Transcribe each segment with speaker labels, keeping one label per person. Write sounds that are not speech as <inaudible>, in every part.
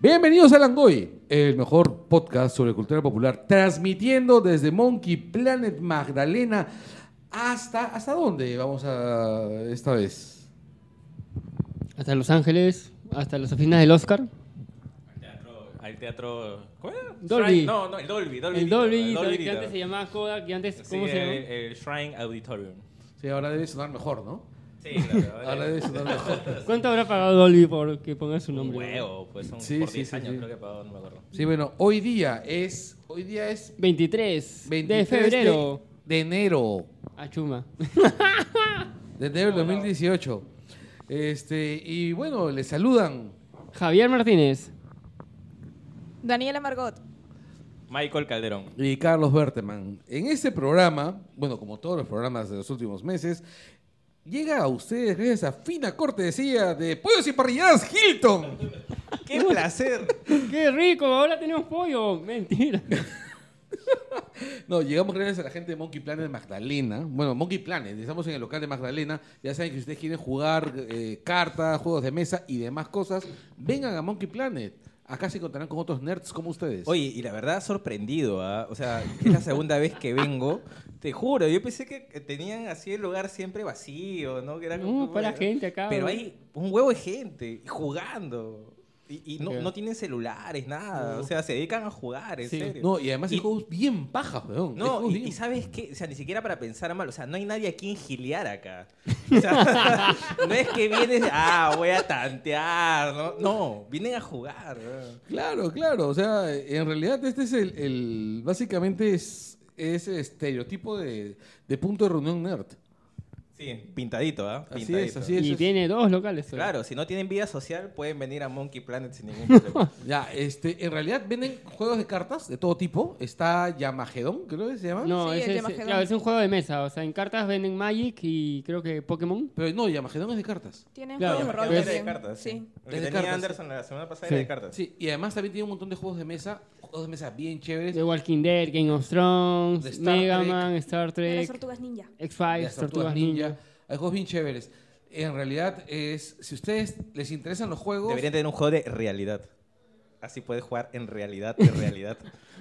Speaker 1: Bienvenidos a Langoy, el mejor podcast sobre cultura popular, transmitiendo desde Monkey Planet Magdalena hasta hasta dónde vamos a esta vez.
Speaker 2: Hasta Los Ángeles, hasta las oficinas del Oscar.
Speaker 3: Al teatro. Al teatro ¿Cuál era?
Speaker 2: Dolby.
Speaker 3: Shrine- no, no, el Dolby. Dolby
Speaker 2: El
Speaker 3: Theater,
Speaker 2: Dolby, que
Speaker 3: Theater.
Speaker 2: antes se llamaba Kodak, que antes,
Speaker 3: Sí, eh.
Speaker 2: ¿cómo se
Speaker 3: el,
Speaker 2: llamaba?
Speaker 3: el Shrine Auditorium.
Speaker 1: Sí, ahora debe sonar mejor, ¿no?
Speaker 3: <laughs> Sí, claro.
Speaker 1: Ahora debe sonar mejor.
Speaker 2: ¿Cuánto habrá pagado Dolby por que ponga su
Speaker 3: un
Speaker 2: nombre?
Speaker 3: huevo, pues son
Speaker 1: Sí,
Speaker 3: por
Speaker 1: sí,
Speaker 3: 10
Speaker 1: sí,
Speaker 3: años
Speaker 1: sí.
Speaker 3: creo que pagó, no me acuerdo.
Speaker 1: Sí, bueno, hoy día es hoy día es
Speaker 2: 23
Speaker 1: 23
Speaker 2: de febrero
Speaker 1: de, de enero
Speaker 2: a Chuma. <laughs>
Speaker 1: de enero del 2018. Este, y bueno, les saludan
Speaker 2: Javier Martínez.
Speaker 4: Daniela Margot.
Speaker 3: Michael Calderón.
Speaker 1: y Carlos Berteman. En este programa, bueno, como todos los programas de los últimos meses, llega a ustedes gracias a fina cortesía de Pollos y Parrilladas Hilton.
Speaker 3: <laughs> ¡Qué placer!
Speaker 2: ¡Qué rico! Ahora tenemos pollo. Mentira.
Speaker 1: No, llegamos gracias a la gente de Monkey Planet Magdalena. Bueno, Monkey Planet, estamos en el local de Magdalena. Ya saben que si ustedes quieren jugar eh, cartas, juegos de mesa y demás cosas, vengan a Monkey Planet. Acá se encontrarán con otros nerds como ustedes.
Speaker 3: Oye, y la verdad sorprendido, ¿ah? O sea, es la segunda vez que vengo. Te juro, yo pensé que tenían así el lugar siempre vacío, ¿no? Que era como-
Speaker 2: No, para la gente acá.
Speaker 3: Pero
Speaker 2: güey.
Speaker 3: hay un huevo de gente jugando. Y, y no,
Speaker 2: Ya.
Speaker 3: no tienen celulares, nada. O
Speaker 2: No.
Speaker 3: sea, se dedican a jugar, en
Speaker 2: Sí.
Speaker 3: serio.
Speaker 1: No, y además hay
Speaker 3: Y-
Speaker 1: juegos bien pajas, weón. Hay
Speaker 3: No,
Speaker 1: juegos
Speaker 3: y,
Speaker 1: bien-
Speaker 3: y sabes qué, o sea, ni siquiera para pensar mal, o sea, no hay nadie a quien
Speaker 1: <laughs>
Speaker 3: gilear acá. O sea, <laughs> no es que vienes, ah, voy a tantear, no, no, vienen a jugar. ¿no?
Speaker 1: Claro, claro. O sea, en realidad este es el... el- básicamente es, es el estereotipo de, de punto de reunión nerd.
Speaker 3: Sí, pintadito, ¿ah?
Speaker 1: Así es,
Speaker 3: Pintadito.
Speaker 1: así es.
Speaker 2: Y tiene dos locales. solo.
Speaker 3: Claro, si no tienen vida social, pueden venir a Monkey Planet sin
Speaker 1: <laughs>
Speaker 3: ningún problema.
Speaker 1: Ya, este, en realidad venden juegos de cartas de todo tipo. Está Yamagedón, creo que se llama.
Speaker 2: No,
Speaker 4: Sí,
Speaker 2: ese
Speaker 4: el
Speaker 2: es,
Speaker 4: Yamagedón.
Speaker 2: claro, es un juego de mesa. O sea, en cartas venden Magic y creo que Pokémon.
Speaker 1: Pero no, Yamagedón es de cartas.
Speaker 4: Tienen
Speaker 2: Claro,
Speaker 4: juegos de
Speaker 2: pero
Speaker 4: rol
Speaker 3: Porque
Speaker 1: pues
Speaker 3: era de
Speaker 4: también.
Speaker 3: cartas, sí. Lo que
Speaker 1: Es de
Speaker 3: tenía
Speaker 1: cartas.
Speaker 3: Anderson la semana pasada
Speaker 2: Sí.
Speaker 3: era de cartas.
Speaker 1: Sí, y además también tiene un montón de juegos de mesa, juegos de mesa bien chéveres.
Speaker 2: The Walking Dead, Game of
Speaker 1: De
Speaker 2: Thrones,
Speaker 1: Star
Speaker 2: Mega
Speaker 1: Trek.
Speaker 2: Man, Star
Speaker 4: De las
Speaker 2: Trek,
Speaker 4: tortugas ninja.
Speaker 1: de
Speaker 2: X-Files,
Speaker 1: las
Speaker 2: Tortugas, Ninja.
Speaker 1: Hay juegos bien chéveres. En realidad, es, si ustedes les interesan los juegos,
Speaker 3: Deberían tener un juego de realidad. Así puedes jugar en realidad, de
Speaker 1: <laughs>
Speaker 3: realidad.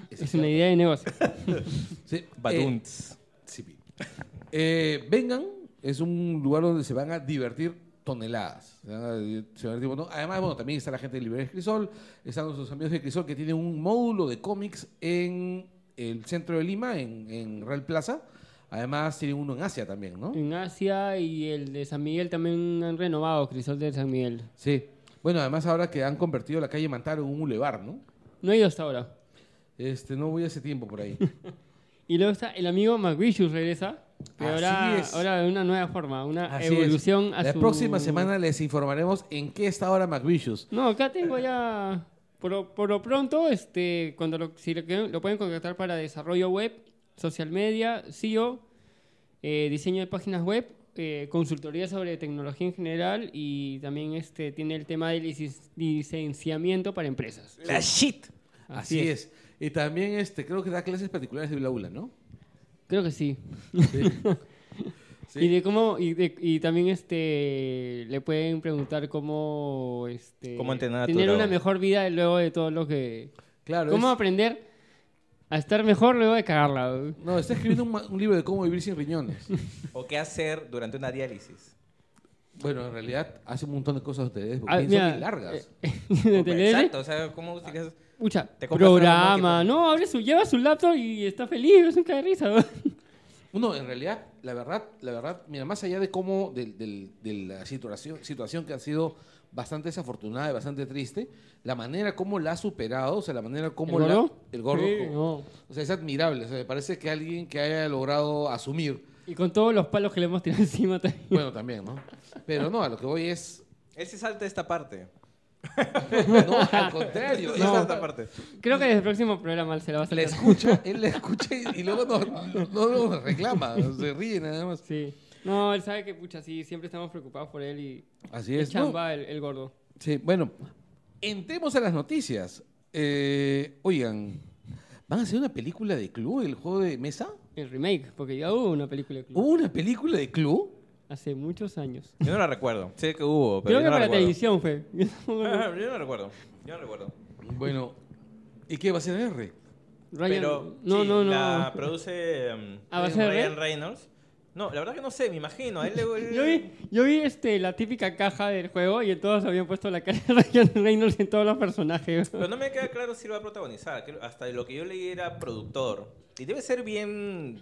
Speaker 2: Es una idea de negocio.
Speaker 1: sí, eh,
Speaker 3: Badunts.
Speaker 1: sí, pi. Eh, vengan, es un lugar donde se van a divertir toneladas. Se van a di- se van a divertir, bueno, Además, bueno, también está la gente de Librería Crisol, están nuestros amigos de Crisol que tienen un módulo de cómics en el centro de Lima, en, en Real Plaza. Además, tienen uno en Asia también, ¿no?
Speaker 2: En Asia y el de San Miguel también han renovado, Crisol de San Miguel.
Speaker 1: Sí. Bueno, además ahora que han convertido la calle Mantaro en un bulevar, ¿no?
Speaker 2: No he ido hasta ahora.
Speaker 1: Este, no voy hace tiempo por
Speaker 2: <laughs>
Speaker 1: ahí.
Speaker 2: Y luego está el amigo McVicious regresa, pero
Speaker 1: Así
Speaker 2: ahora,
Speaker 1: es.
Speaker 2: ahora de una nueva forma, una
Speaker 1: Así es.
Speaker 2: evolución a
Speaker 1: La
Speaker 2: su-
Speaker 1: próxima semana les informaremos en qué está ahora McVicious.
Speaker 2: No, acá tengo ya... Por, lo- por lo pronto, este, cuando lo, si lo, quieren- lo pueden contratar para desarrollo web, social media, SEO, eh, diseño de páginas web, eh, consultoría sobre tecnología en general y también este, tiene el tema de licis- licenciamiento para empresas.
Speaker 3: La shit.
Speaker 1: Así, es. Y también este, creo que da clases particulares de Blaula,
Speaker 2: <laughs>
Speaker 1: ¿no?
Speaker 2: Creo que sí.
Speaker 1: Sí. Sí.
Speaker 2: Y de cómo y, de- y también este le pueden preguntar cómo este
Speaker 3: Cómo entrenar a tu
Speaker 2: tener
Speaker 3: dragón.
Speaker 2: una mejor vida luego de todo lo que
Speaker 1: Claro.
Speaker 2: cómo
Speaker 1: es-
Speaker 2: aprender a estar mejor luego de cagarla. güey.
Speaker 1: No, está escribiendo un, ma- un libro de cómo vivir sin
Speaker 2: <laughs>
Speaker 1: riñones.
Speaker 3: ¿O qué hacer durante una diálisis?
Speaker 1: Bueno, en realidad hace un montón de cosas ustedes porque
Speaker 2: Ah,
Speaker 1: son
Speaker 2: mira, eh.
Speaker 1: bien largas.
Speaker 2: <laughs> ¿Te lees?
Speaker 3: Exacto, o sea, ¿cómo utilizas?
Speaker 2: Pucha,
Speaker 3: Te compras
Speaker 2: programa,
Speaker 3: algo, ¿no?
Speaker 2: no, abre su lleva su laptop y está feliz, es un cae de risa. <laughs> güey.
Speaker 1: No, en realidad, la verdad, la verdad, mira, más allá de cómo, del- del- de, la situación, situación que ha sido bastante desafortunada y bastante triste, la manera como la ha superado, o sea, la manera como
Speaker 2: ¿El
Speaker 1: la-
Speaker 2: gordo?
Speaker 1: el gordo,
Speaker 2: Sí,
Speaker 1: co-
Speaker 2: no.
Speaker 1: o sea, es admirable, o sea, me parece que alguien que haya logrado asumir,
Speaker 2: Y con todos los palos que le hemos tirado <laughs> encima también.
Speaker 1: bueno, también, ¿no? Pero no, a lo que voy <laughs> es,
Speaker 3: Él se salta esta parte.
Speaker 1: no, al contrario,
Speaker 3: Él se
Speaker 1: es-
Speaker 3: salta esta parte.
Speaker 2: Creo que desde el próximo programa se la va a
Speaker 1: la
Speaker 2: salir.
Speaker 1: escucha, él la escucha y, y luego no, no nos reclama, se ríe nada más.
Speaker 2: Sí. No, él sabe que pucha, sí, siempre estamos preocupados por él y
Speaker 1: Así
Speaker 2: es
Speaker 1: es, ¿no?
Speaker 2: chamba el- el gordo.
Speaker 1: Sí, bueno, entremos a las noticias. Eh, oigan, ¿van a hacer una película de club, el juego de mesa?
Speaker 2: El remake, porque ya hubo una película de
Speaker 3: Uh.
Speaker 1: ¿Hubo
Speaker 2: Club
Speaker 1: una película de club?
Speaker 2: hace muchos años.
Speaker 3: Yo no la recuerdo. Sé que hubo,
Speaker 2: Creo
Speaker 3: pero yo
Speaker 2: que
Speaker 3: no la <laughs>
Speaker 2: para televisión
Speaker 3: recuerdo.
Speaker 2: fue. <laughs>
Speaker 3: Ah, Yo no la recuerdo. Yo no la recuerdo.
Speaker 1: Bueno, Eh. ¿y qué va a ser R?
Speaker 2: Ryan-
Speaker 3: Pero
Speaker 2: no,
Speaker 3: sí,
Speaker 2: no, no.
Speaker 3: la produce em,
Speaker 2: ¿Ah, va a ser
Speaker 3: Ryan
Speaker 2: Red?
Speaker 3: Reynolds. No, la verdad que no sé, me imagino. a él le-
Speaker 2: Yo vi, yo vi este, la típica caja del juego y en todos habían puesto la cara de Ryan Reynolds en todos los personajes.
Speaker 3: Pero no me queda claro si lo va a protagonizar. que Hasta lo que yo leí era productor. Y debe ser bien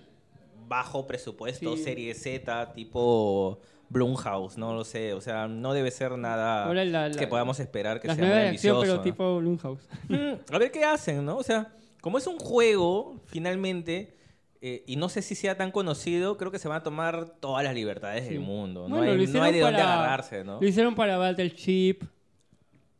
Speaker 3: bajo presupuesto,
Speaker 2: Sí.
Speaker 3: serie Z, tipo Blumhouse, no lo sé. O sea, no debe ser nada
Speaker 2: Ahora la- la-
Speaker 3: que podamos esperar que
Speaker 2: Las
Speaker 3: sea
Speaker 2: nuevas
Speaker 3: muy
Speaker 2: de acción,
Speaker 3: ambicioso.
Speaker 2: pero
Speaker 3: ¿no?
Speaker 2: tipo Blumhouse.
Speaker 3: Mm, A ver qué hacen, ¿no? O sea, como es un juego, finalmente, eh, y no sé si sea tan conocido, creo que se van a tomar todas las libertades del mundo. No
Speaker 2: Bueno,
Speaker 3: hay,
Speaker 2: lo
Speaker 3: no
Speaker 2: hicieron
Speaker 3: hay de dónde
Speaker 2: para-
Speaker 3: agarrarse, ¿no?
Speaker 2: Lo hicieron para Battleship.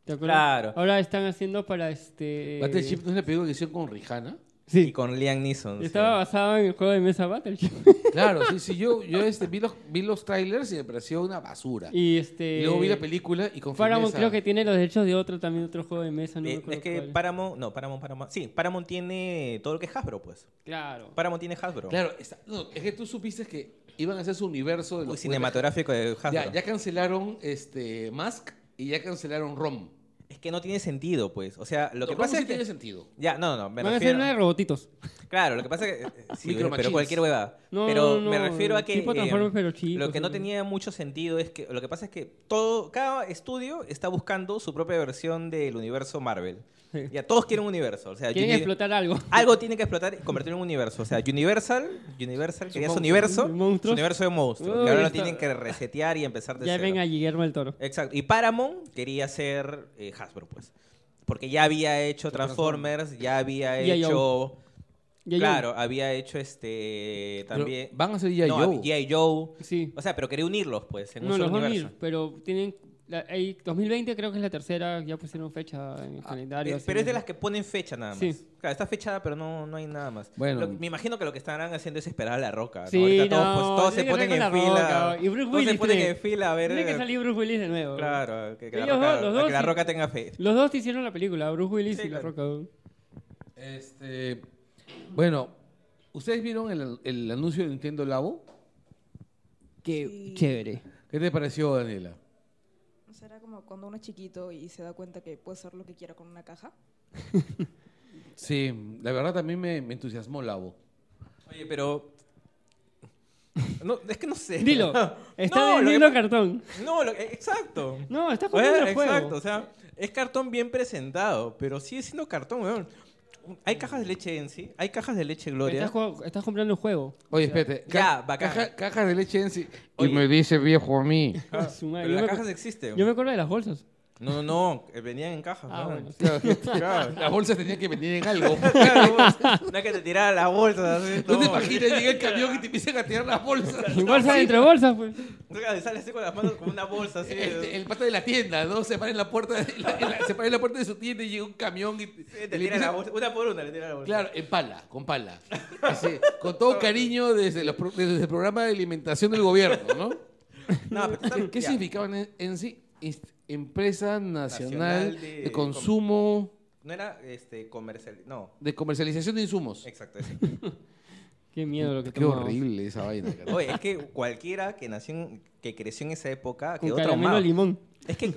Speaker 2: ¿Te acuerdas?
Speaker 3: Claro.
Speaker 2: Ahora están haciendo para este.
Speaker 1: Battleship no es la película que hicieron con Rihanna.
Speaker 3: Y
Speaker 2: Sí.
Speaker 3: con Liam Neeson. sí.
Speaker 2: Estaba basado en el juego de
Speaker 1: <laughs>
Speaker 2: mesa Battleship.
Speaker 1: Claro, sí, sí, yo, yo este, vi, los, vi los trailers y me pareció una basura. Y,
Speaker 2: Y este.
Speaker 1: luego vi la película y con
Speaker 2: Paramount
Speaker 1: firmeza-
Speaker 2: creo que tiene los derechos de otro también, otro juego de mesa. Ah, No me
Speaker 3: Eh,
Speaker 2: acuerdo
Speaker 3: es que
Speaker 2: cuál.
Speaker 3: Paramount, no, Paramount, Paramount. Sí, Paramount tiene todo lo que es Hasbro, pues.
Speaker 2: Claro.
Speaker 3: Paramount tiene Hasbro.
Speaker 1: Claro, está- no, es que tú supiste que iban a hacer su universo de
Speaker 3: Muy
Speaker 1: los juguetes.
Speaker 3: cinematográfico de Hasbro.
Speaker 1: Ya, ya cancelaron este, Mask y ya cancelaron Rom.
Speaker 3: Es que no tiene sentido, pues. O sea, lo que
Speaker 1: Rom
Speaker 3: pasa
Speaker 1: sí
Speaker 3: es que.
Speaker 1: tiene sentido.
Speaker 3: Ya, no, no, me
Speaker 2: Van a hacer
Speaker 3: refiero.
Speaker 2: una de robotitos.
Speaker 3: Claro, lo que pasa es que. eh, sí,
Speaker 1: Micro
Speaker 3: pero
Speaker 1: machines.
Speaker 3: cualquier hueva.
Speaker 2: No,
Speaker 3: pero
Speaker 2: no, no,
Speaker 3: me refiero a que. eh,
Speaker 2: tipo Transformers, pero chicos,
Speaker 3: lo que no
Speaker 2: ¿no?
Speaker 3: tenía mucho sentido es que. Lo que pasa es que todo. Cada estudio está buscando su propia versión del universo Marvel.
Speaker 2: Sí.
Speaker 3: Ya, todos quieren un universo. O sea,
Speaker 2: Quieren
Speaker 3: Uni-
Speaker 2: explotar
Speaker 3: <laughs>
Speaker 2: algo.
Speaker 3: Algo tiene que explotar y convertirlo en un universo. O sea, Universal, Universal quería su
Speaker 1: monstruo,
Speaker 3: universo,
Speaker 2: de
Speaker 3: su
Speaker 2: monstruos.
Speaker 3: universo de monstruos.
Speaker 2: Uy,
Speaker 3: que ahora lo
Speaker 2: está-
Speaker 3: tienen que resetear y empezar de
Speaker 2: Ya
Speaker 3: cero.
Speaker 2: ven a Guillermo el Toro.
Speaker 3: Exacto. Y Paramount quería ser eh, Hasbro, pues. Porque ya había hecho Transformers, ya había
Speaker 2: G.I.
Speaker 3: hecho.
Speaker 2: Ya
Speaker 3: Claro, había hecho este.
Speaker 1: Pero
Speaker 3: También.
Speaker 1: van a ser ya
Speaker 3: no,
Speaker 1: yo.
Speaker 3: G.I. Joe.
Speaker 2: yo- Sí.
Speaker 3: O sea, pero quería unirlos, pues, en un
Speaker 2: no,
Speaker 3: solo
Speaker 2: los van a
Speaker 3: universo.
Speaker 2: ir, pero tienen... la- hay- 2020 creo que es la tercera, ya pusieron fecha en el
Speaker 3: Ah,
Speaker 2: calendario.
Speaker 3: eh,
Speaker 2: así
Speaker 3: pero es de
Speaker 2: que-
Speaker 3: las que ponen fecha nada más.
Speaker 2: Sí.
Speaker 3: Claro, está fechada, pero no, no hay nada más.
Speaker 1: Bueno.
Speaker 3: Lo- me imagino que lo que estarán haciendo es esperar a la roca. ¿no?
Speaker 2: Sí,
Speaker 3: Ahorita todos,
Speaker 2: no,
Speaker 3: pues, todos se
Speaker 2: tiene que
Speaker 3: ponen
Speaker 2: ver
Speaker 3: en
Speaker 2: con La
Speaker 3: fila.
Speaker 2: Roca, y Bruce
Speaker 3: todos se
Speaker 2: Willis
Speaker 3: ponen
Speaker 2: tiene-
Speaker 3: en fila a ver.
Speaker 2: Tiene que salir Bruce Willis de nuevo.
Speaker 3: Claro, que, que la,
Speaker 2: Ellos
Speaker 3: roca,
Speaker 2: dos, los
Speaker 3: a
Speaker 2: dos
Speaker 3: que la
Speaker 2: sí.
Speaker 3: roca tenga fe.
Speaker 2: Los dos te hicieron la película, Bruce Willis
Speaker 3: Sí,
Speaker 2: y La
Speaker 3: claro.
Speaker 2: Roca. weón.
Speaker 1: Este, bueno, ¿ustedes vieron el, el anuncio de Nintendo Labo?
Speaker 2: Qué
Speaker 3: <laughs>
Speaker 2: chévere.
Speaker 1: ¿Qué te pareció, Daniela?
Speaker 4: ¿No será como cuando uno es chiquito y se da cuenta que puede hacer lo que quiera con una caja?
Speaker 1: Sí, la verdad también me, me entusiasmó Labo.
Speaker 3: Oye, pero. No, es que no sé.
Speaker 2: Dilo, está
Speaker 3: no, lo
Speaker 2: vendiendo
Speaker 3: que-
Speaker 2: cartón.
Speaker 3: <laughs> No, lo- eh, exacto.
Speaker 2: No, está
Speaker 3: Oye,
Speaker 2: jugando el juego.
Speaker 3: exacto, o sea, es cartón bien presentado, pero sigue siendo cartón, weón. Hay cajas de leche en sí, hay cajas de leche Gloria.
Speaker 2: Estás, jugando- estás comprando el juego.
Speaker 1: Oye, espérate.
Speaker 3: Ya,
Speaker 1: ca-
Speaker 3: bacán.
Speaker 1: caja, caja de leche en sí.
Speaker 3: Oye.
Speaker 1: Y me dice viejo a mí.
Speaker 2: <laughs>
Speaker 3: Ah,
Speaker 2: Su madre,
Speaker 3: pero
Speaker 2: yo
Speaker 3: las
Speaker 2: me-
Speaker 3: cajas existen.
Speaker 2: Yo me acuerdo de las
Speaker 3: <laughs>
Speaker 2: bolsas.
Speaker 3: No, no, no, eh, venían en cajas.
Speaker 2: Ah,
Speaker 3: weón.
Speaker 2: bueno. sí.
Speaker 3: <laughs>
Speaker 1: Claro, Las bolsas tenían que venir en algo.
Speaker 3: Claro, vos, no es que te tiraba la bolsa. Así,
Speaker 1: ¿No te
Speaker 3: no. eh.
Speaker 1: imaginas? Llega el camión y te empiezan a tirar las bolsas.
Speaker 2: Bolsa entre bolsas, pues.
Speaker 3: Claro, Sale así con las manos como una bolsa. Así, eh.
Speaker 1: El, Este, el pata de la tienda, ¿no? Se para en la puerta de, la- en la- se para en la puerta de su tienda y llega un camión y,
Speaker 3: te
Speaker 1: y le
Speaker 3: tira la
Speaker 1: empieza-
Speaker 3: bolsa, una por una le tira la bolsa.
Speaker 1: Claro, en pala, con pala. Así, con todo cariño desde, los pro- desde el programa de alimentación del gobierno, ¿no?
Speaker 3: No, pero está-
Speaker 1: ¿Qué
Speaker 3: ya.
Speaker 1: significaban en, en sí? Inst- Empresa Nacional,
Speaker 3: Nacional de-
Speaker 1: de, Consumo,
Speaker 3: No era este, comercial. No,
Speaker 1: de Comercialización de Insumos.
Speaker 3: exacto. Eso.
Speaker 2: Qué miedo lo que
Speaker 1: Qué
Speaker 2: tomamos.
Speaker 1: horrible esa vaina. cara.
Speaker 3: Oye, es que cualquiera que nació en- que creció en esa época
Speaker 2: Con
Speaker 3: quedó
Speaker 2: caramelo
Speaker 3: traumado.
Speaker 2: de limón.
Speaker 3: Es que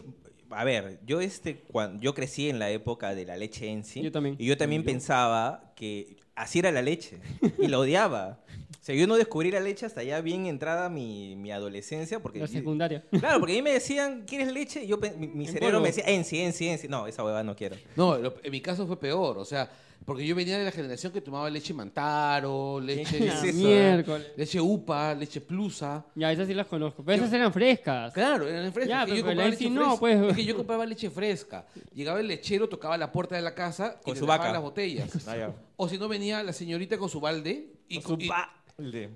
Speaker 3: a ver, yo este cuando yo crecí en la época de la leche en sí.
Speaker 2: Yo también.
Speaker 3: Y yo también pensaba que así era la leche y la odiaba.
Speaker 2: <laughs>
Speaker 3: O sea, yo no descubrí la leche hasta ya bien entrada mi, mi adolescencia porque
Speaker 2: La secundaria.
Speaker 3: Claro, porque a mí me decían, ¿quieres leche? Y yo, pe- mi, mi
Speaker 2: En
Speaker 3: cerebro
Speaker 2: polvo.
Speaker 3: me decía, en sí, en sí, en sí. No, esa huevada
Speaker 2: <laughs>
Speaker 3: no quiero.
Speaker 1: No, lo- en mi caso fue peor, o sea, porque yo venía de la generación que tomaba leche Mantaro, leche,
Speaker 2: Ah,
Speaker 3: es eso, eh?
Speaker 2: miércoles.
Speaker 1: leche Upa, leche Plusa.
Speaker 2: Ya, esas sí las conozco. Pero esas eran frescas.
Speaker 1: Claro, eran frescas.
Speaker 2: Ya,
Speaker 1: que yo
Speaker 2: pero
Speaker 1: compraba
Speaker 2: ahí
Speaker 1: leche
Speaker 2: sí no,
Speaker 1: fresca.
Speaker 2: pues.
Speaker 1: Es que yo compraba leche fresca. Llegaba el lechero, tocaba la puerta de la casa
Speaker 3: Con
Speaker 1: y
Speaker 3: su
Speaker 1: le dejaba
Speaker 3: vaca.
Speaker 1: las botellas.
Speaker 3: Ah, ya.
Speaker 1: O si no, venía la señorita con su balde. Y
Speaker 3: Con
Speaker 1: y-
Speaker 3: su balde.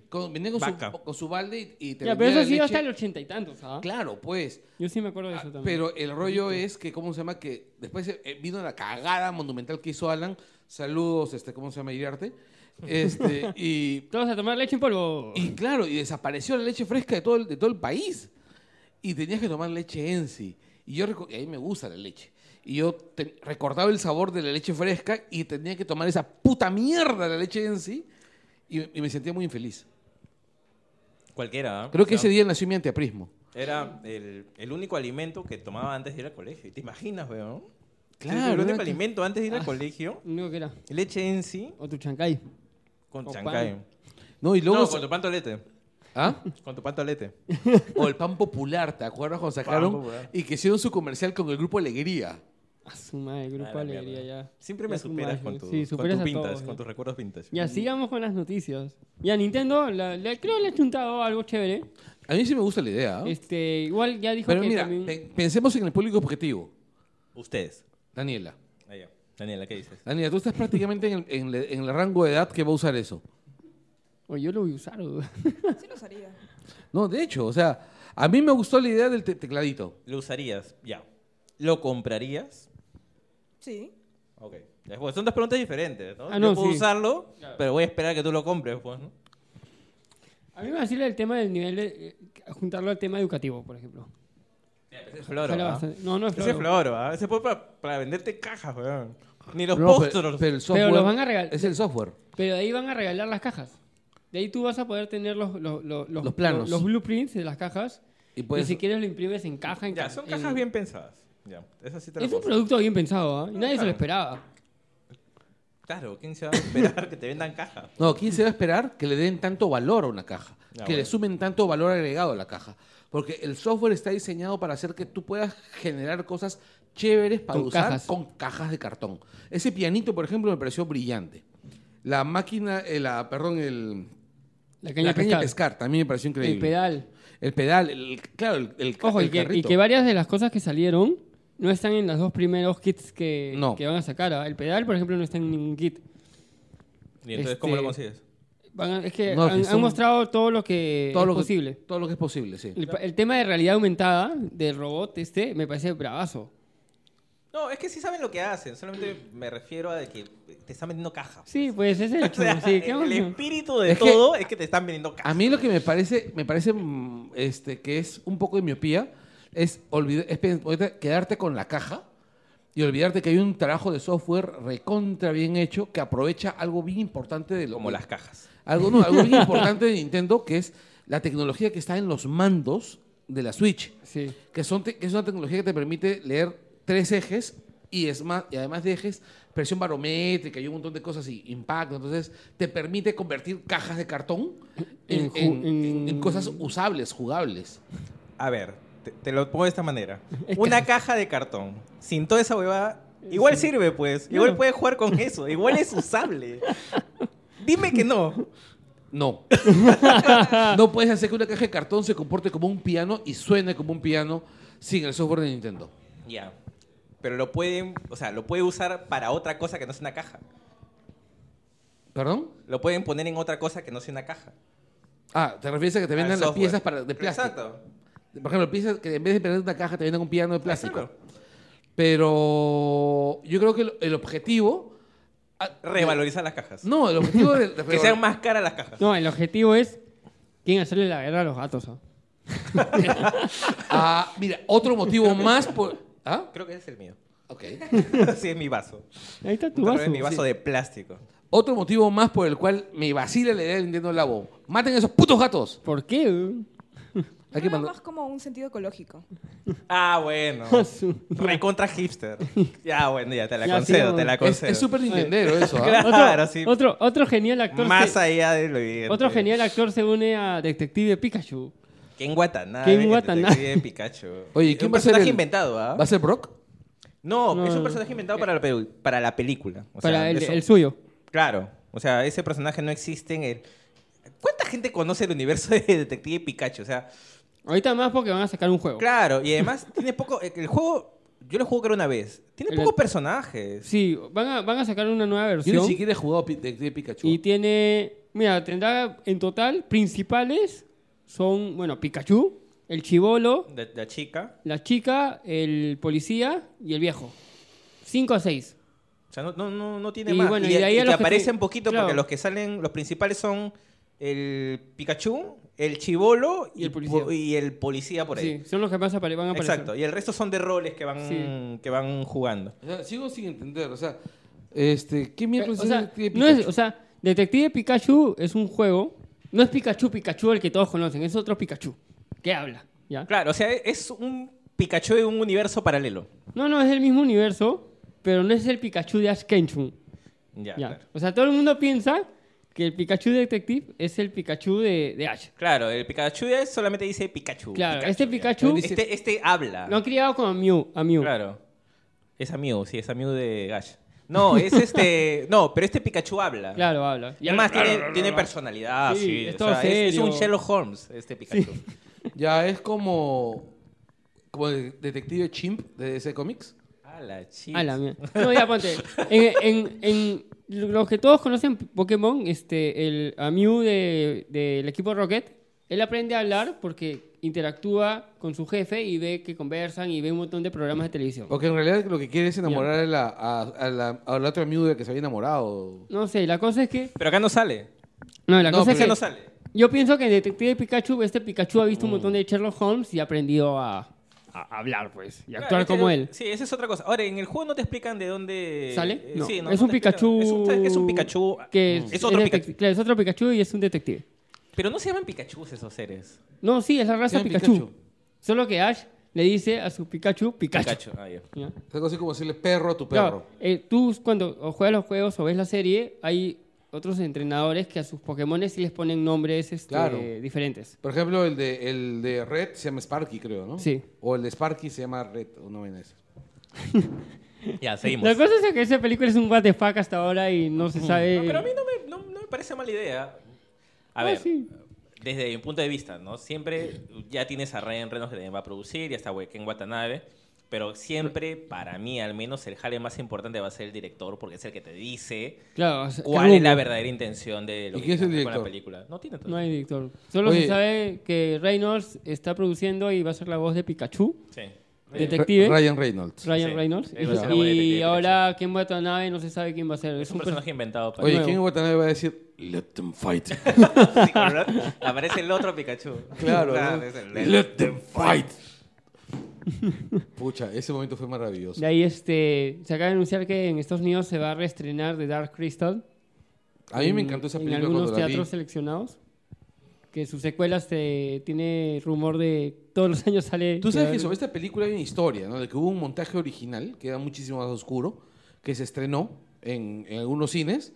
Speaker 1: con- venía con su,
Speaker 3: Vaca.
Speaker 1: con su balde y, y te
Speaker 2: Ya,
Speaker 1: vendía
Speaker 2: pero eso
Speaker 1: la
Speaker 2: sí
Speaker 1: leche.
Speaker 2: hasta el ochenta y tantos, ¿ah?
Speaker 1: Claro, pues.
Speaker 2: Yo sí me acuerdo de
Speaker 1: Ah,
Speaker 2: eso también.
Speaker 1: Pero el rollo es que, ¿cómo se llama? Que después eh, vino la cagada monumental que hizo Alan. Saludos, este, ¿cómo se llama? Iriarte. Este, y
Speaker 2: Todos a tomar leche en polvo.
Speaker 1: Y claro, y desapareció la leche fresca de todo el, de todo el país. Y tenías que tomar leche en sí. Y yo reco- y a mí me gusta la leche. Y yo te- recordaba el sabor de la leche fresca y tenía que tomar esa puta mierda de la leche en sí. Y, y me sentía muy infeliz.
Speaker 3: Cualquiera. ¿ah?
Speaker 1: Creo
Speaker 3: O
Speaker 1: que ese
Speaker 3: sea,
Speaker 1: día nació mi antiaprismo.
Speaker 3: Era el, el único alimento que tomaba antes de ir al colegio. ¿Y ¿Te imaginas, weón? Claro, el
Speaker 2: ¿verdad
Speaker 3: único
Speaker 2: que-
Speaker 3: alimento antes de ir al
Speaker 2: Ah.
Speaker 3: colegio,
Speaker 2: Único que era.
Speaker 3: leche en sí
Speaker 2: O tu chancay.
Speaker 3: con
Speaker 2: O
Speaker 3: chancay.
Speaker 2: pan.
Speaker 1: No, y luego.
Speaker 3: No, con tu pan tolete.
Speaker 1: ¿Ah?
Speaker 3: Con tu pan tolete.
Speaker 1: O el pan popular, ¿te acuerdas cuando
Speaker 3: Pan
Speaker 1: sacaron?
Speaker 3: Popular.
Speaker 1: Y que hicieron su comercial con el grupo Alegría.
Speaker 2: A su madre, Grupo
Speaker 3: A Ah, la mierda.
Speaker 2: Alegría ya.
Speaker 3: Siempre
Speaker 2: Ya
Speaker 3: me
Speaker 2: su madre.
Speaker 3: superas con tus
Speaker 2: Sí, superas
Speaker 3: con
Speaker 2: a
Speaker 3: tus vintage,
Speaker 2: todos, ya.
Speaker 3: con tus recuerdos vintage.
Speaker 2: Ya, sigamos con las noticias. Ya, Nintendo, la- le- creo le ha chuntado algo chévere.
Speaker 1: A mí sí me gusta la
Speaker 3: ¿Ah?
Speaker 1: idea. ¿eh?
Speaker 2: Este, igual ya dijo
Speaker 1: Pero
Speaker 2: que
Speaker 1: mira,
Speaker 2: también...
Speaker 1: pe- pensemos en el público objetivo.
Speaker 3: Ustedes.
Speaker 1: Daniela.
Speaker 3: Ahí ya. Daniela, ¿qué dices?
Speaker 1: Daniela, tú estás prácticamente en el, en le- en el rango de edad que va a usar eso.
Speaker 2: Oye, yo lo voy a usar. o-
Speaker 4: Sí lo usaría.
Speaker 1: No, de hecho, o sea, a mí me gustó la idea del te- tecladito.
Speaker 3: ¿Lo usarías? Ya. ¿Lo comprarías?
Speaker 4: Sí.
Speaker 3: Ok. Ya, pues, son dos preguntas diferentes, ¿no?
Speaker 2: Ah, no,
Speaker 3: Yo puedo
Speaker 2: sí.
Speaker 3: usarlo, pero voy a esperar a que tú lo compres, pues, ¿no?
Speaker 2: <laughs> A mí me vacila el tema del nivel... de- eh, juntarlo al tema educativo, por ejemplo.
Speaker 3: Ese es floro,
Speaker 2: Jala
Speaker 3: ¿ah?
Speaker 2: bastante. No, no es
Speaker 3: Ese es
Speaker 2: floro.
Speaker 3: floro, ¿ah? Ese fue para, para venderte cajas, weón. Ni los
Speaker 1: No, pe-
Speaker 3: pósteros.
Speaker 1: pero, el software.
Speaker 2: Pero los van a regalar.
Speaker 1: Es el software.
Speaker 2: Pero de ahí van a regalar las cajas. De ahí tú vas a poder tener los, los, los,
Speaker 1: Los planos. Pues
Speaker 2: Los, blueprints de las cajas.
Speaker 1: Y
Speaker 2: Y,
Speaker 1: puedes-
Speaker 2: si quieres lo imprimes en caja. En
Speaker 3: Ya,
Speaker 2: ca-
Speaker 3: son
Speaker 2: en-
Speaker 3: cajas bien pensadas. Ya, esa sí te la
Speaker 2: Es un
Speaker 3: puedo hacer.
Speaker 2: producto bien pensado, ¿ah? Y nadie se
Speaker 3: claro.
Speaker 2: lo esperaba.
Speaker 3: Claro, ¿quién se va a esperar que te vendan cajas?
Speaker 1: No, ¿quién se va a esperar que le den tanto valor a una caja?
Speaker 3: Ah,
Speaker 1: que le
Speaker 3: bueno.
Speaker 1: sumen tanto valor agregado a la caja. Porque el software está diseñado para hacer que tú puedas generar cosas chéveres para
Speaker 2: Con
Speaker 1: usar
Speaker 2: cajas.
Speaker 1: con cajas de cartón. Ese pianito, por ejemplo, me pareció brillante. La máquina, eh, la, perdón, el,
Speaker 2: La caña,
Speaker 1: la caña de
Speaker 2: pescar,
Speaker 1: pescar también me pareció increíble.
Speaker 2: El pedal.
Speaker 1: El pedal, el- claro, el, el ca-
Speaker 2: Ojo,
Speaker 1: el
Speaker 2: y, que, y
Speaker 1: carrito.
Speaker 2: que varias de las cosas que salieron no están en los dos primeros kits que,
Speaker 1: No.
Speaker 2: que van a sacar. ¿ah? El pedal, por ejemplo, no está en ningún kit.
Speaker 3: Y entonces, ¿cómo
Speaker 2: Este-
Speaker 3: lo consigues?
Speaker 2: Van a- es que
Speaker 1: No, es que
Speaker 2: han, han
Speaker 1: son-
Speaker 2: mostrado todo lo que
Speaker 1: todo
Speaker 2: eh, es
Speaker 1: lo que-
Speaker 2: posible.
Speaker 1: Todo lo que es posible, sí.
Speaker 2: El, pa- el tema de realidad aumentada del robot este me parece bravazo.
Speaker 3: No, es que sí saben lo que hacen. Solamente me refiero a de que te están vendiendo cajas.
Speaker 2: Sí, pues ese es el
Speaker 3: <laughs> O sea,
Speaker 2: chulo, sí, ¿qué
Speaker 3: el
Speaker 2: onda?
Speaker 3: espíritu de
Speaker 1: Es que-
Speaker 3: todo es que te están vendiendo cajas.
Speaker 1: A mí lo que me parece, me parece mm, este, que es un poco de miopía es, olvid- es pe- ahorita quedarte con la caja y olvidarte que hay un trabajo de software recontra bien hecho que aprovecha algo bien importante de lo
Speaker 3: Como
Speaker 1: que-
Speaker 3: las cajas.
Speaker 1: algo, no, algo bien importante de Nintendo que es la tecnología que está en los mandos de la Switch
Speaker 2: Sí.
Speaker 1: que, son te- que es una tecnología que te permite leer tres ejes y, es más, y además de ejes, presión barométrica y un montón de cosas y impacto. Entonces, te permite convertir cajas de cartón en,
Speaker 2: En ju-
Speaker 1: en- en- en
Speaker 2: en-
Speaker 1: cosas usables, jugables.
Speaker 3: A ver, te, te lo pongo de
Speaker 1: <laughs>
Speaker 3: esta manera.
Speaker 2: Es
Speaker 3: Una caja de cartón. Sin toda esa huevada.
Speaker 1: Eh,
Speaker 3: Igual sirve, pues. Igual puedes jugar con eso. Igual
Speaker 1: <laughs>
Speaker 3: es usable. Dime que no.
Speaker 2: <laughs>
Speaker 1: No. no puedes hacer que una caja de cartón se comporte como un piano y suene como un piano sin el software de Nintendo.
Speaker 3: Ya. Pero lo pueden, o sea, lo puede usar para otra cosa que no sea una caja.
Speaker 1: ¿Perdón?
Speaker 3: Lo pueden poner en otra cosa que no sea una caja.
Speaker 1: Ah, te refieres a que te vendan
Speaker 3: Al
Speaker 1: las
Speaker 3: software.
Speaker 1: piezas para, de plástico.
Speaker 3: Exacto.
Speaker 1: Por ejemplo, piezas que en vez de vender una caja te venden un piano de plástico.
Speaker 3: Claro.
Speaker 1: Pero yo creo que el, el objetivo. ah,
Speaker 3: Revalorizar las cajas.
Speaker 1: No, el objetivo de.
Speaker 3: <laughs>
Speaker 1: de-
Speaker 3: Que sean más caras las cajas.
Speaker 2: No, el objetivo es quién hacerle la guerra a los gatos. ¿ah?
Speaker 1: Ah, mira, otro motivo más por. ¿Ah?
Speaker 3: Creo que ese es el mío. <laughs>
Speaker 1: Ok.
Speaker 3: sí, es mi vaso.
Speaker 2: Ahí está tu
Speaker 3: Otra vez
Speaker 2: vaso.
Speaker 3: mi vaso
Speaker 2: Sí.
Speaker 3: de
Speaker 2: <laughs>
Speaker 3: plástico.
Speaker 1: Otro motivo más por el cual me vacila la idea del Nintendo Labo. Maten a esos putos gatos.
Speaker 2: ¿Por
Speaker 3: <laughs>
Speaker 2: qué?
Speaker 1: Hay que
Speaker 4: Nada
Speaker 1: mandar-
Speaker 4: más como un sentido ecológico.
Speaker 3: Ah, bueno.
Speaker 2: Su- <laughs>
Speaker 3: Recontra hipster. Ya, bueno, ya te la
Speaker 2: Ya,
Speaker 3: concedo,
Speaker 2: sí,
Speaker 3: te la
Speaker 1: Es
Speaker 3: concedo.
Speaker 1: es súper Nintendero eso. ¿ah?
Speaker 3: Claro.
Speaker 2: Otro,
Speaker 3: sí.
Speaker 2: otro, otro genial actor.
Speaker 3: Más
Speaker 2: se-
Speaker 3: allá de lo evidente.
Speaker 2: Otro genial actor se une a Detective Pikachu.
Speaker 3: Ken Watanabe.
Speaker 2: Ken
Speaker 3: que te
Speaker 2: Watanabe.
Speaker 3: escribe Pikachu.
Speaker 1: Oye,
Speaker 3: Es
Speaker 1: ¿quién
Speaker 3: un
Speaker 1: va a ser
Speaker 3: personaje
Speaker 1: el-
Speaker 3: inventado, ¿ah?
Speaker 1: ¿Va a ser Brock?
Speaker 3: No,
Speaker 2: No,
Speaker 3: es
Speaker 2: no,
Speaker 3: un
Speaker 2: no.
Speaker 3: personaje inventado para la, pe- para la película. O sea,
Speaker 2: para el,
Speaker 3: eso-
Speaker 2: el suyo.
Speaker 3: Claro. O sea, ese personaje no existe en el... ¿Cuánta gente conoce el universo <laughs> de Detective Pikachu? O sea,
Speaker 2: Ahorita más porque van a sacar un juego.
Speaker 3: claro. Y además <laughs> tiene poco... eh, El juego... Yo lo juego creo una vez. Tiene
Speaker 2: El-
Speaker 3: pocos personajes.
Speaker 2: Sí, van a, van a sacar una nueva
Speaker 1: Yo
Speaker 2: versión.
Speaker 1: ni siquiera he jugado Pi- Detective Pikachu.
Speaker 2: Y tiene. Mira, tendrá en total principales son, bueno, Pikachu, el chivolo,
Speaker 3: La, la chica.
Speaker 2: la chica, el policía y el viejo. 5 a 6.
Speaker 3: O sea, no, no, no, no tiene
Speaker 2: Y
Speaker 3: más.
Speaker 2: bueno,
Speaker 3: y
Speaker 2: y de ahí a
Speaker 3: y
Speaker 2: los
Speaker 3: que
Speaker 2: que
Speaker 3: aparecen
Speaker 2: sí-
Speaker 3: poquito
Speaker 2: claro.
Speaker 3: porque los que salen... Los principales son el Pikachu, el chivolo
Speaker 2: Y el
Speaker 3: po-
Speaker 2: policía.
Speaker 3: y el policía por ahí.
Speaker 2: Sí, son los que más apare- van a aparecer.
Speaker 3: Exacto, y el resto son de roles que van,
Speaker 2: Sí.
Speaker 3: que van jugando.
Speaker 1: O sea, sigo sin entender. O sea, este, ¿qué
Speaker 2: Eh, O
Speaker 1: miércoles
Speaker 2: sea,
Speaker 1: Detective
Speaker 2: no es-
Speaker 1: Pikachu?
Speaker 2: o sea, Detective Pikachu es un juego. No es Pikachu Pikachu el que todos conocen, es otro Pikachu. ¿Qué habla? ¿Ya?
Speaker 3: e, Claro, o sea, es un Pikachu de un universo paralelo.
Speaker 2: No, no, es del mismo universo. pero no es el Pikachu de Ash Ketchum.
Speaker 3: Ya,
Speaker 2: Ya.
Speaker 3: Claro.
Speaker 2: O sea, todo el mundo piensa que el Pikachu Detective es el Pikachu de, de Ash.
Speaker 3: Claro, el Pikachu ya solamente dice Pikachu.
Speaker 2: Claro, este
Speaker 3: ya.
Speaker 2: Pikachu-
Speaker 3: Este, este habla.
Speaker 2: Lo han criado como a Mew. A Mew.
Speaker 3: Claro. Es a Mew, sí, es a Mew de Gash. No,
Speaker 2: <laughs>
Speaker 3: es este. No, pero este Pikachu habla.
Speaker 2: Claro, habla.
Speaker 3: Y además tiene, tiene personalidad, sí.
Speaker 2: Sí,
Speaker 3: o
Speaker 2: es
Speaker 3: sea,
Speaker 2: todo
Speaker 3: es, es un
Speaker 2: serio.
Speaker 3: Sherlock Holmes, este
Speaker 2: <laughs>
Speaker 3: Pikachu.
Speaker 1: Ya es como. Como el detective chimp de ese cómics.
Speaker 3: A la chica.
Speaker 2: A la mierda. <laughs> No, ya ponte. En, en, en lo que todos conocen Pokémon, este, el a Mew de- del equipo Rocket, él aprende a hablar porque interactúa con su jefe y ve que conversan y ve un montón de programas de televisión.
Speaker 1: Porque en realidad lo que quiere es enamorar a la, a, a la, a la otra miuda que se había enamorado.
Speaker 2: No sé, la cosa es que.
Speaker 3: Pero acá no sale.
Speaker 2: No, la
Speaker 1: No,
Speaker 2: cosa
Speaker 1: pero
Speaker 2: es
Speaker 3: Acá
Speaker 2: que.
Speaker 3: no Mm. sale.
Speaker 2: Yo pienso que el detective Pikachu, este Pikachu ha visto un montón de Sherlock Holmes y ha aprendido a, a hablar, pues, y a
Speaker 3: Claro,
Speaker 2: actuar
Speaker 3: es que
Speaker 2: como
Speaker 3: yo-
Speaker 2: él.
Speaker 3: Este Sí, esa es otra cosa. Ahora, en el juego no te explican de dónde.
Speaker 2: ¿Sale?
Speaker 3: eh,
Speaker 2: no.
Speaker 3: sí, no,
Speaker 2: es
Speaker 3: no
Speaker 2: un
Speaker 3: te explican.
Speaker 2: Pikachu.
Speaker 3: Es un, ¿sabes qué? Es un Pikachu. ah, mm.
Speaker 2: que
Speaker 3: es otro
Speaker 2: detec-
Speaker 3: Pikachu.
Speaker 2: Claro, es otro Pikachu y es un detective.
Speaker 3: Pero no se llaman Pikachu esos seres.
Speaker 2: No, sí, es la raza
Speaker 1: Se llama
Speaker 2: Pikachu.
Speaker 1: Pikachu.
Speaker 2: Solo que Ash le dice a su Pikachu, Pikachu.
Speaker 3: Pikachu. Ah, ya.
Speaker 2: ¿Ya?
Speaker 1: Es algo así como decirle perro a tu
Speaker 2: Claro,
Speaker 1: perro.
Speaker 2: eh, tú cuando o juegas los juegos o ves la serie, hay otros entrenadores que a sus Pokémon sí les ponen nombres este,
Speaker 1: Claro.
Speaker 2: diferentes.
Speaker 1: Por ejemplo, el de, el de Red se llama Sparky, creo, ¿no?
Speaker 2: Sí.
Speaker 1: O el de Sparky se llama Red, o no ven eso.
Speaker 3: Ya, seguimos.
Speaker 2: La cosa es que esa película es un what the fuck hasta ahora y no se sabe...
Speaker 3: No, pero a mí no me, no, no me parece mala idea. A
Speaker 2: Ah,
Speaker 3: ver,
Speaker 2: sí.
Speaker 3: desde mi punto de vista, ¿no? Siempre ya tienes a Ryan Reynolds que también va a producir y hasta en Watanabe. Pero siempre, para mí al menos, el jale más importante va a ser el director porque es el que te dice
Speaker 2: Claro, o sea,
Speaker 3: cuál
Speaker 2: ¿qué
Speaker 3: es la
Speaker 2: rumbo?
Speaker 3: verdadera intención de lo
Speaker 1: ¿Y
Speaker 3: que
Speaker 1: quién es el
Speaker 3: quieren hacer con la
Speaker 1: director?
Speaker 3: película. No tiene todo.
Speaker 2: No hay director. Solo
Speaker 1: Oye.
Speaker 2: se sabe que Reynolds está produciendo y va a ser la voz de Pikachu,
Speaker 3: Sí.
Speaker 2: detective.
Speaker 1: Ra- Ryan Reynolds.
Speaker 2: Ryan
Speaker 3: Sí,
Speaker 2: Reynolds.
Speaker 3: él va a ser la voz de
Speaker 2: Y,
Speaker 3: detective
Speaker 2: ahora Ken Watanabe no se sabe quién va a ser.
Speaker 3: Es un
Speaker 2: perso-
Speaker 3: personaje inventado para
Speaker 1: Oye,
Speaker 2: nuevo.
Speaker 1: ¿quién en Watanabe va a decir? Let them
Speaker 2: <laughs>
Speaker 1: fight.
Speaker 3: Sí, ¿verdad? Aparece el otro Pikachu.
Speaker 1: Claro. ¿no?
Speaker 3: es el-
Speaker 1: Let
Speaker 3: <laughs>
Speaker 1: them
Speaker 2: <laughs>
Speaker 1: fight. Pucha, ese momento fue maravilloso.
Speaker 2: De ahí este, se acaba de anunciar que en Estados Unidos se va a reestrenar The Dark Crystal.
Speaker 1: A mí me
Speaker 2: en-
Speaker 1: encantó esa
Speaker 2: En
Speaker 1: película
Speaker 2: algunos
Speaker 1: cuando la vi.
Speaker 2: teatros seleccionados. Que sus secuelas te, tiene rumor de todos los años sale.
Speaker 1: Tú sabes que
Speaker 2: que-
Speaker 1: sobre esta película hay una historia, ¿no? De que hubo un montaje original que era muchísimo más oscuro, que se estrenó en, en algunos cines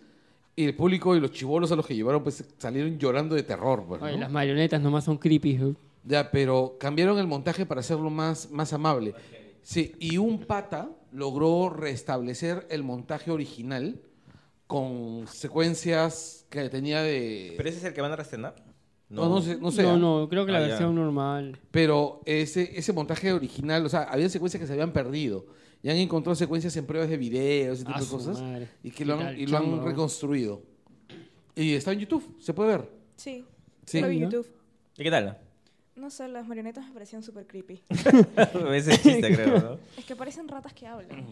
Speaker 1: y el público y los chivolos a los que llevaron pues salieron llorando de terror, pues,
Speaker 2: Oye,
Speaker 1: ¿no?
Speaker 2: las marionetas nomás son creepy. ¿eh?
Speaker 1: Ya, pero cambiaron el montaje para hacerlo más, más amable. Sí, y un pata logró restablecer el montaje original con secuencias que tenía de...
Speaker 3: ¿Pero ese es el que van a reestrenar?
Speaker 1: no, no, sé, no sé.
Speaker 2: No,
Speaker 1: ¿ah?
Speaker 2: no, creo que la
Speaker 3: Ah, ya.
Speaker 2: versión normal.
Speaker 1: Pero ese, ese montaje original, o sea, había secuencias que se habían perdido. Y han encontrado secuencias en pruebas de video, ese tipo
Speaker 2: Ah,
Speaker 1: de
Speaker 2: su
Speaker 1: cosas.
Speaker 2: madre.
Speaker 1: Y que lo
Speaker 2: Qué
Speaker 1: han,
Speaker 2: tal
Speaker 1: y lo han
Speaker 2: chamba, ¿no?
Speaker 1: reconstruido. Y está en YouTube, se puede ver.
Speaker 4: Sí.
Speaker 1: Sí.
Speaker 4: Lo vi en
Speaker 2: ¿No?
Speaker 4: YouTube.
Speaker 3: ¿Y
Speaker 1: <laughs>
Speaker 3: qué tal?
Speaker 4: No sé, las marionetas me parecían súper creepy.
Speaker 3: Ese chiste, creo, ¿no?
Speaker 1: <laughs>
Speaker 4: Es que parecen ratas que hablan.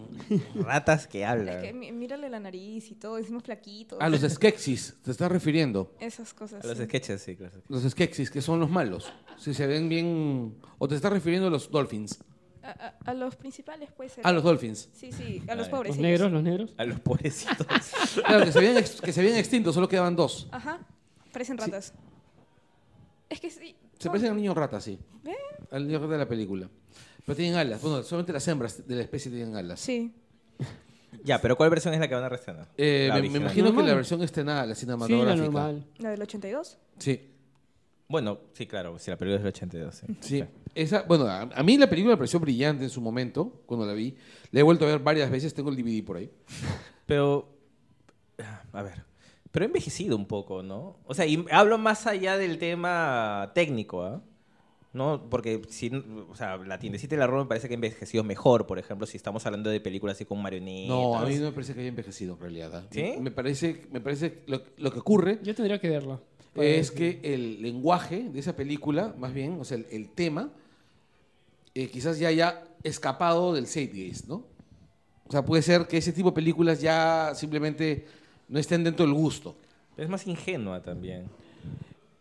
Speaker 3: Ratas que
Speaker 4: Es
Speaker 3: hablan.
Speaker 4: que mí- mírale la nariz y todo, encima flaquitos.
Speaker 1: A los Skeksis, te estás refiriendo.
Speaker 4: Esas cosas.
Speaker 3: A los
Speaker 4: sí.
Speaker 3: sketches, sí, claro.
Speaker 1: Los Skeksis, que son los malos. Si se ven bien... O te estás refiriendo a los Dolphins.
Speaker 4: A, a- a los principales puede ser.
Speaker 1: A los Dolphins.
Speaker 4: Sí, sí, a los
Speaker 3: Ay.
Speaker 4: pobres.
Speaker 2: Los
Speaker 4: ellos.
Speaker 2: negros, los negros.
Speaker 3: A los pobrecitos.
Speaker 1: <laughs> Claro, que se habían, ex- que se habían extinto, solo quedaban dos.
Speaker 4: Ajá, parecen ratas. Es que sí.
Speaker 1: Se
Speaker 4: son-
Speaker 1: parecen al niño rata, sí. Al niño rata de la película. Pero tienen alas. Bueno, solamente las hembras de la especie tienen alas.
Speaker 4: Sí.
Speaker 3: ya, pero ¿cuál versión es la que van a reestrenar?
Speaker 1: Eh,
Speaker 3: La
Speaker 1: me, me
Speaker 3: original.
Speaker 1: imagino
Speaker 2: Normal.
Speaker 1: que la versión estrenada, la
Speaker 2: Sí, la
Speaker 1: cinematográfica.
Speaker 2: normal.
Speaker 4: La del 82.
Speaker 1: Sí,
Speaker 3: Bueno, sí, claro, si la película es del 82, sí.
Speaker 1: sí. Esa, bueno, a, a mí la película me pareció brillante en su momento, cuando la vi. La he vuelto a ver varias veces, tengo el DVD por ahí.
Speaker 3: Pero, ah, a ver, pero he envejecido un poco, ¿no? O sea, y hablo más allá del tema técnico, ¿ah? ¿No? Porque si, o sea, la tiendecita y la ropa me parece que he envejecido mejor, por ejemplo, si estamos hablando de películas así con marionetas.
Speaker 1: No, a mí no me parece que haya envejecido en realidad. ¿ah?
Speaker 3: ¿Sí?
Speaker 1: Me parece, me parece lo, lo que ocurre
Speaker 2: Yo tendría que verla. para
Speaker 1: es
Speaker 2: decir.
Speaker 1: que el lenguaje de esa película, más bien, o sea, el, el tema, eh, quizás ya haya escapado del zeitgeist, ¿no? O sea, puede ser que ese tipo de películas ya simplemente no estén dentro del gusto.
Speaker 3: Es más ingenua también.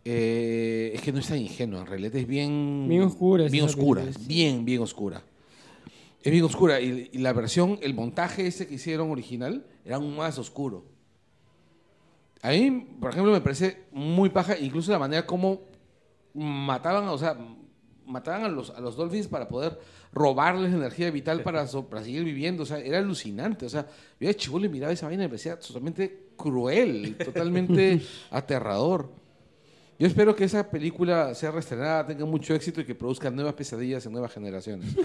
Speaker 1: Eh, es que no es tan ingenua, en realidad es bien...
Speaker 2: Bien oscura es
Speaker 1: Bien
Speaker 2: esa
Speaker 1: oscura,
Speaker 2: película, sí.
Speaker 1: bien, bien oscura. Es bien oscura y, y la versión, el montaje ese que hicieron original era aún más oscuro. A mí, por ejemplo, me parece muy paja, incluso la manera como mataban, o sea, mataban a los, a los Dolphins para poder robarles energía vital para, so- para seguir viviendo. O sea, era alucinante. O sea, yo de chivo le miraba esa vaina y me parecía totalmente cruel,
Speaker 2: <laughs>
Speaker 1: totalmente aterrador. Yo espero que esa película sea reestrenada, tenga mucho éxito y que produzca nuevas pesadillas en nuevas generaciones.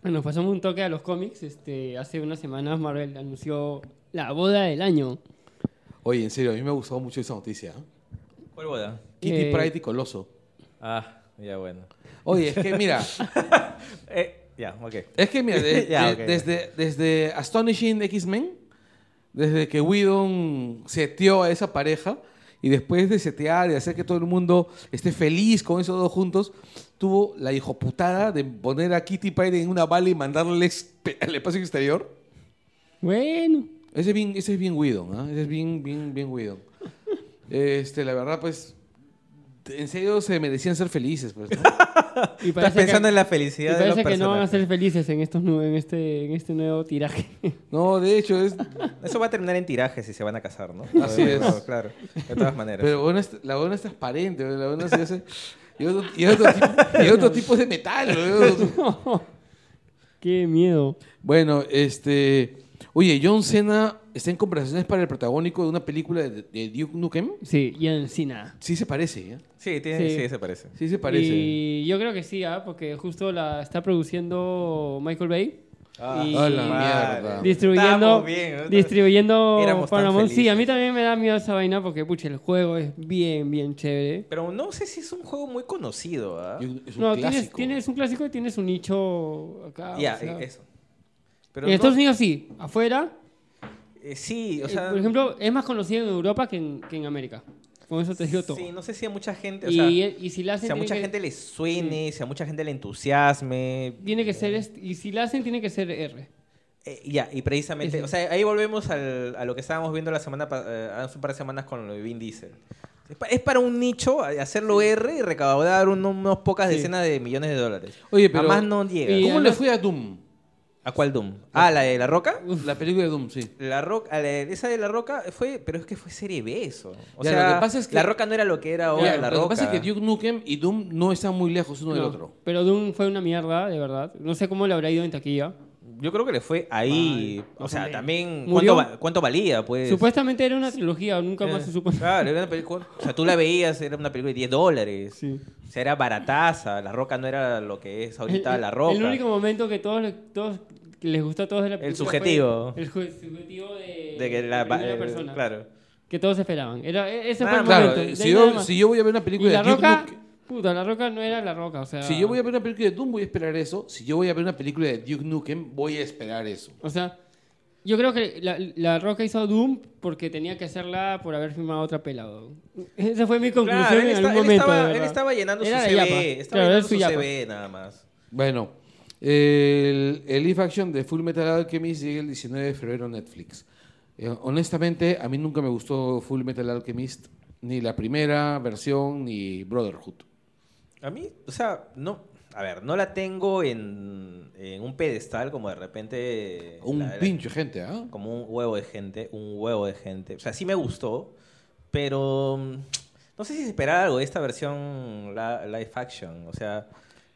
Speaker 2: Bueno, pasamos un toque a los cómics. Este, hace unas semanas Marvel anunció la boda del año.
Speaker 1: Oye, en serio, a mí me ha gustado mucho esa noticia. ¿eh?
Speaker 3: ¿Cuál boda?
Speaker 1: Kitty
Speaker 2: Eh.
Speaker 1: Pryde y Coloso.
Speaker 3: Ah, ya bueno.
Speaker 1: Oye, es que
Speaker 3: <laughs>
Speaker 1: mira,
Speaker 3: Eh, ya, ok.
Speaker 1: es que mira, de-
Speaker 3: Ya,
Speaker 1: de-
Speaker 3: ok.
Speaker 1: desde, desde Astonishing X-Men, desde que Whedon seteó a esa pareja y después de setear y hacer que todo el mundo esté feliz con esos dos juntos, tuvo la hijoputada de poner a Kitty Pryde en una bala y mandarle al exp- al espacio exterior.
Speaker 2: Bueno,
Speaker 1: Ese es bien, ese es bien Whedon, ¿ah? Ese es bien, bien, bien Whedon. Este, la verdad, pues, en serio se merecían ser felices, pues, ¿no?
Speaker 2: y
Speaker 3: Estás
Speaker 2: parece
Speaker 3: pensando
Speaker 2: que,
Speaker 3: en la
Speaker 2: y
Speaker 3: felicidad de los
Speaker 2: parece que no van a
Speaker 3: personajes.
Speaker 2: ser felices en, estos, nu- en, este, en este nuevo tiraje. <laughs>
Speaker 1: No, de hecho, es...
Speaker 3: Eso va a terminar en tiraje si se van a casar, ¿no?
Speaker 1: Así es.
Speaker 3: Claro, claro. De todas maneras.
Speaker 1: Pero bueno, es- la buena es transparente, la buena se hace... Y otro, y otro tipo, y otro tipo de metal, weón.
Speaker 2: Qué miedo.
Speaker 1: Bueno, este... Oye, John Cena está en conversaciones para el protagónico de una película de, de Duke Nukem.
Speaker 2: Sí, y encina.
Speaker 1: Sí se parece, ¿eh?
Speaker 3: Sí, tiene,
Speaker 2: Sí.
Speaker 3: sí. se parece.
Speaker 1: Sí se parece.
Speaker 2: Y yo creo que sí, ¿ah? porque justo la está produciendo Michael Bay. y
Speaker 1: Ah, la mierda.
Speaker 2: distribuyendo,
Speaker 3: Estamos bien, ¿no?
Speaker 2: distribuyendo
Speaker 3: Éramos tan
Speaker 2: Paramount. Sí, a mí
Speaker 3: felices.
Speaker 2: también me da miedo esa vaina porque, pucha, el juego es bien, bien chévere.
Speaker 3: Pero no sé si es un juego muy conocido, ¿ah?
Speaker 1: Y un- es un
Speaker 2: No, tienes,
Speaker 1: clásico.
Speaker 2: tienes un clásico y tienes un nicho acá.
Speaker 3: Ya,
Speaker 2: Ah, o sea.
Speaker 3: eh, eso. Pero
Speaker 2: en
Speaker 3: no-
Speaker 2: Estados Unidos sí, afuera.
Speaker 3: eh, sí, o
Speaker 2: eh,
Speaker 3: sea...
Speaker 2: por ejemplo, es más conocido en Europa que en, que en América. Con eso te digo todo.
Speaker 3: Sí, no sé si a mucha gente... O
Speaker 2: y,
Speaker 3: sea,
Speaker 2: y si la hacen.
Speaker 3: si a
Speaker 2: tiene
Speaker 3: mucha
Speaker 2: que- Mm.
Speaker 3: gente le suene, si a mucha gente le entusiasme.
Speaker 2: Tiene que ser. est- Y si la hacen, tiene que ser R.
Speaker 3: Eh, ya, y precisamente,
Speaker 2: Ese.
Speaker 3: o sea, ahí volvemos al- a lo que estábamos viendo la semana, pa- eh, hace un par de semanas con lo de Vin Diesel. Es pa- Es para un nicho a- hacerlo R y recaudar un- unos pocas
Speaker 2: Sí.
Speaker 3: decenas de millones de dólares.
Speaker 1: Oye, pero-
Speaker 3: A más no llega.
Speaker 2: Y-
Speaker 1: ¿Cómo le
Speaker 2: además-
Speaker 1: fue a Doom?
Speaker 3: ¿A cuál Doom? Ah, la de La Roca.
Speaker 1: La película de Doom, sí.
Speaker 3: La Roca, a la- esa de La Roca fue, pero es que fue serie B eso. O
Speaker 1: Ya,
Speaker 3: sea,
Speaker 1: lo que pasa es que-
Speaker 3: La Roca no era lo que era ahora
Speaker 1: Ya,
Speaker 3: La
Speaker 1: lo
Speaker 3: Roca.
Speaker 1: que pasa es que Duke Nukem y Doom no están muy lejos uno del
Speaker 2: No,
Speaker 1: otro.
Speaker 2: Pero Doom fue una mierda, de verdad. No sé cómo le habrá ido en taquilla.
Speaker 3: Yo creo que le fue ahí,
Speaker 2: Mal,
Speaker 3: o sea,
Speaker 2: bastante.
Speaker 3: también
Speaker 2: Murió.
Speaker 3: ¿cuánto, va- cuánto valía, pues.
Speaker 2: Supuestamente era una trilogía, nunca más
Speaker 3: Eh,
Speaker 2: se supo.
Speaker 3: Claro, era una película. O sea, tú la veías, era una película de 10 dólares.
Speaker 2: <laughs> Sí.
Speaker 3: O sea, pues, era barataza. La Roca no era lo que es ahorita
Speaker 2: El-
Speaker 3: La Roca.
Speaker 2: El único momento que todos, le- todos que les gustó a todos de la película fue
Speaker 3: subjetivo.
Speaker 2: el ju- subjetivo de,
Speaker 3: de que la,
Speaker 2: primera
Speaker 3: eh,
Speaker 2: persona.
Speaker 3: Claro.
Speaker 2: Que todos esperaban. Era, e- ese
Speaker 3: Ah,
Speaker 2: fue el
Speaker 1: Claro, eh,
Speaker 2: momento. de
Speaker 1: si
Speaker 2: ahí nada
Speaker 1: yo,
Speaker 2: más.
Speaker 1: si yo voy a ver una
Speaker 2: y
Speaker 1: película
Speaker 2: la
Speaker 1: de Duke
Speaker 2: roca.
Speaker 1: Nukem-
Speaker 2: Puta, la roca no era la roca. O sea,
Speaker 1: si yo voy a ver una película de Doom, voy a esperar eso. Si yo voy a ver una película de Duke Nukem, voy a esperar eso.
Speaker 2: O sea, yo creo que la, la roca hizo Doom porque tenía que hacerla por haber firmado otra pelado. Esa fue mi conclusión
Speaker 3: Claro, él,
Speaker 2: en
Speaker 3: está-
Speaker 2: algún
Speaker 3: él
Speaker 2: momento. de
Speaker 3: estaba, él
Speaker 2: verdad.
Speaker 3: estaba llenando
Speaker 2: Era
Speaker 3: su
Speaker 2: de
Speaker 3: CV.
Speaker 2: yapa.
Speaker 3: Estaba
Speaker 2: Claro, era
Speaker 3: llenando
Speaker 2: su
Speaker 3: su
Speaker 2: yapa.
Speaker 3: CV nada más.
Speaker 1: Bueno, el, el live action de Full Metal Alchemist llega el 19 de febrero a Netflix. Eh, honestamente, a mí nunca me gustó Full Metal Alchemist, ni la primera versión, ni Brotherhood.
Speaker 3: A mí, o sea, no. A ver, no la tengo en, en un pedestal como de repente.
Speaker 1: Un
Speaker 3: Eh, la- la-
Speaker 1: pinche gente, ¿ah?
Speaker 3: como un huevo de gente, un huevo de gente. O sea, sí me gustó, pero mm, no sé si esperar algo de esta versión la- live action. O sea,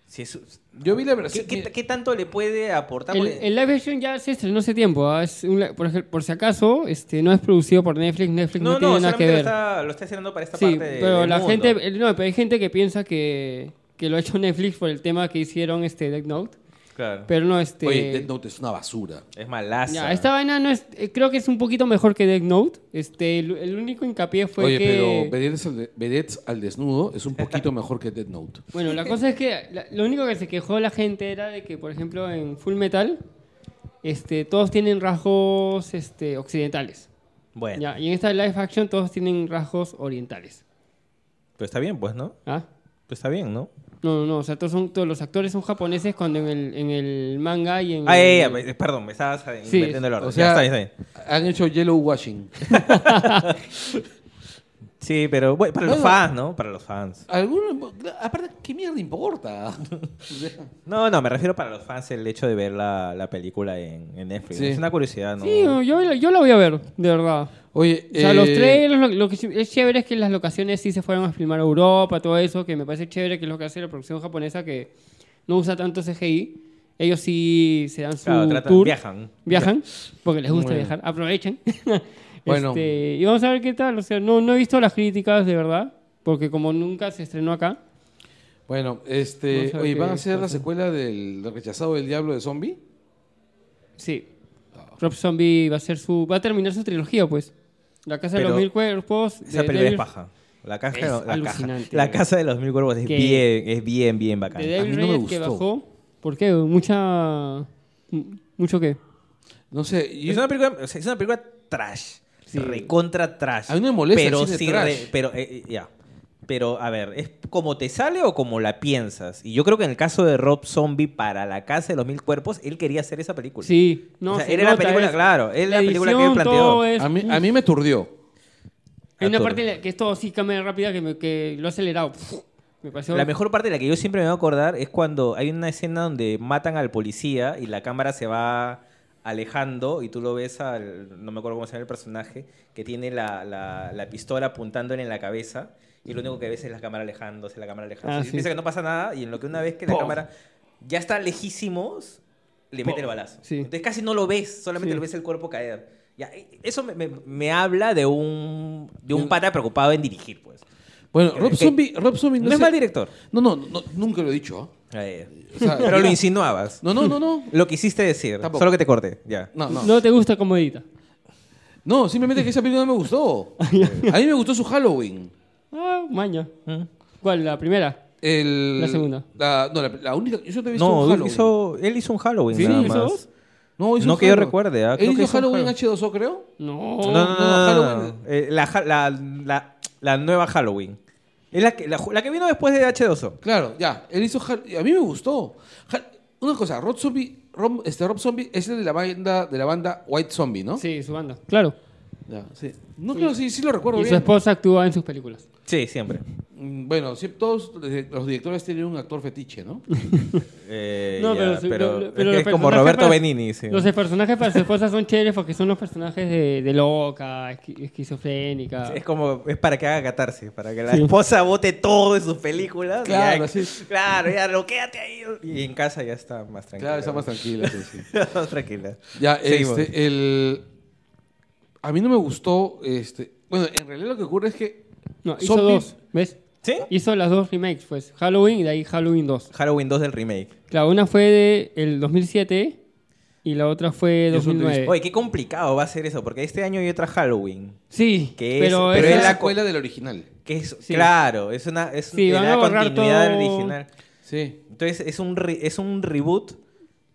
Speaker 3: si es,
Speaker 1: Yo vi la
Speaker 3: ¿qué,
Speaker 1: versión.
Speaker 3: qué- qué tanto le puede aportar?
Speaker 2: El,
Speaker 3: Porque-
Speaker 2: el live action ya se estrenó hace tiempo. ¿ah? Es un li- por, ej- por si acaso, este, no es producido por Netflix. Netflix no,
Speaker 3: no, no,
Speaker 2: tiene nada
Speaker 3: solamente
Speaker 2: que
Speaker 3: lo
Speaker 2: ver.
Speaker 3: está, lo está haciendo para esta
Speaker 2: Sí,
Speaker 3: parte. de-
Speaker 2: pero
Speaker 3: del
Speaker 2: la
Speaker 3: mundo.
Speaker 2: gente, eh, el- no, pero hay gente que piensa que, que lo ha hecho <laughs> Netflix por el tema que hicieron este Death Note,
Speaker 3: Claro.
Speaker 2: pero no este.
Speaker 1: Oye, Death Note es una basura.
Speaker 3: es malaza.
Speaker 2: ya, esta vaina no es, eh, creo que es un poquito mejor que Death Note. Este, el, el único hincapié fue
Speaker 1: Oye,
Speaker 2: que
Speaker 1: pero vedettes al, de- vedettes al desnudo es un poquito mejor que Dead Note.
Speaker 2: bueno, la cosa es que la- lo único que se quejó la gente era de que, por ejemplo, en Full Metal, este, todos tienen rasgos este, occidentales.
Speaker 3: Bueno,
Speaker 2: Ya, y en esta live action todos tienen rasgos orientales.
Speaker 3: pero está bien, pues, ¿no?
Speaker 2: ¿Ah?
Speaker 3: Pues está bien, ¿no?
Speaker 2: No, no, no, o sea, todos, son, todos los actores son japoneses cuando en el, en el manga y en
Speaker 3: Ah,
Speaker 2: el-
Speaker 3: ya, ya, ya, perdón, me estabas eh,
Speaker 2: Mm. Sí,
Speaker 3: inventando el orden.
Speaker 1: O sea,
Speaker 3: ya, está bien, está bien.
Speaker 1: han hecho yellow washing.
Speaker 3: Sí, pero bueno, para los
Speaker 1: Bueno.
Speaker 3: fans, ¿no? Para los fans.
Speaker 1: Alguno- aparte, ¿qué mierda importa? <laughs> O sea,
Speaker 3: No, no, me refiero para los fans el hecho de ver la, la película en, en Netflix.
Speaker 1: Sí.
Speaker 3: Es una curiosidad, ¿no?
Speaker 2: Sí, yo, yo la voy a ver, de verdad.
Speaker 1: Oye,
Speaker 2: O sea, los
Speaker 1: eh,
Speaker 2: trailers, lo, lo que sí- es chévere es que las locaciones sí se fueron a filmar a Europa, todo eso, que me parece chévere que es lo que hace la producción japonesa que no usa tanto CGI. Ellos sí se dan su
Speaker 3: Claro, tratan-
Speaker 2: tour.
Speaker 3: viajan.
Speaker 2: Viajan, porque les gusta
Speaker 1: Bueno.
Speaker 2: viajar, aprovechan. <laughs>
Speaker 1: Bueno.
Speaker 2: Este, y vamos a ver qué tal. O sea, no, no he visto las críticas, de verdad, porque como nunca se estrenó acá.
Speaker 1: Bueno, este,
Speaker 2: Vamos a ver
Speaker 1: oye,
Speaker 2: qué
Speaker 1: ¿van a hacer la
Speaker 2: cosa.
Speaker 1: secuela del rechazado del diablo de zombie?
Speaker 2: Sí. Rob Zombie va a ser su. va a terminar su trilogía, pues. La casa de
Speaker 3: Pero
Speaker 2: los mil cuerpos. de
Speaker 3: Esa película es
Speaker 2: Devil-
Speaker 3: paja. La, caja,
Speaker 2: Es
Speaker 3: la, caja,
Speaker 2: alucinante,
Speaker 3: la
Speaker 2: güey.
Speaker 3: casa de los mil cuervos es
Speaker 2: Que-
Speaker 3: bien, es bien, bien bacán.
Speaker 2: de
Speaker 1: A mí
Speaker 2: Devil
Speaker 1: no me
Speaker 2: Reyes que
Speaker 1: gustó.
Speaker 2: bajó. ¿Por qué? Mucha. mu- ¿Mucho qué?
Speaker 1: No sé.
Speaker 3: Es
Speaker 1: Yo,
Speaker 3: una película, o sea, es una película trash.
Speaker 2: Sí.
Speaker 3: Recontra trash.
Speaker 1: A mí no me molesta el
Speaker 3: Pero
Speaker 1: cine
Speaker 3: sí
Speaker 1: trash.
Speaker 3: re- pero, eh, eh, ya. Pero, a ver, ¿es como te sale o como la piensas? Y yo creo que en el caso de Rob Zombie para La Casa de los Mil Cuerpos, él quería hacer esa película.
Speaker 2: Sí, no.
Speaker 3: O sea,
Speaker 2: se
Speaker 3: él era la
Speaker 2: nota,
Speaker 3: película,
Speaker 2: es-
Speaker 3: claro, él era la película que él
Speaker 2: edición,
Speaker 3: planteó.
Speaker 2: todo es-
Speaker 1: a, mí, a mí me turdió.
Speaker 2: Hay una
Speaker 3: Actor.
Speaker 2: parte en la que es todo así, cámara rápida, que, me- que lo ha acelerado. Me pareció.
Speaker 3: La mejor parte de la que yo siempre me voy a acordar es cuando hay una escena donde matan al policía y la cámara se va alejando y tú lo ves al, no me acuerdo cómo se llama el personaje, que tiene la, la- la pistola apuntándole en la cabeza y lo único que ves es la cámara alejándose, la cámara alejándose.
Speaker 2: Ah,
Speaker 3: y
Speaker 2: sí.
Speaker 3: Piensa que no pasa nada y en lo que una vez que la
Speaker 1: ¡Pum!
Speaker 3: cámara ya está lejísimos, le mete el balazo.
Speaker 2: Sí.
Speaker 3: Entonces casi no lo ves, solamente
Speaker 2: Sí.
Speaker 3: lo ves el cuerpo caer. Ya, eh, eso me, me- me habla de un, de un pata preocupado en dirigir, pues.
Speaker 1: Bueno,
Speaker 3: Que-
Speaker 1: Rob
Speaker 3: que-
Speaker 1: Zombie, Rob Zombie no,
Speaker 3: No es
Speaker 1: sé-
Speaker 3: mal director.
Speaker 1: No, no, no, nunca lo he dicho. ¿ah?
Speaker 3: Eh,
Speaker 1: O sea,
Speaker 3: <laughs> Pero lo
Speaker 1: mira,
Speaker 3: insinuabas.
Speaker 1: No, no, no, no.
Speaker 3: Lo quisiste decir.
Speaker 1: Tampoco.
Speaker 3: Solo que te corté. Ya.
Speaker 1: No, no.
Speaker 2: No te gusta como edita.
Speaker 1: No, simplemente que esa película no me gustó. A mí me gustó su Halloween.
Speaker 2: Ah, maña.
Speaker 3: Mm.
Speaker 2: ¿Cuál? ¿La primera?
Speaker 1: El-
Speaker 2: La segunda.
Speaker 1: la- no, la, la única. Yo solo he visto un
Speaker 3: No, él
Speaker 1: Halloween.
Speaker 3: hizo, él hizo un Halloween
Speaker 2: ¿Sí?
Speaker 3: nada
Speaker 2: ¿Hizo
Speaker 3: más.
Speaker 2: dos?
Speaker 1: No, hizo
Speaker 3: no
Speaker 1: un
Speaker 3: que yo
Speaker 1: Halloween.
Speaker 3: recuerde, ¿ah?
Speaker 1: Él
Speaker 3: Creo que
Speaker 1: hizo
Speaker 3: hizo un
Speaker 1: Halloween
Speaker 3: Halloween.
Speaker 1: H2O, creo.
Speaker 2: Oh, No.
Speaker 3: No, no, no. no, no,
Speaker 1: Halloween.
Speaker 3: Eh, la, ja- la- la- la nueva Halloween. Es la que, la, ju- la que vino después de H2O.
Speaker 1: Claro, ya. Él hizo. Hal- y A mí me gustó. Hal- Una cosa, Rob Zombie, Rob- este, Rob Zombie es el de la banda, de la banda White Zombie, ¿no?
Speaker 2: Sí, su banda. Claro.
Speaker 1: Ya, sí. No creo, sí, sí lo recuerdo
Speaker 2: Y su
Speaker 1: bien.
Speaker 2: esposa actúa en sus películas.
Speaker 3: Sí, siempre.
Speaker 1: Mm, Bueno, sí, todos los directores tienen un actor fetiche, ¿no?
Speaker 3: Eh,
Speaker 2: No,
Speaker 3: ya,
Speaker 2: pero, sí,
Speaker 3: pero
Speaker 2: lo-
Speaker 3: es
Speaker 2: pero
Speaker 3: que
Speaker 2: los
Speaker 3: es como
Speaker 2: personajes
Speaker 3: Roberto
Speaker 2: para-
Speaker 3: Benini. sí.
Speaker 2: Los personajes para su esposa son chéveres porque son los personajes de, de loca, esqui- esquizofrénica.
Speaker 3: Es como, es para que haga catarsis, para que la
Speaker 2: Sí.
Speaker 3: esposa vote todo en sus películas.
Speaker 1: Claro,
Speaker 3: ya,
Speaker 1: sí.
Speaker 3: Claro, ya, lo quédate ahí. Y en casa ya está más tranquila.
Speaker 1: Claro, está más tranquila, sí,
Speaker 3: <laughs>
Speaker 1: sí.
Speaker 3: tranquila. tranquila.
Speaker 1: Ya,
Speaker 3: Seguimos.
Speaker 1: este, el... A mí no me gustó, este... Bueno, en realidad lo que ocurre es que...
Speaker 2: no, hizo
Speaker 1: Zombie-
Speaker 2: dos, ¿ves?
Speaker 3: ¿Sí?
Speaker 2: Hizo las dos remakes, pues Halloween y de ahí Halloween 2.
Speaker 3: Halloween 2 del remake.
Speaker 2: Claro, una fue de el 2007 y la otra fue
Speaker 1: Yo soy
Speaker 2: 2009.
Speaker 3: Oye, qué complicado va a ser eso, porque este año hay otra Halloween.
Speaker 2: Sí,
Speaker 3: que es-
Speaker 2: pero,
Speaker 1: Pero
Speaker 3: esa-
Speaker 1: es la
Speaker 2: esa-
Speaker 1: escuela del original.
Speaker 3: Que es,
Speaker 2: Sí.
Speaker 3: claro, es una, es
Speaker 2: Sí,
Speaker 3: le
Speaker 2: van
Speaker 3: da
Speaker 2: a borrar
Speaker 3: continuidad al
Speaker 2: todo.
Speaker 3: original.
Speaker 1: Sí.
Speaker 3: Entonces es un, re- es un reboot,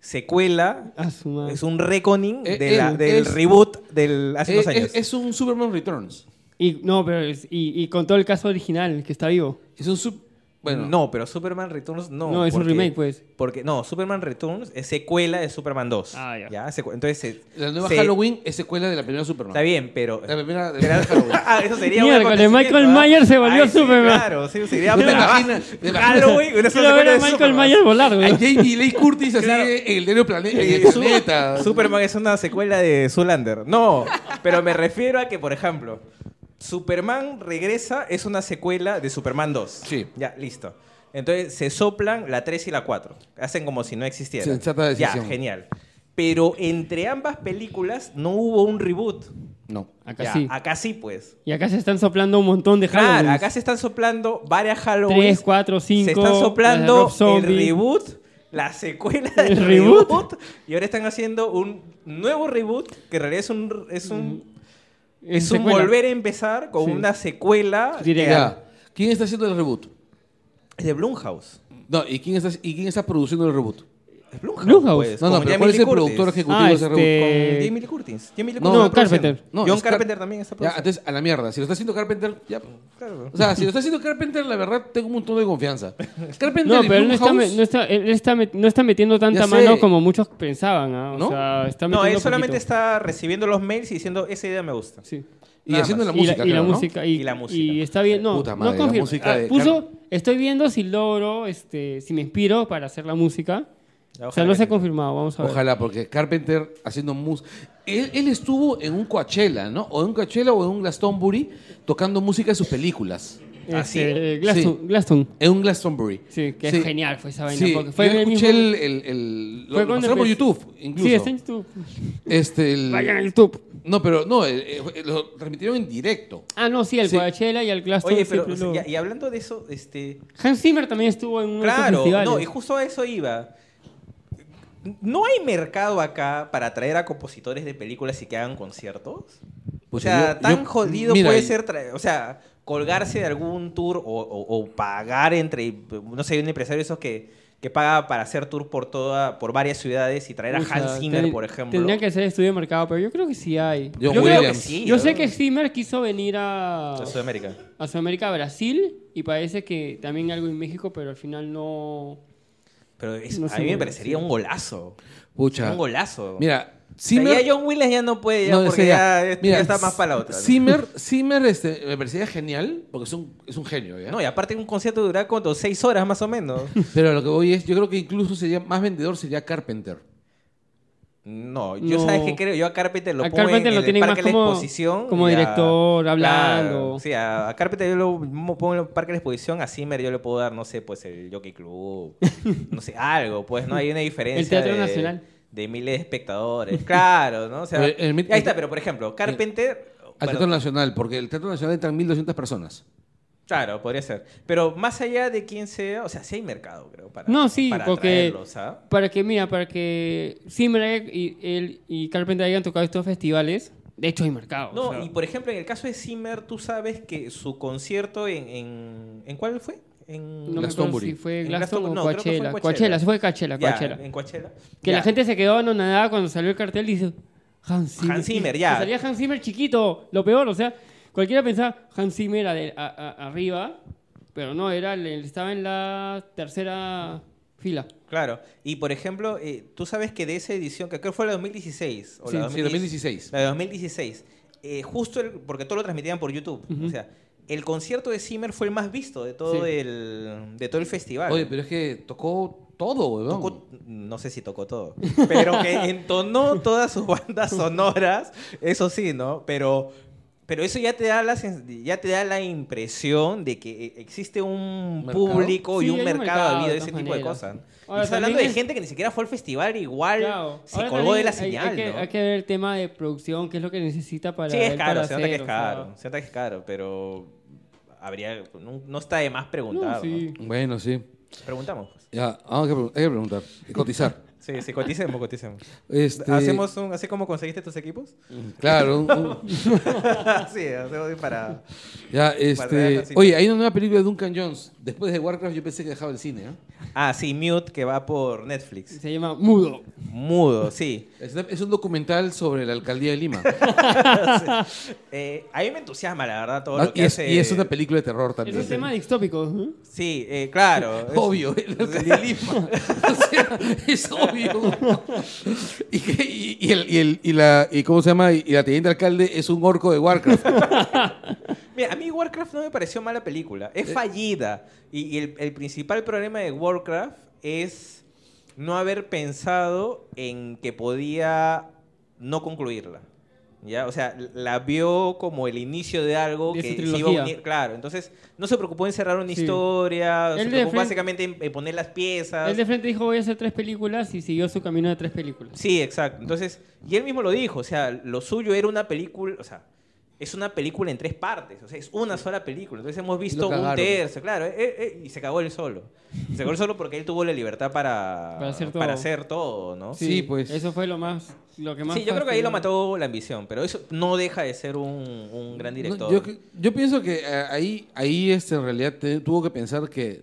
Speaker 3: secuela,
Speaker 2: Ah, su madre.
Speaker 3: es un reconing
Speaker 1: Eh,
Speaker 3: de la-
Speaker 1: eh,
Speaker 3: del
Speaker 1: es-
Speaker 3: reboot del hace
Speaker 1: Eh,
Speaker 3: unos años.
Speaker 1: es, es un Superman Returns.
Speaker 2: Y, no, pero es- y, y con todo el caso original que está vivo.
Speaker 1: Es un sub... Bueno,
Speaker 3: No, pero Superman Returns no.
Speaker 2: No, es un
Speaker 3: porque-
Speaker 2: remake, pues.
Speaker 3: Porque, no, Superman Returns es secuela de Superman 2.
Speaker 2: Ah, ya.
Speaker 3: Secu- Entonces, se-
Speaker 1: la nueva
Speaker 3: se-
Speaker 1: Halloween es secuela de la primera Superman.
Speaker 3: Está bien, pues. pero... <laughs>
Speaker 1: La primera, de la primera Halloween.
Speaker 3: ah, eso sería un
Speaker 2: Miércoles,
Speaker 3: acontecimiento,
Speaker 2: Michael
Speaker 3: ¿ah?
Speaker 2: Myers se volvió
Speaker 3: Ay, sí,
Speaker 2: Superman.
Speaker 3: Claro,
Speaker 2: <laughs>
Speaker 3: sí, sería
Speaker 1: ¿Te
Speaker 3: bravazo.
Speaker 1: imaginas? ¿Te imaginas?
Speaker 3: Halloween, una
Speaker 2: Quiero ver
Speaker 3: secuela
Speaker 2: a
Speaker 3: de
Speaker 2: Michael
Speaker 3: Superman.
Speaker 2: Myers volar,
Speaker 1: A
Speaker 2: güey.
Speaker 1: Jamie Lee Curtis así
Speaker 3: Claro.
Speaker 1: en el diario plane- en el planeta.
Speaker 3: Superman es una secuela de Zoolander. No, pero me refiero a que, por ejemplo, Superman regresa es una secuela de Superman 2.
Speaker 1: Sí.
Speaker 3: Ya, listo. Entonces se soplan la 3 y la 4. Hacen como si no existiera.
Speaker 1: Sensata decisión.
Speaker 3: Ya, genial. Pero entre ambas películas no hubo un reboot.
Speaker 1: No.
Speaker 2: Acá
Speaker 3: Ya,
Speaker 2: sí.
Speaker 3: Acá sí, pues.
Speaker 2: Y acá se están soplando un montón de Halloween.
Speaker 3: Claro, acá se están soplando varias Halloween.
Speaker 2: 3, 4, 5.
Speaker 3: Se están
Speaker 2: las de
Speaker 3: soplando
Speaker 2: Rob Zombie.
Speaker 3: el reboot, la secuela del
Speaker 2: ¿El
Speaker 3: reboot?
Speaker 2: reboot?
Speaker 3: y ahora están haciendo un nuevo reboot que en realidad es un es un,
Speaker 2: Es
Speaker 3: es un
Speaker 2: Mm, secuela.
Speaker 3: volver a empezar con
Speaker 2: Sí.
Speaker 3: una secuela
Speaker 2: Directa.
Speaker 1: Ya. ¿Quién está haciendo el reboot?
Speaker 3: que- de Blumhouse.
Speaker 1: No, ¿y quién está, y quién está produciendo el reboot?
Speaker 3: Es Blumhouse.
Speaker 2: Blumhouse.
Speaker 3: pues,
Speaker 1: No, no,
Speaker 3: con
Speaker 1: pero
Speaker 3: Jamie
Speaker 1: ¿cuál es
Speaker 3: Lee
Speaker 1: el
Speaker 3: Curtis.
Speaker 1: productor ejecutivo
Speaker 2: Ah,
Speaker 1: de ese reboot?
Speaker 2: este,
Speaker 3: Con
Speaker 2: Eh,
Speaker 3: Jamie Lee Curtis. Jamie Lee
Speaker 1: no,
Speaker 3: Curtis
Speaker 2: no,
Speaker 3: está produciendo.
Speaker 2: Carpenter.
Speaker 1: No,
Speaker 3: John
Speaker 1: es Car-
Speaker 3: Carpenter también está
Speaker 1: Ya,
Speaker 3: produciendo.
Speaker 1: entonces, a la mierda. Si lo está haciendo Carpenter, ya.
Speaker 3: Claro.
Speaker 1: O sea, si lo está haciendo Carpenter, la verdad, tengo un montón de
Speaker 3: <laughs>
Speaker 1: confianza. Carpenter
Speaker 2: No,
Speaker 1: y
Speaker 2: pero él no está,
Speaker 1: Blumhouse-
Speaker 2: me- no, está, él está met- no está metiendo tanta
Speaker 1: Ya sé.
Speaker 2: mano como muchos pensaban. ¿ah? O
Speaker 1: ¿No?
Speaker 2: sea, está
Speaker 3: No,
Speaker 2: metiendo
Speaker 3: él solamente
Speaker 2: poquito.
Speaker 3: está recibiendo los mails y diciendo, esa idea me gusta.
Speaker 2: Sí.
Speaker 1: Y
Speaker 3: Nada
Speaker 1: haciendo
Speaker 3: más.
Speaker 1: la música,
Speaker 2: y, la
Speaker 1: claro, ¿no?
Speaker 2: música, y,
Speaker 3: Y la música.
Speaker 2: y está bien, no,
Speaker 1: Puta
Speaker 2: no
Speaker 1: madre, la
Speaker 2: confirmo.
Speaker 1: música
Speaker 2: Ah,
Speaker 1: de
Speaker 2: puso,
Speaker 1: Carmen.
Speaker 2: estoy viendo si logro, este, si me inspiro para hacer la música. o sea, no se ha confirmado, vamos a ver.
Speaker 1: Ojalá, porque Carpenter haciendo música. Él, él estuvo en un Coachella, ¿no? O en un Coachella o en un Glastonbury tocando música de sus películas.
Speaker 3: ¿Ah,
Speaker 2: Este,
Speaker 1: sí?
Speaker 2: Glaston,
Speaker 1: Sí.
Speaker 2: Glaston.
Speaker 1: En un Glastonbury.
Speaker 2: Sí, que
Speaker 1: Sí.
Speaker 2: genial fue esa vaina.
Speaker 1: Sí,
Speaker 2: porque fue
Speaker 1: yo
Speaker 2: en el
Speaker 1: escuché
Speaker 2: mismo-
Speaker 1: el... el- el- lo-
Speaker 2: fue
Speaker 1: lo
Speaker 2: cuando
Speaker 1: pasaron por
Speaker 2: empecé-
Speaker 1: YouTube, incluso.
Speaker 2: Sí, está en YouTube.
Speaker 1: Este, el-
Speaker 2: Vayan a YouTube.
Speaker 1: No, pero no, eh, eh, lo transmitieron en directo.
Speaker 2: Ah, no, sí, al
Speaker 1: Sí.
Speaker 2: Coachella y al Glaston.
Speaker 3: Oye, pero,
Speaker 2: siempre
Speaker 3: o sea,
Speaker 2: lo-
Speaker 3: ya- y hablando de eso, este...
Speaker 2: Hans Zimmer también estuvo en uno de esos
Speaker 3: Claro,
Speaker 2: festivales.
Speaker 3: no, y justo a eso iba. ¿No hay mercado acá para traer a compositores de películas y que hagan conciertos?
Speaker 1: Pues
Speaker 3: o sea,
Speaker 1: yo-
Speaker 3: tan
Speaker 1: yo-
Speaker 3: jodido
Speaker 1: mira,
Speaker 3: puede ser, tra- o sea, colgarse de algún tour o, o- o pagar entre, no sé, un empresario de esos que, que paga para hacer tour por toda, por varias ciudades y traer a
Speaker 2: O sea,
Speaker 3: Hans Zimmer,
Speaker 2: ten-
Speaker 3: por ejemplo.
Speaker 2: Tendría que ser estudio de mercado, pero yo creo que sí hay.
Speaker 1: John
Speaker 2: yo, creo-
Speaker 1: Williams.
Speaker 3: sí,
Speaker 2: yo
Speaker 3: ¿no?
Speaker 2: sé que Zimmer quiso venir a,
Speaker 3: A Sudamérica.
Speaker 2: a Sudamérica, a Brasil, y parece que también algo en México, pero al final no...
Speaker 3: Pero es-
Speaker 2: No
Speaker 3: a
Speaker 2: sé,
Speaker 3: mí me
Speaker 2: bueno,
Speaker 3: parecería
Speaker 2: sí.
Speaker 3: un golazo.
Speaker 1: Pucha.
Speaker 3: Un golazo.
Speaker 1: Mira,
Speaker 3: O sea,
Speaker 1: Zimmer...
Speaker 3: ya John Williams ya no puede, ya,
Speaker 1: No,
Speaker 3: porque
Speaker 1: ese
Speaker 3: ya,
Speaker 1: ya.
Speaker 3: ya
Speaker 1: Mira,
Speaker 3: está más para la otra. ¿no?
Speaker 1: Zimmer, Zimmer este, me parecía genial, porque es un, es un genio, ¿ya?
Speaker 3: No, y aparte un concierto dura cuánto, seis horas más
Speaker 2: <laughs>
Speaker 3: o menos.
Speaker 1: Pero lo que voy es, yo creo que incluso sería más vendedor sería Carpenter.
Speaker 3: No, yo
Speaker 2: No.
Speaker 3: sabes qué creo, yo a Carpenter lo
Speaker 2: A
Speaker 3: pongo
Speaker 2: Carpenter
Speaker 3: en
Speaker 2: lo
Speaker 3: el
Speaker 2: tienen
Speaker 3: parque
Speaker 2: más
Speaker 3: de la
Speaker 2: como-
Speaker 3: exposición.
Speaker 2: como
Speaker 3: y a-
Speaker 2: director, hablando.
Speaker 3: Claro, sí, a, a Carpenter yo lo mo- pongo en el parque de la exposición, a Zimmer yo le puedo dar, no sé, pues el Jockey Club,
Speaker 2: <laughs>
Speaker 3: no sé, algo, pues, ¿no? Hay una diferencia.
Speaker 2: Teatro
Speaker 3: de,
Speaker 2: Nacional.
Speaker 3: De miles de espectadores, claro, ¿no? O sea,
Speaker 1: Pero el mit-
Speaker 3: ahí está, pero por ejemplo, Carpenter...
Speaker 1: Al
Speaker 3: bueno,
Speaker 1: Teatro Nacional, porque el Teatro Nacional entran 1.200 personas.
Speaker 3: Claro, podría ser. Pero más allá de quién sea, o sea, sí hay mercado, creo, para
Speaker 2: No, sí,
Speaker 3: para
Speaker 2: porque-
Speaker 3: traerlos, ¿ah?
Speaker 2: Para que, mira, para que Zimmer haya- y, él y Carpenter hayan tocado estos festivales, de hecho hay mercado.
Speaker 3: No,
Speaker 2: o sea.
Speaker 3: y por ejemplo, en el caso de Zimmer, tú sabes que su concierto en. ¿En, ¿en cuál fue? En.
Speaker 2: No me acuerdo
Speaker 1: Glastonbury.
Speaker 2: si fue
Speaker 3: En
Speaker 2: Glaston o
Speaker 3: Glaston- no, creo que fue en
Speaker 2: Coachella.
Speaker 3: Coachella.
Speaker 2: Coachella, se fue Coachella,
Speaker 3: Ya,
Speaker 2: Coachella.
Speaker 3: En Coachella.
Speaker 2: Que
Speaker 3: Ya.
Speaker 2: la gente se quedó anonadada cuando salió el cartel y dice, Hans Zimmer.
Speaker 3: Hans Zimmer,
Speaker 2: Y-
Speaker 3: ya.
Speaker 2: y salía Hans Zimmer chiquito, lo peor, o sea, cualquiera pensaba Hans Zimmer ade- a- a- arriba, pero no, era el- el- estaba en la tercera fila.
Speaker 3: Claro. Y por ejemplo, eh, tú sabes que de esa edición, que creo que fue la 2016. O
Speaker 1: Sí,
Speaker 3: la
Speaker 1: sí, 2016.
Speaker 3: La de 2016. eh, justo el- porque todo lo transmitían por YouTube. O sea, el concierto de Zimmer fue el más visto de todo,
Speaker 2: Sí.
Speaker 3: el, de todo el festival.
Speaker 1: Oye, pero es que tocó todo, weón.
Speaker 3: Tocó- no sé si tocó todo, pero que entonó todas sus bandas sonoras, eso sí, ¿no? Pero, pero eso ya te, da la, sens- ya te da la impresión de que e-, existe un
Speaker 1: Mercado.
Speaker 3: público y
Speaker 2: Sí, hay
Speaker 3: un
Speaker 2: un
Speaker 3: mercado,
Speaker 2: mercado,
Speaker 3: habido de
Speaker 2: de
Speaker 3: ese
Speaker 2: todas
Speaker 3: tipo de
Speaker 2: maneras.
Speaker 3: cosas.
Speaker 2: Ahora,
Speaker 3: y estás hablando de
Speaker 2: también es-
Speaker 3: gente que ni siquiera fue al festival, igual
Speaker 2: Claro.
Speaker 3: se
Speaker 2: Ahora
Speaker 3: colgó de la
Speaker 2: también
Speaker 3: señal,
Speaker 2: hay, hay que,
Speaker 3: ¿no?
Speaker 2: hay que ver el tema de producción, qué es lo que necesita para...
Speaker 3: sí, es
Speaker 2: él
Speaker 3: caro,
Speaker 2: para
Speaker 3: se nota
Speaker 2: hacer,
Speaker 3: que es
Speaker 2: o sea.
Speaker 3: caro, se nota que es caro, pero habría, no, no está de más
Speaker 2: No,
Speaker 3: preguntar,
Speaker 2: Uh, sí.
Speaker 1: Bueno, sí.
Speaker 3: ¿no? Preguntamos. pues.
Speaker 1: Ya, ah, hay, que pregun- hay que preguntar, y cotizar.
Speaker 3: <laughs> Sí, sí, coticemos, coticemos.
Speaker 1: Este,
Speaker 3: ¿Hacemos un, ¿Así como conseguiste tus equipos?
Speaker 1: Claro. un- un-
Speaker 3: <laughs> sí, hacemos <laughs> para.
Speaker 1: ya,
Speaker 3: Guardar
Speaker 1: este,
Speaker 3: así.
Speaker 1: oye, hay una nueva película de Duncan Jones. Después de Warcraft yo pensé que dejaba el cine. ¿eh?
Speaker 3: Ah, sí, Mute que va por Netflix.
Speaker 2: Se llama Mudo.
Speaker 3: Mudo, sí.
Speaker 1: Es, una- es un documental sobre la alcaldía de
Speaker 3: <laughs>
Speaker 1: Lima.
Speaker 3: Eh, a mí me entusiasma, la verdad, todo
Speaker 1: Ah,
Speaker 3: lo que
Speaker 1: y, es,
Speaker 3: hace.
Speaker 1: y es una película de terror
Speaker 2: Es
Speaker 1: también.
Speaker 2: un tema distópico. ¿eh?
Speaker 3: Sí, eh, claro. es-
Speaker 1: <laughs> Obvio, el alcalde de Lima. <laughs> O sea, es obvio. Y, que- y- y el, y, el- y la, y ¿cómo se llama? Y la teniente alcalde es un orco de Warcraft.
Speaker 3: Mira, a mí Warcraft no me pareció mala película.
Speaker 2: Eh.
Speaker 3: Es fallida. Y, y el, el principal problema de Warcraft es no haber pensado en que podía no concluirla. ¿Ya? O sea, la vio como el inicio de algo
Speaker 2: De su
Speaker 3: que se iba a
Speaker 2: trilogía.
Speaker 3: unir. Claro, entonces no se preocupó en cerrar una
Speaker 2: Sí.
Speaker 3: historia, se
Speaker 2: Él de
Speaker 3: preocupó
Speaker 2: frente-
Speaker 3: básicamente en, en poner las piezas.
Speaker 2: Él de frente dijo voy a hacer tres películas y siguió su camino de tres películas.
Speaker 3: Sí, exacto. Entonces, y él mismo lo dijo, o sea, lo suyo era una película, o sea, es una película en tres partes, o sea, es una sola película. Entonces hemos visto un
Speaker 1: cagaron.
Speaker 3: tercio, claro, eh, eh, y se cagó él solo. Se cagó él solo porque él tuvo la libertad para,
Speaker 2: Para hacer todo.
Speaker 3: hacer todo, ¿no? Sí,
Speaker 1: Sí, pues.
Speaker 2: Eso fue lo más... Lo que más
Speaker 3: yo creo que ahí
Speaker 2: fastidió.
Speaker 3: lo mató la ambición, pero eso no deja de ser un, un gran director.
Speaker 1: No, yo, que- yo pienso que eh, ahí, ahí este, en realidad te- tuvo que pensar que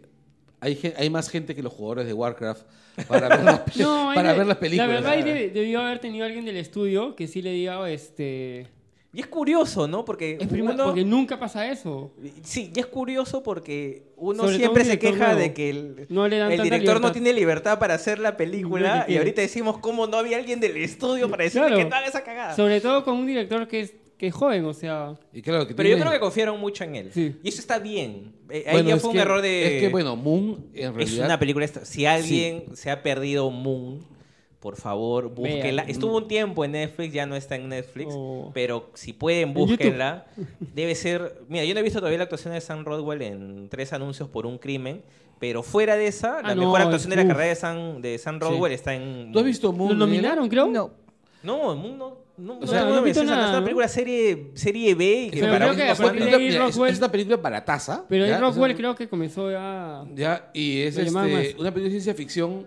Speaker 1: hay, gen- hay más gente que los jugadores de Warcraft para ver las, pe-
Speaker 2: No,
Speaker 1: <laughs>
Speaker 2: ahí
Speaker 1: para
Speaker 2: de-
Speaker 1: ver las películas.
Speaker 2: La verdad, ahí debe- debió haber tenido alguien del estudio que sí le diga, oh, este.
Speaker 3: Y es curioso, ¿no? Porque
Speaker 2: Es prima-
Speaker 3: uno-
Speaker 2: Porque nunca pasa eso.
Speaker 3: Sí, y es curioso porque uno
Speaker 2: Sobre todo
Speaker 3: siempre
Speaker 2: un
Speaker 3: se
Speaker 2: director
Speaker 3: queja
Speaker 2: nuevo.
Speaker 3: de que el,
Speaker 2: No le dan
Speaker 3: el
Speaker 2: tanta
Speaker 3: director no
Speaker 2: libertad.
Speaker 3: tiene libertad para hacer la película
Speaker 2: No, ni
Speaker 3: y
Speaker 2: tiene.
Speaker 3: ahorita decimos cómo no había alguien del estudio para decirle
Speaker 2: Claro.
Speaker 3: que no haga esa cagada.
Speaker 2: Sobre todo con un director que es que es joven, o sea.
Speaker 1: Y claro, que
Speaker 3: Pero yo
Speaker 1: tiene-
Speaker 3: creo que confiaron mucho en él.
Speaker 2: Sí.
Speaker 3: Y eso está bien. Eh, Ahí
Speaker 1: Bueno,
Speaker 3: ya
Speaker 1: es
Speaker 3: fue un
Speaker 1: que-
Speaker 3: error de...
Speaker 1: Es que, bueno, Moon, en
Speaker 3: Es
Speaker 1: realidad...
Speaker 3: una película... esta- Si alguien se ha perdido Moon, por favor, búsquela.
Speaker 2: Vean.
Speaker 3: Estuvo un tiempo en Netflix, ya no está en Netflix.
Speaker 2: Oh.
Speaker 3: Pero si pueden,
Speaker 2: YouTube.
Speaker 3: búsquenla. Debe ser... Mira, yo no he visto todavía la actuación de Sam Rodwell en tres anuncios por un crimen. Pero fuera de esa, la
Speaker 2: Ah, no,
Speaker 3: mejor actuación de la
Speaker 2: uf.
Speaker 3: carrera de Sam, de Sam Rodwell está en...
Speaker 1: ¿Tú has visto Moon?
Speaker 2: Lo
Speaker 1: Daniela?
Speaker 2: nominaron, creo.
Speaker 4: No,
Speaker 3: No, Moon no... No,
Speaker 1: sea,
Speaker 3: no,
Speaker 1: no
Speaker 3: no
Speaker 2: he
Speaker 3: me
Speaker 2: visto
Speaker 3: sé,
Speaker 2: nada,
Speaker 3: Es una
Speaker 2: ¿no?
Speaker 3: película serie, serie B. Que
Speaker 2: Pero
Speaker 3: para
Speaker 2: creo que
Speaker 3: mí no
Speaker 1: Es una
Speaker 2: partir
Speaker 3: cuenta.
Speaker 2: de ahí
Speaker 1: película- es-
Speaker 2: Roswell-
Speaker 1: es una película barataza.
Speaker 2: Pero
Speaker 1: ¿ya?
Speaker 2: el
Speaker 1: Es
Speaker 2: Rockwell
Speaker 1: una-
Speaker 2: creo que comenzó a.
Speaker 1: Ya, y es
Speaker 2: Lo llamaban
Speaker 1: este,
Speaker 2: más.
Speaker 1: una película de ciencia ficción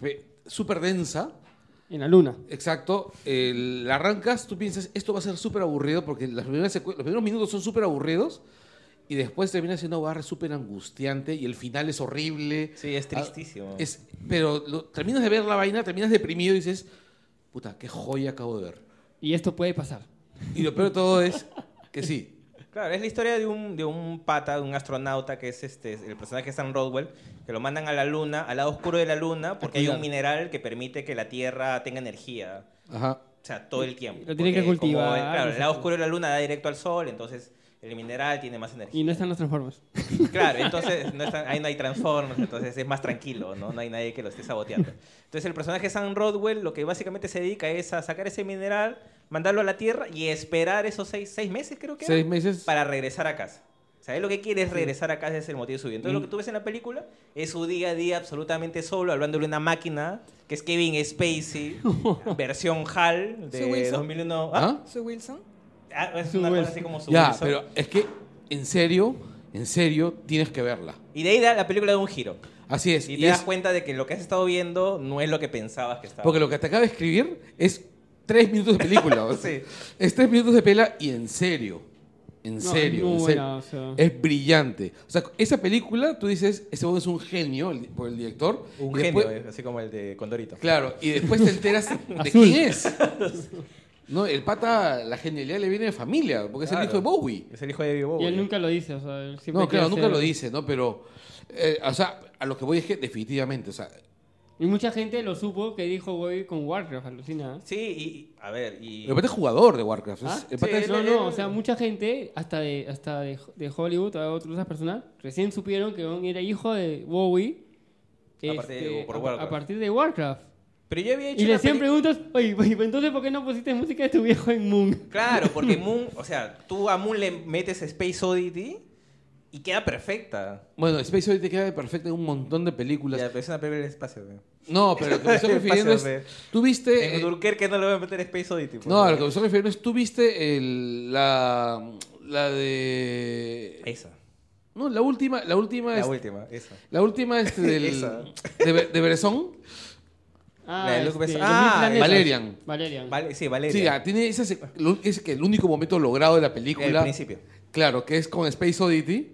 Speaker 1: pe- súper densa.
Speaker 2: en la luna.
Speaker 1: Exacto. El- la arrancas, tú piensas, esto va a ser súper aburrido porque las primeras secue- los primeros minutos son súper aburridos y después termina siendo una barra súper angustiante y el final es horrible.
Speaker 3: Sí, es
Speaker 1: Ah,
Speaker 3: tristísimo.
Speaker 1: es- pero lo- terminas de ver la vaina, terminas deprimido y dices, puta, qué joya acabo de ver.
Speaker 2: Y esto puede pasar.
Speaker 1: Y lo peor de todo es que sí.
Speaker 3: Claro, es la historia de un, de un pata, de un astronauta que es este el personaje de Sam Rodwell, que lo mandan a la luna, al lado oscuro de la luna, porque hay un
Speaker 2: cuidar.
Speaker 3: mineral que permite que la Tierra tenga energía.
Speaker 1: Ajá.
Speaker 3: O sea, todo el tiempo.
Speaker 2: Lo tiene que
Speaker 3: Porque como
Speaker 2: cultivar,
Speaker 3: el- claro,
Speaker 2: no sé
Speaker 3: el lado
Speaker 2: qué.
Speaker 3: oscuro de la luna da directo al sol, entonces el mineral tiene más energía.
Speaker 2: Y no están los transformas.
Speaker 3: Claro, entonces no están- ahí no hay Transformers, entonces es más tranquilo, ¿no? No hay nadie que lo esté saboteando. Entonces el personaje Sam Rodwell lo que básicamente se dedica es a sacar ese mineral, mandarlo a la Tierra y esperar esos seis, seis meses, creo que. era,
Speaker 1: Seis meses.
Speaker 3: para regresar a casa. O sea, él lo que quiere es regresar a casa, ese es el motivo de su
Speaker 1: Mm.
Speaker 3: vida. Entonces, lo que tú ves en la película es su día a día absolutamente solo, hablándole a una máquina, que es Kevin
Speaker 1: <laughs>
Speaker 3: Spacey, versión HAL
Speaker 4: ¿Su
Speaker 3: de
Speaker 4: Wilson?
Speaker 3: 2001. ¿Ah?
Speaker 1: ¿Ah?
Speaker 4: Sue Wilson.
Speaker 3: Ah, Es
Speaker 2: Su
Speaker 3: una cosa
Speaker 2: Wilson.
Speaker 3: así como su
Speaker 1: Ya,
Speaker 3: Wilson.
Speaker 1: pero es que, en serio, en serio, tienes que verla.
Speaker 3: Y de ahí da- la película da un giro.
Speaker 1: Así es.
Speaker 3: Y
Speaker 1: y
Speaker 3: te das
Speaker 1: es-
Speaker 3: cuenta de que lo que has estado viendo no es lo que pensabas que estaba.
Speaker 1: Porque lo que te acaba de escribir es tres minutos de película.
Speaker 3: <laughs>
Speaker 1: o sea,
Speaker 3: Sí.
Speaker 1: Es tres minutos de pela y en serio. En
Speaker 2: No,
Speaker 1: serio. en
Speaker 2: es muy
Speaker 1: serio.
Speaker 2: buena, o sea.
Speaker 3: Eh,
Speaker 1: Es brillante. O sea, esa película, tú dices, ese huevón es un genio el- por el director.
Speaker 3: Un
Speaker 1: y
Speaker 3: genio,
Speaker 1: después-
Speaker 3: eh, así como el de Condorito.
Speaker 1: Claro, y después te enteras
Speaker 3: <laughs>
Speaker 1: de quién es. No, el pata, la genialidad le viene de familia, porque es el
Speaker 3: Claro.
Speaker 1: hijo de Bowie.
Speaker 3: Es el hijo de David Bowie.
Speaker 2: Y él nunca lo dice, o sea, él siempre
Speaker 1: No, claro,
Speaker 2: quiere
Speaker 1: nunca lo
Speaker 2: hacer-
Speaker 1: dice, ¿no? Pero, eh, o sea, a lo que voy es que definitivamente, o sea,
Speaker 2: Y mucha gente lo supo que dijo voy con Warcraft, alucina.
Speaker 3: Sí, y a ver, y...
Speaker 1: el pata es jugador de Warcraft. es-
Speaker 2: ¿Ah?
Speaker 1: el pata
Speaker 3: Sí,
Speaker 1: es-
Speaker 2: No,
Speaker 3: él-
Speaker 2: no, o sea, mucha gente, hasta de, hasta de, de Hollywood, a otras personas, recién supieron que Gon era hijo de Bowie.
Speaker 3: A partir de- por
Speaker 2: a-
Speaker 3: Warcraft.
Speaker 2: a partir de Warcraft.
Speaker 3: Pero yo había hecho
Speaker 2: Y le
Speaker 3: una
Speaker 2: hacían
Speaker 3: peli-
Speaker 2: preguntas, oye, oye, pero entonces ¿por qué no pusiste música de tu viejo en Moon? <laughs>
Speaker 3: Claro, porque Moon, o sea, tú a Moon le metes Space Oddity y queda perfecta.
Speaker 1: Bueno, Space Oddity queda perfecta en un montón de películas.
Speaker 3: Ya, pero es una película del espacio. güey.
Speaker 1: No, pero lo que me
Speaker 3: <laughs>
Speaker 1: estoy refiriendo
Speaker 3: Pásame.
Speaker 1: es. ¿Tú viste.?
Speaker 3: En
Speaker 1: eh,
Speaker 3: Dunkerque no le voy a meter Space Oddity. pues, por
Speaker 1: no,
Speaker 3: favor.
Speaker 1: lo que me estoy refiriendo es. ¿Tú viste el- la. La de.
Speaker 3: Esa,
Speaker 1: No, la última. La última.
Speaker 3: la
Speaker 1: es-
Speaker 3: última, esa.
Speaker 1: la última
Speaker 3: <laughs>
Speaker 1: este del.
Speaker 3: Esa.
Speaker 1: de, Be- de Beresón.
Speaker 2: Ah,
Speaker 3: La de Luke Besson.
Speaker 2: los
Speaker 3: Ah,
Speaker 2: mil planetas.
Speaker 1: Valerian.
Speaker 2: Valerian.
Speaker 3: Vale, sí,
Speaker 1: Sí,
Speaker 3: Valeria.
Speaker 1: ah, tiene esa sec- lo- es que el único momento logrado de la película.
Speaker 3: El principio.
Speaker 1: Claro, que es con Space Oddity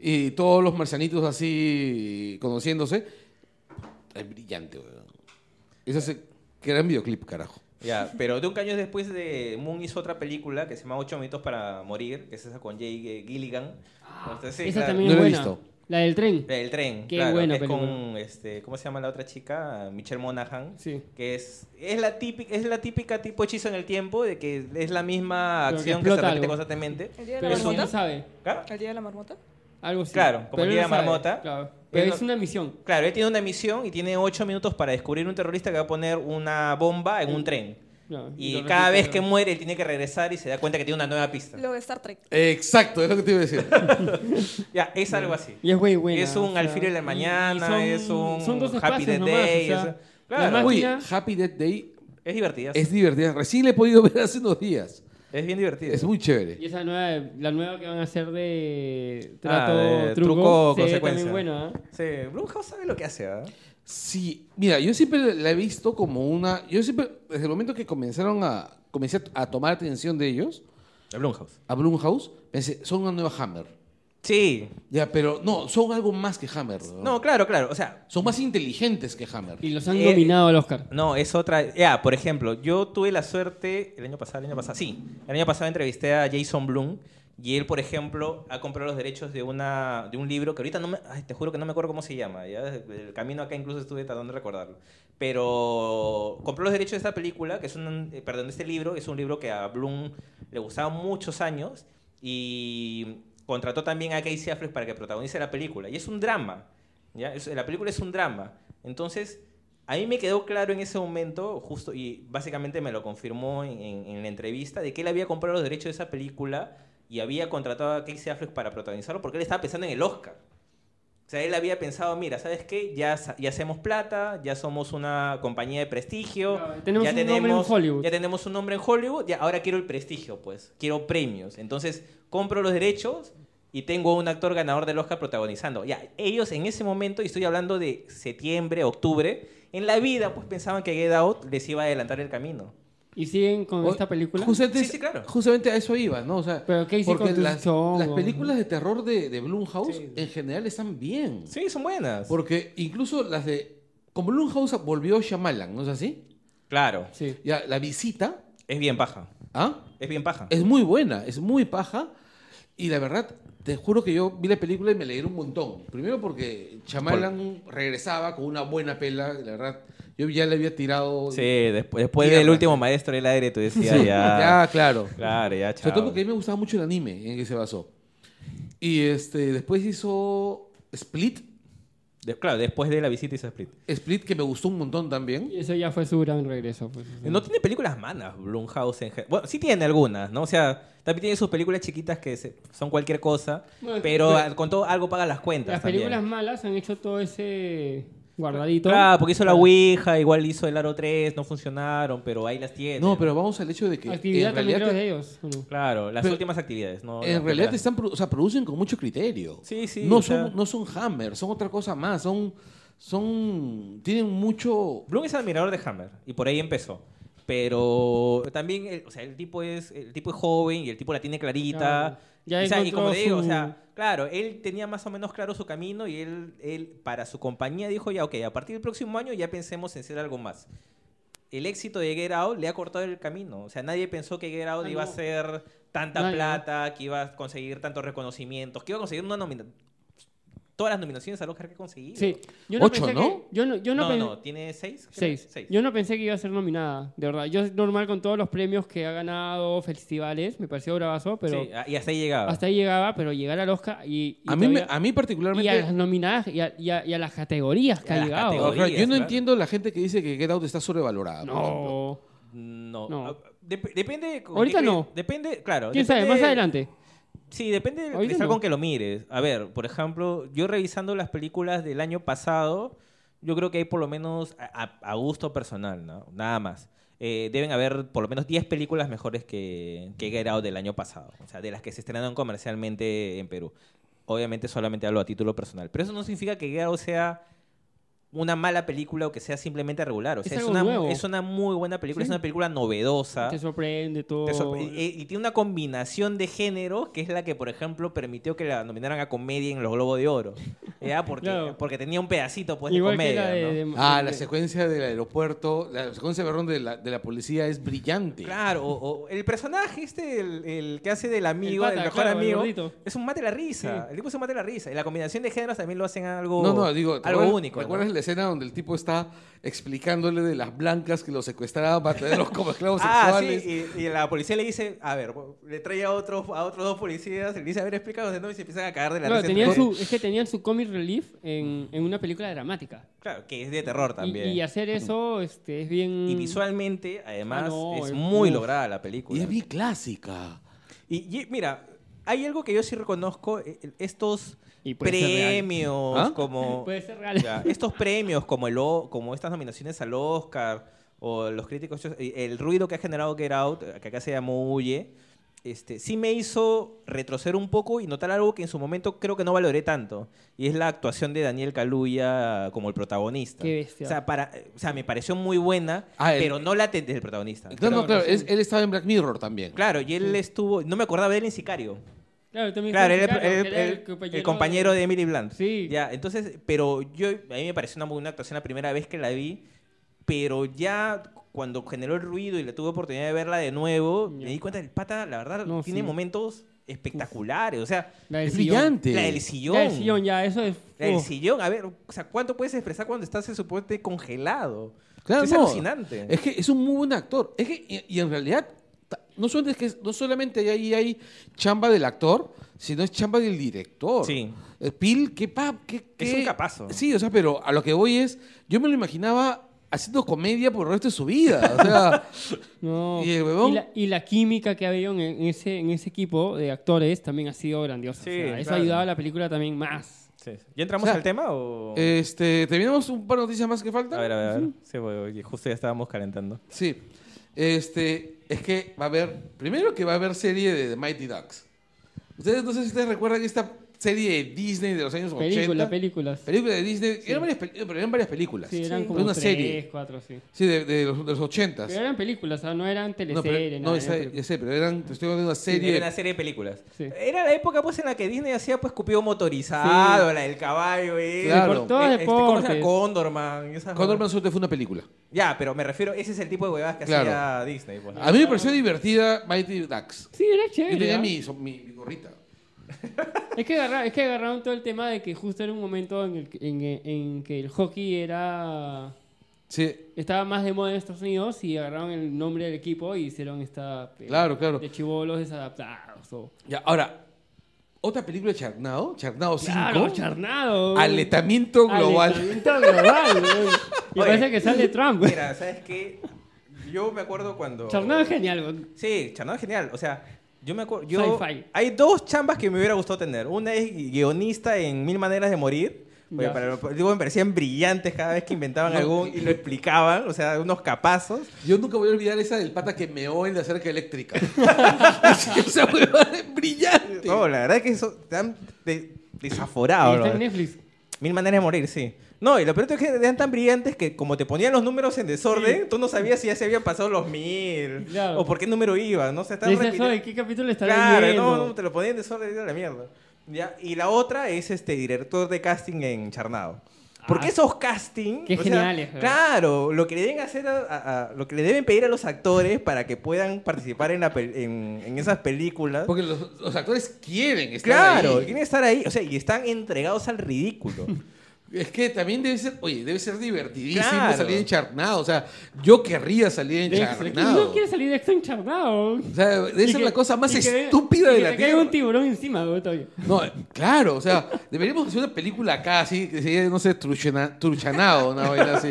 Speaker 1: y todos los marcianitos así conociéndose. Es brillante, weón. Esa se- que era en videoclip, carajo.
Speaker 3: Ya, pero de un años después de Moon hizo otra película que se llama Ocho minutos para morir, que es esa con Jay Gilligan.
Speaker 4: Ah,
Speaker 3: Entonces, sí,
Speaker 2: Esa
Speaker 3: claro.
Speaker 2: también
Speaker 1: No
Speaker 2: es
Speaker 1: la he
Speaker 2: buena.
Speaker 1: visto.
Speaker 2: La del tren.
Speaker 3: El tren,
Speaker 2: Qué
Speaker 3: claro,
Speaker 2: buena
Speaker 3: que es
Speaker 2: película.
Speaker 3: con este, ¿cómo se llama la otra chica? Michelle Monaghan,
Speaker 2: Sí.
Speaker 3: que es es la típica es la típica tipo hechizo en el tiempo de que es la misma
Speaker 2: Pero que
Speaker 3: acción que, se
Speaker 2: explota
Speaker 3: repite
Speaker 2: algo.
Speaker 3: constantemente. ¿Ah?
Speaker 4: ¿El día de
Speaker 2: Pero
Speaker 4: la
Speaker 2: eso no
Speaker 4: marmota?
Speaker 2: sabe.
Speaker 3: ¿Claro?
Speaker 4: ¿El día de la marmota?
Speaker 2: Algo así.
Speaker 3: Claro, como
Speaker 2: Pero
Speaker 3: el
Speaker 2: él
Speaker 3: día
Speaker 2: no
Speaker 3: de la
Speaker 2: sabe,
Speaker 3: marmota.
Speaker 2: Claro.
Speaker 3: Él
Speaker 2: Pero
Speaker 3: no-
Speaker 2: es una misión.
Speaker 3: Claro, él tiene una misión y tiene ocho minutos para descubrir un terrorista que va a poner una bomba en un tren.
Speaker 2: Claro,
Speaker 3: Y,
Speaker 2: lo
Speaker 3: cada vez
Speaker 2: repite,
Speaker 3: que
Speaker 2: claro.
Speaker 3: muere, él tiene que regresar y se da cuenta que tiene una nueva pista.
Speaker 4: Lo de Star Trek.
Speaker 1: Exacto, es lo que te iba a <laughs> decir.
Speaker 3: Ya, es algo así.
Speaker 2: Y es muy buena.
Speaker 3: Es un
Speaker 2: o sea,
Speaker 3: alfiler de la
Speaker 2: y- y
Speaker 3: mañana,
Speaker 2: son-
Speaker 3: es un
Speaker 2: Son dos
Speaker 3: happy
Speaker 2: espacios
Speaker 3: Death
Speaker 2: nomás,
Speaker 3: day.
Speaker 2: o sea,
Speaker 3: es- claro,
Speaker 2: la
Speaker 1: Oye,
Speaker 2: máquina-
Speaker 1: Happy Death Day
Speaker 3: es divertida.
Speaker 1: es
Speaker 3: Es,
Speaker 1: divertida. Recién la he podido <laughs> ver hace unos días.
Speaker 3: bien divertida.
Speaker 1: Es muy
Speaker 2: Y
Speaker 1: chévere.
Speaker 2: esa nueva, la nueva que van a hacer de trato,
Speaker 3: Ah, de
Speaker 2: truco,
Speaker 3: truco,
Speaker 2: se ve
Speaker 3: consecuencia.
Speaker 2: también buena, ¿eh?
Speaker 3: Sí, Blumhouse sabe lo que hace, ¿verdad?
Speaker 1: Sí, mira, yo siempre la he visto como una... Yo siempre, desde el momento que comenzaron a... Comencé a tomar atención de ellos,
Speaker 3: Blumhouse.
Speaker 1: a Blumhouse, pensé, son una nueva Hammer.
Speaker 3: Sí.
Speaker 1: Ya, pero no, son algo más que Hammer. ¿no?
Speaker 3: No, claro, claro. O sea,
Speaker 1: Son más inteligentes que Hammer.
Speaker 2: Y los han
Speaker 3: Eh,
Speaker 2: nominado al Oscar.
Speaker 3: No, es otra. Ya, por ejemplo, yo tuve la suerte el año pasado, el año pasado, sí, el año pasado entrevisté a Jason Bloom, Y él, por ejemplo, ha comprado los derechos de, una, de un libro que ahorita no me, ay, te juro que no me acuerdo cómo se llama. ¿ya? El camino acá incluso estuve tratando de recordarlo. Pero compró los derechos de esta película, que es un, eh, perdón, de este libro, es un libro que a Bloom le gustaba muchos años y contrató también a Casey Affleck para que protagonice la película. Y es un drama, ¿ya? Es- la película es un drama. Entonces, a mí me quedó claro en ese momento, justo, y básicamente me lo confirmó en, en- en la entrevista, de que él había comprado los derechos de esa película y había contratado a Casey Affleck para protagonizarlo porque él estaba pensando en el Oscar. O sea, él había pensado, mira, ¿sabes qué? Ya, sa- ya hacemos plata, ya somos una compañía de prestigio,
Speaker 2: Claro, tenemos
Speaker 3: ya
Speaker 2: un nombre en Hollywood.
Speaker 3: ya tenemos un nombre en Hollywood, ya ahora quiero el prestigio, pues, quiero premios. Entonces, compro los derechos y tengo un actor ganador del Oscar protagonizando. Ya, ellos en ese momento, y estoy hablando de septiembre, octubre, en la vida, pues pensaban que Get Out les iba a adelantar el camino.
Speaker 2: ¿Y siguen con
Speaker 3: Oh,
Speaker 1: O-
Speaker 2: esta película?
Speaker 1: Justamente,
Speaker 3: Sí, sí, claro.
Speaker 1: justamente a eso iba, ¿no? O sea,
Speaker 2: Pero Casey
Speaker 1: porque
Speaker 2: Constitution,
Speaker 1: las,
Speaker 2: o-
Speaker 1: las películas de terror de, de Blumhouse
Speaker 3: Sí.
Speaker 1: en general están bien.
Speaker 3: Sí, son buenas.
Speaker 1: Porque incluso las de... Como Blumhouse volvió Shyamalan, ¿no es así?
Speaker 3: Claro,
Speaker 2: Sí.
Speaker 1: Ya, la visita,
Speaker 3: es bien paja.
Speaker 1: ¿ah?
Speaker 3: Es bien paja.
Speaker 1: Es muy buena, es muy paja. Y la verdad, te juro que yo vi la película y me alegré un montón. Primero porque Chamalan regresaba con una buena pela, la verdad. Yo ya le había tirado.
Speaker 3: Sí, después, después
Speaker 1: Tierra.
Speaker 3: del último maestro del aire, tú decías,
Speaker 1: <laughs> Sí,
Speaker 3: ya,
Speaker 1: claro.
Speaker 3: Claro, ya, chao.
Speaker 1: Sobre todo porque a mí me gustaba mucho el anime en que se basó. Y este, después hizo Split.
Speaker 3: De- claro, después de la visita hizo Split.
Speaker 1: Split que me gustó un montón también.
Speaker 2: Y eso ya fue su gran regreso. Pues.
Speaker 3: No tiene películas malas, Blumhouse en gen- Bueno, sí tiene algunas, ¿no? O sea, también tiene sus películas chiquitas que se- son cualquier cosa,
Speaker 2: Bueno,
Speaker 3: pero
Speaker 2: pero-
Speaker 3: al- con todo algo paga las cuentas
Speaker 2: Las
Speaker 3: también.
Speaker 2: películas malas han hecho todo ese guardadito.
Speaker 3: Claro, porque hizo La Ouija, igual hizo El Aro 3, no funcionaron, pero ahí las tiene.
Speaker 1: No, pero vamos al hecho de que.
Speaker 2: Actividad
Speaker 1: en
Speaker 2: también
Speaker 1: realidad,
Speaker 2: creo de ellos. ¿o no?
Speaker 3: Claro, las
Speaker 1: Pero-
Speaker 3: últimas actividades, ¿no?
Speaker 1: En
Speaker 3: Las
Speaker 1: realidad
Speaker 3: primeras.
Speaker 1: están, produ- o sea, producen con mucho criterio.
Speaker 3: Sí, sí,
Speaker 1: No
Speaker 3: o
Speaker 1: son,
Speaker 3: sea-
Speaker 1: no son Hammer, son otra cosa más. Son, son, tienen mucho.
Speaker 3: Bloom es admirador de Hammer y por ahí empezó. Pero también, el, o sea, el tipo es el tipo es joven y el tipo la tiene clarita.
Speaker 2: Claro. Ya
Speaker 3: O sea, y
Speaker 2: encontró
Speaker 3: como te digo, o
Speaker 2: su-
Speaker 3: sea, claro, él tenía más o menos claro su camino y él, él para su compañía dijo ya, ok, a partir del próximo año ya pensemos en hacer algo más. El éxito de Get Out le ha cortado el camino. O sea, nadie pensó que Get Out
Speaker 2: Ah,
Speaker 3: iba
Speaker 2: no.
Speaker 3: a ser tanta
Speaker 2: Nadie.
Speaker 3: plata, que iba a conseguir tantos reconocimientos, que iba a conseguir una nomina- todas las nominaciones al Oscar que ha conseguido.
Speaker 2: Sí. Yo no
Speaker 1: Ocho,
Speaker 2: pensé
Speaker 1: ¿no?
Speaker 2: que- yo no, yo no
Speaker 3: no,
Speaker 2: pen-
Speaker 3: no, tiene seis. creo.
Speaker 2: Seis. Yo no pensé que iba a ser nominada, de verdad. Yo normal con todos los premios que ha ganado, festivales, me pareció bravazo, pero
Speaker 3: Sí, ah, y hasta ahí llegaba.
Speaker 2: hasta ahí llegaba, pero llegar al Oscar y, y
Speaker 1: A mí, me-
Speaker 2: todavía-
Speaker 1: a mí
Speaker 2: y
Speaker 1: particularmente.
Speaker 2: a las nominadas y a, y a- y a las categorías que
Speaker 3: Y a
Speaker 2: ha
Speaker 3: las
Speaker 2: llegado.
Speaker 1: Claro,
Speaker 3: categorías.
Speaker 1: yo no
Speaker 3: claro.
Speaker 1: entiendo la gente que dice que Get Out está sobrevalorada. por ejemplo.
Speaker 2: No.
Speaker 3: No.
Speaker 2: No.
Speaker 3: Ah, dep- depende. con
Speaker 2: Ahorita
Speaker 3: qué cri-
Speaker 2: no.
Speaker 3: Depende, claro.
Speaker 2: ¿Quién sabe?
Speaker 3: depende-
Speaker 2: Más adelante.
Speaker 3: Sí, depende del
Speaker 2: Ahorita
Speaker 3: cristal
Speaker 2: no.
Speaker 3: con que lo mires. A ver, por ejemplo, yo revisando las películas del año pasado, yo creo que hay por lo menos, a, a- a gusto personal, ¿no? Nada más. eh, deben haber por lo menos 10 películas mejores que, que Get Out del año pasado. O sea, de las que se estrenaron comercialmente en Perú. Obviamente solamente hablo a título personal. Pero eso no significa que Get Out sea una mala película o que sea simplemente regular. O sea,
Speaker 2: Es
Speaker 3: es,
Speaker 2: algo
Speaker 3: una,
Speaker 2: nuevo.
Speaker 3: es una muy buena película,
Speaker 2: Sí.
Speaker 3: es una película novedosa.
Speaker 2: Te sorprende todo.
Speaker 3: Te sorpre- y, y tiene una combinación de géneros que es la que, por ejemplo, permitió que la nominaran a comedia en los Globos
Speaker 2: <laughs>
Speaker 3: de Oro. ¿Ya? Porque,
Speaker 2: Claro.
Speaker 3: porque tenía un pedacito pues, de
Speaker 2: Igual
Speaker 3: comedia.
Speaker 2: que la de,
Speaker 3: ¿no?
Speaker 2: de-
Speaker 1: Ah, la
Speaker 2: de-
Speaker 1: secuencia del aeropuerto, la secuencia perdón, de la, de la policía es brillante.
Speaker 3: Claro, o, o el personaje este, el, el que hace del amigo,
Speaker 2: El
Speaker 3: el,
Speaker 2: pata,
Speaker 3: mejor
Speaker 2: claro, el
Speaker 3: amigo,
Speaker 2: gordito.
Speaker 3: es un mate de la risa.
Speaker 2: Sí.
Speaker 3: El tipo es un mate de la risa. Y la combinación de géneros también lo hacen algo,
Speaker 1: No, no, digo, ¿te
Speaker 3: algo
Speaker 1: acuerdas-
Speaker 3: único.
Speaker 1: ¿Te
Speaker 3: ¿no?
Speaker 1: acuerdas la escena donde el tipo está explicándole de las blancas que lo secuestraban para tenerlos como esclavos
Speaker 3: <laughs> Ah,
Speaker 1: sexuales?
Speaker 3: sí, y, y la policía le dice, a ver, le trae a otros, a otros dos policías, le dice, a ver, explícanos de nuevo y se empiezan a cagar de la
Speaker 2: Claro,
Speaker 3: risa.
Speaker 2: tenían
Speaker 3: entre-
Speaker 2: su,
Speaker 3: <laughs>
Speaker 2: es que tenían su comic relief en, en una película dramática.
Speaker 3: Claro, que es de terror
Speaker 2: Y,
Speaker 3: también.
Speaker 2: y hacer eso este, es bien.
Speaker 3: Y visualmente, además,
Speaker 2: Ah, no,
Speaker 3: es
Speaker 2: es-
Speaker 3: muy
Speaker 2: uf.
Speaker 3: lograda la película.
Speaker 1: Y es bien clásica.
Speaker 3: Ah, Y- y mira, hay algo que yo sí reconozco, eh, eh, estos
Speaker 2: Y puede ser real.
Speaker 3: premios
Speaker 1: ¿Ah?
Speaker 3: como...
Speaker 2: Puede ser <laughs> real.
Speaker 3: Ya, <laughs> estos premios como, el, O- como estas nominaciones al Oscar o los críticos, yo- eh, el ruido que ha generado Get Out, eh, que acá se llamó Huye, este, sí me hizo retroceder un poco y notar algo que en su momento creo que no valoré tanto, y es la actuación de Daniel Kaluuya como el protagonista.
Speaker 2: Qué bestia.
Speaker 3: O sea, para, eh, o sea, me pareció muy buena,
Speaker 1: Ah, el-
Speaker 3: pero no la te- del protagonista.
Speaker 1: No, no, claro, es- él estaba en Black Mirror también.
Speaker 3: Claro, y él estuvo, no me acordaba de él en Sicario.
Speaker 2: Claro, también
Speaker 3: Claro, él,
Speaker 2: fue-
Speaker 3: él-
Speaker 2: que
Speaker 3: él-
Speaker 2: era
Speaker 3: el, compañero de Emily Blunt.
Speaker 2: Sí.
Speaker 3: Ya, entonces, pero yo, a mí me pareció una buena actuación la primera vez que la vi, pero ya cuando generó el ruido y le tuve oportunidad de verla de nuevo,
Speaker 2: Ya.
Speaker 3: me di cuenta del pata, la verdad,
Speaker 2: No,
Speaker 3: tiene
Speaker 2: sí.
Speaker 3: momentos espectaculares. O sea,
Speaker 2: La del
Speaker 1: Es
Speaker 2: sillón.
Speaker 1: brillante.
Speaker 3: la del sillón.
Speaker 2: La del sillón, ya, Oh. eso es.
Speaker 3: La del
Speaker 2: uf.
Speaker 3: sillón. A ver, o sea, ¿cuánto puedes expresar cuando estás, se supone, congelado?
Speaker 1: Claro,
Speaker 3: es
Speaker 1: no.
Speaker 3: alucinante.
Speaker 1: Es que es un muy buen actor. Es que, y, y en realidad, ta- no solamente, es que es- no solamente hay, ahí hay chamba del actor, sino es chamba del director.
Speaker 3: Sí.
Speaker 1: Eh, Pil, qué pap, qué,
Speaker 3: Es
Speaker 1: qué-
Speaker 3: un capazo.
Speaker 1: Sí, o sea, pero a lo que voy es, yo me lo imaginaba haciendo comedia por el resto de su vida. O
Speaker 3: <laughs>
Speaker 1: sea,
Speaker 2: No.
Speaker 1: ¿Y el huevón?
Speaker 2: la, y la química que había en, en ese, en ese equipo de actores también ha sido grandiosa.
Speaker 3: Sí,
Speaker 2: O sea, Eso ha
Speaker 3: claro.
Speaker 2: ayudado a la película también más.
Speaker 3: Sí, sí. ¿Ya entramos
Speaker 1: O sea,
Speaker 3: al tema o...?
Speaker 1: este, ¿terminamos un par de noticias más que
Speaker 3: a
Speaker 1: faltan?
Speaker 3: ver, a ver, a ver. Sí, voy, voy. Justo ya estábamos calentando.
Speaker 1: Sí. Este, es que va a haber, primero que va a haber serie de The Mighty Ducks. Ustedes, no sé si ustedes recuerdan esta serie de Disney de los años
Speaker 2: Película,
Speaker 1: 80.
Speaker 2: películas.
Speaker 1: Película de Disney. Eran varias, peli- pero eran varias películas.
Speaker 2: Sí,
Speaker 1: Sí,
Speaker 2: eran
Speaker 4: Sí.
Speaker 2: como
Speaker 1: Una
Speaker 2: tres,
Speaker 1: serie.
Speaker 2: cuatro, sí.
Speaker 1: de, de los, de los 80.
Speaker 2: Pero eran películas, o sea, no eran
Speaker 1: No, pero,
Speaker 2: teleseries.
Speaker 1: no
Speaker 2: nada,
Speaker 1: esa-
Speaker 2: eran
Speaker 1: ya
Speaker 2: películas.
Speaker 1: sé, pero eran, te estoy hablando de una serie.
Speaker 3: Era una serie de películas.
Speaker 2: Sí.
Speaker 3: Era la época pues en la que Disney hacía pues cupido motorizado, la del caballo, eh.
Speaker 1: Claro.
Speaker 3: Este,
Speaker 2: Todos
Speaker 3: ¿Cómo se
Speaker 2: deportes.
Speaker 3: llama? Condorman. y esas
Speaker 1: Condorman
Speaker 3: huevas.
Speaker 1: solo fue una película.
Speaker 3: Ya, pero me refiero, ese es el tipo de huevadas que
Speaker 1: Claro.
Speaker 3: hacía Disney. pues.
Speaker 1: A mí me pareció divertida Mighty Ducks.
Speaker 2: Ah. Sí, era
Speaker 1: Yo
Speaker 2: chévere.
Speaker 1: tenía
Speaker 2: ¿ah?
Speaker 1: mi, so- mi, mi gorrita.
Speaker 2: Es que, agarra- es que agarraron todo el tema de que justo era un momento en el, que- en, en que el hockey era
Speaker 1: Sí,
Speaker 2: estaba más de moda en Estados Unidos y agarraron el nombre del equipo y hicieron esta eh,
Speaker 1: Claro, claro.
Speaker 2: de chivolos desadaptados. o-
Speaker 1: ya, ahora, otra película de Charnado, Charnado 5.
Speaker 2: Claro, charnado. güey.
Speaker 1: Aletamiento global.
Speaker 2: Aletamiento global. güey.
Speaker 1: <laughs>
Speaker 2: y
Speaker 3: Oye.
Speaker 2: parece que sale Trump. güey.
Speaker 3: <laughs> Mira, ¿sabes qué? Yo me acuerdo cuando...
Speaker 2: Charnado es genial. güey.
Speaker 3: Sí, Charnado es genial. O sea, yo me acuerdo. Yo,
Speaker 2: Sci-fi.
Speaker 3: hay dos chambas que me hubiera gustado tener. Una es guionista en Mil Maneras de Morir. Oye,
Speaker 2: Ya.
Speaker 3: para- digo, me parecían brillantes cada vez que inventaban algún y lo explicaban. O sea, unos capazos.
Speaker 1: Yo nunca voy a olvidar esa del pata que meó en la cerca
Speaker 2: <laughs>
Speaker 1: eléctrica. <laughs> Es que esa huevada es brillante.
Speaker 3: No, Oh, la verdad es que eso te han de-
Speaker 2: Y
Speaker 1: Ah,
Speaker 2: este
Speaker 3: desaforado.
Speaker 2: está en
Speaker 3: bro.
Speaker 2: Netflix.
Speaker 3: Mil Maneras de Morir, sí. No, y lo peor es que eran tan brillantes que como te ponían los números en desorden, tú no sabías si ya se habían pasado los mil
Speaker 2: Claro.
Speaker 3: o por qué número iba. No se
Speaker 2: Y dices, "Oye, ¿qué capítulo está
Speaker 3: Claro,
Speaker 2: leyendo?
Speaker 3: no, no, te lo ponían de sorda y era la mierda. Ya, y la otra es este director de casting en Charnado. Porque
Speaker 2: Ah.
Speaker 3: esos casting.
Speaker 2: Qué
Speaker 3: o sea,
Speaker 2: geniales, ¿verdad?
Speaker 3: Claro, lo que le deben hacer a- a- a- lo que le deben pedir a los actores para que puedan participar en, la pel- en, en esas películas.
Speaker 1: Porque los, los actores quieren estar
Speaker 3: claro,
Speaker 1: ahí.
Speaker 3: quieren estar ahí. O sea, y están entregados al ridículo.
Speaker 1: Es que también debe ser, oye, debe ser divertidísimo
Speaker 3: Claro.
Speaker 1: salir en charnado. O sea, yo querría salir en
Speaker 2: De extra. ¿Quién
Speaker 1: charnado.
Speaker 2: no quiere salir de extra en charnado?
Speaker 1: O sea, debe
Speaker 2: Y
Speaker 1: ser
Speaker 2: que-
Speaker 1: la cosa más
Speaker 2: y que-
Speaker 1: estúpida
Speaker 2: y
Speaker 1: de
Speaker 2: que
Speaker 1: la
Speaker 2: te caiga
Speaker 1: tierra.
Speaker 2: un tiburón encima, güey, todavía.
Speaker 1: No, claro, o sea, deberíamos hacer una película acá, así, que sería, no sé, truchana- truchanado, una vaina así.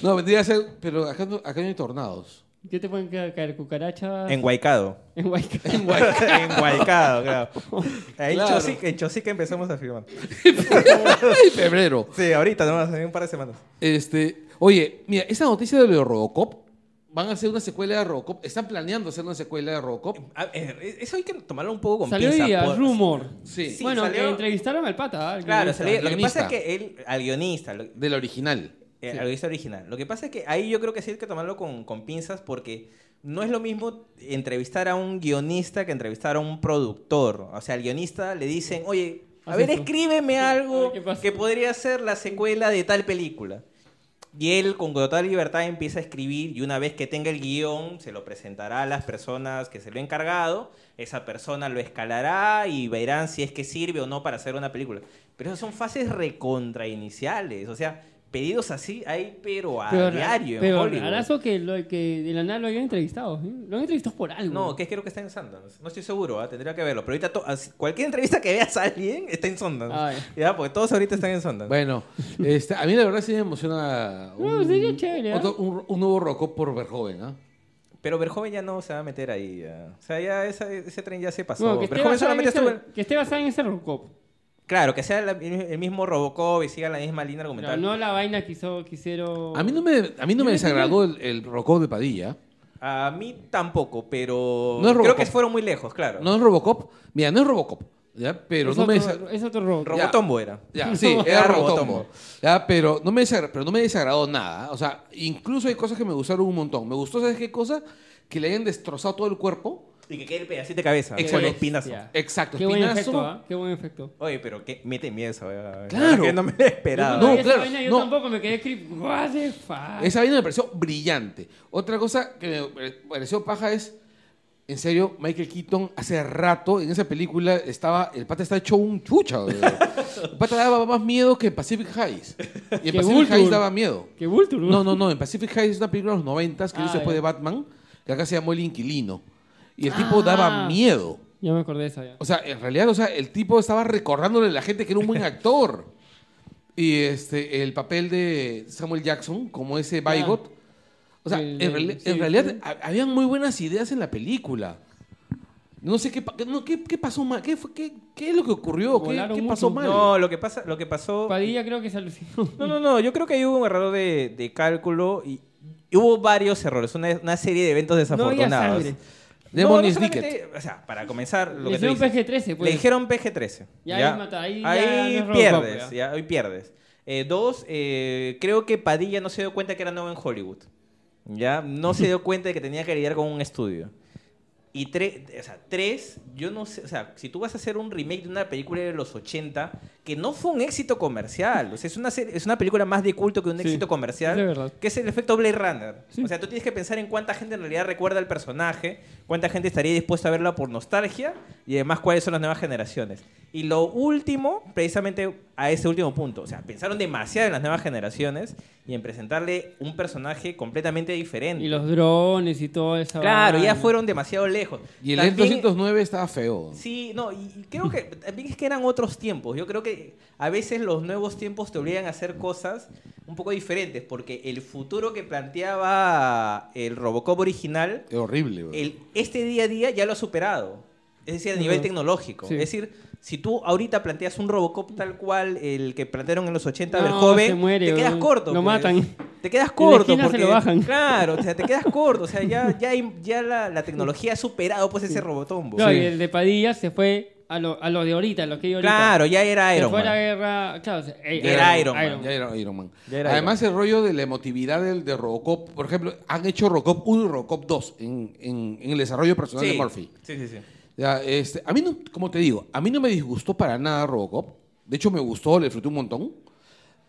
Speaker 1: No, vendría a ser, pero acá no, acá no hay tornados.
Speaker 2: ¿Qué te pueden ca- caer? ¿Cucarachas?
Speaker 3: en Guaycado.
Speaker 2: En
Speaker 3: <laughs>
Speaker 2: Huayca.
Speaker 3: en Guaycado, claro. En
Speaker 1: Claro.
Speaker 3: Chosica- En Chosica empezamos a <laughs> filmar.
Speaker 1: En febrero.
Speaker 3: Sí, ahorita, nomás, en un par de semanas.
Speaker 1: Este, oye, mira, esa noticia de lo de Robocop, van a hacer una secuela de Robocop, están planeando hacer una secuela de Robocop.
Speaker 3: A ver, Ah, eh, eso hay que tomarlo un poco con
Speaker 2: <laughs> Salió hoy
Speaker 3: pinzas,
Speaker 2: día,
Speaker 3: por-
Speaker 2: rumor.
Speaker 1: Sí,
Speaker 3: Sí.
Speaker 2: bueno,
Speaker 3: salió-
Speaker 2: que entrevistaron al pata. ¿ah? al
Speaker 3: Claro,
Speaker 2: guionista.
Speaker 3: salió- lo que
Speaker 1: guionista.
Speaker 3: pasa es que él, al guionista, lo- eh,
Speaker 1: del original.
Speaker 3: al guionista original. Lo eh, que pasa es que ahí yo creo que sí hay que tomarlo con, con pinzas porque no es lo mismo entrevistar a un guionista que entrevistar a un productor. O sea, al guionista le dicen, oye, a
Speaker 2: Haz
Speaker 3: ver,
Speaker 2: esto".
Speaker 3: escríbeme algo
Speaker 2: ¿Qué pasa?
Speaker 3: que podría ser la secuela de tal película. Y él con total libertad empieza a escribir y una vez que tenga el guión se lo presentará a las personas que se lo han encargado, esa persona lo escalará y verán si es que sirve o no para hacer una película. Pero esas son fases recontrainiciales, o sea, pedidos así hay pero a
Speaker 2: Pero,
Speaker 3: diario en
Speaker 2: pero
Speaker 3: Hollywood.
Speaker 2: rarazo que, lo, que de la nada lo hayan entrevistado. ¿eh? Lo han entrevistado por algo.
Speaker 3: No, que creo que está en Sundance. No estoy seguro, ¿ah? tendría que verlo. Pero ahorita to- as- cualquier entrevista que veas a alguien está en Sundance.
Speaker 2: Ay.
Speaker 3: Ya, porque todos ahorita están en Sundance.
Speaker 1: Bueno, este, a mí la verdad sí me emociona
Speaker 2: No,
Speaker 1: un,
Speaker 3: Mm,
Speaker 2: sería chévere, ¿ah?
Speaker 1: otro- un, un nuevo Robocop por Verjoven, ¿ah?
Speaker 3: Pero Verjoven ya no se va a meter ahí. ya. O sea, ya esa- ese tren ya se pasó.
Speaker 2: No, que, esté
Speaker 3: Verjoven
Speaker 2: basada en
Speaker 3: solamente
Speaker 2: ese,
Speaker 3: estuvo...
Speaker 2: que esté basada en ese Robocop.
Speaker 3: Claro, que sea la- el mismo Robocop y siga la misma línea
Speaker 2: Pero
Speaker 3: argumental.
Speaker 2: no la vaina que hizo, que hicieron.
Speaker 1: A mí no me, a mí no
Speaker 2: Oh. Yo
Speaker 1: me
Speaker 2: le
Speaker 1: desagradó el, el Robocop de Padilla.
Speaker 3: A mí tampoco, pero
Speaker 1: No es
Speaker 3: creo que
Speaker 1: Robocop.
Speaker 3: fueron muy lejos, claro.
Speaker 1: No es Robocop. Mira, no es Robocop, ¿ya? Pero
Speaker 2: es
Speaker 1: no me
Speaker 2: otro-
Speaker 1: desag-
Speaker 2: Es otro Robocop.
Speaker 3: Robotombo era. <laughs>
Speaker 2: <laughs>
Speaker 1: Ya, sí,
Speaker 3: Era
Speaker 1: era
Speaker 3: Robotombo.
Speaker 1: Robotombo. Ya, pero no, me desagra- pero no me desagradó nada. O sea, incluso hay cosas que me gustaron un montón. Me gustó, ¿sabes qué cosa? Que le hayan destrozado todo el cuerpo.
Speaker 3: Y que quede el pedacito de cabeza.
Speaker 1: Exacto.
Speaker 3: Con el espinazo.
Speaker 2: Ya.
Speaker 1: Exacto,
Speaker 2: Qué buen
Speaker 1: espinazo.
Speaker 2: efecto, ¿ah? Qué buen efecto.
Speaker 3: Oye, pero que mete miedo esa weá.
Speaker 1: Claro.
Speaker 3: Que no me lo esperaba.
Speaker 1: No,
Speaker 2: Yo cuando vi esa
Speaker 1: claro,
Speaker 2: vaina, yo
Speaker 1: no.
Speaker 2: tampoco me quedé creep. <laughs> What the fuck.
Speaker 1: Esa vaina me pareció brillante. Otra cosa que me pareció paja es En serio, Michael Keaton hace rato en esa película estaba. El pata está hecho un chucha. bro. El pata daba más miedo que en Pacific Heights. Y en
Speaker 2: Que
Speaker 1: Pacific
Speaker 2: Vulture.
Speaker 1: Heights daba miedo.
Speaker 2: Qué bulto,
Speaker 1: No, no, no. En Pacific Heights es una película de los noventas que
Speaker 2: Ah,
Speaker 1: hizo después
Speaker 2: ya.
Speaker 1: de Batman, que acá se llamó El Inquilino. Y el tipo daba
Speaker 2: Ah.
Speaker 1: miedo.
Speaker 2: Ya me acordé de esa ya.
Speaker 1: O sea, en realidad, o sea, el tipo estaba recordándole a la gente que era un
Speaker 2: <laughs>
Speaker 1: buen actor. y este, el papel de Samuel Jackson, como ese
Speaker 2: Ah.
Speaker 1: Bigot. O sea, en,
Speaker 2: El- el-
Speaker 1: reali-
Speaker 2: sí,
Speaker 1: en realidad
Speaker 2: sí.
Speaker 1: ha- habían muy buenas ideas en la película. No sé qué, pa- no, ¿qué, qué pasó mal, qué, fue- qué- qué es lo que ocurrió, qué,
Speaker 2: Volaron
Speaker 1: qué pasó
Speaker 2: mucho.
Speaker 1: mal.
Speaker 3: No, lo que, pasa, lo que pasó...
Speaker 2: Padilla creo que se alucinó.
Speaker 3: No, no, no. Yo creo que ahí hubo un error de, de cálculo y, y hubo varios errores. Una, una serie de
Speaker 2: No
Speaker 3: eventos
Speaker 2: había
Speaker 3: desafortunados.
Speaker 2: sangre.
Speaker 1: Lemony
Speaker 3: solamente-
Speaker 1: Snicket.
Speaker 3: O sea, para comenzar, lo
Speaker 2: Le
Speaker 3: que te
Speaker 2: hicieron
Speaker 3: dices.
Speaker 2: PG-13, pues.
Speaker 3: Le dijeron PG-13.
Speaker 2: Ya ahí mata, ahí ya no es Robocop,
Speaker 3: pierdes,
Speaker 2: ya.
Speaker 3: ya, ahí pierdes. Eh, dos, eh, creo que Padilla no se dio cuenta que era nuevo en Hollywood. Ya, no se
Speaker 2: <laughs>
Speaker 3: dio cuenta de que tenía que lidiar con un estudio. Y tres, o sea, tres, yo no sé, o sea, si tú vas a hacer un remake de una película de los 80, que no fue un éxito comercial, o sea, es una, serie- es una película más de culto que un
Speaker 2: Sí,
Speaker 3: éxito comercial,
Speaker 2: es verdad.
Speaker 3: que es el efecto Blade Runner.
Speaker 2: Sí.
Speaker 3: O sea, tú tienes que pensar en cuánta gente en realidad recuerda el personaje, cuánta gente estaría dispuesta a verla por nostalgia y además cuáles son las nuevas generaciones. Y lo último, precisamente a ese último punto, o sea, pensaron demasiado en las nuevas generaciones y en presentarle un personaje completamente diferente.
Speaker 2: Mm. Y los drones y toda esa.
Speaker 3: Claro, ya
Speaker 2: vaina.
Speaker 3: fueron demasiado lejos.
Speaker 1: Y el
Speaker 3: También-
Speaker 1: N209 estaba feo.
Speaker 3: Sí, no, y y
Speaker 2: <laughs>
Speaker 3: creo que también es que eran otros tiempos. Yo creo que a veces los nuevos tiempos te obligan a hacer cosas un poco diferentes, porque el futuro que planteaba el Robocop original,
Speaker 1: Es horrible. bro.
Speaker 3: el, este día a día ya lo ha superado. Es decir, a nivel
Speaker 2: Ujú.
Speaker 3: tecnológico.
Speaker 2: Sí.
Speaker 3: Es decir, si tú ahorita planteas un Robocop tal cual el que plantearon en los 80 del
Speaker 2: No,
Speaker 3: joven,
Speaker 2: se muere,
Speaker 3: te quedas
Speaker 2: weón.
Speaker 3: corto.
Speaker 2: Lo
Speaker 3: pues.
Speaker 2: matan.
Speaker 3: Te quedas
Speaker 2: En la
Speaker 3: corto.
Speaker 2: esquina se
Speaker 3: porque,
Speaker 2: lo bajan. <laughs>
Speaker 3: Claro, o sea, te quedas corto. O sea, ya, ya, hay- ya la, la tecnología ha superado pues ese robotombo.
Speaker 2: No,
Speaker 1: Sí.
Speaker 2: y el de Padilla se fue a lo, a lo de ahorita, a lo que hay ahorita.
Speaker 3: Claro, ya era
Speaker 2: Se
Speaker 3: Iron
Speaker 2: fue a la
Speaker 3: Man.
Speaker 2: guerra. Claro, o sea, eh,
Speaker 3: Ya
Speaker 1: era
Speaker 3: Iron Man,
Speaker 1: Ya era Iron Man.
Speaker 3: Ya era
Speaker 1: Además, el rollo de la emotividad del, de Robocop, por ejemplo, han hecho Robocop 1 y Robocop 2 en, en- en el desarrollo personal de Murphy.
Speaker 3: sí, sí, sí.
Speaker 1: Ya, este, a mí, no, como te digo, a mí no me disgustó para nada Robocop. De hecho, me gustó, le disfruté un montón.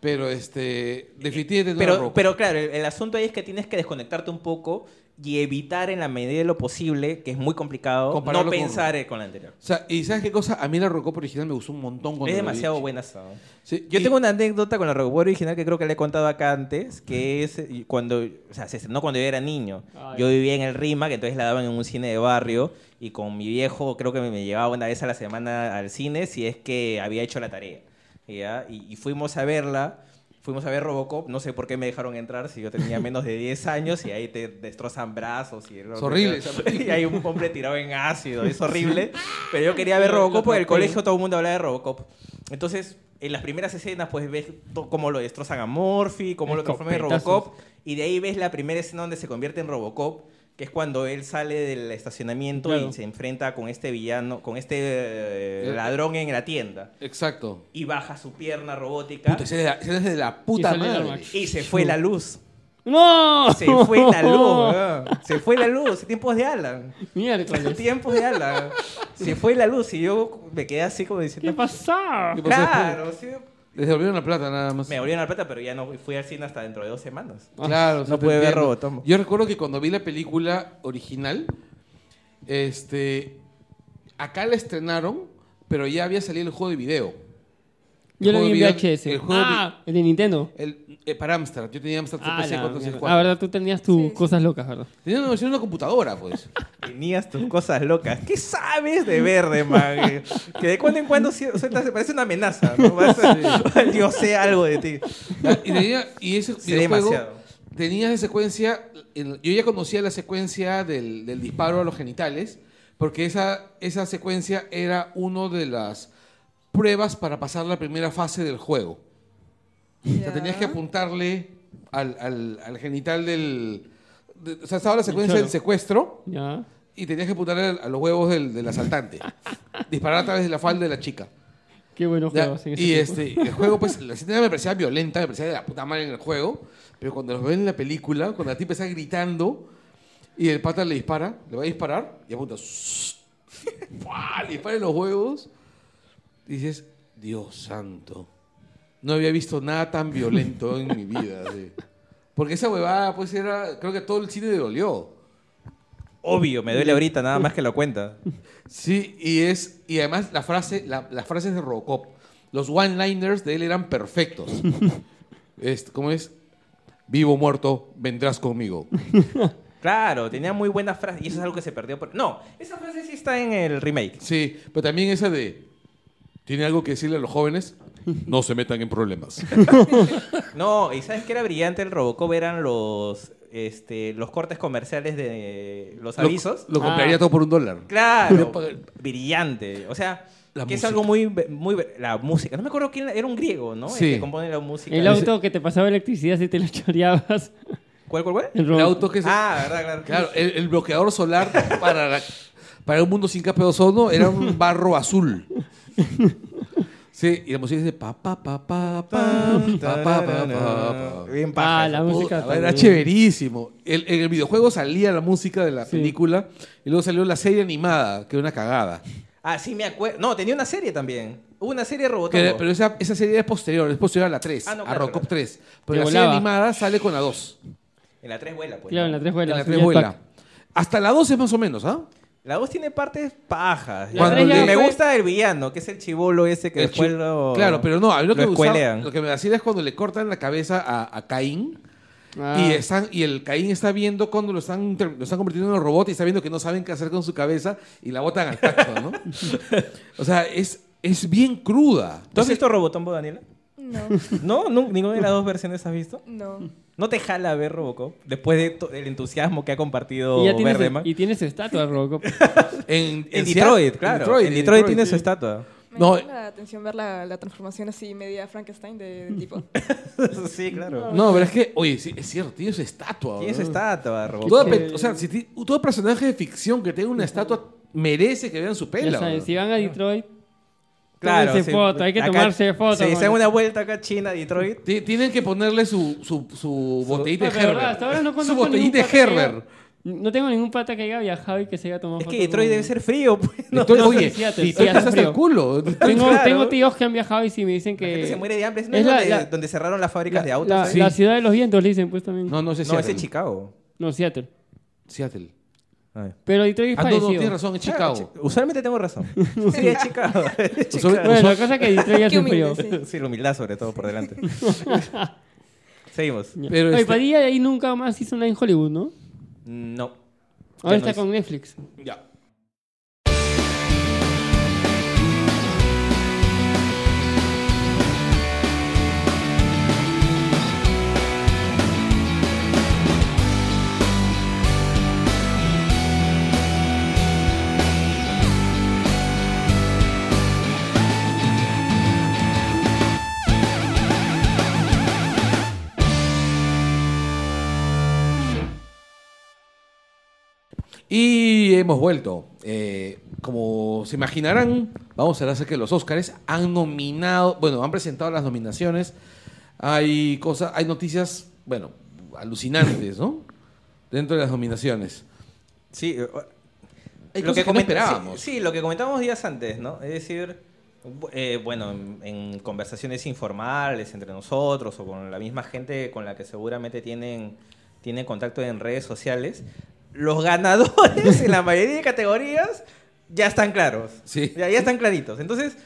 Speaker 1: Pero, este, definitivamente no era
Speaker 3: Pero,
Speaker 1: Robocop.
Speaker 3: pero claro, el, el asunto ahí es que tienes que desconectarte un poco y evitar en la medida de lo posible, que es muy complicado,
Speaker 1: Compararlo
Speaker 3: no
Speaker 1: con-
Speaker 3: pensar eh, con, la anterior.
Speaker 1: O sea, ¿y sabes qué cosa? A mí la Robocop original me gustó un montón. cuando
Speaker 3: es
Speaker 1: la vi.
Speaker 3: demasiado buena esa, ¿no?
Speaker 1: Sí,
Speaker 3: Yo
Speaker 1: y-
Speaker 3: tengo una anécdota con la Robocop original que creo que le he contado acá antes, que es eh, cuando, o sea, se estrenó cuando yo era niño.
Speaker 2: Ah,
Speaker 3: yo vivía en el Rima, que entonces la daban en un cine de barrio, y con mi viejo creo que me, me llevaba una vez a la semana al cine si es que había hecho la tarea. ¿ya? Y, y fuimos a verla, fuimos a ver Robocop, no sé por qué me dejaron entrar si
Speaker 1: <laughs>
Speaker 3: yo tenía menos de 10 años y ahí te destrozan brazos. Y
Speaker 1: Es horrible esa
Speaker 3: <laughs> Y hay un hombre tirado en ácido, es horrible. Pero yo quería ver Robocop porque en el colegio todo el mundo hablaba de Robocop. Entonces, en las primeras escenas, pues ves to- cómo lo destrozan a Morphy, cómo lo transforman en
Speaker 2: Escopetazos.
Speaker 3: Robocop. Y de ahí ves la primera escena donde se convierte en Robocop, que es cuando él sale del estacionamiento
Speaker 2: Claro.
Speaker 3: y se enfrenta con este villano, con este eh,
Speaker 1: Eh.
Speaker 3: ladrón en la tienda.
Speaker 1: Exacto.
Speaker 3: Y baja su pierna robótica
Speaker 1: Puta, esa es de la- esa es de la puta
Speaker 2: sale el
Speaker 1: madre.
Speaker 2: Max.
Speaker 3: y se fue la luz.
Speaker 2: ¡No!
Speaker 3: Se fue la luz, weón. Se fue la luz. Tiempos de Alan.
Speaker 2: Miércoles.
Speaker 3: <laughs> Tiempos de Alan. Se fue la luz y yo me quedé así como
Speaker 2: ¿Qué
Speaker 3: diciendo...
Speaker 2: pasaba?
Speaker 1: ¿Qué pasó?
Speaker 3: Claro, sí.
Speaker 1: Les devolvieron la plata nada más.
Speaker 3: Me volvieron la plata, pero ya no fui al cine hasta dentro de dos semanas.
Speaker 1: Claro, o sea,
Speaker 3: Ah, no
Speaker 1: te
Speaker 3: pude ver
Speaker 1: entiendo.
Speaker 3: Robotombo.
Speaker 1: Yo recuerdo que cuando vi la película original, este, acá la estrenaron, pero ya había salido el juego de video.
Speaker 2: Yo lo vi en
Speaker 1: Juego de
Speaker 2: VHS.
Speaker 1: video- el juego de
Speaker 2: ah, el de Nintendo.
Speaker 1: El, eh, para Amstrad, yo tenía Amstrad CPC
Speaker 2: Ah, la, mierda.
Speaker 1: 464.
Speaker 2: Ah, verdad, tú tenías tus
Speaker 4: Sí, sí.
Speaker 2: cosas locas, ¿verdad?
Speaker 1: Tenía una, tenía una computadora, pues.
Speaker 3: Tenías tus cosas locas. ¿Qué sabes de verde, man? Que de cuando en cuando cier- sueltas, parece una amenaza. ¿no? Vas <laughs> a- Yo sé algo de ti.
Speaker 1: Y, tenía, y ese
Speaker 3: Sé
Speaker 1: videojuego
Speaker 3: demasiado.
Speaker 1: tenía esa secuencia. el- yo ya conocía la secuencia del, del disparo a los genitales, porque esa, esa secuencia era una de las pruebas para pasar la primera fase del juego. O sea, tenías que apuntarle al, al- al genital del. de- o sea, estaba la secuencia
Speaker 2: cholo.
Speaker 1: del secuestro
Speaker 2: Ya.
Speaker 1: y tenías que apuntarle al- a los huevos del, del asaltante. Disparar a través de la falda de la chica.
Speaker 2: Qué buenos
Speaker 1: Ya,
Speaker 2: juegos en ese
Speaker 1: y
Speaker 2: tiempo.
Speaker 1: este, el juego, pues, la escena me parecía violenta, me parecía de la puta madre en el juego. Pero cuando los ven en la película, cuando la tipa está gritando y el pata le dispara, le va a disparar y apunta. <laughs> ¡fua! le dispara en los huevos. Y dices, Dios santo. No había visto nada tan violento en mi vida. así. Porque esa huevada, pues, era. Creo que todo el cine le dolió.
Speaker 3: Obvio, me duele ahorita, nada más que la cuenta.
Speaker 1: Sí, y es y además la frase, la- las frases de Robocop, los one-liners de él eran perfectos.
Speaker 3: <laughs>
Speaker 1: Este, ¿Cómo es? Vivo o muerto, vendrás conmigo.
Speaker 3: Claro, tenía muy buenas frases y eso es algo que se perdió. Por... No, esa frase sí está en el remake.
Speaker 1: Sí, pero también esa de tiene algo que decirle a los jóvenes, no se metan en problemas.
Speaker 3: No, y sabes que era brillante el Robocop eran los este, los cortes comerciales de los avisos.
Speaker 1: Lo, lo compraría
Speaker 2: Ah.
Speaker 1: todo por un dólar. <laughs>
Speaker 3: Claro,
Speaker 1: Lo paga-
Speaker 3: brillante. O sea,
Speaker 1: La
Speaker 3: que es
Speaker 1: música.
Speaker 3: algo muy muy la música. No me acuerdo quién era, era un griego, ¿no?
Speaker 1: Sí.
Speaker 3: El que compone la música.
Speaker 2: El auto que te pasaba electricidad si te lo <laughs> choreabas.
Speaker 3: ¿Cuál cuál cuál?
Speaker 2: El,
Speaker 1: El
Speaker 2: robot.
Speaker 1: auto que se-
Speaker 3: Ah, verdad, claro.
Speaker 1: Claro, el, el bloqueador solar para, la- para un mundo sin capa de ozono era un barro azul. Sí, y la música dice pa pa pa pa pa pa pa pa pa, pa.
Speaker 3: Bien
Speaker 2: Ah,
Speaker 3: paja.
Speaker 2: la
Speaker 3: esa.
Speaker 2: música
Speaker 1: Puta, era
Speaker 2: también.
Speaker 1: chéverísimo. El- en el videojuego salía la música de la
Speaker 2: Sí.
Speaker 1: película y luego salió la serie animada, que era una cagada.
Speaker 3: Ah, sí me acuerdo. No, tenía una serie también. Hubo una serie de Robocop.
Speaker 1: Que era- pero esa, esa serie es posterior, es posterior a la 3,
Speaker 3: Ah, no,
Speaker 1: a
Speaker 3: claro,
Speaker 1: Robocop
Speaker 3: claro.
Speaker 1: 3.
Speaker 2: Que
Speaker 1: Pero la serie
Speaker 2: volaba.
Speaker 1: animada sale con la 2,
Speaker 3: En la 3 vuela, pues.
Speaker 2: Claro, en la tres
Speaker 1: en
Speaker 2: vuelas.
Speaker 1: la
Speaker 2: subía
Speaker 1: 3
Speaker 2: el
Speaker 1: vuela.
Speaker 2: pack.
Speaker 1: Hasta la 2 es más o menos, ¿ah?
Speaker 3: La 2 tiene partes
Speaker 2: La
Speaker 3: pajas. Y
Speaker 1: tres ya
Speaker 3: me
Speaker 2: fue-
Speaker 3: gusta el villano, que es el chivolo ese que
Speaker 1: El
Speaker 3: después
Speaker 1: chi-
Speaker 3: lo...
Speaker 1: Claro, pero no, a mí lo, que me gustaba-
Speaker 3: escuelean.
Speaker 1: lo que me hacía es cuando le cortan la cabeza a, a Caín
Speaker 2: Ah.
Speaker 1: y, están, y el Caín está viendo cuando lo están, ter- lo están convirtiendo en un robot y está viendo que no saben qué hacer con su cabeza y la botan al tacto,
Speaker 3: <laughs>
Speaker 1: ¿no? o sea, es, es bien cruda.
Speaker 3: ¿Tú has
Speaker 1: Ese-
Speaker 3: visto
Speaker 1: <laughs>
Speaker 3: Robotombo, Daniela?
Speaker 4: No,
Speaker 3: No, nu- ninguna de las dos versiones has visto. <laughs>
Speaker 4: no.
Speaker 3: ¿No te jala ver Robocop? Después de to- el entusiasmo que ha compartido
Speaker 2: Y ya tiene
Speaker 3: Bergman.
Speaker 2: su, y tiene su estatua, Robocop.
Speaker 1: en,
Speaker 3: En
Speaker 1: Seattle-
Speaker 3: Detroit, claro. En Detroit, tiene su
Speaker 1: sí.
Speaker 3: estatua.
Speaker 4: Me
Speaker 1: No,
Speaker 4: llama la atención ver la, la transformación así media Frankenstein de, del
Speaker 3: <laughs>
Speaker 4: tipo.
Speaker 3: sí, claro.
Speaker 1: No, pero es que, oye, sí, es cierto, tiene su estatua.
Speaker 3: Tiene su
Speaker 1: ¿no?
Speaker 3: estatua, Robocop.
Speaker 1: Todo, pe- o sea, si ti- todo personaje de ficción que tenga una estatua merece que vean su
Speaker 2: ya
Speaker 1: pelo.
Speaker 2: sabes, si van a Detroit,
Speaker 3: Claro,
Speaker 2: tómense
Speaker 3: sí.
Speaker 2: foto, hay que
Speaker 3: Acá-
Speaker 2: tomarse foto.
Speaker 3: Sí,
Speaker 2: con-
Speaker 3: se dan una vuelta acá a China, Detroit.
Speaker 1: Ti- Tienen que ponerle su, su, su botellita
Speaker 2: No,
Speaker 1: de
Speaker 2: Ah, pero verdad,
Speaker 1: Herbert.
Speaker 2: hasta ahora no
Speaker 1: su
Speaker 2: conozco
Speaker 1: botellita de
Speaker 2: ningún pata que haya-
Speaker 1: Herbert.
Speaker 2: No tengo ningún pata que haya viajado y que se haya tomado
Speaker 3: Es que
Speaker 2: fotos
Speaker 3: Detroit
Speaker 2: con-
Speaker 3: debe ser frío, pues. ¿no?
Speaker 1: Detroit-
Speaker 2: no,
Speaker 3: <laughs>
Speaker 1: oye,
Speaker 2: sí, Seattle,
Speaker 1: Detroit
Speaker 2: Seattle
Speaker 1: está hasta el
Speaker 2: frío.
Speaker 1: culo.
Speaker 2: Tengo,
Speaker 3: Claro.
Speaker 2: tengo tíos que han viajado y si me dicen
Speaker 3: La gente
Speaker 2: que...
Speaker 3: Este se muere de hambre. ¿No
Speaker 2: eh, es
Speaker 3: es,
Speaker 2: la-
Speaker 3: donde,
Speaker 2: la-
Speaker 3: donde cerraron las fábricas
Speaker 2: la,
Speaker 3: de autos?
Speaker 2: la-
Speaker 3: ahí?
Speaker 2: la ciudad de los vientos, le dicen, pues también.
Speaker 1: No, no, ese es
Speaker 3: No,
Speaker 1: Seattle.
Speaker 3: ese es Chicago.
Speaker 2: No, Seattle.
Speaker 1: Seattle.
Speaker 2: Pero Detroit es
Speaker 1: Ah, no, no,
Speaker 2: parecido.
Speaker 1: tienes razón, es Chicago.
Speaker 3: Chi- Usualmente
Speaker 2: <laughs>
Speaker 3: tengo razón. Sí, es Chicago. Es Chicago.
Speaker 2: Bueno, la cosa es que Detroit ya
Speaker 4: <laughs> Qué humilde,
Speaker 2: sufrió.
Speaker 4: sí.
Speaker 3: Sí, la humildad sobre todo por
Speaker 2: <laughs>
Speaker 3: delante. Seguimos.
Speaker 2: Ya.
Speaker 1: Pero
Speaker 2: Oye,
Speaker 1: este-
Speaker 2: Padilla de ahí nunca más hizo nada en Hollywood, ¿no?
Speaker 3: No.
Speaker 2: Ahora
Speaker 3: Ya
Speaker 2: está
Speaker 3: no
Speaker 2: con Netflix.
Speaker 1: Ya. Y hemos vuelto. Eh, como se imaginarán, vamos a hacer que los Óscares han nominado, bueno, han presentado las nominaciones. Hay cosas, hay noticias, bueno, alucinantes, ¿no? Dentro de las nominaciones.
Speaker 3: Sí, eh,
Speaker 1: Hay
Speaker 3: lo
Speaker 1: cosas
Speaker 3: que,
Speaker 1: que no
Speaker 3: comen-
Speaker 1: esperábamos.
Speaker 3: Sí, sí, lo que comentábamos días antes, ¿no? Es decir, bu- eh, bueno, en, en conversaciones informales entre nosotros o con la misma gente con la que seguramente tienen, tienen contacto en redes sociales, los ganadores <laughs> en la mayoría de categorías ya están claros.
Speaker 1: Sí.
Speaker 3: Ya, ya están claritos. Entonces,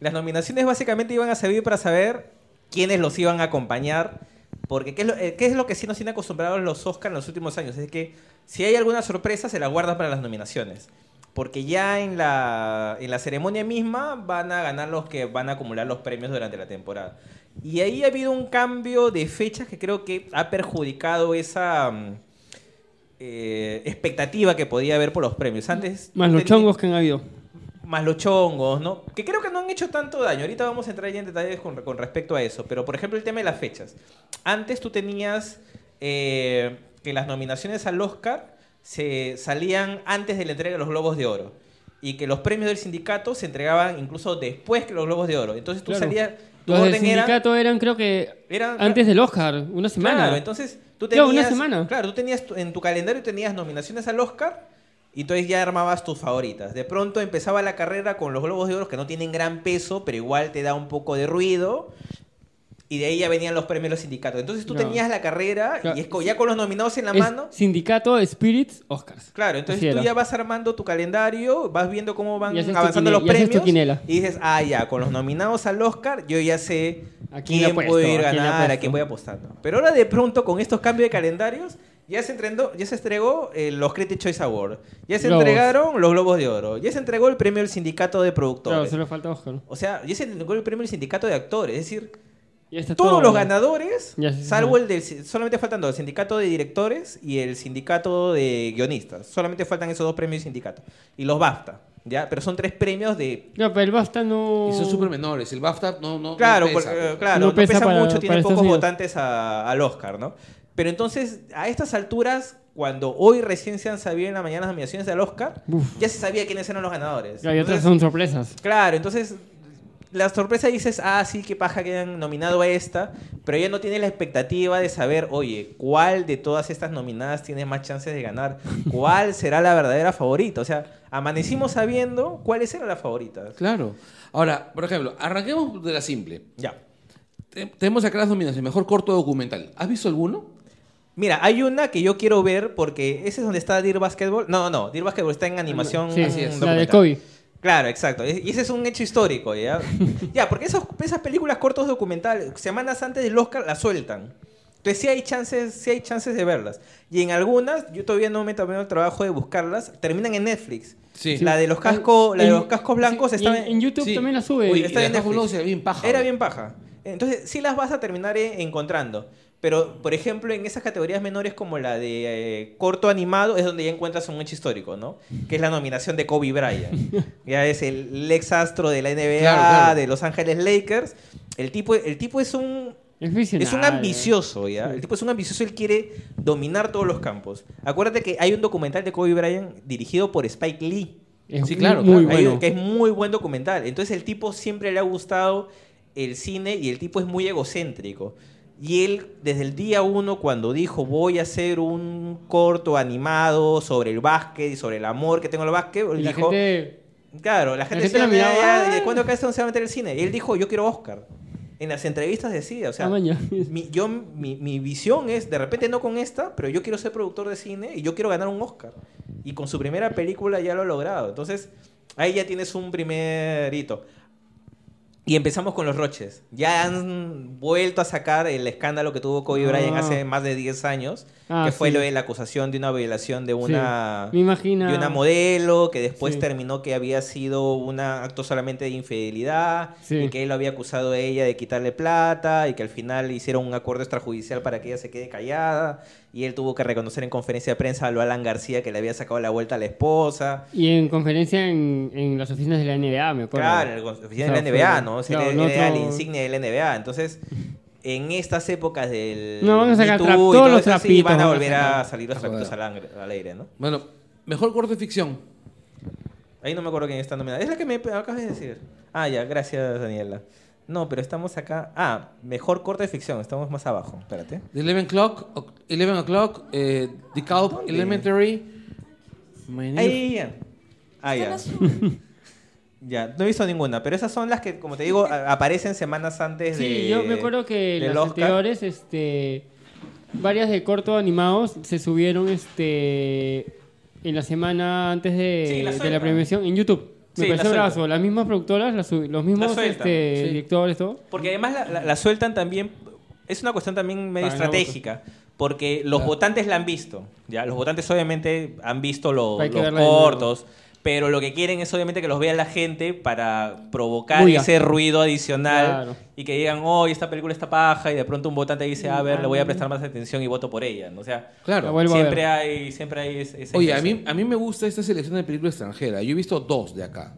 Speaker 3: las nominaciones básicamente iban a servir para saber quiénes los iban a acompañar. Porque, ¿qué es, lo, eh, ¿qué es lo que sí nos tienen acostumbrados los Oscars en los últimos años? Es que si hay alguna sorpresa, se la guardan para las nominaciones. Porque ya en la, en la ceremonia misma van a ganar los que van a acumular los premios durante la temporada. Y ahí ha habido un cambio de fechas que creo que ha perjudicado esa mm, eh, expectativa que podía haber por los premios. Antes.
Speaker 2: Más los
Speaker 3: teni-
Speaker 2: chongos que han habido.
Speaker 3: Más los chongos, ¿no? Que creo que no han hecho tanto daño. Ahorita vamos a entrar ya en detalles con, con respecto a eso. Pero por ejemplo, el tema de las fechas. Antes tú tenías eh, que las nominaciones al Oscar se salían antes de la entrega de los Globos de Oro. Y que los premios del sindicato se entregaban incluso después que los Globos de Oro. Entonces tú
Speaker 2: Claro.
Speaker 3: salías. Tu
Speaker 2: Los del
Speaker 3: orden era.
Speaker 2: sindicato eran, creo que,
Speaker 3: Eran-
Speaker 2: antes del Oscar, una semana.
Speaker 3: Claro, entonces tú
Speaker 2: Claro,
Speaker 3: tenías.
Speaker 2: una semana.
Speaker 3: Claro, tú tenías tu- en tu calendario tenías nominaciones al Oscar y entonces ya armabas tus favoritas. De pronto empezaba la carrera con los Globos de Oro que no tienen gran peso, pero igual te da un poco de ruido. y de ahí ya venían los premios de los sindicatos. Entonces tú
Speaker 2: No.
Speaker 3: tenías la carrera
Speaker 2: Claro.
Speaker 3: y es co- ya con los nominados en la
Speaker 2: Es
Speaker 3: mano.
Speaker 2: Sindicato Spirits Oscars.
Speaker 3: Claro, entonces
Speaker 2: Así
Speaker 3: tú
Speaker 2: era.
Speaker 3: ya vas armando tu calendario, vas viendo cómo van
Speaker 2: Y haces tu
Speaker 3: avanzando
Speaker 2: quine-
Speaker 3: los
Speaker 2: y haces tu
Speaker 3: premios.
Speaker 2: quinela.
Speaker 3: Y dices, ah, ya, con los nominados al Oscar, yo ya sé
Speaker 2: ¿A quién le
Speaker 3: quién,
Speaker 2: apuesto?
Speaker 3: puedo ir
Speaker 2: ¿A
Speaker 3: a
Speaker 2: quién le
Speaker 3: ganar, a
Speaker 2: apuesto?
Speaker 3: quién voy apostando. Pero ahora de pronto, con estos cambios de calendarios, ya se, entregó, ya se entregó eh, los Critic Choice Awards, ya se
Speaker 2: Globos.
Speaker 3: entregaron los Globos de Oro, ya se entregó el premio del Sindicato
Speaker 2: Claro,
Speaker 3: de Productores.
Speaker 2: solo falta Oscar.
Speaker 3: O sea, ya se entregó el premio del Sindicato de Actores. Es decir,
Speaker 2: Ya está
Speaker 3: todos
Speaker 2: todo,
Speaker 3: los
Speaker 2: ¿no?
Speaker 3: ganadores,
Speaker 2: Ya, sí, sí,
Speaker 3: salvo
Speaker 2: sí.
Speaker 3: el del, solamente faltan dos, el sindicato de directores y el sindicato de guionistas. Solamente faltan esos dos premios de sindicato. Y los BAFTA, ¿ya? Pero son tres premios de...
Speaker 2: No, pero el BAFTA no.
Speaker 1: Y son súper menores. El BAFTA no, no, no
Speaker 3: Claro,
Speaker 1: pesa,
Speaker 3: porque,
Speaker 1: pues.
Speaker 3: claro,
Speaker 2: No
Speaker 3: no,
Speaker 2: pesa
Speaker 3: pesa,
Speaker 2: para-
Speaker 3: mucho,
Speaker 2: para
Speaker 3: tiene
Speaker 2: Estados
Speaker 3: pocos
Speaker 2: Unidos.
Speaker 3: votantes a- al Oscar, ¿no? Pero entonces, a estas alturas, cuando hoy recién se han sabido en la mañana las nominaciones al Oscar,
Speaker 2: Uf.
Speaker 3: ya se sabía quiénes eran los ganadores.
Speaker 2: Claro, y otras son
Speaker 3: Entonces,
Speaker 2: sorpresas.
Speaker 3: Claro, entonces la sorpresa dices, ah, sí, qué paja que han nominado a esta, pero ya no tienes la expectativa de saber, oye, ¿cuál de todas estas nominadas tiene más chances de ganar? ¿Cuál será la verdadera favorita? O sea, amanecimos sabiendo cuáles eran las favoritas.
Speaker 1: Claro. Ahora, por ejemplo, arranquemos de la simple.
Speaker 3: Ya.
Speaker 1: Te- tenemos acá las nominaciones. Mejor corto documental. ¿Has visto alguno?
Speaker 3: Mira, hay una que yo quiero ver porque ese es donde está Dear Basketball. No, no, Dear Basketball está en animación.
Speaker 2: Sí,
Speaker 1: así es.
Speaker 2: la de
Speaker 3: documental.
Speaker 2: Kobe.
Speaker 3: Claro, exacto. Y ese es un hecho histórico, ¿ya? ya, porque esos- esas películas cortos documentales, semanas antes del Oscar, las sueltan. Entonces sí hay chances, sí hay chances de verlas. Y en algunas, yo todavía no me he tomado el trabajo de buscarlas, terminan en Netflix.
Speaker 1: Sí.
Speaker 3: La de los cascos, la de
Speaker 2: En-
Speaker 3: los cascos blancos
Speaker 2: sí,
Speaker 3: estaba
Speaker 2: y en, en YouTube
Speaker 1: Sí.
Speaker 2: también la sube.
Speaker 1: Uy,
Speaker 3: Está
Speaker 1: y
Speaker 3: en
Speaker 1: la Half-Blood
Speaker 3: Netflix.
Speaker 1: era bien paja.
Speaker 3: Era
Speaker 1: ¿no?
Speaker 3: bien paja. Entonces, sí las vas a terminar eh, encontrando. Pero, por ejemplo, en esas categorías menores como la de eh, corto animado es donde ya encuentras un hecho histórico, ¿no? Que es la nominación de Kobe Bryant.
Speaker 1: <laughs>
Speaker 3: ya es el ex astro de la NBA,
Speaker 1: Claro, claro.
Speaker 3: de Los Ángeles Lakers. El tipo, el tipo es un
Speaker 2: Es visionario.
Speaker 3: es un
Speaker 1: eh.
Speaker 3: ambicioso, ¿ya? El tipo es un ambicioso, él quiere dominar todos los campos. Acuérdate que hay un documental de Kobe Bryant dirigido por Spike Lee.
Speaker 2: Es
Speaker 1: Sí,
Speaker 2: muy-
Speaker 1: claro,
Speaker 2: Muy
Speaker 1: claro.
Speaker 3: Hay
Speaker 2: bueno.
Speaker 3: un- que es muy buen documental. Entonces el tipo siempre le ha gustado el cine y el tipo es muy egocéntrico. Y él, desde el día uno, cuando dijo voy a hacer un corto animado sobre el básquet y sobre el amor que tengo al básquet,
Speaker 2: Y
Speaker 3: él
Speaker 2: la
Speaker 3: dijo,
Speaker 2: gente.
Speaker 3: claro, la gente,
Speaker 2: gente
Speaker 3: decía,
Speaker 2: lo miraba,
Speaker 3: "Ah, ya,
Speaker 2: "Ah".
Speaker 3: ¿de cuándo acá se va a meter el cine? Y él dijo, yo quiero Oscar. En las entrevistas decía, o sea,
Speaker 2: Ah, maña.
Speaker 3: mi, yo, mi, mi visión es, de repente no con esta, pero yo quiero ser productor de cine y yo quiero ganar un Oscar. Y con su primera película ya lo ha logrado. Entonces, ahí ya tienes un primer hito. Y empezamos con los Roches. Ya han vuelto a sacar el escándalo que tuvo Kobe
Speaker 2: Ah.
Speaker 3: Bryant hace más de 10 años,
Speaker 2: Ah,
Speaker 3: que fue
Speaker 2: sí.
Speaker 3: lo de la acusación de una violación de
Speaker 2: Sí.
Speaker 3: una
Speaker 2: Me imagino.
Speaker 3: de una modelo que después
Speaker 2: Sí.
Speaker 3: terminó que había sido un acto solamente de infidelidad
Speaker 2: Sí.
Speaker 3: y que él lo había acusado a ella de quitarle plata y que al final hicieron un acuerdo extrajudicial para que ella se quede callada y él tuvo que reconocer en conferencia de prensa a lo Alan García que le había sacado la vuelta a la esposa.
Speaker 2: <laughs> Y en conferencia en, en las oficinas de la NBA, me acuerdo.
Speaker 3: Claro, el oficial
Speaker 2: Claro,
Speaker 3: de la NBA,
Speaker 2: fue-
Speaker 3: ¿no? O
Speaker 2: claro,
Speaker 3: sea, él
Speaker 2: no
Speaker 3: era
Speaker 2: otro-
Speaker 3: la insignia de la NBA. Entonces, en estas épocas del.
Speaker 2: No, van a
Speaker 3: Me
Speaker 2: sacar
Speaker 3: Too
Speaker 2: trap-
Speaker 3: y
Speaker 2: todos
Speaker 3: todo
Speaker 2: los
Speaker 3: eso, sí,
Speaker 2: trapitos
Speaker 3: van
Speaker 2: van
Speaker 3: a
Speaker 2: a
Speaker 3: volver a
Speaker 2: sacar.
Speaker 3: salir los
Speaker 1: A joder.
Speaker 3: trapitos al ang- al aire, ¿no?
Speaker 1: Bueno, mejor corto de ficción.
Speaker 3: Ahí no me acuerdo quién está nominada. Es la que me acabas de decir. Ah, ya, gracias, Daniela. No, pero estamos acá. Ah, mejor corte de ficción. Estamos más abajo. Espérate.
Speaker 1: The 11 O'Clock, o- 11 o'clock eh, The Cow
Speaker 3: ¿Dónde?
Speaker 1: Elementary. My Name-
Speaker 3: Ahí, ya. Ah, ya. <laughs> Ya, no he visto ninguna. Pero esas son las que, como te digo, a- aparecen semanas antes de.
Speaker 2: Sí, yo me acuerdo que
Speaker 3: del
Speaker 2: las
Speaker 3: Oscar.
Speaker 2: anteriores, este, varias de corto animados se subieron este, en la semana antes de,
Speaker 3: Sí, las
Speaker 2: de la
Speaker 3: sueltan.
Speaker 2: premiación en YouTube. Me
Speaker 3: Sí, las
Speaker 2: pareció
Speaker 3: sueltan.
Speaker 2: bravazo. Las mismas productoras, las sub- los mismos
Speaker 3: Las sueltan,
Speaker 2: este,
Speaker 1: sí.
Speaker 2: directores, todo.
Speaker 3: Porque además la, la- la sueltan también. Es una cuestión también medio
Speaker 2: Para ganar
Speaker 3: estratégica. Porque los
Speaker 1: Claro.
Speaker 3: votantes la han visto. Ya, los votantes obviamente han visto lo-
Speaker 2: Hay que
Speaker 3: los
Speaker 2: verla de nuevo.
Speaker 3: cortos. Pero lo que quieren es obviamente que los vea la gente para provocar
Speaker 2: Bulla.
Speaker 3: ese ruido adicional.
Speaker 2: Claro.
Speaker 3: Y que digan, oh, esta película está paja. Y de pronto un votante dice, a ver, le voy a prestar más atención y voto por ella. ¿no? O sea,
Speaker 2: La
Speaker 1: Claro.
Speaker 2: vuelvo a ver.
Speaker 3: siempre hay, siempre hay es- esa
Speaker 1: Oye, a
Speaker 3: intención.
Speaker 1: mí, a mí me gusta esta selección de películas extranjeras. Yo he visto dos de acá.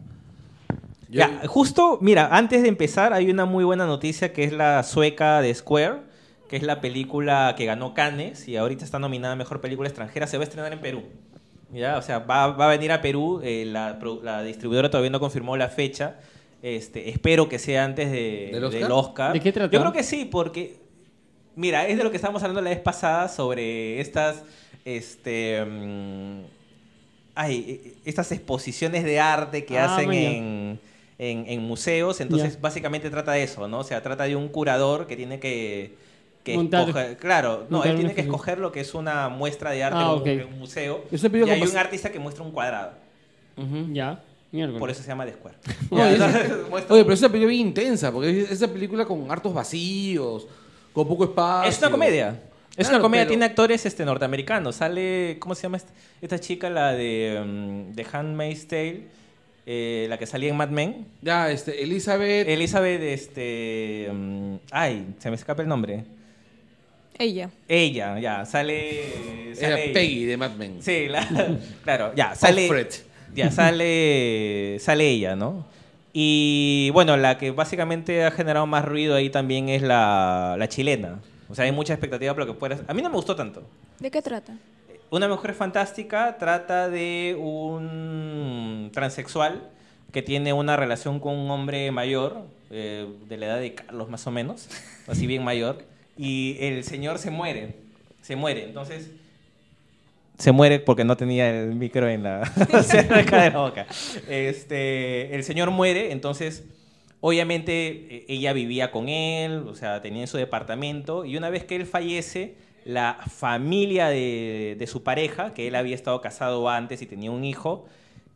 Speaker 1: Yo-
Speaker 3: Ya, justo, mira, antes de empezar hay una muy buena noticia que es la sueca de Square, que es la película que ganó Cannes y ahorita está nominada a Mejor Película Extranjera, se va a estrenar en Perú. Ya, o sea, va, va a venir a Perú, eh, la, pro- la distribuidora todavía no confirmó la fecha, este, espero que sea antes de-
Speaker 1: ¿Del Oscar?
Speaker 3: del Oscar.
Speaker 2: ¿De qué trata?
Speaker 3: Yo creo que sí, porque Mira, es de lo que estábamos hablando la vez pasada sobre estas. Este. mm, ay, eh, estas e, exposiciones de arte que
Speaker 2: Ah,
Speaker 3: hacen
Speaker 2: maña.
Speaker 3: en, en, en museos. Entonces, básicamente trata de eso, ¿no? O sea, trata de un curador que tiene que. que
Speaker 2: Montar-
Speaker 3: escoger- claro, no,
Speaker 2: montar
Speaker 3: él
Speaker 2: una
Speaker 3: tiene que
Speaker 2: exposición.
Speaker 3: escoger lo que es una muestra de arte
Speaker 2: Ah,
Speaker 3: en un-
Speaker 2: ok.
Speaker 3: en un museo.
Speaker 1: Yo siempre
Speaker 3: Y
Speaker 1: digo
Speaker 3: hay
Speaker 1: que
Speaker 3: un
Speaker 1: pas-
Speaker 3: artista que muestra un cuadrado.
Speaker 2: Ya, miércoles.
Speaker 3: Por eso se llama The Square.
Speaker 1: Oye,
Speaker 3: Ya,
Speaker 1: esa-
Speaker 3: entonces, muestra-
Speaker 1: Oye, pero esa película es bien intensa, porque es esa película con hartos vacíos, con poco espacio.
Speaker 3: Es una comedia. Ah, Es
Speaker 1: Claro,
Speaker 3: una comedia,
Speaker 1: pero-
Speaker 3: tiene actores este, norteamericanos. Sale, ¿cómo se llama esta, esta chica? La de, mm, de Handmaid's Tale, eh, la que salía en Mad Men.
Speaker 1: Ya, este, Elizabeth.
Speaker 3: Elizabeth, este... mm, ay, se me escapa el nombre.
Speaker 4: Ella.
Speaker 3: Ella, ya, sale...
Speaker 1: era
Speaker 3: sale ella.
Speaker 1: Peggy de Mad Men.
Speaker 3: Sí, la- claro, ya, sale...
Speaker 1: Alfred.
Speaker 3: Ya, sale, sale ella, ¿no? Y bueno, la que básicamente ha generado más ruido ahí también es la, la chilena. O sea, hay mucha expectativa por lo que pueda... A mí no me gustó tanto.
Speaker 4: ¿De qué trata?
Speaker 3: Una mujer fantástica trata de un transexual que tiene una relación con un hombre mayor, eh, de la edad de Carlos más o menos, así bien mayor, y el señor se muere, se muere, entonces se muere porque no tenía el micro
Speaker 2: <laughs>
Speaker 3: en la <laughs> cerca de la boca. Este, el señor muere, entonces obviamente eh, ella vivía con él, o sea, tenía en su departamento y una vez que él fallece, la familia de, de su pareja, que él había estado casado antes y tenía un hijo,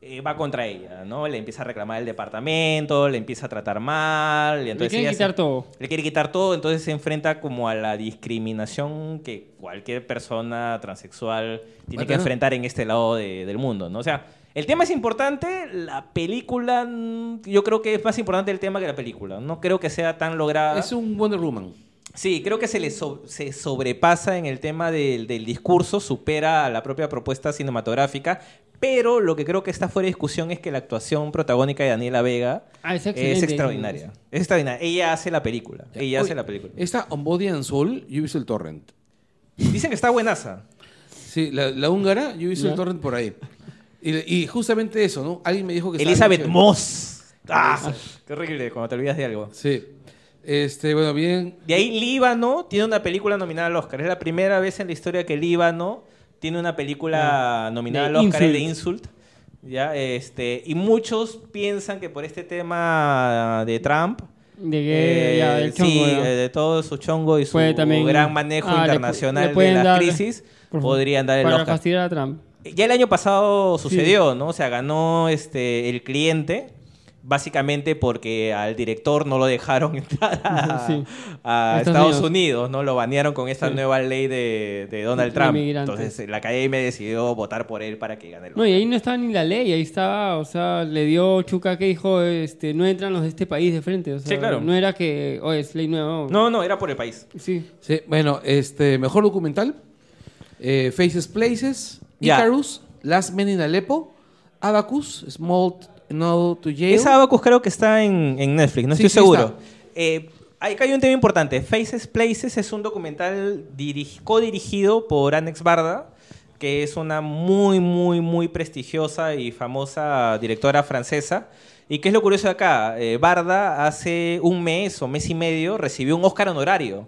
Speaker 3: eh, va contra ella, ¿no? Le empieza a reclamar el departamento, le empieza a tratar mal, y
Speaker 2: Le
Speaker 3: entonces
Speaker 2: quieren
Speaker 3: ella se-
Speaker 2: quitar todo.
Speaker 3: le quiere quitar todo, entonces se enfrenta como a la discriminación que cualquier persona transexual tiene
Speaker 1: Bueno.
Speaker 3: que enfrentar en este lado de- del mundo, ¿no? O sea, el tema es importante, la película, mm, yo creo que es más importante el tema que la película, no creo que sea tan lograda.
Speaker 1: Es un Wonder Woman.
Speaker 3: Sí, creo que se le so- se sobrepasa en el tema del, del discurso, supera a la propia propuesta cinematográfica, pero lo que creo que está fuera de discusión es que la actuación protagónica de Daniela Vega
Speaker 2: Ah, es
Speaker 3: es
Speaker 2: excelente.
Speaker 3: extraordinaria. Es extraordinaria. Ella hace la película. Ella hace
Speaker 1: Oye,
Speaker 3: la película.
Speaker 1: Esta On Body and Soul, yo he visto el torrent.
Speaker 3: Dicen que está buenaza.
Speaker 1: Sí, la, la húngara, yo he visto
Speaker 2: Ya.
Speaker 1: el torrent por ahí. Y, y justamente eso, ¿no? Alguien me dijo que estaba
Speaker 3: Elizabeth
Speaker 1: bien
Speaker 3: Moss. ¡Ah! Qué horrible cuando te olvidas de algo.
Speaker 1: chévere. Sí. Este, bueno, bien.
Speaker 3: De ahí Líbano tiene una película nominada al Oscar. Es la primera vez en la historia que Líbano tiene una película nominada
Speaker 2: Ah, De
Speaker 3: al Oscar, el de
Speaker 2: Insult.
Speaker 3: Insult. ¿ya? Este, y muchos piensan que por este tema de Trump,
Speaker 2: De que, ya,
Speaker 3: eh,
Speaker 2: del chongo,
Speaker 3: sí,
Speaker 2: ya.
Speaker 3: eh, de todo su chongo y su
Speaker 2: Puede también-
Speaker 3: gran manejo
Speaker 2: Ah, le pu- le
Speaker 3: internacional de
Speaker 2: pueden
Speaker 3: las
Speaker 2: dar-
Speaker 3: crisis,
Speaker 2: por favor,
Speaker 3: podrían dar el
Speaker 2: Para
Speaker 3: Oscar.
Speaker 2: fastidiar a Trump.
Speaker 3: Ya el año pasado sucedió, ¿no? O sea, ganó este el cliente básicamente porque al director no lo dejaron <laughs> entrar a,
Speaker 2: Sí.
Speaker 3: a
Speaker 2: A Estados
Speaker 3: Estados
Speaker 2: Unidos.
Speaker 3: Unidos. ¿no? Lo banearon con esta
Speaker 2: Sí.
Speaker 3: nueva ley de, de Donald
Speaker 2: De
Speaker 3: Trump.
Speaker 2: inmigrantes.
Speaker 3: Entonces la academia decidió votar por él para que gane el
Speaker 2: No,
Speaker 3: Oscar.
Speaker 2: y ahí no estaba ni la ley, ahí estaba, o sea, le dio Chuca que dijo, este, no entran los de este país de frente, o sea,
Speaker 3: Sí, claro.
Speaker 2: no era que, oye, es ley nueva. o-
Speaker 3: No, no, era por el país.
Speaker 2: Sí.
Speaker 1: Sí, bueno, este, mejor documental. eh, Faces Places,
Speaker 3: Ya.
Speaker 1: Icarus, Last Men in Aleppo, Abacus, Small T- No to Jail.
Speaker 3: Esa Abacus creo que está en, en Netflix, no
Speaker 1: Sí,
Speaker 3: estoy
Speaker 1: sí
Speaker 3: seguro.
Speaker 1: está.
Speaker 3: Eh, hay, acá hay un tema importante. Faces Places es un documental dirigi- codirigido por Annex Barda, que es una muy, muy, muy prestigiosa y famosa directora francesa. ¿Y qué es lo curioso de acá? Eh, Barda hace un mes o mes y medio recibió un Oscar honorario.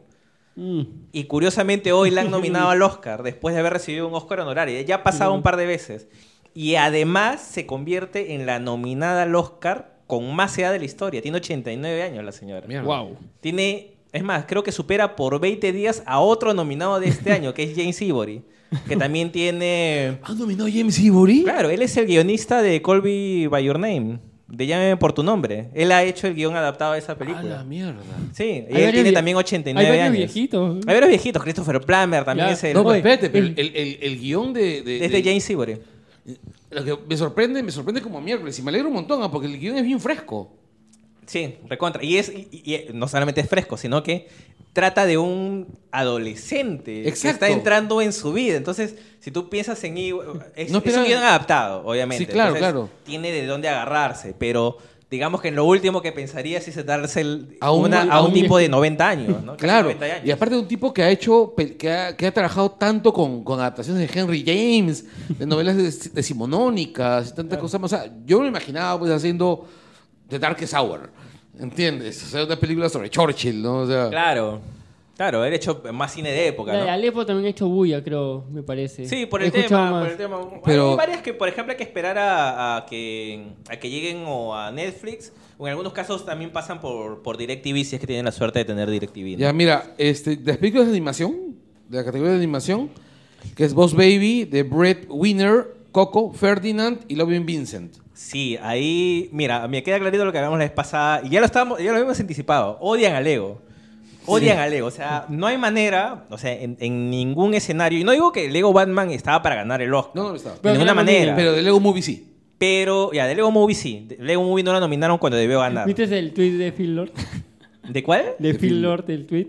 Speaker 2: Mm.
Speaker 3: Y curiosamente hoy la han nominado
Speaker 2: <laughs>
Speaker 3: al Oscar después de haber recibido un Oscar honorario. Ya ha pasado un par de veces. Y además se convierte en la nominada al Oscar con más edad de la historia. Tiene 89 años la señora.
Speaker 1: Mierda.
Speaker 2: Wow.
Speaker 3: Tiene, es más, creo que supera por 20 días a otro nominado de este año, que es James Ivory, que también tiene...
Speaker 1: ¿Ha nominado James Ivory?
Speaker 3: Claro, él es el guionista de Colby by Your Name, de Llámeme por tu nombre. Él ha hecho el guión adaptado a esa
Speaker 1: A la
Speaker 3: película.
Speaker 1: mierda.
Speaker 3: Sí, y
Speaker 2: Hay
Speaker 3: él
Speaker 2: varios
Speaker 3: tiene
Speaker 2: vie-
Speaker 3: también 89
Speaker 2: hay varios
Speaker 3: años.
Speaker 2: viejitos.
Speaker 3: Hay varios viejitos. Christopher Plummer también
Speaker 2: Ya.
Speaker 3: es el...
Speaker 1: No, pues, pero
Speaker 2: Oye,
Speaker 1: espérate, pero
Speaker 2: el-
Speaker 1: el, el, el, el guión de... de-
Speaker 3: Desde
Speaker 1: de-
Speaker 3: Este James Ivory.
Speaker 1: Lo que me sorprende, me sorprende como miércoles. Y me alegro un montón, ah, porque el guión es bien fresco.
Speaker 3: Sí, recontra. Y, es, y- y- y no solamente es fresco, sino que trata de un adolescente
Speaker 1: Exacto.
Speaker 3: que está entrando en su vida. Entonces, si tú piensas en... Ivo- Es,
Speaker 1: No
Speaker 3: es un
Speaker 1: esperaba-
Speaker 3: guión adaptado, obviamente.
Speaker 1: Sí, claro,
Speaker 3: Entonces,
Speaker 1: claro.
Speaker 3: Tiene de dónde agarrarse, pero digamos que en lo último que pensaría si se darse el-
Speaker 1: A un-
Speaker 3: una-
Speaker 1: a
Speaker 3: a un
Speaker 1: un
Speaker 3: tipo de 90
Speaker 1: <laughs>
Speaker 3: años, ¿no? Casi
Speaker 1: Claro.
Speaker 3: 90 años.
Speaker 1: Y aparte de un tipo que ha hecho, pel- que ha, que ha trabajado tanto con, con adaptaciones de Henry James, de novelas de- decimonónicas y tantas cosas más. O sea, yo me imaginaba pues haciendo The Darkest Hour. ¿Entiendes? O sea, una película sobre Churchill, ¿no? O sea,
Speaker 3: Claro. Claro, haber hecho más cine de época,
Speaker 2: La de
Speaker 3: ¿no?
Speaker 2: Alepo también ha hecho bulla, creo, me parece.
Speaker 3: Sí, por
Speaker 2: He
Speaker 3: el,
Speaker 2: escuchado
Speaker 3: tema, por
Speaker 2: más.
Speaker 3: el tema.
Speaker 1: Pero-
Speaker 3: Hay varias que, por ejemplo, hay que esperar a, a que, a que lleguen o a Netflix. O en algunos casos también pasan por, por DirecTV si es que tienen la suerte de tener DirecTV. ¿no?
Speaker 1: Ya, mira, este, de las películas de animación, de la categoría de animación, que es Boss Baby, The Bread Winner, Coco, Ferdinand y Loving Vincent.
Speaker 3: Sí, ahí, mira, me queda clarito lo que hablamos la vez pasada. Y ya lo, estábamos, ya lo habíamos anticipado. Odian a Lego. Odian a Lego. O sea, no hay manera, o sea, en, en ningún escenario. Y no digo que Lego Batman estaba para ganar el Oscar.
Speaker 1: No, no lo estaba.
Speaker 3: De
Speaker 2: Pero
Speaker 3: ninguna
Speaker 2: ganó
Speaker 3: manera.
Speaker 2: Minions.
Speaker 1: Pero de Lego Movie sí.
Speaker 3: Pero, ya, de Lego Movie sí. De Lego Movie no la nominaron cuando debió ganar.
Speaker 2: ¿Viste el tweet de Phil
Speaker 3: <laughs>
Speaker 2: Lord?
Speaker 3: ¿De cuál?
Speaker 2: De Phil Lord, el tweet.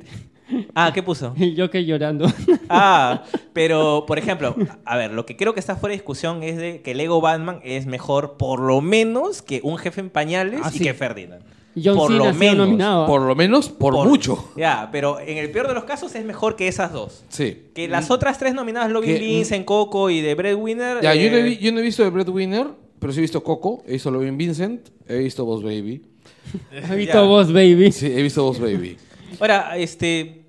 Speaker 3: Ah, ¿qué puso?
Speaker 2: El Joker llorando. <laughs>
Speaker 3: Ah, pero, por ejemplo, a ver, lo que creo que está fuera de discusión es de que Lego Batman es mejor, por lo menos, que un jefe en pañales
Speaker 2: Ah,
Speaker 3: y
Speaker 2: sí.
Speaker 3: que Ferdinand.
Speaker 2: John
Speaker 3: por
Speaker 2: Cena
Speaker 3: lo
Speaker 2: ha sido
Speaker 3: menos.
Speaker 2: nominado.
Speaker 1: Por lo menos, Ah. por, mucho.
Speaker 3: Ya, pero en el peor de los casos es mejor que esas dos.
Speaker 1: Sí.
Speaker 3: Que
Speaker 2: Mm.
Speaker 3: las otras tres nominadas, Loving
Speaker 1: Que- mm.
Speaker 3: Vincent, Coco y The Breadwinner.
Speaker 1: Ya, yo,
Speaker 3: eh,
Speaker 1: no he, vi- yo no he visto The Bread Winner, pero sí he visto Coco, he visto Loving Vincent, he visto Boss Baby.
Speaker 2: Ha
Speaker 3: ya.
Speaker 2: visto vos, baby.
Speaker 1: Sí, he visto Boss <laughs> Baby.
Speaker 3: Ahora, este.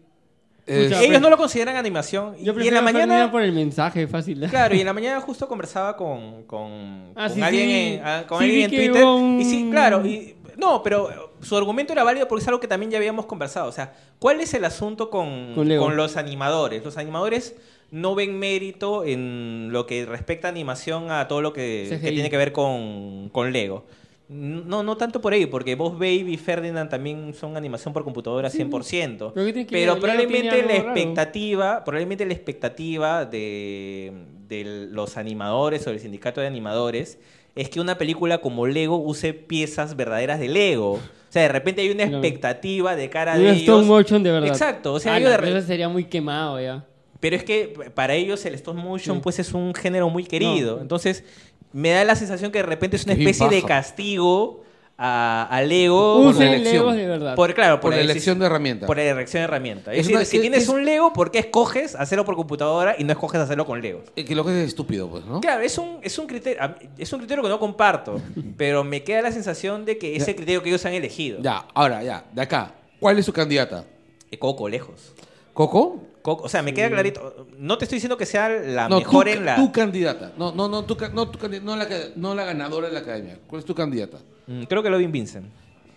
Speaker 1: Es-
Speaker 2: Ya,
Speaker 3: ellos
Speaker 2: pero-
Speaker 3: no lo consideran animación. Y,
Speaker 2: Yo
Speaker 3: y en
Speaker 2: prefiero
Speaker 3: la
Speaker 2: a Ferdinand
Speaker 3: mañana.
Speaker 2: por el mensaje, <laughs> fácil.
Speaker 3: Claro, y en la mañana justo conversaba con, con,
Speaker 2: Ah,
Speaker 3: con
Speaker 2: sí,
Speaker 3: alguien
Speaker 2: sí.
Speaker 3: en, ah, con
Speaker 2: Sí,
Speaker 3: alguien
Speaker 2: vi
Speaker 3: en
Speaker 2: que
Speaker 3: Twitter.
Speaker 2: hubo un-
Speaker 3: Y sí, claro. y- no, pero eh, su argumento era válido porque es algo que también ya habíamos conversado. O sea, ¿cuál es el asunto con,
Speaker 2: Con Lego.
Speaker 3: con los animadores? Los animadores no ven mérito en lo que respecta a animación a todo lo que, que
Speaker 2: CGI.
Speaker 3: tiene que ver con, con Lego. No, no tanto por ahí, porque vos, Baby y Ferdinand también son animación por computadora 100%.
Speaker 2: Pero ¿qué tiene que
Speaker 3: Pero
Speaker 2: ver? Lego
Speaker 3: probablemente
Speaker 2: tiene
Speaker 3: la
Speaker 2: algo raro.
Speaker 3: expectativa, probablemente la expectativa de, de los animadores o del sindicato de animadores es que una película como Lego use piezas verdaderas de Lego. O sea, de repente hay una
Speaker 2: Claro.
Speaker 3: expectativa de cara
Speaker 2: Un
Speaker 3: de
Speaker 2: stop
Speaker 3: ellos.
Speaker 2: motion de verdad.
Speaker 3: Exacto, o sea,
Speaker 2: Ah,
Speaker 3: ellos
Speaker 2: no,
Speaker 3: de
Speaker 2: pero
Speaker 3: re-
Speaker 2: eso sería muy quemado ya.
Speaker 3: Pero es que para ellos el stop motion
Speaker 2: Sí.
Speaker 3: pues es un género muy querido.
Speaker 2: No.
Speaker 3: Entonces, me da la sensación que de repente es una
Speaker 1: Es que bien
Speaker 3: especie de
Speaker 1: baja.
Speaker 3: castigo a, a Lego
Speaker 1: Usen la
Speaker 3: por,
Speaker 2: Usen
Speaker 1: elección.
Speaker 2: Legos de verdad.
Speaker 3: por- claro,
Speaker 1: por la
Speaker 3: exis-
Speaker 1: elección de herramientas.
Speaker 3: por la dirección de herramienta. Es,
Speaker 1: Es
Speaker 3: decir,
Speaker 1: una-
Speaker 3: si
Speaker 1: es-
Speaker 3: tienes
Speaker 1: es-
Speaker 3: un Lego, ¿por qué escoges hacerlo por computadora y no escoges hacerlo con Legos?
Speaker 1: Eh, Que lo que es estúpido, pues, ¿no?
Speaker 3: Claro, es un, es un criterio a mí- es un criterio que
Speaker 1: <laughs>
Speaker 3: no comparto, pero me queda la sensación de que es el criterio que ellos han elegido.
Speaker 1: Ya, ahora, ya, de acá. ¿Cuál es su candidata?
Speaker 3: Eh, Coco, lejos.
Speaker 1: ¿Coco?
Speaker 3: Coco, o sea, me queda clarito. No te estoy diciendo que sea la
Speaker 1: No,
Speaker 3: mejor
Speaker 1: tu,
Speaker 3: en la...
Speaker 1: tu candidata. No, no, no, tu, ca- no, tu candi- no, la, que- no la ganadora de la academia. ¿Cuál es tu candidata?
Speaker 3: Mm, Creo que Lovin Vincent.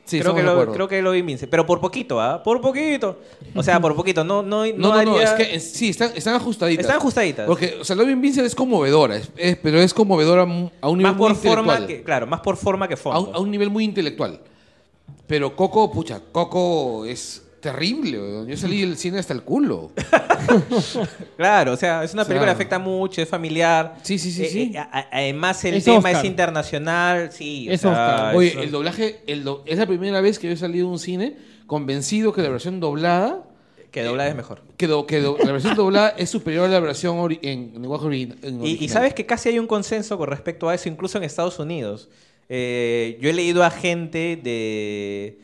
Speaker 1: Sí,
Speaker 3: creo,
Speaker 1: estamos
Speaker 3: que
Speaker 1: de
Speaker 3: lo,
Speaker 1: acuerdo.
Speaker 3: creo que Lovin Vincent. Pero por poquito, ¿ah? Por poquito. O sea, por poquito. No, no, no,
Speaker 1: No, no, no,
Speaker 3: haría-
Speaker 1: es que eh, sí, están, están ajustaditas.
Speaker 3: Están ajustaditas.
Speaker 1: Porque, o sea, Loving Vincent es conmovedora, es- es- pero es conmovedora mu- a un nivel
Speaker 3: Más por
Speaker 1: muy intelectual.
Speaker 3: forma que... Claro, más por forma que
Speaker 1: a,
Speaker 3: fondo.
Speaker 1: un, a un nivel muy intelectual. Pero Coco, pucha, Coco es terrible. weón. Yo salí del cine hasta el culo.
Speaker 3: Claro, o sea, es una película
Speaker 1: Claro.
Speaker 3: que afecta mucho, es familiar. Eh,
Speaker 1: Sí,
Speaker 3: <laughs>
Speaker 1: sí, sí, sí.
Speaker 3: a- a- además, el
Speaker 2: Es
Speaker 3: tema
Speaker 2: Oscar.
Speaker 3: es internacional, sí. o
Speaker 2: Es
Speaker 3: sea,
Speaker 2: Oscar.
Speaker 3: es-
Speaker 1: Oye, el doblaje el do- es la primera vez que yo he salido de un cine convencido que la versión doblada
Speaker 3: que doblar es mejor.
Speaker 1: que, do- que do- la versión doblada es superior a la versión ori- en lenguaje origin- en original.
Speaker 3: Y, y sabes que casi hay un consenso con respecto a eso, incluso en Estados Unidos. Eh, yo he leído a gente de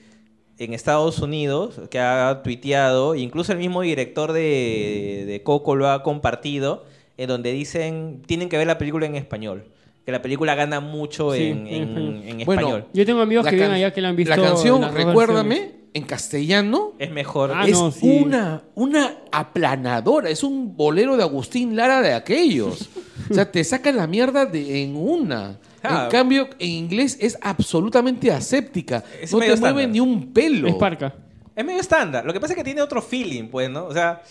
Speaker 3: en Estados Unidos que ha tuiteado, incluso el mismo director de, de Coco lo ha compartido, en donde dicen, tienen que ver la película en español. Que la película gana mucho
Speaker 2: Sí, en
Speaker 3: en, en-
Speaker 2: español.
Speaker 3: en
Speaker 1: Bueno,
Speaker 3: español.
Speaker 2: Yo tengo amigos
Speaker 1: La
Speaker 2: que viven
Speaker 1: can-
Speaker 2: allá que la han
Speaker 1: La
Speaker 2: visto. en
Speaker 1: canción,
Speaker 2: las dos
Speaker 1: recuérdame,
Speaker 2: versiones.
Speaker 1: en castellano
Speaker 3: Es mejor.
Speaker 2: Ah,
Speaker 1: es
Speaker 2: no, sí.
Speaker 1: una, una aplanadora, es un bolero de Agustín Lara de aquellos. o sea, te saca la mierda de, en una.
Speaker 3: Ah.
Speaker 1: En cambio, en inglés es absolutamente aséptica.
Speaker 3: Es
Speaker 1: no te
Speaker 3: medio
Speaker 1: mueve
Speaker 3: estándar.
Speaker 1: ni un pelo.
Speaker 2: Es parca.
Speaker 3: Es medio estándar. Lo que pasa es que tiene otro feeling, pues, ¿no? O sea,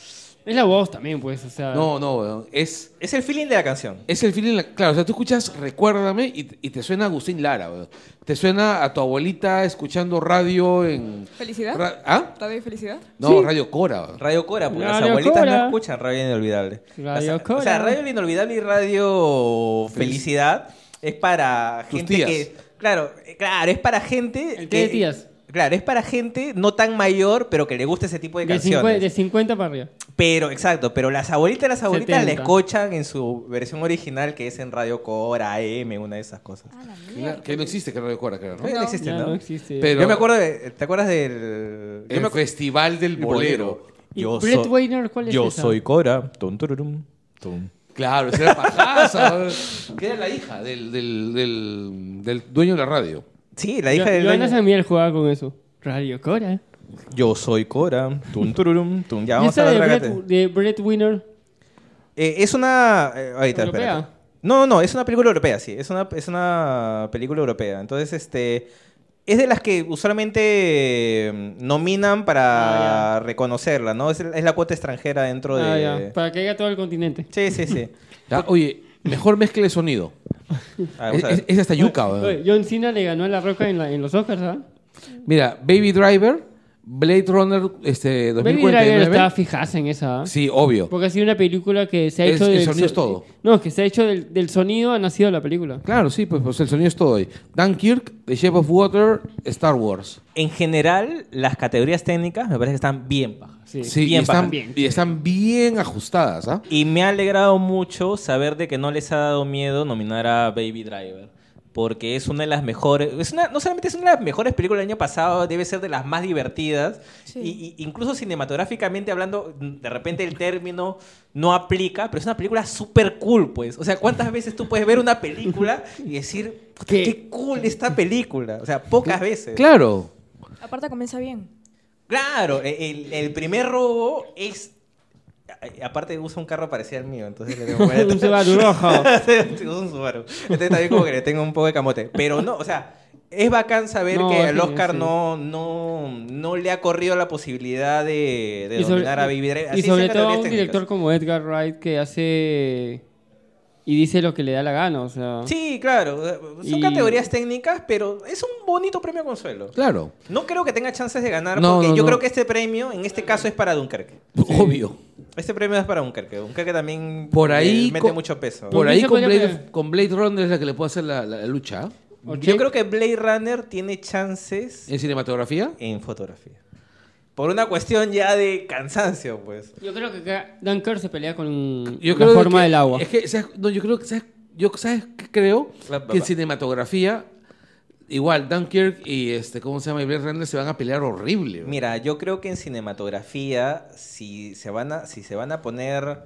Speaker 2: Es la voz también, pues, o sea.
Speaker 1: No, no, weón, es...
Speaker 3: es el feeling de la canción.
Speaker 1: Es el feeling, la- claro, o sea, tú escuchas Recuérdame y, y te suena Agustín Lara, weón. te suena a tu abuelita escuchando radio en...
Speaker 4: ¿Felicidad?
Speaker 1: Ra- ¿Ah?
Speaker 4: ¿Radio y felicidad?
Speaker 1: No, Radio Cora. weón.
Speaker 3: Radio Cora, porque las
Speaker 2: Radio
Speaker 3: abuelitas
Speaker 2: Cora.
Speaker 3: no escuchan Radio Inolvidable.
Speaker 2: Radio
Speaker 3: Las- O sea,
Speaker 2: Cora.
Speaker 3: Radio Inolvidable y Radio Felicidad es para
Speaker 1: Tus
Speaker 3: gente
Speaker 1: tías.
Speaker 3: que. Claro, eh, claro, es para gente.
Speaker 2: El té
Speaker 3: que-
Speaker 2: de tías.
Speaker 3: Claro, es para gente no tan mayor, pero que le gusta ese tipo de,
Speaker 2: de,
Speaker 3: canciones.
Speaker 2: 50, de 50 para arriba.
Speaker 3: Pero, exacto, pero las abuelitas, las abuelitas la
Speaker 2: 70.
Speaker 3: escuchan en su versión original, que es en Radio Cora, AM, una de esas cosas.
Speaker 4: Ah, la
Speaker 1: Que na- Que no existe que Radio Cora, creo, ¿no?
Speaker 3: Todavía no existe,
Speaker 2: Ya
Speaker 3: este, ¿no?
Speaker 2: no existe.
Speaker 1: Pero-
Speaker 3: Yo me acuerdo de- ¿Te acuerdas del. yo
Speaker 1: El
Speaker 3: me acu-
Speaker 1: Festival del Bolero.
Speaker 2: ¿Y Brett Weiner cuál es
Speaker 3: Yo
Speaker 2: esa?
Speaker 3: soy Cora. Tum, tururum, tum.
Speaker 1: Claro, esa era Pajaza, que era la hija del, del, del, del dueño de la radio.
Speaker 3: Sí, la
Speaker 2: Yo-
Speaker 3: hija del
Speaker 2: Joana
Speaker 3: dueño.
Speaker 2: San Miguel jugaba con eso. Radio Cora.
Speaker 3: Yo soy Cora. Tun, tururum, tun.
Speaker 2: <laughs>
Speaker 3: Ya
Speaker 2: ¿Y
Speaker 3: vamos a
Speaker 2: esa de,
Speaker 3: hablar
Speaker 2: Brett,
Speaker 3: regate.
Speaker 2: de Breadwinner?
Speaker 3: Eh, es una. eh, ahorita,
Speaker 2: ¿Europea?
Speaker 3: espérate. No, no, no, es una película europea, sí. Es una, es una película europea. Entonces, este. Es de las que usualmente eh, nominan para
Speaker 2: Ah,
Speaker 3: reconocerla, ¿no? Es, el- es la cuota extranjera dentro
Speaker 2: Ah,
Speaker 3: de.
Speaker 2: ya, Para que haya todo el continente.
Speaker 3: Sí, sí, sí.
Speaker 2: <laughs>
Speaker 1: Ya, Oye, mejor mezcla de sonido.
Speaker 3: A ver,
Speaker 1: Es,
Speaker 3: Ah, vamos a ver.
Speaker 1: es- es hasta yuca, weón.
Speaker 2: Oye, John Cena le ganó a La Roca en, la- en los Oscars, ¿ah?
Speaker 1: Mira, Baby Driver, Blade Runner este,
Speaker 2: Baby Driver
Speaker 1: 2049.
Speaker 2: estaba fijada en esa. ¿ah?
Speaker 1: Sí, obvio.
Speaker 2: Porque ha sido una película que se ha
Speaker 1: Es-
Speaker 2: hecho
Speaker 1: el
Speaker 2: del
Speaker 1: sonido es todo.
Speaker 2: No, que se ha hecho del, del sonido ha nacido la película.
Speaker 1: Claro, sí, pues, pues el sonido es todo ahí. Dunkirk, The Shape of Water, Star Wars.
Speaker 3: En general, las categorías técnicas me parece que están bien bajas.
Speaker 2: Sí.
Speaker 1: Sí,
Speaker 3: Bien
Speaker 1: y están,
Speaker 3: paja.
Speaker 2: Bien.
Speaker 1: y están bien ajustadas, ¿ah?
Speaker 3: Y me ha alegrado mucho saber de que no les ha dado miedo nominar a Baby Driver. Porque es una de las mejores. Es una, no solamente es una de las mejores películas del año pasado, debe ser de las más divertidas.
Speaker 4: Sí.
Speaker 3: Y, y- incluso cinematográficamente hablando, de repente el término no aplica, pero es una película súper cool, pues. O sea, ¿cuántas veces tú puedes ver una película y decir, "Puta,
Speaker 2: ¿Qué?
Speaker 3: ¿Qué? cool esta película? O sea, pocas veces.
Speaker 1: Claro.
Speaker 4: Aparte comienza bien.
Speaker 3: Claro, e, el, el primer robo es. a- Aparte usa un carro parecido al mío, entonces le tengo
Speaker 2: <laughs> Un Subaru rojo.
Speaker 3: es <laughs> un Subaru. Entonces también como que le tengo un poco de camote. Pero no, o sea, es bacán saber
Speaker 2: No,
Speaker 3: que al
Speaker 2: sí,
Speaker 3: Oscar
Speaker 2: sí.
Speaker 3: No, no, no le ha corrido la posibilidad de, de
Speaker 2: Y sobre-
Speaker 3: dominar a Baby Driver.
Speaker 2: Y
Speaker 3: Así
Speaker 2: sobre todo un
Speaker 3: son categorías técnicas.
Speaker 2: director como Edgar Wright que hace y dice lo que le da la gana, o sea.
Speaker 3: Sí, claro. Son
Speaker 2: Y-
Speaker 3: categorías técnicas, pero es un bonito premio consuelo.
Speaker 1: Claro.
Speaker 3: No creo que tenga chances de ganar,
Speaker 1: No,
Speaker 3: porque
Speaker 1: no,
Speaker 3: yo
Speaker 1: no.
Speaker 3: creo que este premio, en este caso, es para Dunkerque.
Speaker 1: Obvio.
Speaker 3: Este premio es para Dunkerque. Dunkerque también
Speaker 1: Por
Speaker 3: le
Speaker 1: ahí
Speaker 3: mete
Speaker 1: co-
Speaker 3: mucho peso.
Speaker 1: Por
Speaker 2: Pero
Speaker 1: ahí
Speaker 2: no se
Speaker 1: con
Speaker 2: podría
Speaker 1: Blade,
Speaker 2: creer.
Speaker 1: con Blade Runner es la que le puede hacer la, la- la lucha. ¿ah?
Speaker 3: Yo creo que Blade Runner tiene chances
Speaker 1: ¿En cinematografía?
Speaker 3: en fotografía. Por una cuestión ya de cansancio, pues.
Speaker 2: Yo creo que acá Dunker se pelea con
Speaker 1: Yo
Speaker 2: la
Speaker 1: creo
Speaker 2: forma
Speaker 1: que-
Speaker 2: del agua.
Speaker 1: Es que, ¿sabes? No, yo creo que, ¿sabes? Yo, ¿sabes qué creo?
Speaker 3: La- la-
Speaker 1: que en
Speaker 3: la-
Speaker 1: cinematografía, igual, Dunkirk y, este, ¿cómo se llama? Y Blade Runner se van a pelear horrible. weón.
Speaker 3: Mira, yo creo que en cinematografía, si se van a, si se van a poner.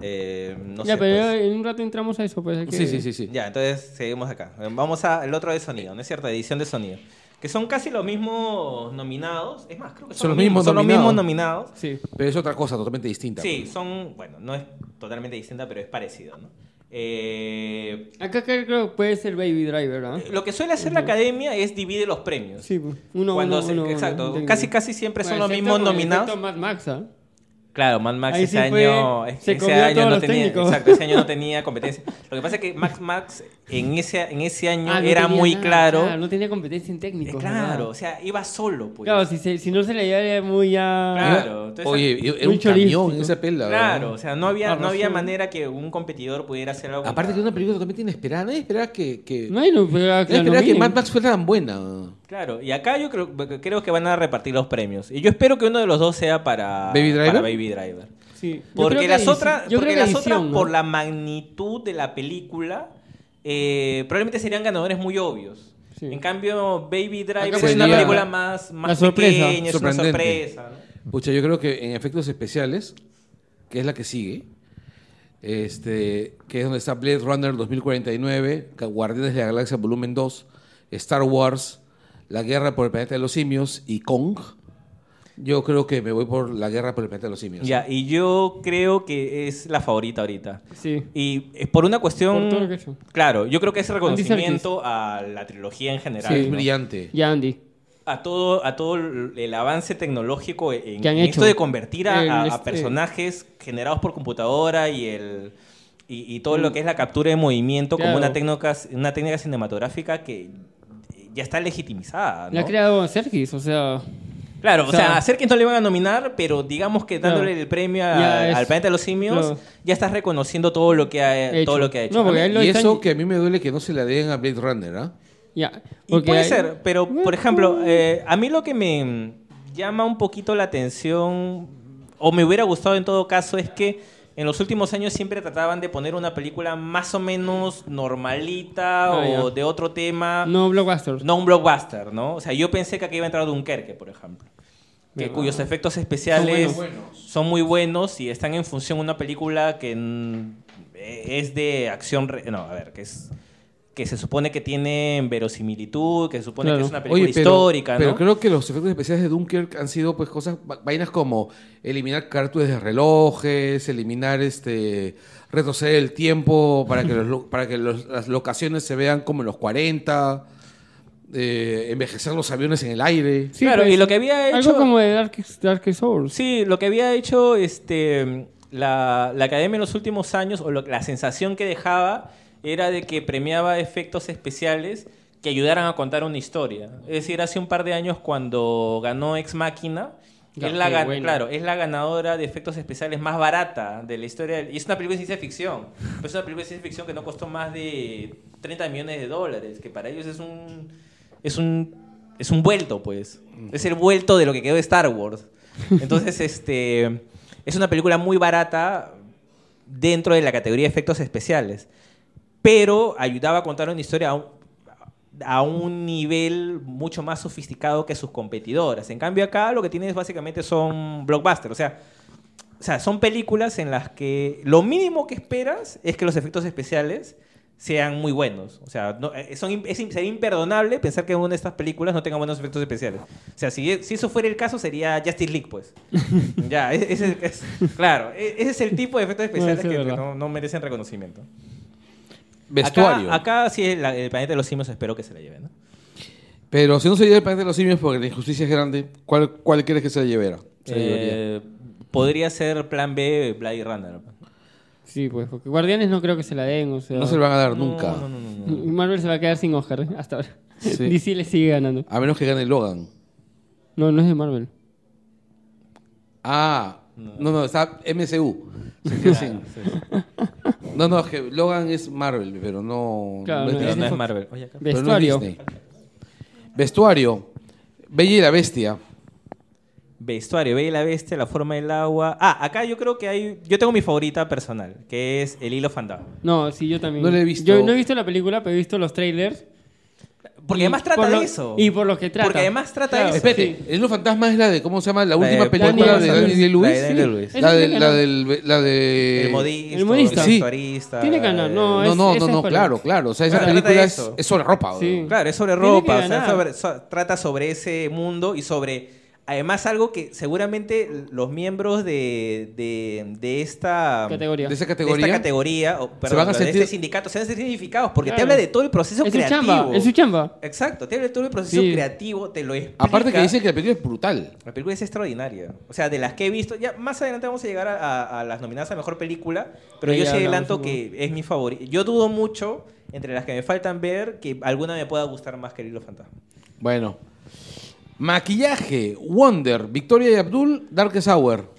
Speaker 3: eh, no
Speaker 2: ya,
Speaker 3: sé,
Speaker 2: pero
Speaker 3: pues.
Speaker 2: en un rato entramos a eso, pues. hay que-
Speaker 1: Sí, sí, sí, sí.
Speaker 3: Ya, entonces seguimos acá. Vamos al otro de sonido, ¿no es cierto? Edición de sonido. Que son casi los mismos nominados. Es más, creo que son, los mismos, son los mismos nominados.
Speaker 2: Sí.
Speaker 1: Pero es otra cosa totalmente distinta.
Speaker 3: Sí, son. Bueno, no es totalmente distinta, pero es parecido, ¿no? Eh,
Speaker 2: Acá creo que puede ser Baby Driver, ¿ah?
Speaker 3: lo que suele hacer la academia es divide los premios.
Speaker 2: Sí, pues. uno,
Speaker 3: Cuando
Speaker 2: uno,
Speaker 3: se-
Speaker 2: uno, uno,
Speaker 3: exacto,
Speaker 2: uno.
Speaker 3: casi casi siempre son
Speaker 2: Bueno,
Speaker 3: los
Speaker 2: excepto
Speaker 3: mismos
Speaker 2: con el
Speaker 3: nominados.
Speaker 2: efecto Mad Max, ¿ah?
Speaker 3: Claro, Mad Max
Speaker 2: Ahí
Speaker 3: ese
Speaker 2: sí fue-
Speaker 3: año,
Speaker 2: se
Speaker 3: ese
Speaker 2: comió a
Speaker 3: año
Speaker 2: todos
Speaker 3: no
Speaker 2: los
Speaker 3: tenía,
Speaker 2: técnicos.
Speaker 3: exacto, ese año
Speaker 2: <laughs>
Speaker 3: no tenía competencia. Lo que pasa es que Max Max en ese en ese año
Speaker 2: Ah, no
Speaker 3: era
Speaker 2: tenía
Speaker 3: muy
Speaker 2: nada,
Speaker 3: claro.
Speaker 2: claro, No tenía competencia en
Speaker 3: Eh,
Speaker 2: técnico.
Speaker 3: claro, o sea, iba solo, pues.
Speaker 2: Claro, si, se- si no se le llevaría muy a...
Speaker 1: Era-
Speaker 3: Claro, entonces-
Speaker 1: Oye, era
Speaker 2: Muy
Speaker 1: un camión
Speaker 2: chorístico.
Speaker 1: en esa pela.
Speaker 3: Claro,
Speaker 1: weón.
Speaker 3: o sea, no había no
Speaker 2: Arrasó.
Speaker 3: había manera que un competidor pudiera hacer algo.
Speaker 1: Aparte que
Speaker 3: con-
Speaker 1: una película totalmente inesperada. Nadie esperaba que... que...
Speaker 2: No hay no, pero
Speaker 1: nadie
Speaker 2: que,
Speaker 1: esperaba que
Speaker 2: nominen.
Speaker 1: Mad Max fuera tan buena. weón.
Speaker 3: Claro, y acá yo creo, creo que van a repartir los premios. Y yo espero que uno de los dos sea para
Speaker 1: ¿Baby Driver?
Speaker 3: para Baby Driver.
Speaker 2: Sí. Yo creo
Speaker 3: Porque
Speaker 2: que
Speaker 3: las
Speaker 2: edici-
Speaker 3: otras,
Speaker 2: yo creo
Speaker 3: porque
Speaker 2: que
Speaker 3: las otras
Speaker 2: edición, ¿no?
Speaker 3: por la magnitud de la película, eh, probablemente serían ganadores muy obvios.
Speaker 2: Sí.
Speaker 3: En cambio, Baby Driver
Speaker 2: Acá
Speaker 3: es una
Speaker 1: sería
Speaker 3: película más, más
Speaker 2: la sorpresa.
Speaker 3: pequeña, es una
Speaker 1: Sorprendente.
Speaker 3: sorpresa. ¿no?
Speaker 1: Pucha, yo creo que en efectos especiales, que es la que sigue, este, que es donde está Blade Runner 2049, Ca- Guardianes de la Galaxia Volumen 2, Star Wars, La Guerra por el Planeta de los Simios y Kong. Yo creo que me voy por La Guerra por el Planeta de los Simios.
Speaker 3: Ya, y yo creo que es la favorita ahorita.
Speaker 2: Sí.
Speaker 3: Y es por una cuestión...
Speaker 2: Por todo lo que ha hecho.
Speaker 3: Claro, yo creo que es
Speaker 2: Andy Serkis.
Speaker 3: reconocimiento a la trilogía en general.
Speaker 1: Es
Speaker 2: Sí.
Speaker 3: ¿no?
Speaker 1: brillante.
Speaker 2: Ya, Andy.
Speaker 3: a todo a todo el el avance tecnológico en,
Speaker 2: Que han
Speaker 3: en
Speaker 2: hecho.
Speaker 3: esto de convertir a,
Speaker 2: El
Speaker 3: a- a
Speaker 2: este-
Speaker 3: personajes generados por computadora y el y, y todo lo que es la captura de movimiento como una
Speaker 2: Mm. Claro.
Speaker 3: técnica una técnica cinematográfica que ya está legitimizada
Speaker 2: La
Speaker 3: Ah, ¿no?
Speaker 2: ha creado Sergis, o sea...
Speaker 3: claro o
Speaker 2: o sea-
Speaker 3: sea, a Serkis no le van a nominar pero digamos que
Speaker 2: Claro.
Speaker 3: dándole el premio a-
Speaker 2: Ya es-
Speaker 3: al planeta de los simios
Speaker 2: Claro.
Speaker 3: ya estás reconociendo todo lo que ha
Speaker 2: Hecho.
Speaker 3: todo lo que ha hecho
Speaker 2: No, porque
Speaker 1: A
Speaker 2: ahí
Speaker 1: mí-
Speaker 2: lo
Speaker 1: y
Speaker 2: están-
Speaker 1: eso que a mí me duele que no se la den a Blade Runner, ¿ah?
Speaker 2: Ya.
Speaker 3: Y puede
Speaker 2: hay-
Speaker 3: ser, pero por
Speaker 2: Mm.
Speaker 3: ejemplo, eh, a mí lo que me llama un poquito la atención, o me hubiera gustado en todo caso, es que en los últimos años siempre trataban de poner una película más o menos normalita
Speaker 2: Ah,
Speaker 3: o
Speaker 2: ya.
Speaker 3: de otro tema,
Speaker 2: No,
Speaker 3: no.
Speaker 2: Blockbuster.
Speaker 3: un blockbuster, ¿no? O sea, yo pensé que aquí iba a entrar Dunkerque, por ejemplo, que
Speaker 2: Ya.
Speaker 3: cuyos efectos especiales
Speaker 2: Son
Speaker 3: son, muy buenos y están en función de una película que mm, eh, es de acción, re- no, a ver, que es que se supone que tienen verosimilitud, que se supone que
Speaker 2: Claro.
Speaker 3: es una película
Speaker 1: Oye, pero,
Speaker 3: histórica, ¿no?
Speaker 1: pero creo que los efectos especiales de Dunkirk han sido pues cosas, va- vainas como eliminar cartunes de relojes, eliminar este retroceder el tiempo para que, los
Speaker 3: <laughs>
Speaker 1: lo- para que los- las locaciones se vean como en los 40, eh, envejecer los aviones en el aire.
Speaker 2: Sí,
Speaker 3: claro,
Speaker 2: pues,
Speaker 3: y lo que había hecho...
Speaker 2: Algo como de Dark, Dark Souls.
Speaker 3: Sí, lo que había hecho este, la, la academia en los últimos años, o lo- la sensación que dejaba, era de que premiaba efectos especiales que ayudaran a contar una historia. Es decir, hace un par de años cuando ganó Ex Máquina,
Speaker 2: Ya,
Speaker 3: es la,
Speaker 2: qué
Speaker 3: gan-
Speaker 2: bueno.
Speaker 3: claro, es la ganadora de efectos especiales más barata de la historia. del- Y es una película de ciencia ficción. Pero es una película de ciencia ficción que no costó más de 30 millones de dólares, que para ellos es un. Es un. Es un vuelto, pues. Es el vuelto de lo que quedó de Star Wars. Entonces, <laughs> este. Es una película muy barata dentro de la categoría de efectos especiales. Pero ayudaba a contar una historia a un- a un nivel mucho más sofisticado que sus competidoras. En cambio acá lo que tienes básicamente son blockbusters, o sea, o sea, son películas en las que lo mínimo que esperas es que los efectos especiales sean muy buenos. O sea, no- eh, son, im- es, im- sería imperdonable pensar que una de estas películas no tenga buenos efectos especiales. O sea, si, si eso fuera el caso, sería Justice League,
Speaker 2: <laughs>
Speaker 3: pues. ya, e- ese es, claro, e- ese es el tipo de efectos
Speaker 2: Bueno,
Speaker 3: especiales
Speaker 2: sí,
Speaker 3: que
Speaker 2: es verdad.
Speaker 3: no- no merecen reconocimiento.
Speaker 1: Vestuario.
Speaker 3: Acá, acá sí, la- el planeta de los simios espero que se la lleve, ¿no?
Speaker 1: Pero si no se lleva el país de los simios porque la injusticia es grande, ¿cuál, cuál crees que se la llevara? Se la llevaría?
Speaker 3: Eh, podría ser plan B Blade Runner.
Speaker 2: Sí, pues, porque Guardianes no creo que se la den, o sea.
Speaker 1: No se la van a dar nunca.
Speaker 3: No, no, no, no.
Speaker 2: Marvel se va a quedar sin Oscar ¿eh? hasta ahora. <laughs>
Speaker 1: Sí.
Speaker 2: DC le sigue ganando.
Speaker 1: A menos que gane Logan.
Speaker 2: No, no es de Marvel.
Speaker 1: Ah, no, no, está
Speaker 3: <laughs>
Speaker 1: MCU. Se queda sin- No, no, es que Logan es Marvel, pero no,
Speaker 2: Claro,
Speaker 1: no es
Speaker 2: no
Speaker 3: Pero
Speaker 1: Disney.
Speaker 3: no es Marvel. Oye, acá.
Speaker 1: Pero no es
Speaker 2: Vestuario.
Speaker 1: Disney. Vestuario. Bella y la Bestia.
Speaker 3: Vestuario, Bella y la Bestia, La Forma del Agua. Ah, acá yo creo que hay... Yo tengo mi favorita personal, que es El Hilo Fantasma.
Speaker 2: no, sí, yo también.
Speaker 1: No la he visto.
Speaker 2: Yo no he visto la película, pero he visto los trailers. Y
Speaker 3: Porque además trata
Speaker 2: por lo-
Speaker 3: de eso.
Speaker 2: Y por lo que trata.
Speaker 3: Porque además trata
Speaker 2: Claro.
Speaker 3: de eso.
Speaker 1: Espérate, El Hilo Fantasma es la de, ¿cómo se llama? La
Speaker 3: La
Speaker 1: última
Speaker 3: de-
Speaker 1: película
Speaker 2: Daniel
Speaker 1: de
Speaker 2: Day-Lewis.
Speaker 1: Daniel
Speaker 3: La de
Speaker 1: Lewis.
Speaker 3: Daniel Day-Lewis.
Speaker 2: Sí.
Speaker 1: La de,
Speaker 2: Ese tiene
Speaker 1: la
Speaker 2: que
Speaker 1: del, la de...
Speaker 3: El modista,
Speaker 2: el modista.
Speaker 1: Sí.
Speaker 3: vestuarista,
Speaker 2: Tiene que ganar, no,
Speaker 3: eh,
Speaker 1: No, no,
Speaker 2: es-
Speaker 1: no,
Speaker 2: esa
Speaker 1: no,
Speaker 2: es
Speaker 1: claro,
Speaker 2: para-
Speaker 1: claro. O sea, esa
Speaker 3: Pero trata
Speaker 1: película
Speaker 3: de
Speaker 1: es,
Speaker 3: eso.
Speaker 1: es sobre ropa.
Speaker 2: Sí.
Speaker 1: weón.
Speaker 3: Claro, es sobre
Speaker 2: Tiene que
Speaker 3: ropa, o sea,
Speaker 2: ganar.
Speaker 3: sobre- so- trata sobre ese mundo y sobre, además, algo que seguramente los miembros de, de, de esta
Speaker 2: Categoría.
Speaker 1: De esa
Speaker 3: de
Speaker 1: categoría.
Speaker 3: esta categoría, o, perdón,
Speaker 1: van a
Speaker 3: de
Speaker 1: sentir-
Speaker 3: este sindicato, se van a sentir identificados porque te
Speaker 2: Claro.
Speaker 3: habla de todo el proceso
Speaker 2: Es su
Speaker 3: creativo.
Speaker 2: chamba, es su chamba.
Speaker 3: Exacto, te habla de todo el proceso
Speaker 2: Sí.
Speaker 3: creativo, te lo explica.
Speaker 1: Aparte que dicen que la película es brutal.
Speaker 3: La película es extraordinaria. O sea, de las que he visto, ya más adelante vamos a llegar a, a- a las nominadas a mejor película, pero
Speaker 2: Ya
Speaker 3: yo sí
Speaker 2: hablamos
Speaker 3: adelanto
Speaker 2: un
Speaker 3: que es mi favorita. Yo dudo mucho, entre las que me faltan ver, que alguna me pueda gustar más que el hilo fantasma.
Speaker 1: Bueno. Maquillaje, Wonder, Victoria y Abdul, Darkest Hour.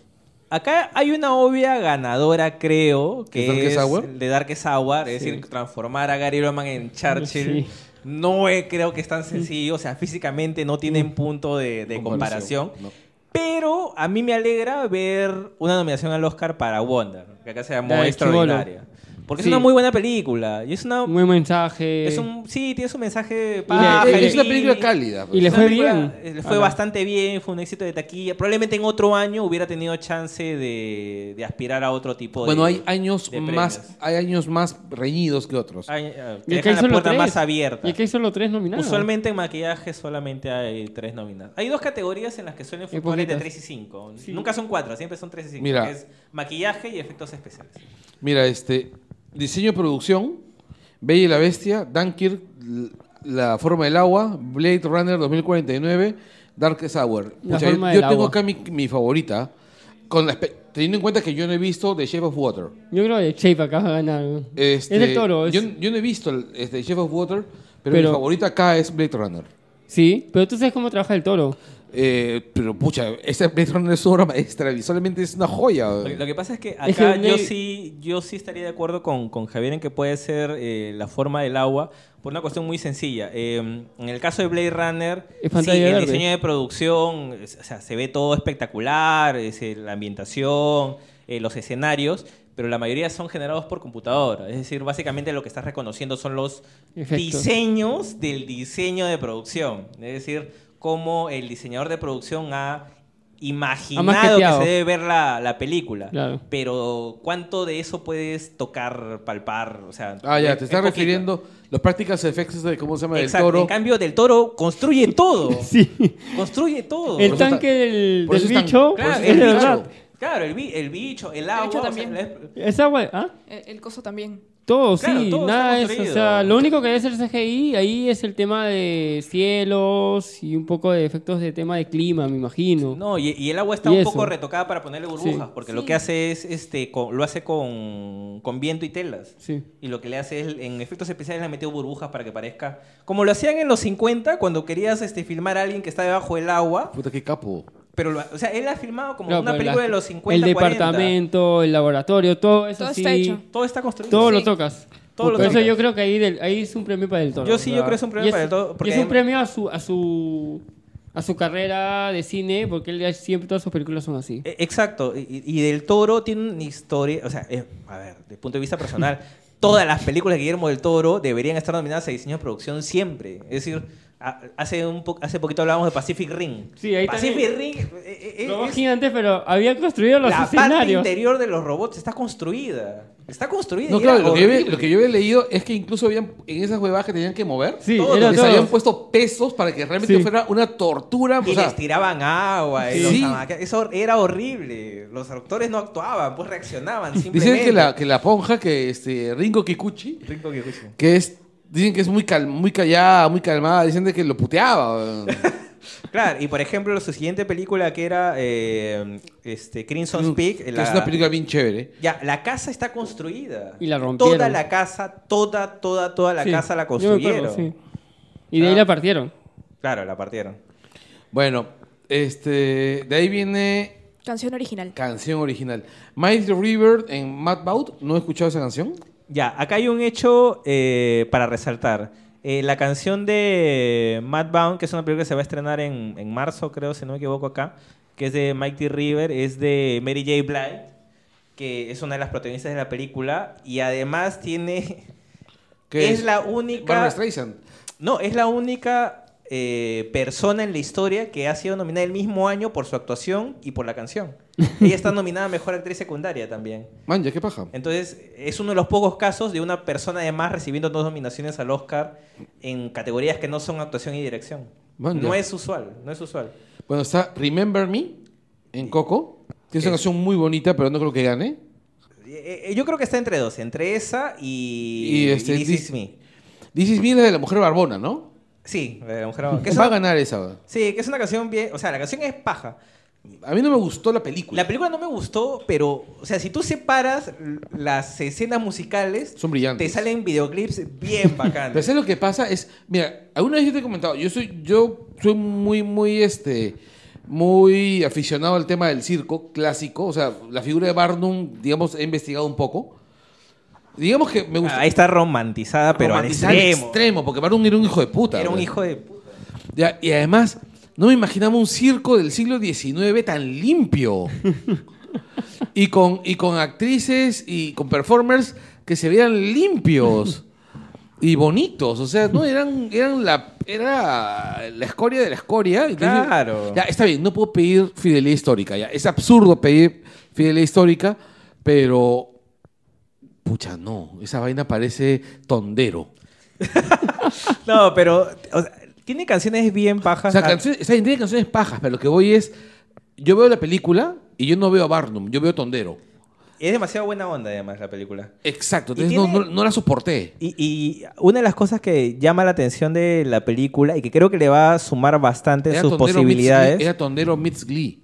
Speaker 3: Acá hay una obvia ganadora, creo, que
Speaker 1: ¿De Darkest
Speaker 3: es
Speaker 1: Hour?
Speaker 3: de Darkest Hour, es decir, transformar a Gary Oldman en
Speaker 2: Sí.
Speaker 3: Churchill. No eh, creo que es tan sencillo, o sea, físicamente no tienen punto de, de comparación.
Speaker 1: No.
Speaker 3: Pero a mí me alegra ver una nominación al Oscar para Wonder, que acá se llamó
Speaker 2: La de
Speaker 3: Extraordinaria. Porque
Speaker 2: Sí.
Speaker 3: es una muy buena película. Y es una.
Speaker 2: Muy mensaje.
Speaker 3: es un, sí, tiene su mensaje.
Speaker 2: le- Ah,
Speaker 1: es, es
Speaker 2: Fellini.
Speaker 1: una película cálida. pues.
Speaker 2: Y le
Speaker 3: Es
Speaker 2: fue
Speaker 3: una película-
Speaker 2: bien.
Speaker 3: eh, Le fue
Speaker 2: Ala.
Speaker 3: bastante bien, fue un éxito de taquilla. Probablemente en otro año hubiera tenido chance de, de aspirar a otro tipo de.
Speaker 1: Bueno, hay años
Speaker 3: de
Speaker 1: más,
Speaker 3: premios.
Speaker 1: hay años más reñidos que otros.
Speaker 3: Hay, eh,
Speaker 2: Y
Speaker 3: que
Speaker 2: acá hay
Speaker 3: dejan la
Speaker 2: solo
Speaker 3: puerta
Speaker 2: tres.
Speaker 3: más abierta.
Speaker 2: Y aquí hay solo tres nominados.
Speaker 3: Usualmente en maquillaje solamente hay tres nominadas. Hay dos categorías en las que suelen
Speaker 2: Hay
Speaker 3: poner de
Speaker 2: poquitas.
Speaker 3: 3 y 5.
Speaker 2: Sí.
Speaker 3: Nunca son cuatro, siempre son 3 y 5.
Speaker 1: Mira.
Speaker 3: que es maquillaje y efectos especiales.
Speaker 1: Mira, este diseño y producción, Bella y la Bestia, Dunkirk, L- La Forma del Agua, Blade Runner 2049, Darkest Hour.
Speaker 2: La
Speaker 1: Pucha, yo-
Speaker 2: Forma
Speaker 1: yo
Speaker 2: del
Speaker 1: tengo
Speaker 2: Agua.
Speaker 1: acá mi, mi favorita, con la espe- teniendo en cuenta que yo no he visto The Shape of Water.
Speaker 2: Yo creo que Shape acá va a ganar. ¿no?
Speaker 1: Este,
Speaker 2: es del toro. es-
Speaker 1: Yo, yo no he visto el, este, The Shape of Water, pero,
Speaker 2: Pero-
Speaker 1: mi favorita acá es Blade Runner.
Speaker 2: Sí, pero tú sabes cómo trabaja el toro.
Speaker 1: Eh, pero pucha, esa Blade Runner es una obra maestra, visualmente es una joya.
Speaker 3: Lo, que- lo que pasa es que acá
Speaker 2: Es que
Speaker 3: yo,
Speaker 2: Ney-
Speaker 3: sí, yo sí estaría de acuerdo con, con Javier en que puede ser eh, la forma del agua por una cuestión muy sencilla. Eh, en el caso de Blade Runner,
Speaker 2: Es
Speaker 3: sí,
Speaker 2: pantalla
Speaker 3: el
Speaker 2: verde.
Speaker 3: diseño de producción, es- o sea, se ve todo espectacular, es, eh, la ambientación, eh, los escenarios, pero la mayoría son generados por computadora. Es decir, básicamente lo que estás reconociendo son los
Speaker 2: Efectos.
Speaker 3: diseños del diseño de producción. Es decir, cómo el diseñador de producción ha imaginado que
Speaker 2: hackeado.
Speaker 3: se debe ver la, la película.
Speaker 2: Claro.
Speaker 3: Pero ¿cuánto de eso puedes tocar, palpar? O sea,
Speaker 1: Ah, ya,
Speaker 3: es-
Speaker 1: te
Speaker 3: es
Speaker 1: estás
Speaker 3: Eh, poquito.
Speaker 1: refiriendo los prácticas efectos de cómo se llama
Speaker 3: Exacto.
Speaker 1: el
Speaker 3: En
Speaker 1: toro.
Speaker 3: cambio, Del Toro construye
Speaker 1: <laughs>
Speaker 3: todo.
Speaker 2: <laughs> Sí.
Speaker 3: Construye todo.
Speaker 2: El
Speaker 1: eso está-
Speaker 2: tanque del,
Speaker 1: por eso
Speaker 2: del
Speaker 1: es tan-
Speaker 2: bicho
Speaker 1: por eso
Speaker 3: Claro,
Speaker 1: es
Speaker 2: es
Speaker 3: el
Speaker 2: de
Speaker 1: tan
Speaker 2: verdad.
Speaker 1: bicho.
Speaker 3: Claro, el, bi- el bicho, el agua.
Speaker 4: bicho
Speaker 3: o sea,
Speaker 4: también.
Speaker 3: la-
Speaker 2: Esa wea, ¿ah?
Speaker 4: El, E-, el coso también.
Speaker 2: Todo,
Speaker 3: Claro,
Speaker 2: sí,
Speaker 3: todo está
Speaker 2: nada es, o
Speaker 3: construido.
Speaker 2: sea, lo único que debe ser CGI ahí es el tema de cielos y un poco de efectos de tema de clima, me imagino.
Speaker 3: No, y, y el agua está
Speaker 2: Y
Speaker 3: un
Speaker 2: eso.
Speaker 3: poco retocada para ponerle burbujas,
Speaker 2: Sí.
Speaker 3: porque lo
Speaker 4: Sí.
Speaker 3: que hace es, este, con- lo hace con, con viento y telas.
Speaker 2: Sí.
Speaker 3: Y lo que le hace es, en efectos especiales le ha metido burbujas para que parezca... Como lo hacían en los 50, cuando querías este, filmar a alguien que está debajo del agua,
Speaker 1: Puta, qué capo.
Speaker 3: pero, lo- o sea, él ha filmado como
Speaker 2: No,
Speaker 3: una
Speaker 2: pero
Speaker 3: película
Speaker 2: la-
Speaker 3: de los 50,
Speaker 2: El
Speaker 3: 40.
Speaker 2: departamento, el laboratorio, todo eso
Speaker 4: Todo
Speaker 2: sí,
Speaker 4: está hecho.
Speaker 3: Todo está construido.
Speaker 2: Todo
Speaker 4: Sí.
Speaker 2: lo tocas.
Speaker 3: Todo lo
Speaker 2: Por eso
Speaker 3: tocas.
Speaker 2: yo creo que ahí, del- ahí es un premio para el toro.
Speaker 3: Yo sí,
Speaker 2: o
Speaker 3: yo
Speaker 2: sea,
Speaker 3: creo que es un premio
Speaker 2: y
Speaker 3: para Del Toro, porque
Speaker 2: y es un
Speaker 3: además-
Speaker 2: premio a su, a su a su carrera de cine, porque él ya siempre todas sus películas son así.
Speaker 3: E- Exacto, y, y- y Del Toro tiene una historia, o sea, eh, a ver, desde el punto de
Speaker 2: <laughs>
Speaker 3: vista personal, todas las películas de Guillermo del Toro deberían estar nominadas a diseño de producción siempre. Es decir, a- hace, un po- hace poquito hablábamos de Pacific Ring.
Speaker 2: Sí, ahí
Speaker 3: Pacific
Speaker 2: también.
Speaker 3: Ring eh, eh,
Speaker 2: Robots
Speaker 3: es-
Speaker 2: gigantes, pero había construido los
Speaker 3: la parte
Speaker 2: escenarios.
Speaker 3: interior de los robots está construida. Está construida.
Speaker 1: No,
Speaker 3: y era
Speaker 1: claro, lo que, yo, había-
Speaker 3: horrible.
Speaker 1: lo que yo había leído es que incluso habían, en esas huevadas que tenían que mover,
Speaker 2: Sí,
Speaker 3: todo
Speaker 2: era
Speaker 1: les
Speaker 2: todo.
Speaker 1: habían puesto pesos para que realmente
Speaker 2: Sí.
Speaker 1: fuera una tortura.
Speaker 3: Y
Speaker 1: Ah, pues, o sea,
Speaker 3: les tiraban agua. y
Speaker 1: Sí.
Speaker 3: los
Speaker 1: Sí.
Speaker 3: amaca- Eso era horrible. Los actores no actuaban, pues reaccionaban. Simplemente.
Speaker 1: dicen que la, que la ponja, que este Ringo Kikuchi,
Speaker 3: Rico que escucho.
Speaker 1: que es, dicen que es muy, cal- muy callada, muy calmada, dicen de que lo puteaba. <laughs>
Speaker 3: Claro, y por ejemplo, su siguiente película que era eh, este, Crimson's Peak.
Speaker 1: Que
Speaker 3: la-
Speaker 1: es una película bien chévere.
Speaker 3: Ya, la casa está construida.
Speaker 2: Y la rompieron.
Speaker 3: Toda la casa, toda, toda, toda la
Speaker 2: Sí,
Speaker 3: casa la
Speaker 2: yo me acuerdo,
Speaker 3: construyeron.
Speaker 2: sí. Y de ahí
Speaker 3: Ah.
Speaker 2: la partieron.
Speaker 3: Claro, la partieron.
Speaker 1: Bueno, este, de ahí viene
Speaker 4: Canción original.
Speaker 1: canción original. Miles the River en Mad Bout, ¿no he escuchado esa canción?
Speaker 3: Ya, acá hay un hecho eh, para resaltar. Eh, la canción de Matt Bound, que es una película que se va a estrenar en, en marzo, creo, si no me equivoco acá, que es de Mike T. River, es de Mary J. Blige, que es una de las protagonistas de la película, y además tiene...
Speaker 1: Que
Speaker 3: es la única...
Speaker 1: Barbra Streisand.
Speaker 3: No, es la única eh, persona en la historia que ha sido nominada el mismo año por su actuación y por la canción. Ella está nominada a Mejor Actriz Secundaria también.
Speaker 1: Man, ya qué paja.
Speaker 3: Entonces, es uno de los pocos casos de una persona además recibiendo dos nominaciones al Oscar en categorías que no son actuación y dirección.
Speaker 1: Man,
Speaker 3: no
Speaker 1: ya.
Speaker 3: es usual, no es usual.
Speaker 1: Bueno, está Remember Me en Coco, que es una
Speaker 3: Es-
Speaker 1: canción muy bonita, pero no creo que gane.
Speaker 3: Eh, eh, Yo creo que está entre dos, entre esa y,
Speaker 1: Y, este,
Speaker 3: This
Speaker 1: This-
Speaker 3: Is Me.
Speaker 1: This is me es la de la mujer barbona, ¿no?
Speaker 3: Sí, la de la mujer abogada, que
Speaker 1: Que
Speaker 3: es
Speaker 1: va a
Speaker 3: una-
Speaker 1: ganar esa.
Speaker 3: Sí, que es una canción bien, o sea, la canción es paja.
Speaker 1: A mí no me gustó la película.
Speaker 3: La película no me gustó, pero, o sea, si tú separas l- las escenas musicales,
Speaker 1: Son brillantes.
Speaker 3: te salen videoclips
Speaker 1: <laughs>
Speaker 3: bien
Speaker 1: Pero
Speaker 3: bacanes.
Speaker 1: ¿sabes lo que pasa? Es, mira, alguna vez yo te he comentado, yo soy, yo soy muy, muy, este, muy aficionado al tema del circo clásico. O sea, la figura de Barnum, digamos, he investigado un poco. Digamos que me gusta.
Speaker 3: Ah, Ahí está romantizada, pero al
Speaker 1: romantizar al
Speaker 3: extremo.
Speaker 1: extremo, porque Barnum era un hijo de puta. pues.
Speaker 3: Era un
Speaker 1: bro.
Speaker 3: hijo de puta.
Speaker 1: Ya, y además, no me imaginaba un circo del siglo XIX tan limpio. y, con, y con actrices y con performers que se vean limpios y bonitos. O sea, no eran, eran la, era la escoria de la escoria. Y tú dices,
Speaker 3: Claro.
Speaker 1: Ya, está bien, no puedo pedir fidelidad histórica. Ya. Es absurdo pedir fidelidad histórica, pero. Pucha, no. Esa vaina parece tondero.
Speaker 3: No, pero o sea, tiene canciones bien
Speaker 1: O
Speaker 3: bajas. ah,
Speaker 1: sea, canciones, está bien, tiene canciones pajas, pero lo que voy es. Yo veo la película y yo no veo a Barnum, yo veo a Tondero.
Speaker 3: Es demasiado buena onda, además, la película.
Speaker 1: Exacto,
Speaker 3: Y
Speaker 1: entonces no,
Speaker 3: tiene-
Speaker 1: no- no la soporté.
Speaker 3: Y, y una de las cosas que llama la atención de la película y que creo que le va a sumar bastante en sus
Speaker 1: Tondero meets Glee,
Speaker 3: posibilidades,
Speaker 1: era Tondero meets Glee.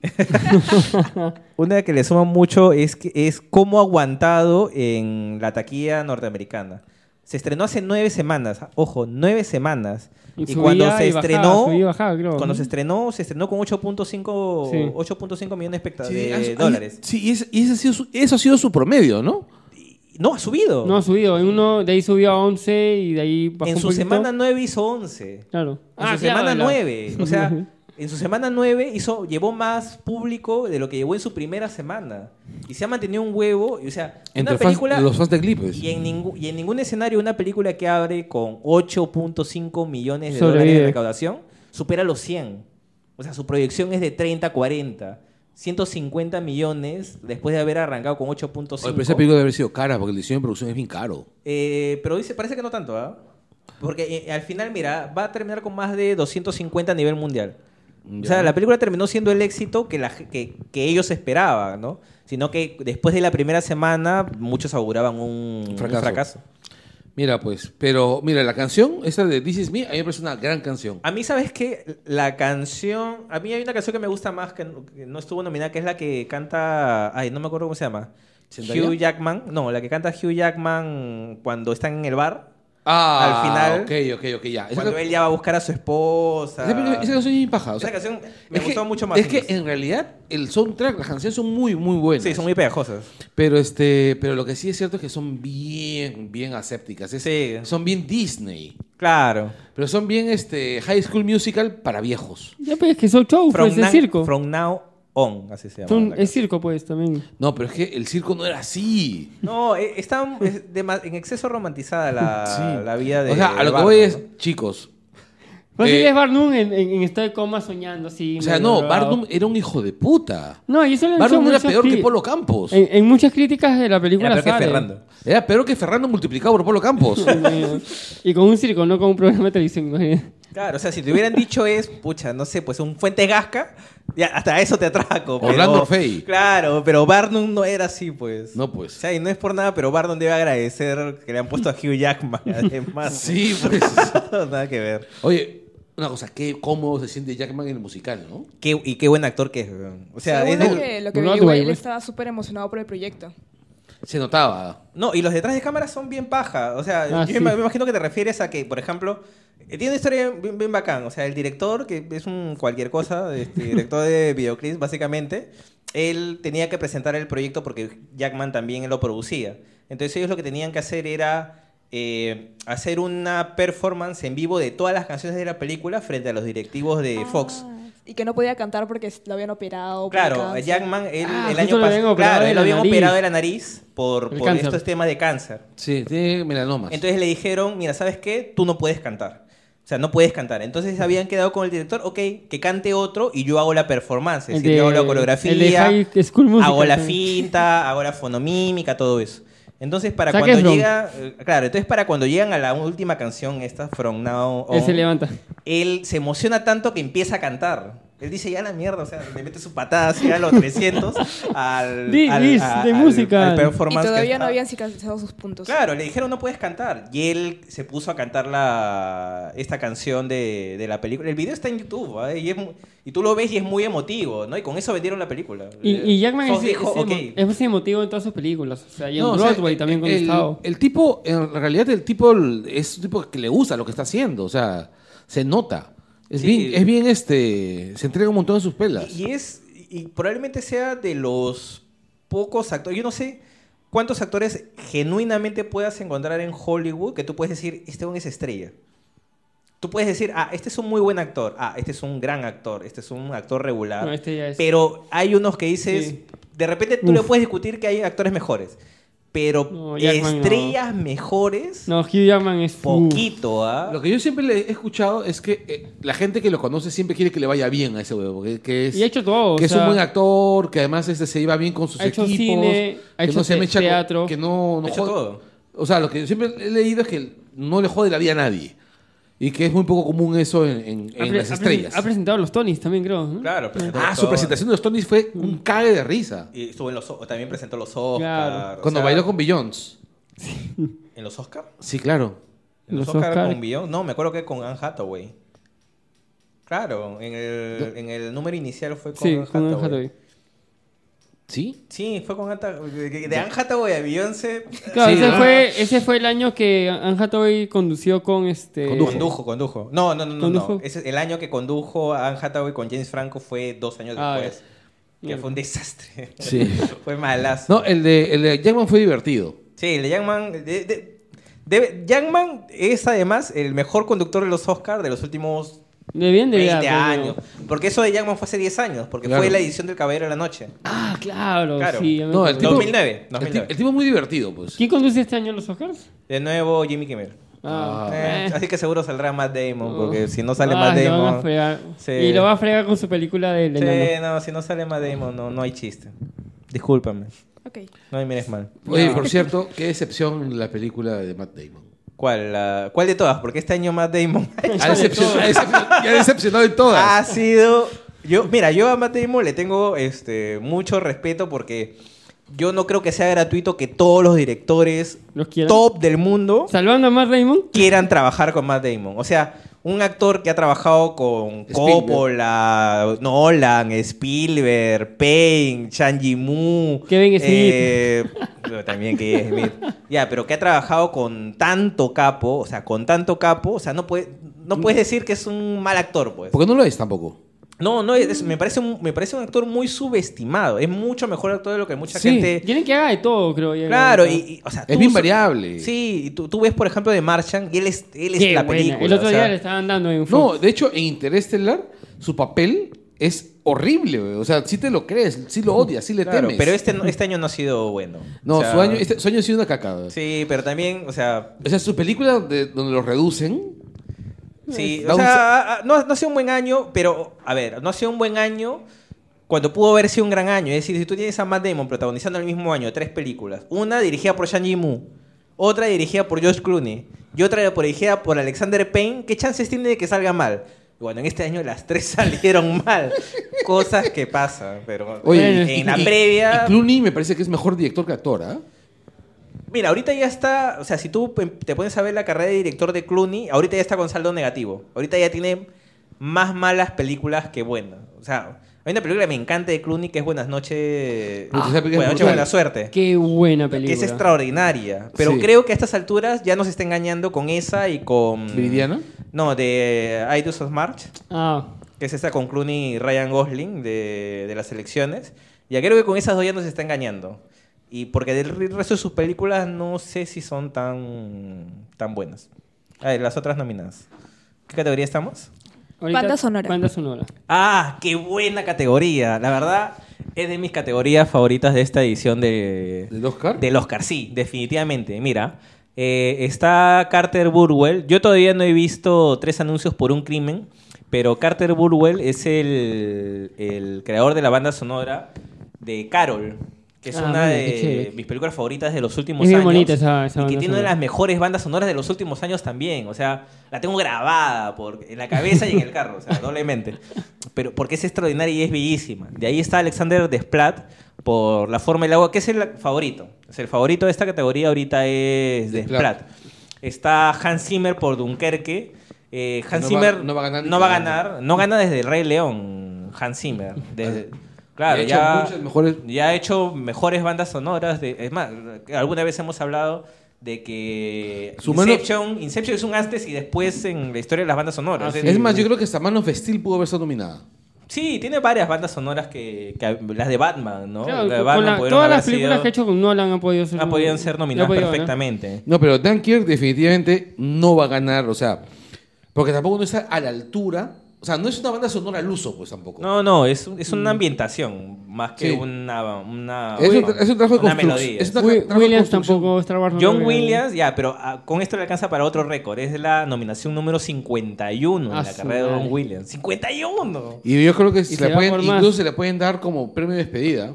Speaker 3: una que le suma mucho es, que, es cómo ha aguantado en la taquilla norteamericana. Se estrenó hace nueve semanas, ah, ojo, nueve semanas. Y,
Speaker 2: subía
Speaker 3: cuando se
Speaker 2: y bajaba,
Speaker 3: estrenó,
Speaker 2: subía y bajaba, creo.
Speaker 3: cuando se estrenó, se estrenó con 8.5
Speaker 2: Sí.
Speaker 3: 8.5 millones de, especta-
Speaker 1: Sí,
Speaker 3: de
Speaker 1: ah, ah,
Speaker 3: dólares.
Speaker 1: Sí, y, ese- y ese ha sido su- eso ha sido su promedio, ¿no?
Speaker 3: Y- No, ha subido.
Speaker 2: No ha subido, en uno de ahí subió a 11 y de ahí bajó
Speaker 3: en
Speaker 2: un
Speaker 3: su
Speaker 2: poquito.
Speaker 3: semana 9 hizo 11.
Speaker 2: Claro.
Speaker 3: En
Speaker 2: Ah, claro,
Speaker 3: su semana
Speaker 2: la-
Speaker 3: 9. O sea, en su semana 9 hizo, llevó más público de lo que llevó en su primera semana. Y se ha mantenido un huevo. Y, o sea,
Speaker 1: Entre
Speaker 3: una
Speaker 1: fans-
Speaker 3: película.
Speaker 1: los fans de Glee, pues.
Speaker 3: y, en ningú- y en ningún escenario, una película que abre con 8.5 millones de
Speaker 2: Sobrevive.
Speaker 3: dólares de recaudación supera los 100. O sea, su proyección es de 30, 40. 150 millones después de haber arrancado con
Speaker 1: Oye, pero esa
Speaker 3: 8.5.
Speaker 1: película debe haber sido cara, porque el diseño de producción es bien caro.
Speaker 3: Eh, pero dice, parece que no tanto, ¿ah? Porque eh, al final, mira, va a terminar con más de 250 a nivel mundial. O sea,
Speaker 1: Ya.
Speaker 3: la película terminó siendo el éxito que, la, ge- que, que ellos esperaban, ¿no? Sino que después de la primera semana, muchos auguraban un un
Speaker 1: Fracaso.
Speaker 3: fracaso.
Speaker 1: Mira, pues, pero mira, la canción, esa de This Is Me, a mí me parece una gran canción.
Speaker 3: A mí, ¿sabes qué? La canción. A mí hay una canción que me gusta más que no, que no estuvo nominada, que es la que canta. Ay, no me acuerdo cómo se llama.
Speaker 1: ¿Zendaya?
Speaker 3: Hugh Jackman. No, la que canta Hugh Jackman cuando están en el bar.
Speaker 1: Ah,
Speaker 3: al final-
Speaker 1: Ok, ok, ok, ya. Esa,
Speaker 3: Cuando él ya va a buscar a su esposa.
Speaker 1: esa peli- esa canción es bien paja. o
Speaker 3: Esa
Speaker 1: sea,
Speaker 3: canción me
Speaker 1: es que-
Speaker 3: gustó mucho más.
Speaker 1: Es que
Speaker 3: incluso.
Speaker 1: en realidad el soundtrack, las canciones son muy, muy buenas.
Speaker 3: Sí, son muy pegajosas.
Speaker 1: Pero este, pero lo que sí es cierto es que son bien, bien asépticas. Es-
Speaker 3: Sí.
Speaker 1: Son bien Disney.
Speaker 3: Claro.
Speaker 1: Pero son bien este High School Musical para viejos.
Speaker 2: Ya, pero es que son shows, pues, es
Speaker 3: now,
Speaker 2: circo.
Speaker 3: From Now On, así se llama.
Speaker 2: Son-
Speaker 3: la
Speaker 2: es circo, pues, también.
Speaker 1: No, pero es que el circo no era así.
Speaker 3: No, eh, está es dema- en exceso romantizada la,
Speaker 1: Sí.
Speaker 3: la vida de.
Speaker 1: o sea, a lo que
Speaker 3: Barnum,
Speaker 1: voy es,
Speaker 3: ¿no?
Speaker 1: chicos.
Speaker 2: No sé
Speaker 1: Eh,
Speaker 2: si Pues es Barnum en, en, en estado de coma soñando, así.
Speaker 1: O sea,
Speaker 2: medio
Speaker 1: no,
Speaker 2: drogado.
Speaker 1: Barnum era un hijo de puta.
Speaker 2: No, y eso lo han
Speaker 1: Barnum
Speaker 2: hecho
Speaker 1: era
Speaker 2: muchas
Speaker 1: peor que
Speaker 2: cri-
Speaker 1: Polo Campos.
Speaker 2: En, en muchas críticas de la película
Speaker 3: Era peor que
Speaker 2: sale.
Speaker 3: Ferrando.
Speaker 1: Era peor que Fernando multiplicado por Polo Campos.
Speaker 2: Eh, y con un circo, no con un programa de televisión. imagínate.
Speaker 3: Claro, o sea, si te hubieran dicho es, pucha, no sé, pues un Fuente Gasca, ya hasta eso te atraco. pero-
Speaker 1: Orlando Orfei.
Speaker 3: Claro, pero Barnum no era así, pues.
Speaker 1: No,
Speaker 3: O
Speaker 1: pues.
Speaker 3: <laughs> sea, y no es por nada, pero Barnum debe agradecer que le han puesto a Hugh Jackman, <laughs> además.
Speaker 1: Sí, pues.
Speaker 3: nada que ver.
Speaker 1: Oye, una cosa, qué cómodo se siente Jackman en el musical, ¿no?
Speaker 3: Qué- y qué buen actor que es. weón. O sea, es
Speaker 4: Según lo
Speaker 3: del-
Speaker 4: que, lo que
Speaker 2: Broadway,
Speaker 4: averigüé, él
Speaker 2: güey.
Speaker 4: estaba súper emocionado por el proyecto.
Speaker 1: Se notaba.
Speaker 3: No, y los detrás de cámara son bien paja. O sea,
Speaker 2: Ah,
Speaker 3: yo
Speaker 2: sí.
Speaker 3: me me imagino que te refieres a que, por ejemplo, eh, tiene una historia bien, bien bacán. O sea, el director, que es un cualquier cosa,
Speaker 2: <laughs>
Speaker 3: este, director de videoclips, básicamente, él tenía que presentar el proyecto porque Jackman también lo producía. Entonces ellos lo que tenían que hacer era eh, hacer una performance en vivo de todas las canciones de la película frente a los directivos de Eh, Fox.
Speaker 4: Ah, Y que no podía cantar porque lo habían operado. por
Speaker 3: Claro,
Speaker 4: cáncer.
Speaker 3: Jackman él,
Speaker 2: Ah,
Speaker 3: el
Speaker 2: justo
Speaker 3: año
Speaker 2: lo habían
Speaker 3: pasado,
Speaker 2: operado
Speaker 3: claro,
Speaker 2: de
Speaker 3: él
Speaker 2: la
Speaker 3: lo habían
Speaker 2: nariz.
Speaker 3: operado de la nariz por,
Speaker 2: El
Speaker 3: por
Speaker 2: cáncer.
Speaker 3: estos temas de cáncer.
Speaker 1: Sí, tiene melanomas.
Speaker 3: Entonces le dijeron, mira, ¿sabes qué? Tú no puedes cantar. O sea, no puedes cantar. Entonces habían quedado con el director, ok, que cante otro y yo hago la performance. Es
Speaker 2: El
Speaker 3: decir, yo hago
Speaker 2: de-
Speaker 3: la coreografía,
Speaker 2: el de High School Musical,
Speaker 3: hago la
Speaker 2: sí. <laughs>
Speaker 3: finta, hago la fonomímica, todo eso. Entonces para
Speaker 2: Zac
Speaker 3: cuando
Speaker 2: Efron.
Speaker 3: llega, eh, claro, entonces para cuando llegan a la última canción, esta From Now On,
Speaker 2: Él se levanta.
Speaker 3: él se emociona tanto que empieza a cantar. Él dice, ya la mierda, o sea, le mete su patada así a los
Speaker 2: <laughs>
Speaker 3: 300 al,
Speaker 2: This
Speaker 3: al,
Speaker 2: is the musical.
Speaker 3: al
Speaker 4: Y
Speaker 3: performance. que
Speaker 4: todavía no
Speaker 3: está.
Speaker 4: habían cicatrizado sus puntos.
Speaker 3: Claro, le dijeron no puedes cantar. Y él se puso a cantar la, esta canción de, de la película. El video está en YouTube ¿ah? y, es mu- y tú lo ves y es muy emotivo, ¿no? Y con eso vendieron la película.
Speaker 2: Y, y Jackman
Speaker 3: Fox
Speaker 2: es,
Speaker 3: dijo,
Speaker 2: es emo-
Speaker 3: "Ok".
Speaker 2: es ese motivo en todas sus películas. O sea, y en
Speaker 1: No, o sea,
Speaker 2: Broadway también con
Speaker 1: el,
Speaker 2: Gustavo.
Speaker 1: el tipo, en realidad el tipo el- es un tipo que le gusta lo que está haciendo, o sea, se nota. Es,
Speaker 3: Sí.
Speaker 1: bien, es bien, este, se entrega un montón de sus pelas.
Speaker 3: Y, y es y probablemente sea de los pocos actores. Yo no sé cuántos actores genuinamente puedas encontrar en Hollywood que tú puedes decir, este hombre es estrella. Tú puedes decir, ah, este es un muy buen actor, ah, este es un gran actor, este es un actor regular.
Speaker 2: No, este ya es-
Speaker 3: Pero hay unos que dices,
Speaker 2: Sí.
Speaker 3: de repente tú le puedes discutir que hay actores mejores, pero
Speaker 2: No, Jackman no.
Speaker 3: estrellas mejores,
Speaker 2: No, Hugh Jackman es...
Speaker 3: poquito, ¿ah?
Speaker 1: Lo que yo siempre le he escuchado es que eh, la gente que lo conoce siempre quiere que le vaya bien a ese huevo, que, que es,
Speaker 2: Y ha hecho todo,
Speaker 1: que
Speaker 2: o
Speaker 1: es
Speaker 2: sea-
Speaker 1: un buen actor, que además este, se iba bien con sus
Speaker 2: Ha hecho
Speaker 1: equipos,
Speaker 2: cine, ha
Speaker 1: que
Speaker 2: hecho
Speaker 1: no se
Speaker 2: te-
Speaker 1: mecha con-
Speaker 2: teatro.
Speaker 1: que no, no
Speaker 3: Ha hecho
Speaker 1: jode-
Speaker 3: todo.
Speaker 1: O sea, lo que yo siempre he leído es que no le jode la vida a nadie. Y que es muy poco común eso en, en-
Speaker 2: Ha
Speaker 1: en
Speaker 2: pre-
Speaker 1: las
Speaker 2: ha pre-
Speaker 1: estrellas.
Speaker 2: Ha presentado los Tonys también, creo. ¿no?
Speaker 3: Claro, presentó
Speaker 1: Ah,
Speaker 3: los
Speaker 1: su
Speaker 3: Oscars.
Speaker 1: presentación de los Tonys fue un cague de risa.
Speaker 3: Y estuvo en los, O- también presentó los Oscars.
Speaker 2: Claro.
Speaker 3: o
Speaker 1: Cuando
Speaker 3: sea,
Speaker 1: bailó con Billions.
Speaker 3: ¿En los Oscars?
Speaker 1: Sí, claro.
Speaker 3: ¿En los,
Speaker 2: Los
Speaker 3: Oscar
Speaker 2: Oscar.
Speaker 3: con Billon? No, me acuerdo que con Anne Hathaway. Claro, en el, en el número inicial fue con
Speaker 2: Sí,
Speaker 3: Anne
Speaker 2: con Anne
Speaker 3: Hathaway.
Speaker 2: Hathaway.
Speaker 1: ¿Sí?
Speaker 3: Sí, fue con Anne Hathaway. De, de Anne Hathaway a Beyoncé.
Speaker 2: Claro,
Speaker 1: Sí,
Speaker 2: ese,
Speaker 1: ¿no?
Speaker 2: fue, ese fue el año que Anne Hathaway condució con este...
Speaker 3: Condujo, condujo. No, no, no, no.
Speaker 2: ¿Condujo?
Speaker 3: no. Ese- el año que condujo a Anne Hathaway con James Franco fue dos años
Speaker 2: Ah,
Speaker 3: después. Que
Speaker 2: Mierda.
Speaker 3: fue un desastre.
Speaker 1: Sí.
Speaker 3: <laughs> fue malazo.
Speaker 1: No, eh. el de, el de Jackman fue divertido.
Speaker 3: Sí, el de Youngman. de- de- debe- Youngman es además el mejor conductor de los Oscars de los últimos
Speaker 2: De bien de
Speaker 3: 20
Speaker 2: vida, pero-
Speaker 3: años. Porque eso de Youngman fue hace 10 años, porque
Speaker 1: Claro.
Speaker 3: fue la edición del Caballero de la Noche.
Speaker 2: Ah, claro,
Speaker 3: Claro.
Speaker 2: sí. ya me
Speaker 1: No, el
Speaker 2: acuerdo.
Speaker 1: tipo-
Speaker 3: 2009.
Speaker 1: El, ti-
Speaker 3: 2009.
Speaker 1: el tipo es muy divertido, pues.
Speaker 2: ¿Quién conduce este año los Oscars?
Speaker 3: De nuevo Jimmy Kimmel.
Speaker 2: Ah,
Speaker 3: Eh,
Speaker 2: eh.
Speaker 3: Así que seguro saldrá Matt Damon,
Speaker 2: Uh.
Speaker 3: porque si no sale
Speaker 2: Ah,
Speaker 3: Matt
Speaker 2: lo van a
Speaker 3: Damon.
Speaker 2: fregar.
Speaker 3: Sí.
Speaker 2: Y lo va a fregar con su película de
Speaker 3: Sí,
Speaker 2: enano.
Speaker 3: no, si no sale Matt Damon, no, no hay chiste. Discúlpame,
Speaker 4: Ok.
Speaker 3: no me mires mal.
Speaker 1: Oye, por cierto, qué decepción la película de Matt <laughs> Damon.
Speaker 3: ¿Cuál, la- ¿Cuál de todas? Porque este año Matt Damon <laughs>
Speaker 1: Ha decepcionado, ha decepcionado- y ha decepcionado en todas.
Speaker 3: ha sido. Yo, mira, yo a Matt Damon le tengo este, mucho respeto porque yo no creo que sea gratuito que todos los directores
Speaker 2: Los quieran.
Speaker 3: top del mundo
Speaker 2: Salvando a Matt Raymond.
Speaker 3: quieran trabajar con Matt Damon. O sea, un actor que ha trabajado con
Speaker 1: Spielberg.
Speaker 3: Coppola, Nolan, Spielberg, Payne, Chan Mu. eh,
Speaker 2: Kevin Smith.
Speaker 3: también Kevin Smith. Ya, pero que ha trabajado con tanto capo, o sea, con tanto capo, o sea, no, puede, no puedes decir que es un mal actor, pues.
Speaker 1: Porque no lo es tampoco.
Speaker 3: No, no, es- me, parece un, me parece un actor muy subestimado. Es mucho mejor actor de lo que mucha
Speaker 2: Sí,
Speaker 3: gente.
Speaker 2: Quieren que haga de todo, creo. ya.
Speaker 3: Claro, y, y, o sea,
Speaker 1: Es
Speaker 3: tú-
Speaker 1: bien variable.
Speaker 3: Sí, y tú, tú ves, por ejemplo, de Marchand y él es, él es
Speaker 2: Qué
Speaker 3: la
Speaker 2: buena.
Speaker 3: película.
Speaker 2: El otro
Speaker 3: o
Speaker 2: día
Speaker 3: sea.
Speaker 2: le estaban dando en
Speaker 1: No,
Speaker 2: Fox.
Speaker 1: de hecho, en Interestelar, su papel es horrible. güey. O sea, sí te lo crees, sí lo odias, sí le
Speaker 3: Claro,
Speaker 1: temes.
Speaker 3: pero este, no- este año no ha sido bueno.
Speaker 1: No,
Speaker 3: O sea,
Speaker 1: su año, este, su año ha sido una cacada.
Speaker 3: Sí, pero también, o sea,
Speaker 1: O sea, su película de- donde lo reducen,
Speaker 3: sí,
Speaker 1: Da
Speaker 3: o
Speaker 1: un
Speaker 3: sea,
Speaker 1: sa-
Speaker 3: a- a- no, no ha sido un buen año, pero, a ver, no ha sido un buen año cuando pudo haber sido un gran año. Es decir, si tú tienes a Matt Damon protagonizando el mismo año tres películas, una dirigida por Shang Mu, otra dirigida por Josh Clooney y otra por- dirigida por Alexander Payne, ¿qué chances tiene de que salga mal? Bueno, en este año las tres <laughs> salieron mal. Cosas que pasan, pero
Speaker 1: Oye,
Speaker 3: en
Speaker 1: y-
Speaker 3: la
Speaker 1: y-
Speaker 3: previa...
Speaker 1: y Clooney me parece que es mejor director que actor, ¿ah?
Speaker 3: Mira, ahorita ya está, o sea, si tú pe- te pones a ver la carrera de director de Clooney, ahorita ya está con saldo negativo. Ahorita ya tiene más malas películas que buenas. O sea, hay una película que me encanta de Clooney que es Buenas noches,
Speaker 1: Puta, esa película es
Speaker 3: Buenas noches,
Speaker 1: brutal.
Speaker 3: buena suerte.
Speaker 2: Qué buena
Speaker 3: eh, Que
Speaker 2: película.
Speaker 3: es extraordinaria. Pero
Speaker 1: Sí.
Speaker 3: creo que a estas alturas ya nos está engañando con esa y con...
Speaker 1: ¿Viridiana?
Speaker 3: No, de Idols of March
Speaker 2: Ah,
Speaker 3: que es esta con Clooney y Ryan Gosling de, de las elecciones. Ya creo que con esas dos ya nos está engañando. Y porque del re- resto de sus películas no sé si son tan, tan buenas. A ver, las otras nominadas. ¿Qué categoría estamos?
Speaker 2: ahorita-
Speaker 4: Banda sonora.
Speaker 2: Banda sonora.
Speaker 3: Ah, qué buena categoría. La verdad es de mis categorías favoritas de esta edición de,
Speaker 1: ¿Del Oscar?
Speaker 3: Del Oscar, sí, definitivamente. Mira, eh, está Carter Burwell. Yo todavía no he visto tres anuncios por un crimen, pero Carter Burwell es el, el creador de la banda sonora de Carol, que es
Speaker 2: Ah,
Speaker 3: una
Speaker 2: mira, qué
Speaker 3: de
Speaker 2: chévere.
Speaker 3: mis películas favoritas de los últimos
Speaker 2: Es bien
Speaker 3: años.
Speaker 2: bonita esa- esa
Speaker 3: y que
Speaker 2: banda
Speaker 3: tiene una de
Speaker 2: sonora.
Speaker 3: las mejores bandas sonoras de los últimos años también. O sea, la tengo grabada por, en la cabeza y en el carro, o sea, doblemente. Pero porque es extraordinaria y es bellísima. De ahí está Alexander Desplat por La Forma del Agua, que es el favorito. Es el favorito de esta categoría ahorita es
Speaker 1: Desplat.
Speaker 3: Desplat. Está Hans Zimmer por Dunkerque. Eh, Hans
Speaker 1: No va-
Speaker 3: Zimmer
Speaker 1: no va a ganar ni
Speaker 3: no va a
Speaker 1: cagando.
Speaker 3: ganar. No gana desde El Rey León,
Speaker 1: <laughs>
Speaker 3: Hans Zimmer. Desde- claro,
Speaker 1: Ha hecho
Speaker 3: ya
Speaker 1: muchas mejores-
Speaker 3: ya ha hecho mejores bandas sonoras. de- es más, alguna vez hemos hablado de que
Speaker 1: Su mano-
Speaker 3: Inception, Inception es un antes y después en la historia de las bandas sonoras.
Speaker 2: Ah,
Speaker 3: Es-
Speaker 2: sí.
Speaker 1: Es más, yo creo que hasta Man of Steel pudo haber sido nominada.
Speaker 3: Sí, tiene varias bandas sonoras que, que- las de Batman, ¿no?
Speaker 2: Claro,
Speaker 3: Las de
Speaker 2: con
Speaker 3: Batman
Speaker 2: la-
Speaker 3: pudieron
Speaker 2: todas
Speaker 3: haber
Speaker 2: las películas
Speaker 3: sido-
Speaker 2: que ha hecho con Nolan han podido ser,
Speaker 3: han podido ser
Speaker 2: han
Speaker 3: nominadas
Speaker 2: podido ganar.
Speaker 3: perfectamente.
Speaker 1: No, pero Dunkirk definitivamente no va a ganar, o sea, porque tampoco no está a la altura. O sea, no es una banda sonora al uso, pues tampoco.
Speaker 3: No, no, es, es una ambientación más que
Speaker 1: Mm. Sí.
Speaker 3: una, una,
Speaker 1: es, un, es un trabajo de
Speaker 3: una
Speaker 1: construcción.
Speaker 3: melodía.
Speaker 1: es un tra- trabajo
Speaker 2: Wi-
Speaker 1: de
Speaker 2: Williams
Speaker 1: construcción.
Speaker 2: tampoco, Star Wars no
Speaker 3: John
Speaker 2: lo ganó.
Speaker 3: Williams, ya, pero ah, con esto le alcanza para otro récord. Es la nominación número 51 en
Speaker 2: Ah,
Speaker 3: la
Speaker 2: su
Speaker 3: carrera de John
Speaker 2: madre.
Speaker 3: Williams. ¡51!
Speaker 1: Y yo creo que
Speaker 2: se
Speaker 1: se la
Speaker 2: va
Speaker 1: pueden,
Speaker 2: por más.
Speaker 1: incluso se le pueden dar como premio de
Speaker 2: <laughs>
Speaker 1: despedida.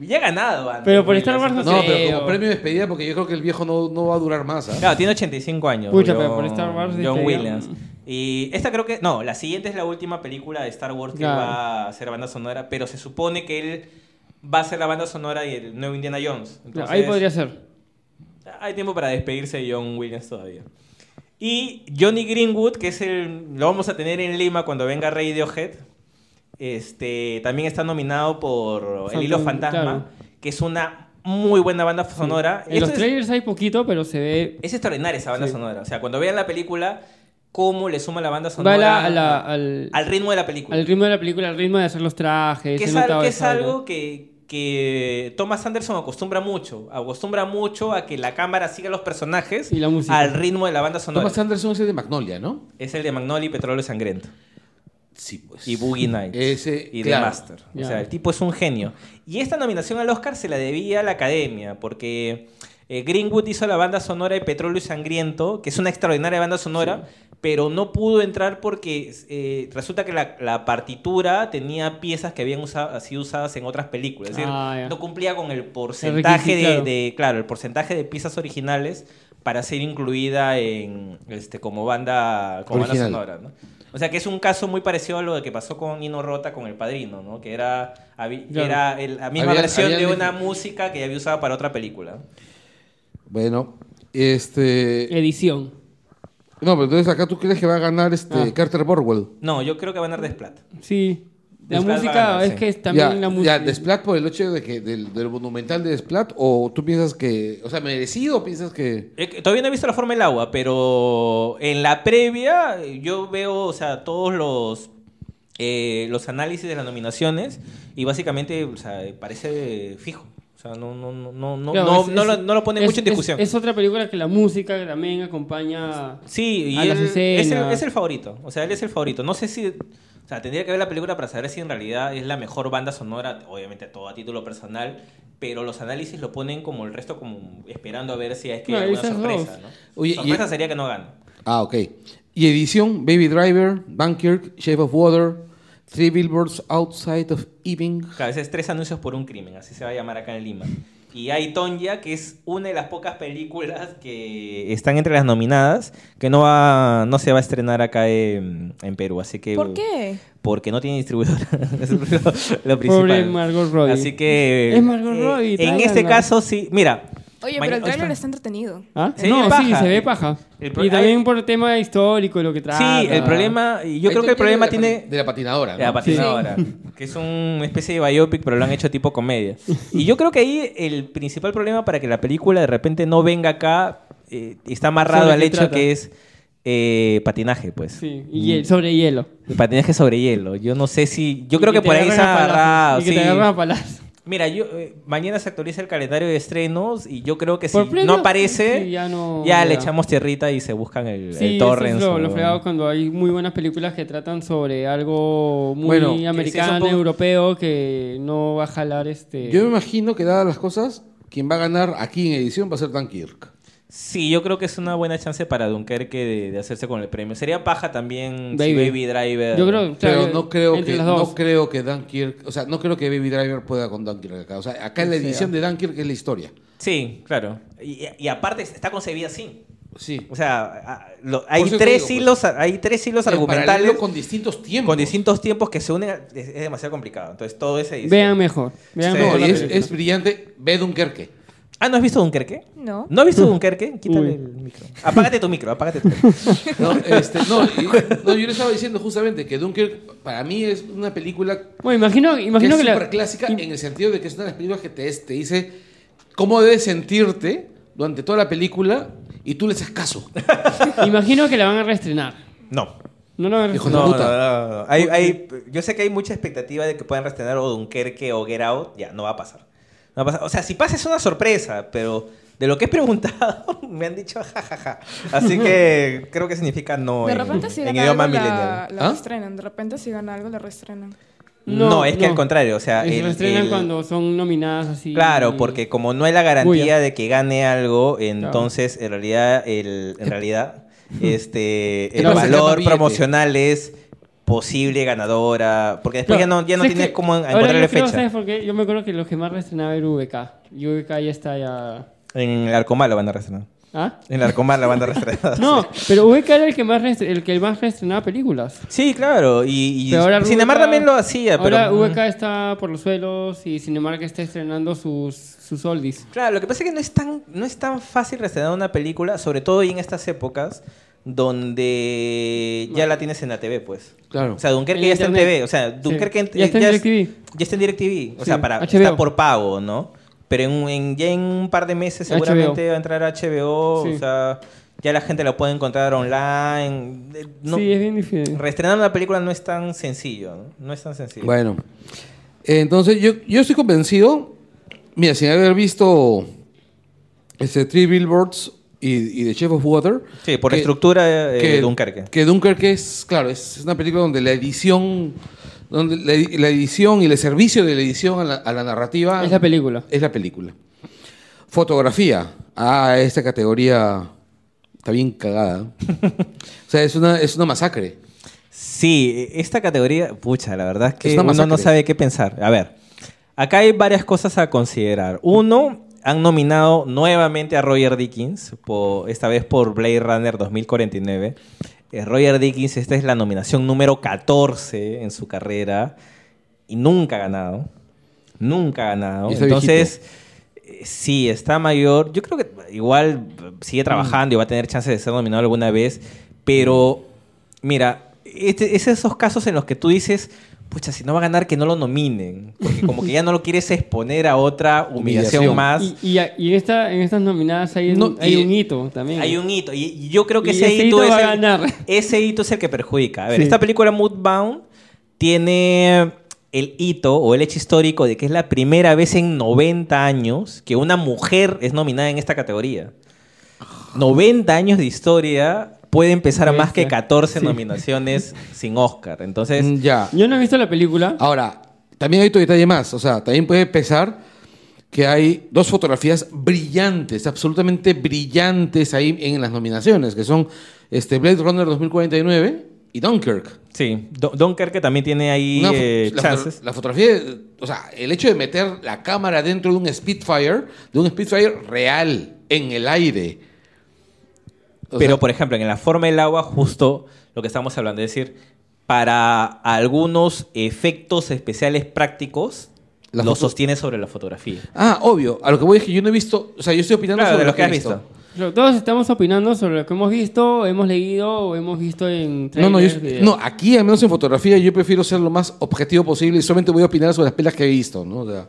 Speaker 3: Ya ha ganado antes.
Speaker 2: Pero por
Speaker 3: Williams,
Speaker 2: Star Wars no
Speaker 1: No,
Speaker 3: entonces-
Speaker 1: pero
Speaker 2: creo.
Speaker 1: como premio de despedida, porque yo creo que el viejo no, no va a durar más. ¿ah?
Speaker 3: Claro, tiene 85 años.
Speaker 2: Pucha,
Speaker 3: John,
Speaker 2: pero por Star Wars
Speaker 3: John
Speaker 2: despedida.
Speaker 3: Williams. Y esta creo que. No, la siguiente es la última película de Star Wars que
Speaker 2: Claro.
Speaker 3: va a ser banda sonora, pero se supone que él va a ser la banda sonora y el nuevo Indiana Jones. Entonces,
Speaker 2: Ahí podría ser.
Speaker 3: Hay tiempo para despedirse de John Williams todavía. Y Johnny Greenwood, que es el. Lo vamos a tener en Lima cuando venga Radiohead. Este, también está nominado por El Hilo
Speaker 2: Phantom,
Speaker 3: Fantasma,
Speaker 2: claro.
Speaker 3: que es una muy buena banda sonora.
Speaker 2: En los
Speaker 3: Esto es-
Speaker 2: trailers hay poquito, pero se ve.
Speaker 3: es extraordinaria esa banda
Speaker 2: Sí.
Speaker 3: sonora. O sea, cuando vean la película, cómo le suma la banda
Speaker 2: Va
Speaker 3: sonora
Speaker 2: a la- a la- al,
Speaker 3: al ritmo de la película.
Speaker 2: al ritmo de la película, al ritmo de hacer los trajes.
Speaker 3: que
Speaker 2: se
Speaker 3: es, al-
Speaker 2: notaba
Speaker 3: que es
Speaker 2: esa vaina.
Speaker 3: algo que, que Thomas Anderson acostumbra mucho. Acostumbra mucho a que la cámara siga a los personajes
Speaker 2: Y la música.
Speaker 3: al ritmo de la banda sonora.
Speaker 1: Thomas Anderson es el de Magnolia, ¿no?
Speaker 3: Es el de Magnoli, Petróleo Sangrento.
Speaker 1: Sí, pues.
Speaker 3: Y Boogie Nights.
Speaker 1: Ese,
Speaker 3: y
Speaker 1: claro.
Speaker 3: The Master. O
Speaker 2: Ya.
Speaker 3: sea, el tipo es un genio. Y esta nominación al Oscar se la debía a la academia, porque Eh, Greenwood hizo la banda sonora de Petróleo Sangriento, que es una extraordinaria banda sonora, pero no pudo entrar porque eh, resulta que la, la partitura tenía piezas que habían usa- sido usadas en otras películas. Es decir,
Speaker 2: Ah, ya.
Speaker 3: no cumplía con el porcentaje de,
Speaker 2: claro.
Speaker 3: de- claro, el porcentaje de piezas originales para ser incluida en este como banda como banda
Speaker 1: Original.
Speaker 3: sonora, ¿no? O sea que es un caso muy parecido a lo que pasó con Nino Rota con El Padrino, ¿no? Que era, habi- que
Speaker 2: Claro.
Speaker 3: era el- la misma
Speaker 1: Habían-
Speaker 3: versión
Speaker 1: habían
Speaker 3: de
Speaker 1: dif-
Speaker 3: una música que había usado para otra película.
Speaker 1: Bueno, este.
Speaker 2: Edición.
Speaker 1: No, pero entonces acá tú crees que va a ganar este
Speaker 2: Ah.
Speaker 1: Carter Borwell.
Speaker 3: No, yo creo que van a dar Desplat.
Speaker 2: Mm. Sí. La
Speaker 3: Desplat va a
Speaker 2: música
Speaker 3: ganar,
Speaker 2: es
Speaker 3: sí.
Speaker 2: que es también
Speaker 1: ya,
Speaker 2: la
Speaker 1: ya,
Speaker 2: música.
Speaker 1: Desplat por el hecho de que del, del monumental de Desplat, o tú piensas que. O sea, merecido o piensas que.
Speaker 3: Eh, que Todavía no he visto la forma del agua, pero en la previa eh, yo veo, o sea, todos los eh, los análisis de las nominaciones y básicamente, o sea, eh, parece fijo. O sea, no, no, no, no, no,
Speaker 2: Claro,
Speaker 3: no,
Speaker 2: es-
Speaker 3: no lo,
Speaker 2: es-
Speaker 3: no lo pone
Speaker 2: es-
Speaker 3: mucho en
Speaker 2: es-
Speaker 3: discusión.
Speaker 2: Es, otra película que la música también acompaña.
Speaker 3: sí, y
Speaker 2: a
Speaker 3: él
Speaker 2: las
Speaker 3: es, el,
Speaker 2: escenas.
Speaker 3: es el favorito. O sea, él es el favorito. No sé si. O sea, tendría que ver la película para saber si en realidad es la mejor banda sonora, obviamente todo a título personal, pero los análisis lo ponen como el resto, como esperando a ver si es que
Speaker 2: No,
Speaker 3: hay alguna
Speaker 2: esas
Speaker 3: sorpresa,
Speaker 2: dos. eh,
Speaker 3: ¿no?
Speaker 1: Oye, y-
Speaker 3: sorpresa sería que no gane.
Speaker 1: Ah, ok. Y edición: Baby Driver, Dunkirk, Shape of Water, Three Billboards Outside of Ebbing.
Speaker 3: Claro, ese es tres anuncios por un crimen, así se va a llamar acá en Lima. Y hay Tonya, que es una de las pocas películas que están entre las nominadas, que no va, no se va a estrenar acá en, en Perú, así que
Speaker 4: ¿Por qué?
Speaker 3: porque no tiene distribuidora. Eso
Speaker 2: <laughs>
Speaker 3: <laughs> es lo, lo principal.
Speaker 2: Pobre Margot Robbie.
Speaker 3: Así que
Speaker 2: Es Margot Robbie,
Speaker 3: en este
Speaker 2: tráiganla.
Speaker 3: caso sí, mira. maña-
Speaker 4: Oye, pero el
Speaker 3: hoy está-
Speaker 4: tráiler está entretenido.
Speaker 2: ¿Ah?
Speaker 3: Se
Speaker 2: no,
Speaker 3: ve
Speaker 2: sí,
Speaker 3: paja.
Speaker 2: se ve paja.
Speaker 3: El pro-
Speaker 2: y también
Speaker 3: hay-
Speaker 2: por el tema histórico, lo que trata.
Speaker 3: Sí, el problema, y yo
Speaker 1: Ahí tú
Speaker 3: creo que el
Speaker 1: tienes la
Speaker 3: problema
Speaker 1: pati-
Speaker 3: tiene
Speaker 1: De la
Speaker 2: Ah,
Speaker 1: patinadora. ¿no?
Speaker 3: La patinadora. Que es una especie de biopic, pero lo han hecho tipo comedia. Y yo creo que ahí el principal problema para que la película de repente no venga acá eh, está amarrado
Speaker 2: ¿Sobre
Speaker 3: al
Speaker 2: qué
Speaker 3: hecho
Speaker 2: trata?
Speaker 3: que es eh, patinaje, pues. Mm,
Speaker 2: Sí, y el- sobre hielo.
Speaker 3: Patinaje sobre hielo. Yo no sé si. Yo
Speaker 2: Y
Speaker 3: creo que
Speaker 2: te
Speaker 3: por ahí
Speaker 2: agarran
Speaker 3: se
Speaker 2: a
Speaker 3: ha
Speaker 2: palazos,
Speaker 3: agarrado.
Speaker 2: Y que
Speaker 3: sí.
Speaker 2: te agarran a palazos.
Speaker 3: Mira, yo, eh, mañana se actualiza el calendario de estrenos y yo creo que si
Speaker 2: Por
Speaker 3: no
Speaker 2: premios,
Speaker 3: aparece,
Speaker 2: sí,
Speaker 3: ya,
Speaker 2: ya no-
Speaker 3: le
Speaker 2: ya.
Speaker 3: echamos tierrita y se buscan <laughs> el,
Speaker 2: Sí,
Speaker 3: el
Speaker 2: eso
Speaker 3: torrents.
Speaker 2: es lo, lo
Speaker 3: o-
Speaker 2: fregado cuando hay muy buenas películas que tratan sobre algo muy
Speaker 1: Bueno, que sí,
Speaker 2: americano,
Speaker 3: es un poco-
Speaker 2: europeo, que no va a jalar este...
Speaker 1: Yo me imagino que, dadas las cosas, quien va a ganar aquí en edición va a ser Dunkirk.
Speaker 3: Sí, yo creo que es una buena chance para Dunkerque de, de hacerse con el premio. Sería paja también si
Speaker 2: Baby.
Speaker 3: Baby Driver.
Speaker 2: Yo creo, claro,
Speaker 1: Pero no creo,
Speaker 2: entre
Speaker 1: que,
Speaker 2: las dos.
Speaker 1: no creo que Dunkirk, o sea, no creo que Baby Driver pueda con Dunkirk acá. O sea, acá en la
Speaker 3: ah.
Speaker 1: edición de Dunkirk es la historia.
Speaker 3: Sí, claro. Y, y aparte está concebida así.
Speaker 1: Sí.
Speaker 3: O sea, a- lo- hay,
Speaker 1: eso te
Speaker 3: tres
Speaker 1: digo, pues.
Speaker 3: hilos, hay tres hilos
Speaker 1: En
Speaker 3: argumentales
Speaker 1: paralelo
Speaker 3: con,
Speaker 1: con distintos tiempos.
Speaker 3: distintos tiempos que se unen. a- Es, es demasiado complicado. Entonces todo ese...
Speaker 2: Vean mejor. Vean
Speaker 3: Sí.
Speaker 1: No,
Speaker 2: mejor
Speaker 1: y
Speaker 2: la
Speaker 1: es,
Speaker 2: película.
Speaker 1: es brillante. Ve Dunkerque.
Speaker 3: Ah, ¿no has visto Dunkerque?
Speaker 4: No.
Speaker 3: ¿No has visto Dunkerque? Quítale
Speaker 2: Uy.
Speaker 3: el micro. Apágate tu micro, apágate tu micro. <laughs>
Speaker 1: No, este, no, y- no, yo le estaba diciendo justamente que Dunkirk para mí es una película
Speaker 2: Bueno, imagino, imagino
Speaker 1: que
Speaker 2: que,
Speaker 1: es
Speaker 2: la-
Speaker 1: súper clásica en el sentido de que es una de las películas que te, te dice cómo debes sentirte durante toda la película y tú le haces caso.
Speaker 2: imagino que la van a reestrenar.
Speaker 3: No.
Speaker 2: No la van a
Speaker 1: Hijo,
Speaker 2: reestrenar.
Speaker 1: no,
Speaker 3: No, no,
Speaker 1: puta.
Speaker 3: no, no, no. Hay- hay- yo sé que hay mucha expectativa de que puedan restrenar o Dunkerque o Get Out. Ya, no va a pasar. No va a pasar. O sea, si pasa es una sorpresa, pero de lo que he preguntado <laughs> me han dicho jajaja. Así que creo que significa no
Speaker 4: De
Speaker 3: en,
Speaker 4: repente si
Speaker 3: en
Speaker 4: gana
Speaker 3: idioma
Speaker 4: algo la,
Speaker 3: millennial.
Speaker 4: la
Speaker 1: ¿Ah?
Speaker 4: reestrenan. De repente si gana algo la reestrenan.
Speaker 3: No, es que al contrario, o sea,
Speaker 2: Y se
Speaker 3: el-
Speaker 2: reestrenan
Speaker 3: el-
Speaker 2: cuando son nominadas así.
Speaker 3: Claro, porque como no hay la garantía
Speaker 2: Bulla.
Speaker 3: de que gane algo, entonces en realidad el en realidad este
Speaker 1: Que
Speaker 2: <laughs>
Speaker 3: el
Speaker 1: no saca más
Speaker 3: valor
Speaker 1: billete.
Speaker 3: promocional es posible ganadora, porque después ya no ya no
Speaker 2: es
Speaker 3: tienes
Speaker 2: que-
Speaker 3: cómo
Speaker 2: ahora
Speaker 3: encontrarle
Speaker 2: yo creo,
Speaker 3: fecha.
Speaker 2: ¿sabes por qué? Yo me acuerdo que los que más reestrenaba era VK. Y VK ya está ya...
Speaker 3: En el Arcomar la van a restrenar. <laughs>
Speaker 2: ¿Ah?
Speaker 3: En el Arcomar la van a restrenar.
Speaker 2: <laughs> No, pero VK era el que más restre- el que más reestrenaba películas.
Speaker 3: Sí, claro. Y, y
Speaker 2: Pero ahora
Speaker 3: Cinemark
Speaker 2: VK
Speaker 3: también lo hacía,
Speaker 2: Ahora
Speaker 3: pero.
Speaker 2: VK está por los suelos y Cinemark está estrenando sus, sus oldies.
Speaker 3: Claro, lo que pasa es que no es tan, no es tan fácil restrenar una película, sobre todo y en estas épocas donde ya la tienes en la TV, pues.
Speaker 1: Claro.
Speaker 3: O sea, Dunkerque
Speaker 2: En
Speaker 3: ya está en
Speaker 2: internet.
Speaker 3: TV. O sea, Dunkerque
Speaker 2: Ya está en
Speaker 3: es-
Speaker 2: DirecTV.
Speaker 3: Ya está en DirecTV. O sea,
Speaker 2: Sí,
Speaker 3: para,
Speaker 2: HBO.
Speaker 3: está por pago, ¿no? Pero en, en- ya en un par de meses
Speaker 2: HBO.
Speaker 3: seguramente va a entrar HBO.
Speaker 2: Sí.
Speaker 3: O sea, ya la gente la puede encontrar online. Eh, No,
Speaker 2: Sí, es bien difícil.
Speaker 3: Reestrenar una película no es tan sencillo, ¿no? No es tan sencillo.
Speaker 1: Bueno, entonces yo, yo estoy convencido, mira, sin haber visto ese Three Billboards y, y The Chef of Water.
Speaker 3: sí, por
Speaker 1: que-
Speaker 3: estructura eh,
Speaker 1: que-
Speaker 3: Dunkerque.
Speaker 1: Que Dunkerque es, claro, es una película donde la edición, donde la, edi- la edición y el servicio de la edición a la, a la narrativa
Speaker 2: Es la Ah. película.
Speaker 1: es la película. Fotografía, a esta categoría está bien cagada. o sea, es una, es una masacre.
Speaker 3: Sí, esta categoría, pucha, la verdad es que
Speaker 1: Es una
Speaker 3: uno no
Speaker 1: masacre.
Speaker 3: sabe qué pensar. A ver, acá hay varias cosas a considerar. Uno, han nominado nuevamente a Roger Dickens, por, esta vez por Blade Runner 2049. Eh, Roger Dickens, esta es la nominación número 14 en su carrera y nunca ha ganado. Nunca ha ganado.
Speaker 1: Y está
Speaker 3: Entonces, eh, sí, está mayor. Yo creo que igual eh, sigue trabajando y va a tener chance de ser nominado alguna vez, pero mira, este- es esos casos en los que tú dices, pucha, si no va a ganar, que no lo nominen, porque como que ya no lo quieres exponer a otra humillación,
Speaker 1: Humillación.
Speaker 3: más.
Speaker 2: Y, y a- y en, esta, en estas nominadas hay, un-
Speaker 1: No,
Speaker 2: hay
Speaker 1: y-
Speaker 2: un hito también.
Speaker 3: Hay un hito. Y, y yo creo que
Speaker 2: Y
Speaker 3: ese,
Speaker 2: ese
Speaker 3: hito,
Speaker 2: hito
Speaker 3: es
Speaker 2: va a
Speaker 3: el,
Speaker 2: ganar.
Speaker 3: <laughs> ese hito es el que perjudica. A ver,
Speaker 2: Sí.
Speaker 3: esta película Moodbound tiene el hito o el hecho histórico de que es la primera vez en 90 años que una mujer es nominada en esta categoría. 90 años de historia puede empezar a más que
Speaker 2: Bestia.
Speaker 3: 14 nominaciones sin Oscar. Entonces,
Speaker 1: Mm, Ya.
Speaker 2: Yo no he visto la película.
Speaker 3: Ah.
Speaker 1: Ahora, también hay otro detalle más. O sea, también puede pesar que hay dos fotografías brillantes, absolutamente brillantes ahí en las nominaciones, que son este Blade Runner 2049 y Dunkirk.
Speaker 3: sí, Don- Dunkerque también tiene ahí
Speaker 1: Una fo-
Speaker 3: eh,
Speaker 1: la,
Speaker 3: chances.
Speaker 1: foto- la fotografía, eh, o sea, el hecho de meter la cámara dentro de un Spitfire, de un Spitfire real, en el aire. O
Speaker 3: Pero,
Speaker 1: sea,
Speaker 3: por ejemplo, en la forma del agua, justo lo que estamos hablando, es decir, para algunos efectos especiales prácticos,
Speaker 1: La
Speaker 3: lo
Speaker 1: foto-
Speaker 3: sostiene sobre la fotografía.
Speaker 1: Ah, obvio, a lo que voy es que yo no he visto, o sea, yo estoy opinando
Speaker 3: Claro,
Speaker 1: sobre
Speaker 3: de
Speaker 1: lo que
Speaker 3: lo que
Speaker 1: he
Speaker 3: has
Speaker 1: visto.
Speaker 3: visto.
Speaker 2: Pero Todos estamos opinando sobre lo que hemos visto, hemos leído o hemos visto en
Speaker 1: No, no, yo-
Speaker 2: trailers, videos.
Speaker 1: no, aquí al menos en fotografía yo prefiero ser lo más objetivo posible y solamente voy a opinar sobre las pelas que he visto, ¿no? O sea,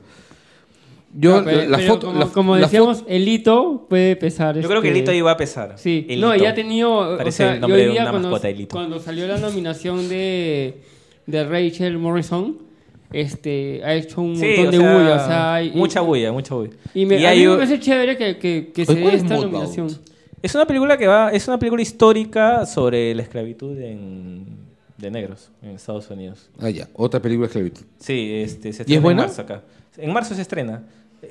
Speaker 1: yo
Speaker 2: No, pero-
Speaker 1: la,
Speaker 2: pero
Speaker 1: foto,
Speaker 2: Como,
Speaker 1: la-
Speaker 2: como
Speaker 1: la
Speaker 2: decíamos,
Speaker 1: foto-
Speaker 2: el hito puede pesar.
Speaker 3: Yo creo que el hito ahí
Speaker 2: iba
Speaker 3: va a pesar.
Speaker 2: Este, Sí,
Speaker 3: El
Speaker 2: no,
Speaker 3: hito.
Speaker 2: ya ha tenido.
Speaker 3: Parece
Speaker 2: o sea,
Speaker 3: el nombre
Speaker 2: yo
Speaker 3: de
Speaker 2: hoy día
Speaker 3: una
Speaker 2: cuando,
Speaker 3: mascota, el hito.
Speaker 2: cuando salió la nominación de, de Rachel Morrison, este, ha hecho un
Speaker 3: Sí,
Speaker 2: montón
Speaker 3: o
Speaker 2: de
Speaker 3: sea,
Speaker 2: bulla. O sea, y,
Speaker 3: mucha bulla, mucha bulla.
Speaker 2: Y, me,
Speaker 3: Y
Speaker 2: a
Speaker 3: hay
Speaker 2: mí me
Speaker 3: un-
Speaker 2: parece chévere que, que, que se
Speaker 1: ¿cuál
Speaker 2: dé
Speaker 1: es
Speaker 2: esta
Speaker 1: Mudbound?
Speaker 2: nominación.
Speaker 3: es una película que va, es una película histórica sobre la esclavitud en- de negros en Estados Unidos.
Speaker 1: Ah, ya, otra película que he visto.
Speaker 2: Eh,
Speaker 3: Sí, este, se
Speaker 1: ¿Y es
Speaker 3: estrena
Speaker 1: buena?
Speaker 3: en marzo acá. En marzo se estrena.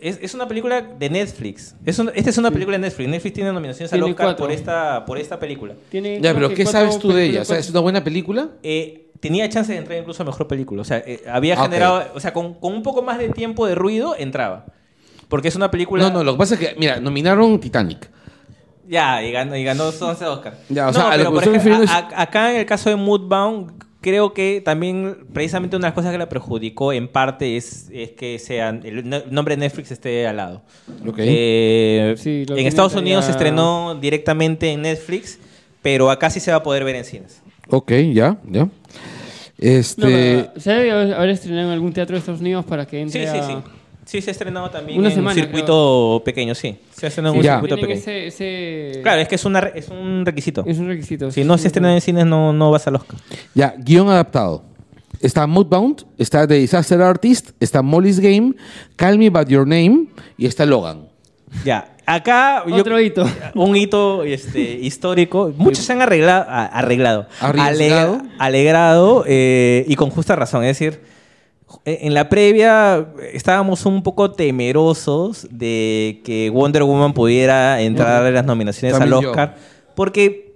Speaker 3: Es, es una película de Netflix. Es un- esta es una película de Netflix. Netflix tiene nominaciones al
Speaker 2: Tiene
Speaker 3: Oscar
Speaker 2: cuatro.
Speaker 3: por esta, por esta película.
Speaker 2: Tiene
Speaker 1: Ya,
Speaker 2: creo
Speaker 1: pero
Speaker 2: que
Speaker 1: ¿qué
Speaker 2: cuatro
Speaker 1: sabes tú de ella? O
Speaker 2: películas,
Speaker 1: sea, ¿es una buena película?
Speaker 3: Eh, tenía chance de entrar incluso a mejor película. O sea, eh, había
Speaker 1: Ah, ok.
Speaker 3: generado. O sea, con, con un poco más de tiempo de ruido entraba. Porque es una película.
Speaker 1: No, no, lo que pasa es que, mira, nominaron Titanic.
Speaker 3: Ya, y ganó, y ganó 11 Oscar.
Speaker 1: Ya, o
Speaker 3: no,
Speaker 1: sea, a lo
Speaker 3: pero
Speaker 1: que me
Speaker 3: por
Speaker 1: estoy
Speaker 3: ejemplo,
Speaker 1: refiriendo
Speaker 3: a- a- acá en el caso de Moodbound, creo que también precisamente una de las cosas que la perjudicó en parte es, es que sean, el no- nombre de Netflix esté al lado.
Speaker 1: Ok.
Speaker 3: Eh,
Speaker 2: Sí, lo
Speaker 3: en
Speaker 2: tienen
Speaker 3: Estados
Speaker 2: todavía-
Speaker 3: Unidos se estrenó directamente en Netflix, pero acá sí se va a poder ver en cines.
Speaker 1: Ok, ya, ya.
Speaker 2: No,
Speaker 1: Este.
Speaker 2: pero, se debe haber estrenado en algún teatro de Estados Unidos para que
Speaker 3: Sí,
Speaker 2: entre
Speaker 3: sí,
Speaker 2: a-
Speaker 3: sí. Sí, se ha estrenado también
Speaker 2: Una
Speaker 3: en
Speaker 2: semana,
Speaker 3: un circuito pequeño, sí. Se ha estrenado en un
Speaker 1: Ya.
Speaker 3: circuito
Speaker 2: Tienen
Speaker 3: pequeño.
Speaker 2: ese- ese-
Speaker 3: Claro, es que es, una, re- es un requisito.
Speaker 2: es un requisito.
Speaker 3: Si no se estrena en cines, no, no vas al Oscar.
Speaker 1: Ya, guión adaptado. Está Mudbound, está The Disaster Artist, está Molly's Game, Call Me By Your Name y está Logan.
Speaker 3: Ya, acá yo-
Speaker 2: Otro hito.
Speaker 3: <laughs> un hito este, histórico. Muchos se han arreglado, a- arreglado,
Speaker 1: Arriesgado.
Speaker 3: ale- alegrado eh, y con justa razón. Es decir, eh, en la previa eh, estábamos un poco temerosos de que Wonder Woman pudiera entrar en las nominaciones al
Speaker 1: También yo.
Speaker 3: Oscar, porque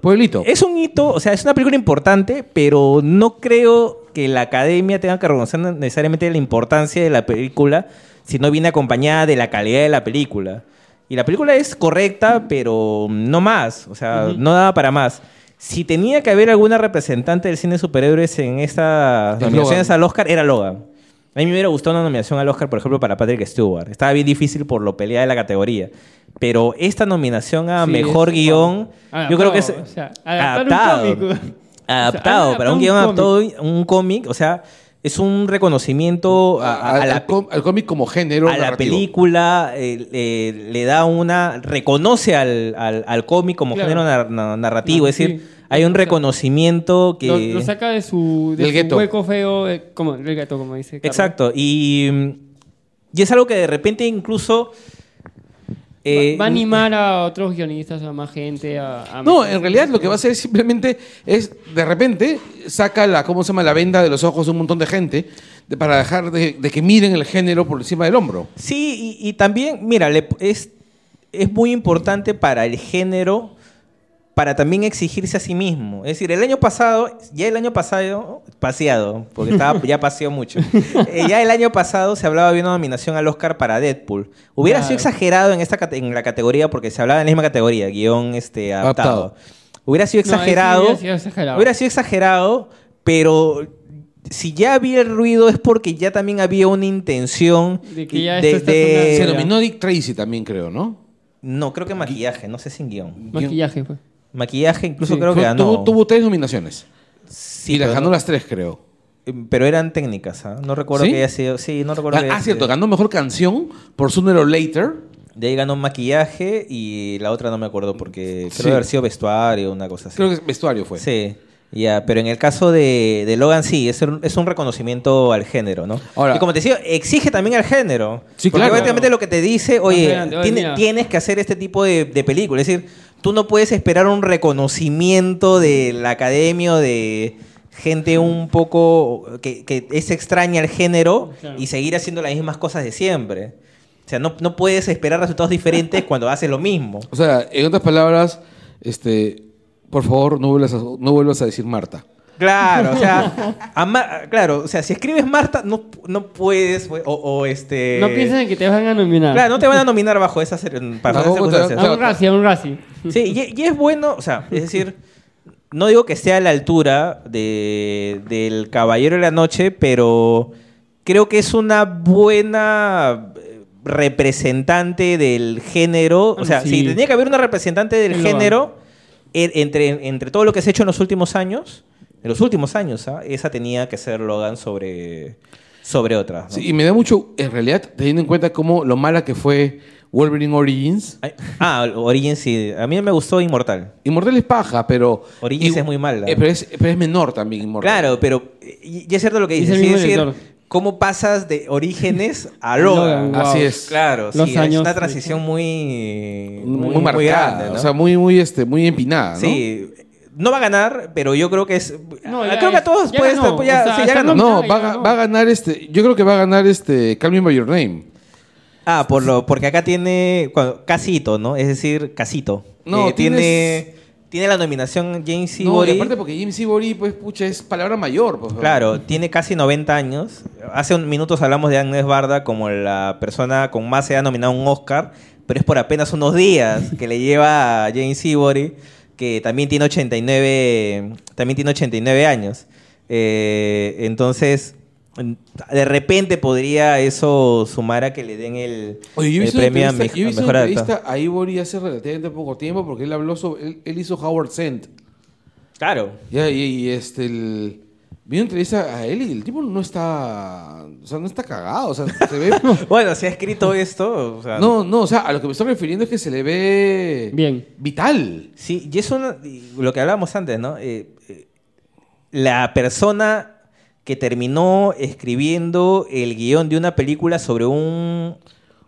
Speaker 1: Pueblito.
Speaker 3: es un hito, o sea, es una película importante, pero no creo que la academia tenga que reconocer necesariamente la importancia de la película si no viene acompañada de la calidad de la película. Y la película es correcta, pero no más, o sea, no daba para más. Si tenía que haber alguna representante del cine de superhéroes en estas
Speaker 1: Es
Speaker 3: nominaciones
Speaker 1: Logan.
Speaker 3: al Oscar, era Logan. A mí me hubiera gustado una nominación al Oscar, por ejemplo, para Patrick Stewart. Estaba bien difícil por lo pelea de la categoría. Pero esta nominación a
Speaker 2: Sí,
Speaker 3: mejor
Speaker 2: es-
Speaker 3: guión, yo creo que es,
Speaker 2: O sea, adaptar
Speaker 3: adaptado.
Speaker 2: un <laughs> cómic.
Speaker 3: Adaptado,
Speaker 2: O sea,
Speaker 3: para un
Speaker 2: un
Speaker 3: guión
Speaker 2: cómic.
Speaker 3: adaptado, un cómic, o sea, es un reconocimiento a, a- a
Speaker 1: Al-
Speaker 3: la,
Speaker 1: al com- al cómic como género.
Speaker 3: a la
Speaker 1: narrativo.
Speaker 3: película, eh, eh, le da una, reconoce al, al, al cómic como
Speaker 2: Claro.
Speaker 3: género nar- na- narrativo,
Speaker 2: No,
Speaker 3: es decir,
Speaker 2: sí.
Speaker 3: hay un
Speaker 2: O sea,
Speaker 3: reconocimiento que...
Speaker 2: Lo, lo saca de su, de
Speaker 1: Del
Speaker 2: su
Speaker 1: gueto.
Speaker 2: hueco feo, eh, como, del gato, como dice. Carlos.
Speaker 3: Exacto, y, mm, y es algo que de repente incluso... eh,
Speaker 2: Va, va a animar a otros guionistas, a más gente. A, a-
Speaker 1: No, en realidad lo que va a hacer simplemente es, de repente, saca la, ¿cómo se llama? La venda de los ojos de un montón de gente de- para dejar de, de que miren el género por encima del hombro.
Speaker 3: Sí, y, y también, mira, le- es, es muy importante para el género, para también exigirse a sí mismo. Es decir, el año pasado, ya el año pasado, paseado,
Speaker 2: <laughs>
Speaker 3: porque estaba, ya paseó mucho, Eh, ya el año pasado se hablaba de una nominación al Oscar para Deadpool. Hubiera
Speaker 2: Claro.
Speaker 3: sido exagerado en, esta, cate- en la categoría, porque se hablaba en la misma categoría, guión este, adaptado.
Speaker 1: Adaptado.
Speaker 3: Hubiera sido
Speaker 2: No, ese
Speaker 3: exagerado.
Speaker 2: hubiera sido exagerado.
Speaker 3: Hubiera sido exagerado, pero si ya había el ruido es porque ya también había una intención
Speaker 2: De que ya esto está sonando.
Speaker 1: Se
Speaker 2: Eh,
Speaker 1: nominó Dick Tracy también, creo, ¿no?
Speaker 3: No, creo que maquillaje, no sé sin guión.
Speaker 2: Maquillaje pues. fue.
Speaker 3: Maquillaje incluso
Speaker 2: Sí,
Speaker 3: creo que
Speaker 1: Fue-
Speaker 3: ganó.
Speaker 1: tuvo, tuvo tres nominaciones.
Speaker 3: Sí,
Speaker 1: y las
Speaker 3: pero, eh,
Speaker 1: ganó las tres, creo.
Speaker 3: pero eran técnicas, ¿ah? No recuerdo
Speaker 1: ¿Sí?
Speaker 3: que haya sido... Sí, no recuerdo que
Speaker 1: Ah,
Speaker 3: haya
Speaker 1: cierto,
Speaker 3: sido.
Speaker 1: ganó mejor canción por Sooner or Later.
Speaker 3: De ahí ganó maquillaje y la otra no me acuerdo porque
Speaker 1: Sí.
Speaker 3: creo haber sido vestuario, una cosa así.
Speaker 1: Creo que vestuario fue.
Speaker 3: Sí, ya, pero en el caso de, de Logan sí, es, un- es un reconocimiento al género, ¿no?
Speaker 1: Ahora-
Speaker 3: y como te decía, exige también al género.
Speaker 1: Sí,
Speaker 3: porque
Speaker 1: claro.
Speaker 3: prácticamente lo que te dice, oye,
Speaker 2: grande, oye,
Speaker 3: tiene-
Speaker 2: mira.
Speaker 3: tienes que hacer este tipo de, de película. Es decir, tú no puedes esperar un reconocimiento de la academia o de gente un poco que, que es extraña al género
Speaker 2: Claro.
Speaker 3: y seguir haciendo las mismas cosas de siempre. O sea, no, no puedes esperar resultados diferentes cuando haces lo mismo.
Speaker 1: O sea, en otras palabras, este, por favor, no vuelvas a, no vuelvas a decir Marta.
Speaker 3: Claro, o
Speaker 2: <laughs>
Speaker 3: sea, a Mar- claro, o sea, si escribes Marta, no, no puedes, we- o, o este...
Speaker 2: No pienses en que te van a nominar.
Speaker 3: Claro, no te van a nominar bajo esas, cir- para esas
Speaker 1: Tampoco te-
Speaker 3: circunstancias.
Speaker 2: A un Razzie, a un Razzie.
Speaker 3: Sí, y, y es bueno, o sea, es decir, no digo que esté a la altura de, del Caballero de la Noche, pero creo que es una buena eh, representante del género. O sea,
Speaker 2: Sí.
Speaker 3: si tenía que haber una representante del
Speaker 2: Él lo va.
Speaker 3: género en- entre, entre todo lo que se ha hecho en los últimos años, en los últimos años, ¿ah? esa tenía que ser Logan sobre, sobre otras. ¿no?
Speaker 1: Sí, y me da mucho, en realidad, teniendo en cuenta cómo lo mala que fue Wolverine Origins.
Speaker 3: Ay, Ah, Origins sí. A mí me gustó Inmortal.
Speaker 1: Inmortal es paja, pero.
Speaker 3: Origins
Speaker 1: y-
Speaker 3: es muy mala.
Speaker 1: eh, pero, es, pero es menor también, Inmortal.
Speaker 3: Claro, pero eh, y, y es cierto lo que
Speaker 2: Es
Speaker 3: dices.
Speaker 2: el
Speaker 3: sí,
Speaker 2: mismo
Speaker 3: es decir,
Speaker 2: director.
Speaker 3: ¿cómo pasas de
Speaker 2: <laughs>
Speaker 3: Orígenes a Logan?
Speaker 2: Logan,
Speaker 1: Así
Speaker 2: wow.
Speaker 1: es.
Speaker 3: Claro, sí,
Speaker 2: Los
Speaker 3: es
Speaker 2: años,
Speaker 3: una
Speaker 2: sí.
Speaker 3: transición muy,
Speaker 1: Muy, marcada.
Speaker 3: grande, ¿no?
Speaker 1: O sea, muy, muy, este, muy empinada. ¿no?
Speaker 3: Sí, no va a ganar, pero yo creo que es.
Speaker 2: No,
Speaker 3: ah,
Speaker 2: ya
Speaker 3: creo que a
Speaker 2: es-
Speaker 3: todos
Speaker 2: ya
Speaker 3: puede
Speaker 2: ganó,
Speaker 3: estar- ya-
Speaker 2: o sea,
Speaker 3: sí, ya
Speaker 2: está
Speaker 3: ganó.
Speaker 2: nomi-
Speaker 1: No,
Speaker 2: Nominada,
Speaker 1: va,
Speaker 2: ya,
Speaker 1: a-
Speaker 2: no.
Speaker 1: va a ganar este. Yo creo que va a ganar este. Call Me by Your Name.
Speaker 3: Ah, por lo, porque acá tiene cua- casito, ¿no? Es decir, casito.
Speaker 1: No,
Speaker 3: Eh, tiene, tiene la nominación James
Speaker 1: No, y
Speaker 3: Seabury.
Speaker 1: aparte porque Jim Seabury, pues, pucha, es palabra mayor. pues.
Speaker 3: Claro, tiene casi 90 años. Hace un minutos hablamos de Agnes Barda como la persona con más edad nominada a un Oscar, pero es por apenas unos días que le lleva a Jane Seabury, que también tiene 89, también tiene 89 años. Eh, entonces, en- de repente podría eso sumar a que le den el,
Speaker 1: Oye, yo he
Speaker 3: el
Speaker 1: visto una
Speaker 3: premio a
Speaker 1: entrevista,
Speaker 3: Eh, mej-
Speaker 1: yo he
Speaker 3: a
Speaker 1: visto una
Speaker 3: mejor adaptado.
Speaker 1: entrevista a Ivory hace relativamente poco tiempo porque él habló sobre. Él, él hizo Howard Scent.
Speaker 3: Claro.
Speaker 1: Ya, y, y, este. El, vi una entrevista a él y el tipo no está. O sea, no está cagado. O sea, se
Speaker 3: <laughs>
Speaker 1: ve.
Speaker 3: Bueno, si ha escrito esto, o sea,
Speaker 1: No, no, o sea, a lo que me estoy refiriendo es que se le ve.
Speaker 2: Bien.
Speaker 1: Vital.
Speaker 3: Sí, y es una- y lo que hablábamos antes, ¿no? Eh, eh, la persona que terminó escribiendo el guión de una película sobre un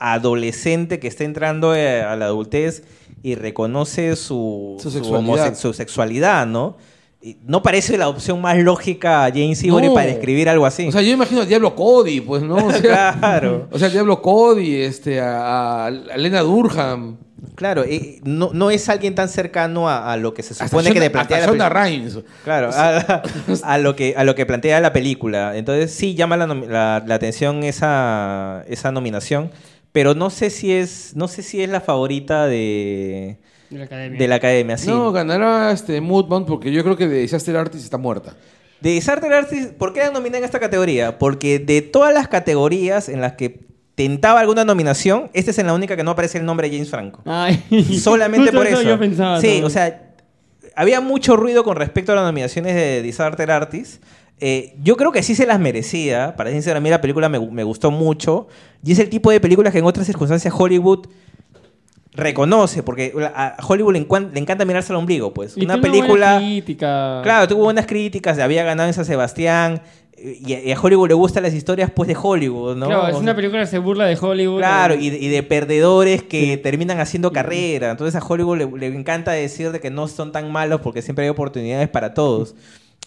Speaker 3: adolescente que está entrando eh, a la adultez y reconoce su,
Speaker 1: Su
Speaker 3: su
Speaker 1: sexualidad.
Speaker 3: homosex- su sexualidad, ¿no? Y no parece la opción más lógica a Jane Seabury
Speaker 1: No.
Speaker 3: para escribir algo así.
Speaker 1: O
Speaker 3: <laughs>
Speaker 1: sea, yo imagino al Diablo Cody, pues, ¿no? O sea,
Speaker 3: claro.
Speaker 1: o sea, al Diablo Cody, este, a, a Elena Durham.
Speaker 3: Claro, eh, no, no es alguien tan cercano a, a lo que se
Speaker 1: Hasta
Speaker 3: supone que
Speaker 1: Shonda-
Speaker 3: le plantea
Speaker 1: hasta
Speaker 3: la
Speaker 1: Shonda
Speaker 3: película.
Speaker 1: Rhimes.
Speaker 3: Claro, a, a lo que, a lo que plantea la película. Entonces sí llama la, nom- la- la atención esa, esa nominación, pero no sé si es, no sé si es la favorita de,
Speaker 2: De la academia.
Speaker 3: de la academia. Sí.
Speaker 1: No, ganará este Moodbound porque yo creo que The Disaster Artist está muerta.
Speaker 3: de Disaster Artist, ¿por qué la nominan en esta categoría? Porque de todas las categorías en las que tentaba alguna nominación, esta es en la única que no aparece el nombre de James Franco.
Speaker 2: Ay.
Speaker 3: <laughs> Solamente
Speaker 2: Justo
Speaker 3: por eso.
Speaker 2: yo pensaba
Speaker 3: sí,
Speaker 2: también.
Speaker 3: o sea, había mucho ruido con respecto a las nominaciones de Disaster Artist. Eh, yo creo que sí se las merecía. Para ser sincero, a mí la película me, gu- me gustó mucho. Y es el tipo de películas que en otras circunstancias Hollywood reconoce. Porque a Hollywood le, encuan- le encanta mirarse al ombligo, pues.
Speaker 2: Y
Speaker 3: Una
Speaker 2: tiene buena
Speaker 3: película...
Speaker 2: crítica.
Speaker 3: Claro, tuvo buenas críticas, había ganado en San Sebastián. Y a- y a Hollywood le gustan las historias pues de Hollywood, ¿no?
Speaker 2: Claro, es
Speaker 3: O
Speaker 2: una
Speaker 3: sea,
Speaker 2: película que se burla de Hollywood. eh.
Speaker 3: Claro,
Speaker 2: de-
Speaker 3: y de, y de perdedores que terminan haciendo carrera. Entonces a Hollywood le, le encanta decir de que no son tan malos porque siempre hay oportunidades para todos.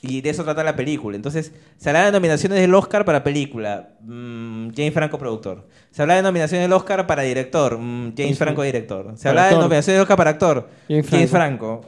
Speaker 3: Y de eso trata la película. Entonces, se hablaba de nominaciones del Oscar para película, mm, James Franco productor. Se hablaba de nominaciones del Oscar para director, mm, James,
Speaker 2: James
Speaker 3: Franco
Speaker 2: Franco.
Speaker 3: director. Se
Speaker 2: Para
Speaker 3: hablaba de
Speaker 2: actor.
Speaker 3: nominaciones del Oscar para actor,
Speaker 2: James
Speaker 3: James Franco.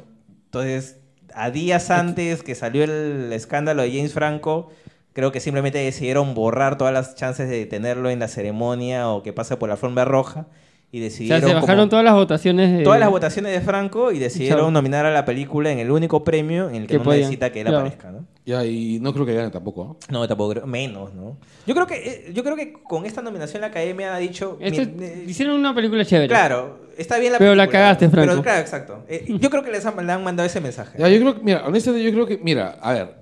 Speaker 3: Entonces, a días antes que salió el escándalo de James Franco, creo que simplemente decidieron borrar todas las chances de tenerlo en la ceremonia o que pase por la alfombra roja. Y
Speaker 2: O
Speaker 3: decidieron
Speaker 2: sea, se
Speaker 3: como-
Speaker 2: bajaron todas las votaciones. de-
Speaker 3: todas las votaciones de Franco y decidieron
Speaker 2: Chao.
Speaker 3: nominar a la película en el único premio en el que
Speaker 2: Que
Speaker 3: no
Speaker 2: podían,
Speaker 3: necesita que él
Speaker 2: claro.
Speaker 3: aparezca, ¿no?
Speaker 1: Ya, y no creo que gane tampoco. ¿eh? ¿no?
Speaker 3: No, tampoco creo- menos, ¿no? Yo creo que eh, yo creo que con esta nominación la Academia ha dicho
Speaker 2: Esto-
Speaker 3: "Mi- eh,
Speaker 2: Este, hicieron una película chévere.
Speaker 3: claro, está bien la
Speaker 2: Pero la
Speaker 3: película,
Speaker 2: cagaste, Franco.
Speaker 3: Pero claro, exacto.
Speaker 2: <laughs>
Speaker 3: Eh, yo creo que les han- le han mandado ese mensaje.
Speaker 1: Ya, yo creo que, mira, honestamente yo creo que, mira, a ver,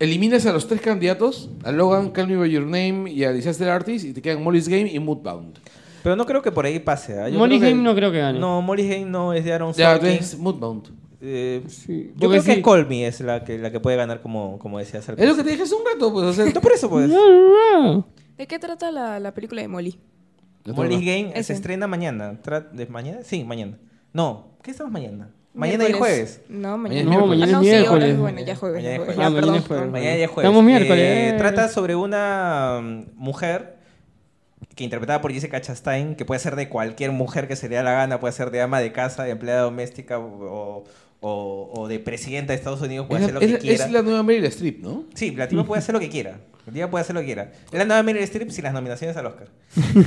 Speaker 1: eliminas a los tres candidatos, a Logan, Call Me By Your Name y a Disaster Artist, y te quedan Molly's Game y Moodbound.
Speaker 3: Pero no creo que por ahí pase. ¿ah? Yo
Speaker 2: Molly's
Speaker 3: creo
Speaker 2: Game no creo que gane.
Speaker 3: No, Molly's Game no es de Aaron
Speaker 1: Ya,
Speaker 3: Sorkin.
Speaker 1: entonces, Moodbound.
Speaker 3: Eh,
Speaker 2: Sí,
Speaker 3: yo
Speaker 2: porque
Speaker 3: creo que
Speaker 2: sí.
Speaker 3: Call Me es la que, la que puede ganar como, como decías al
Speaker 1: Es lo que
Speaker 3: principio.
Speaker 1: te dije hace un rato, pues, o
Speaker 3: <laughs>
Speaker 1: sea,
Speaker 3: No, por eso pues.
Speaker 4: ¿De qué trata la, la película de Molly?
Speaker 3: Molly's Game se
Speaker 4: Ese.
Speaker 3: estrena mañana. Tra- ¿de ¿Mañana? Sí, mañana. No, ¿qué estamos mañana? Mañana y
Speaker 4: Miércoles.
Speaker 3: jueves.
Speaker 4: No,
Speaker 1: No,
Speaker 4: mañana.
Speaker 1: mañana
Speaker 2: es
Speaker 4: Ah, no, sí, ahora
Speaker 2: miércoles.
Speaker 4: es bueno, ya jueves.
Speaker 3: Mañana
Speaker 4: ya
Speaker 3: es jueves.
Speaker 4: jueves. Ya,
Speaker 2: Ah, mañana
Speaker 4: perdón,
Speaker 2: es jueves.
Speaker 4: perdón.
Speaker 3: Mañana ya es jueves.
Speaker 2: Estamos miércoles.
Speaker 3: Eh, trata sobre una mm, mujer que interpretada por Jessica Chastain, que puede ser de cualquier mujer que se le da la gana, puede ser de ama de casa, de empleada doméstica o, o- o de presidenta de Estados Unidos, puede
Speaker 1: Es
Speaker 3: hacer
Speaker 1: la,
Speaker 3: lo que
Speaker 1: es la-
Speaker 3: quiera.
Speaker 1: es la nueva Meryl Streep, ¿no?
Speaker 3: Sí, la tipa puede hacer lo que quiera. La tipa puede hacer lo que quiera. Es la nueva Meryl Streep sin las nominaciones al
Speaker 2: <laughs>
Speaker 3: Oscar.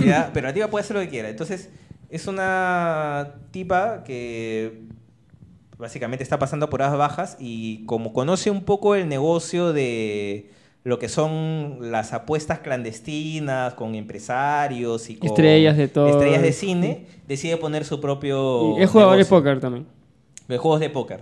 Speaker 3: Ya, Pero la tipa puede hacer lo que quiera. Entonces, es una tipa que básicamente está pasando por las bajas y como conoce un poco el negocio de lo que son las apuestas clandestinas con empresarios y con
Speaker 2: Estrellas de todo.
Speaker 3: estrellas de cine, decide poner su propio
Speaker 2: Y es jugador de
Speaker 3: Oh, negocio
Speaker 2: póker también.
Speaker 3: de juegos de póker.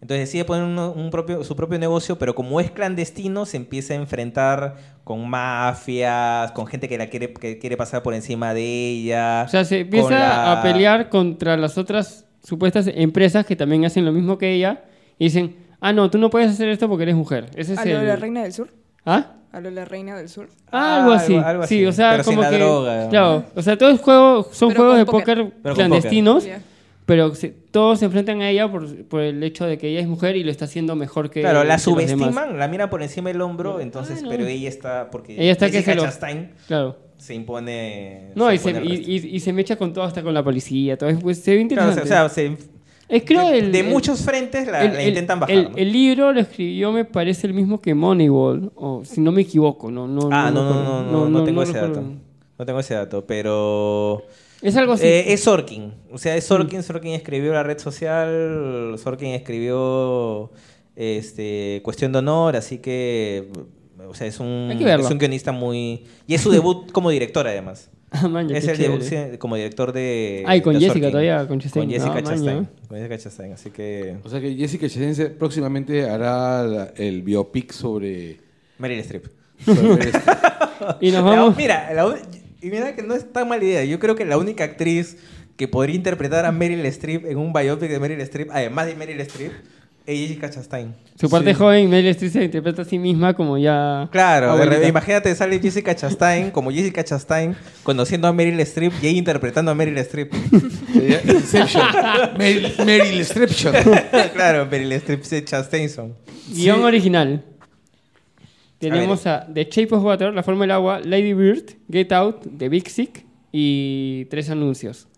Speaker 3: Entonces decide poner uno- un propio, su propio negocio, pero como es clandestino, se empieza a enfrentar con mafias, con gente que la quiere, que quiere pasar por encima de ella.
Speaker 2: O sea, se
Speaker 3: con
Speaker 2: empieza
Speaker 3: la-
Speaker 2: a pelear contra las otras supuestas empresas que también hacen lo mismo que ella y dicen, ah, no, tú no puedes hacer esto porque eres mujer. Ese es
Speaker 4: ¿A lo de la
Speaker 2: el...
Speaker 4: Reina del Sur?
Speaker 2: ¿Ah?
Speaker 4: ¿A lo de la Reina del Sur?
Speaker 2: Ah, algo
Speaker 3: Ah,
Speaker 2: así.
Speaker 3: algo- algo
Speaker 2: Sí,
Speaker 3: así.
Speaker 2: o sea,
Speaker 3: Pero sin
Speaker 2: como
Speaker 3: la
Speaker 2: que
Speaker 3: droga.
Speaker 2: claro, o sea, todos juegos son
Speaker 4: Pero
Speaker 2: juegos
Speaker 4: con
Speaker 2: de
Speaker 4: póker.
Speaker 2: póker
Speaker 3: Pero con
Speaker 2: clandestinos,
Speaker 4: póker. Ya.
Speaker 2: pero se- todos se enfrentan a ella por, por el hecho de que ella es mujer y lo está haciendo mejor que
Speaker 3: Claro, la
Speaker 2: que los demás.
Speaker 3: subestiman, la miran por encima del hombro, entonces,
Speaker 2: Ah, no.
Speaker 3: pero ella está, porque
Speaker 2: Ella está que
Speaker 3: Jessica
Speaker 2: se lo-
Speaker 3: Chastain
Speaker 2: Claro.
Speaker 3: se impone...
Speaker 2: No, y se,
Speaker 3: impone al
Speaker 2: y,
Speaker 3: resto.
Speaker 2: y- y se mecha con todo, hasta con la policía, todo. es- pues, se ve
Speaker 3: Claro, o
Speaker 2: interesante.
Speaker 3: sea, o sea, se-
Speaker 2: es creo
Speaker 3: de,
Speaker 2: el,
Speaker 3: de
Speaker 2: el-
Speaker 3: muchos frentes la,
Speaker 2: el-
Speaker 3: la
Speaker 2: el-
Speaker 3: intentan bajar.
Speaker 2: El,
Speaker 3: ¿no?
Speaker 2: el libro lo escribió, me parece, el mismo que Moneyball, o si no me equivoco, no, no.
Speaker 3: ah, no, no,
Speaker 2: recuerdo,
Speaker 3: no, no, no, tengo ese
Speaker 2: recuerdo.
Speaker 3: dato. No tengo ese dato, pero...
Speaker 2: Es algo así.
Speaker 3: Eh, es Sorkin. O sea, es
Speaker 2: Mm.
Speaker 3: Sorkin. Sorkin escribió la red social. Sorkin escribió este, Cuestión de Honor. Así que. O sea, es un,
Speaker 2: Hay que verlo.
Speaker 3: es un guionista muy. Y es su
Speaker 2: <laughs>
Speaker 3: debut como director, además.
Speaker 2: <laughs> Ah, man, ya,
Speaker 3: es
Speaker 2: qué
Speaker 3: el debut
Speaker 2: chévere.
Speaker 3: sí, como director de.
Speaker 2: Ah, y con
Speaker 3: de
Speaker 2: Jessica
Speaker 3: Sorkin.
Speaker 2: todavía, con Chastain.
Speaker 3: Con Jessica
Speaker 2: Ah, man,
Speaker 3: Chastain.
Speaker 2: ya.
Speaker 3: Con Jessica Chastain. Así que.
Speaker 1: O sea que Jessica Chastain próximamente hará la- el biopic sobre...
Speaker 3: Meryl Streep.
Speaker 1: sobre
Speaker 3: <laughs>
Speaker 1: este, Meryl Streep.
Speaker 2: Y nos
Speaker 3: La-
Speaker 2: vamos.
Speaker 3: mira, la un- y mira que no es tan mala idea. Yo creo que la única actriz que podría interpretar a Meryl Streep en un biopic de Meryl Streep, además de Meryl Streep, es Jessica Chastain.
Speaker 2: Su parte
Speaker 1: Sí.
Speaker 2: joven, Meryl Streep se interpreta a sí misma como ya.
Speaker 3: Claro, de
Speaker 2: abuelita.
Speaker 3: re- imagínate, sale Jessica Chastain como Jessica Chastain, conociendo a Meryl Streep y ella interpretando a Meryl Streep. <laughs>
Speaker 1: Sería Inception. Meryl, Meryl Streeption.
Speaker 3: <laughs> claro, Meryl Streep se Chastainson.
Speaker 2: Guión original. Tenemos
Speaker 3: ver.
Speaker 2: a, The Shape of Water, La Forma del Agua, Lady Bird, Get Out, The Big Sick y tres anuncios.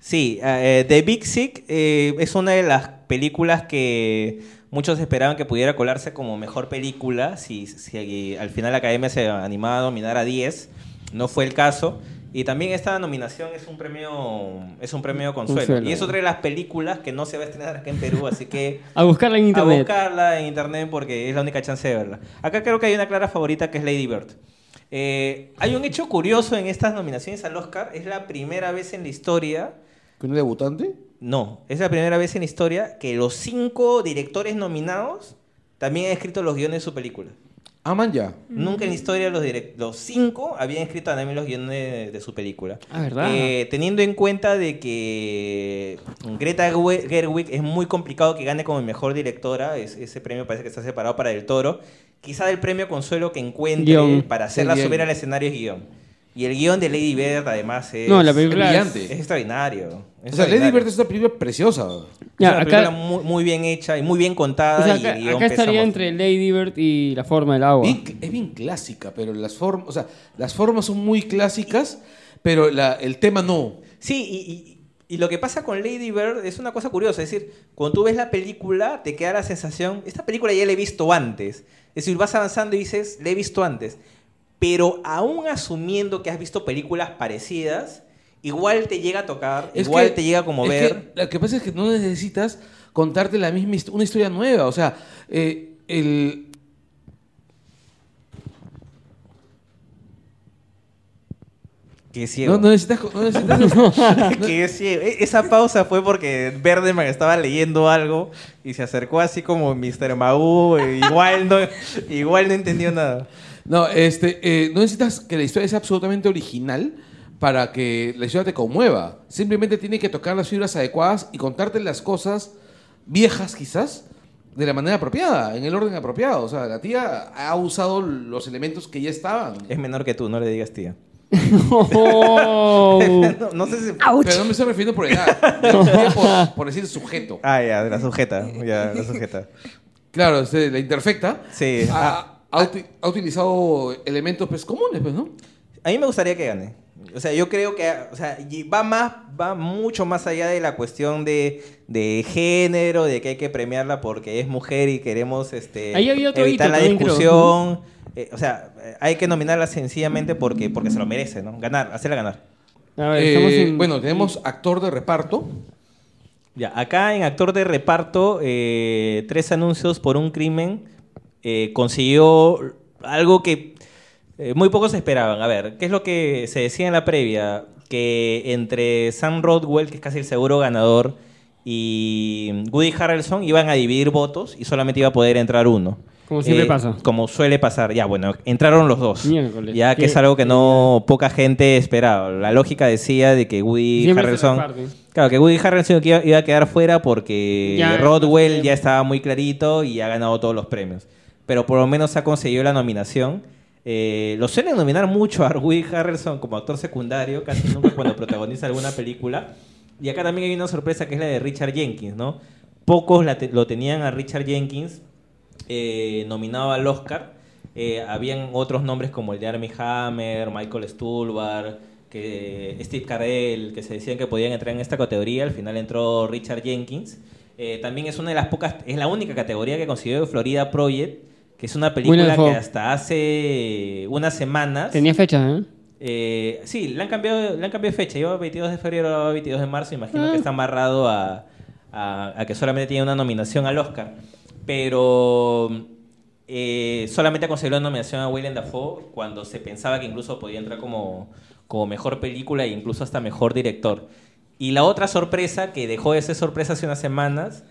Speaker 3: Sí, eh, The Big Sick eh, es una de las películas que muchos esperaban que pudiera colarse como mejor película si, si al final la Academia se animaba a nominar a 10. No fue el caso. Y también esta nominación es un premio es un premio consuelo.
Speaker 2: Consuelo.
Speaker 3: Y es otra de las películas que no se va a estrenar acá en Perú, así que
Speaker 2: A buscarla en
Speaker 3: a
Speaker 2: internet.
Speaker 3: buscarla en internet porque es la única chance de verla. Acá creo que hay una clara favorita que es Lady Bird. Eh, hay un hecho curioso en estas nominaciones al Oscar. Es la primera vez en la historia,
Speaker 1: ¿Con un debutante?
Speaker 3: no, es la primera vez en la historia que los cinco directores nominados también han escrito los guiones de su película.
Speaker 1: Aman ya.
Speaker 2: Mm.
Speaker 3: Nunca en la historia los, direc- los cinco habían escrito también los guiones de, de su película.
Speaker 2: Ah, ¿verdad?
Speaker 3: Eh, teniendo en cuenta de que Greta Gue- Gerwig es muy complicado que gane como mejor directora, es- ese premio parece que está separado para Del Toro. Quizá el premio consuelo que encuentre
Speaker 2: Guión.
Speaker 3: para hacerla
Speaker 1: Sí, guión.
Speaker 3: subir al escenario es guión. Y el guión de Lady Bird, además, es,
Speaker 2: No, la
Speaker 1: Es
Speaker 2: película es-
Speaker 1: brillante.
Speaker 3: es extraordinario.
Speaker 1: O sea, Lady Bird es una película preciosa.
Speaker 2: Ya,
Speaker 3: una película
Speaker 2: acá,
Speaker 3: muy, muy bien hecha y muy bien
Speaker 2: o
Speaker 3: contada.
Speaker 2: sea,
Speaker 3: y
Speaker 2: acá-
Speaker 3: el guión
Speaker 2: acá
Speaker 3: pesa
Speaker 2: estaría
Speaker 3: mucho.
Speaker 2: entre Lady Bird y La Forma del Agua. <laughs>
Speaker 3: <laughs>
Speaker 1: Bien cl- es bien clásica, pero las formas, o sea, las formas son muy clásicas, pero la- el tema no.
Speaker 3: Sí, y, y- y lo que pasa con Lady Bird es una cosa curiosa. Es decir, cuando tú ves la película, te queda la sensación, esta película ya la he visto antes. Es decir, vas avanzando y dices, la he visto antes. Pero aún asumiendo que has visto películas parecidas, igual te llega a tocar,
Speaker 1: Es
Speaker 3: igual
Speaker 1: que-
Speaker 3: te llega a
Speaker 1: es
Speaker 3: conmover.
Speaker 1: que lo que pasa es que no necesitas contarte la misma hist- una historia nueva. O sea, eh, el.
Speaker 3: Que es ciego.
Speaker 1: No, no necesitas. co- no
Speaker 3: <laughs>
Speaker 1: necesitas-
Speaker 3: Que es ciego. E- Esa pausa fue porque Berdeman estaba leyendo algo y se acercó así como Mr. Magoo. e Igual no, <laughs> igual no entendió nada.
Speaker 1: No, este, eh, no necesitas que la historia sea absolutamente original para que la historia te conmueva. Simplemente tiene que tocar las fibras adecuadas y contarte las cosas viejas quizás de la manera apropiada, en el orden apropiado. O sea, la tía ha usado los elementos que ya estaban.
Speaker 3: Es menor que tú, no le digas tía.
Speaker 2: Oh.
Speaker 3: <laughs> No, no sé si...
Speaker 1: Pero no me estoy refiriendo por edad, me refiero por, por decir sujeto.
Speaker 3: Ah, ya, de la sujeta. Ya, la sujeta.
Speaker 1: Claro, este, la imperfecta
Speaker 2: Eh,
Speaker 3: Sí.
Speaker 2: ah.
Speaker 1: ha, ha uti- ha utilizado elementos pues, comunes, pues, ¿no?
Speaker 3: A mí me gustaría que gane. O sea, yo creo que o sea, y va más, va mucho más allá de la cuestión de, de género, de que hay que premiarla porque es mujer y queremos este,
Speaker 2: Ahí había otro
Speaker 3: evitar
Speaker 2: hito
Speaker 3: la
Speaker 2: también, creo.
Speaker 3: discusión. Eh, o sea, eh, hay que nominarla sencillamente porque, porque se lo merece, ¿no? Ganar, hacerla ganar.
Speaker 2: A ver,
Speaker 1: Eh,
Speaker 2: estamos en-
Speaker 1: Bueno, tenemos actor de reparto.
Speaker 3: Ya, acá en actor de reparto, eh, tres anuncios por un crimen eh, consiguió algo que eh, muy pocos esperaban. A ver, ¿qué es lo que se decía en la previa? Que entre Sam Rodwell, que es casi el seguro ganador, y Woody Harrelson iban a dividir votos y solamente iba a poder entrar uno. Eh,
Speaker 2: Como siempre pasa.
Speaker 3: Como suele pasar. Ya, bueno, entraron los dos.
Speaker 2: Miércoles.
Speaker 3: Ya que
Speaker 2: Qué-
Speaker 3: es algo que no poca gente esperaba. La lógica decía de que Woody
Speaker 2: Siempre se
Speaker 3: Harrelson.
Speaker 2: reparte.
Speaker 3: Claro, que Woody Harrelson que iba, iba a quedar fuera porque
Speaker 2: Ya,
Speaker 3: Rodwell
Speaker 2: no sé.
Speaker 3: ya estaba muy clarito y ha ganado todos los premios. Pero por lo menos ha conseguido la nominación. Eh, lo suelen nominar mucho a Woody Harrelson como actor secundario, casi nunca
Speaker 2: <laughs>
Speaker 3: cuando protagoniza alguna película. Y acá también hay una sorpresa que es la de Richard Jenkins, ¿no? Pocos la te- lo tenían a Richard Jenkins eh, nominado al Oscar. Eh, habían otros nombres como el de Armie Hammer, Michael Stuhlbarg, que Steve Carell, que se decían que podían entrar en esta categoría. Al final entró Richard Jenkins. Eh, también es una de las pocas, es la única categoría que consiguió Florida Project, que es una película que
Speaker 2: Dafoe.
Speaker 3: hasta hace unas semanas.
Speaker 2: Tenía fecha, ¿eh?
Speaker 3: Eh, sí, le han cambiado, le han cambiado de fecha. Lleva 22 de febrero, ahora 22 de marzo. Imagino que está amarrado a, a- a que solamente tiene una nominación al Oscar. Pero eh, solamente consiguió la nominación a Willem Dafoe cuando se pensaba que incluso podía entrar como, como mejor película e incluso hasta mejor director. Y la otra sorpresa que dejó de ser sorpresa hace unas semanas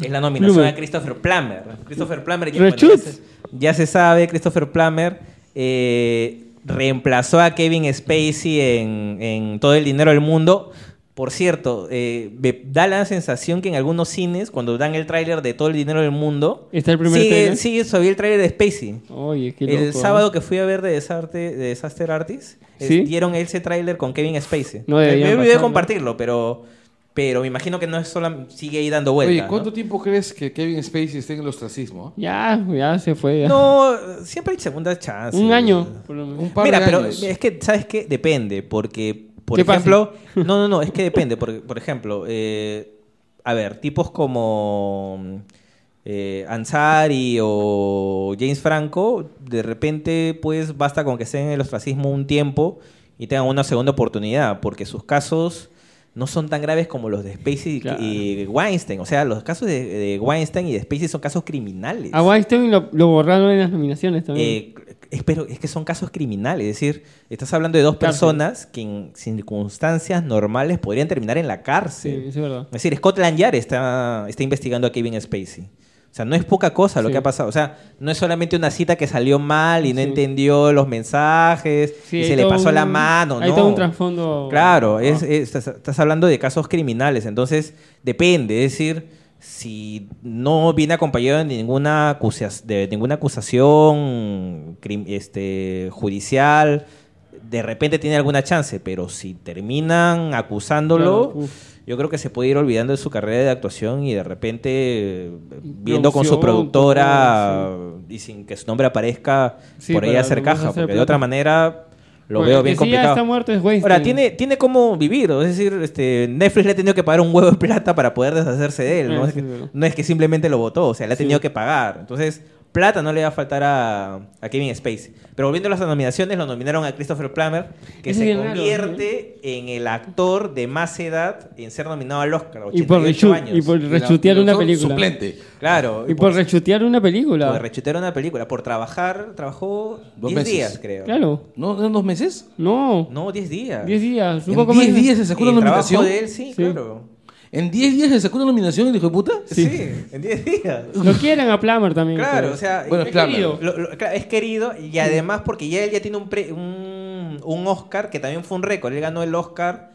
Speaker 3: es la nominación
Speaker 2: Plummer.
Speaker 3: a Christopher Plummer. Christopher Plummer ya,
Speaker 2: Rechut.
Speaker 3: bueno, ya se- ya se sabe, Christopher Plummer eh, reemplazó a Kevin Spacey en, en Todo el Dinero del Mundo. Por cierto, eh, me da la sensación que en algunos cines, cuando dan el tráiler de Todo el Dinero del Mundo,
Speaker 2: ¿Está el primer
Speaker 3: sigue,
Speaker 2: tráiler?
Speaker 3: sigue todavía el tráiler de Spacey.
Speaker 2: Oye, qué loco. ¿eh?
Speaker 3: El sábado que fui a ver de, Desarte- de Disaster Artist, eh,
Speaker 2: ¿Sí?
Speaker 3: dieron ese tráiler con Kevin Spacey.
Speaker 2: No
Speaker 3: me
Speaker 2: deberían
Speaker 3: me olvidé de
Speaker 2: pasarlo.
Speaker 3: compartirlo, pero, pero me imagino que no es sola, sigue ahí dando vueltas.
Speaker 1: Oye, ¿cuánto tiempo crees que Kevin Spacey esté en el ostracismo?
Speaker 2: Ya, ya se fue. ya.
Speaker 3: No, siempre hay segunda chance.
Speaker 2: Un año. por lo menos.
Speaker 1: Un par
Speaker 3: Mira,
Speaker 1: de
Speaker 3: pero
Speaker 1: años.
Speaker 3: es que, ¿sabes qué? Depende, porque, por
Speaker 2: ¿Qué pasa?
Speaker 3: ejemplo...
Speaker 2: <laughs>
Speaker 3: No, no, no, es que depende. Por, por ejemplo, eh, a ver, tipos como eh, Ansari o James Franco, de repente, pues, basta con que estén en el ostracismo un tiempo y tengan una segunda oportunidad, porque sus casos no son tan graves como los de Spacey y-
Speaker 2: Claro.
Speaker 3: y Weinstein. O sea, los casos de, de Weinstein y de Spacey son casos criminales.
Speaker 2: A Weinstein lo, lo borraron en las nominaciones también.
Speaker 3: Eh, es, pero es que son casos criminales, es decir, estás hablando de dos
Speaker 2: Cárcel.
Speaker 3: personas que en circunstancias normales podrían terminar en la
Speaker 2: sí,
Speaker 3: cárcel.
Speaker 2: eso es verdad.
Speaker 3: Es decir, Scotland Yard está, está investigando a Kevin Spacey. O sea, no es poca cosa lo
Speaker 2: Sí.
Speaker 3: que ha pasado. O sea, no es solamente una cita que salió mal y no
Speaker 2: Sí.
Speaker 3: entendió los mensajes
Speaker 2: Sí,
Speaker 3: y
Speaker 2: hay
Speaker 3: se le
Speaker 2: todo
Speaker 3: pasó la
Speaker 2: un-
Speaker 3: mano.
Speaker 2: Hay
Speaker 3: no.
Speaker 2: todo un trasfondo.
Speaker 3: Claro, es-
Speaker 2: Ah.
Speaker 3: es- estás, estás hablando de casos criminales, entonces depende, es decir, si no viene acompañado de ninguna, acusia- de ninguna acusación crim- este, judicial, de repente tiene alguna chance, pero si terminan acusándolo,
Speaker 2: Claro, uf.
Speaker 3: yo creo que se puede ir olvidando de su carrera de actuación y de repente eh, viendo con su
Speaker 2: Producción, pues,
Speaker 3: productora y sin que su nombre aparezca
Speaker 2: Sí,
Speaker 3: por ahí
Speaker 2: para
Speaker 3: hacer
Speaker 2: hacer
Speaker 3: caja, porque de
Speaker 2: plata.
Speaker 3: otra manera lo
Speaker 2: Bueno,
Speaker 3: veo
Speaker 2: el que
Speaker 3: bien
Speaker 2: sí ya
Speaker 3: complicado.
Speaker 2: está muerto es Weinstein.
Speaker 3: Ahora, tiene, tiene cómo vivir, es decir, este, Netflix le ha tenido que pagar un huevo de plata para poder deshacerse de él, ¿no?
Speaker 2: Eh,
Speaker 3: Es
Speaker 2: sí,
Speaker 3: que,
Speaker 2: claro.
Speaker 3: no es que simplemente lo votó, o sea, le ha
Speaker 2: Sí.
Speaker 3: tenido que pagar. Entonces, plata no le va a faltar a, a Kevin Spacey. Pero volviendo a las nominaciones, lo nominaron a Christopher Plummer, que
Speaker 2: Ese
Speaker 3: se
Speaker 2: es bien raro,
Speaker 3: convierte en el actor de más edad en ser nominado al Oscar,
Speaker 2: Y por,
Speaker 3: 88
Speaker 2: rechu-
Speaker 3: años.
Speaker 2: y por
Speaker 1: Y la-
Speaker 2: rechutear
Speaker 1: y
Speaker 2: una
Speaker 1: son
Speaker 2: película.
Speaker 1: Suplente.
Speaker 3: Claro,
Speaker 2: Y por rechutear una película.
Speaker 3: por rechutear una película, por trabajar, trabajó
Speaker 1: Dos
Speaker 3: 10
Speaker 1: meses.
Speaker 3: días, creo.
Speaker 2: Claro.
Speaker 1: ¿No? ¿No? ¿Dos meses?
Speaker 2: No.
Speaker 3: No, 10 días.
Speaker 2: 10 días. Un
Speaker 1: En
Speaker 2: poco más.
Speaker 1: 10 días se sacó
Speaker 3: Y
Speaker 1: una
Speaker 3: el trabajo
Speaker 1: nominación.
Speaker 3: de él, sí,
Speaker 2: Sí.
Speaker 3: claro.
Speaker 1: ¿En 10 días se sacó una nominación el hijo de puta?
Speaker 3: Sí, en 10 días.
Speaker 2: Lo quieren a Plummer también.
Speaker 3: Claro,
Speaker 2: pues.
Speaker 3: o sea,
Speaker 1: Bueno,
Speaker 3: es,
Speaker 1: claro.
Speaker 3: querido. Lo- lo- claro, es querido y además porque ya él ya tiene un, pre- un, un Oscar que también fue un récord. Él ganó el Oscar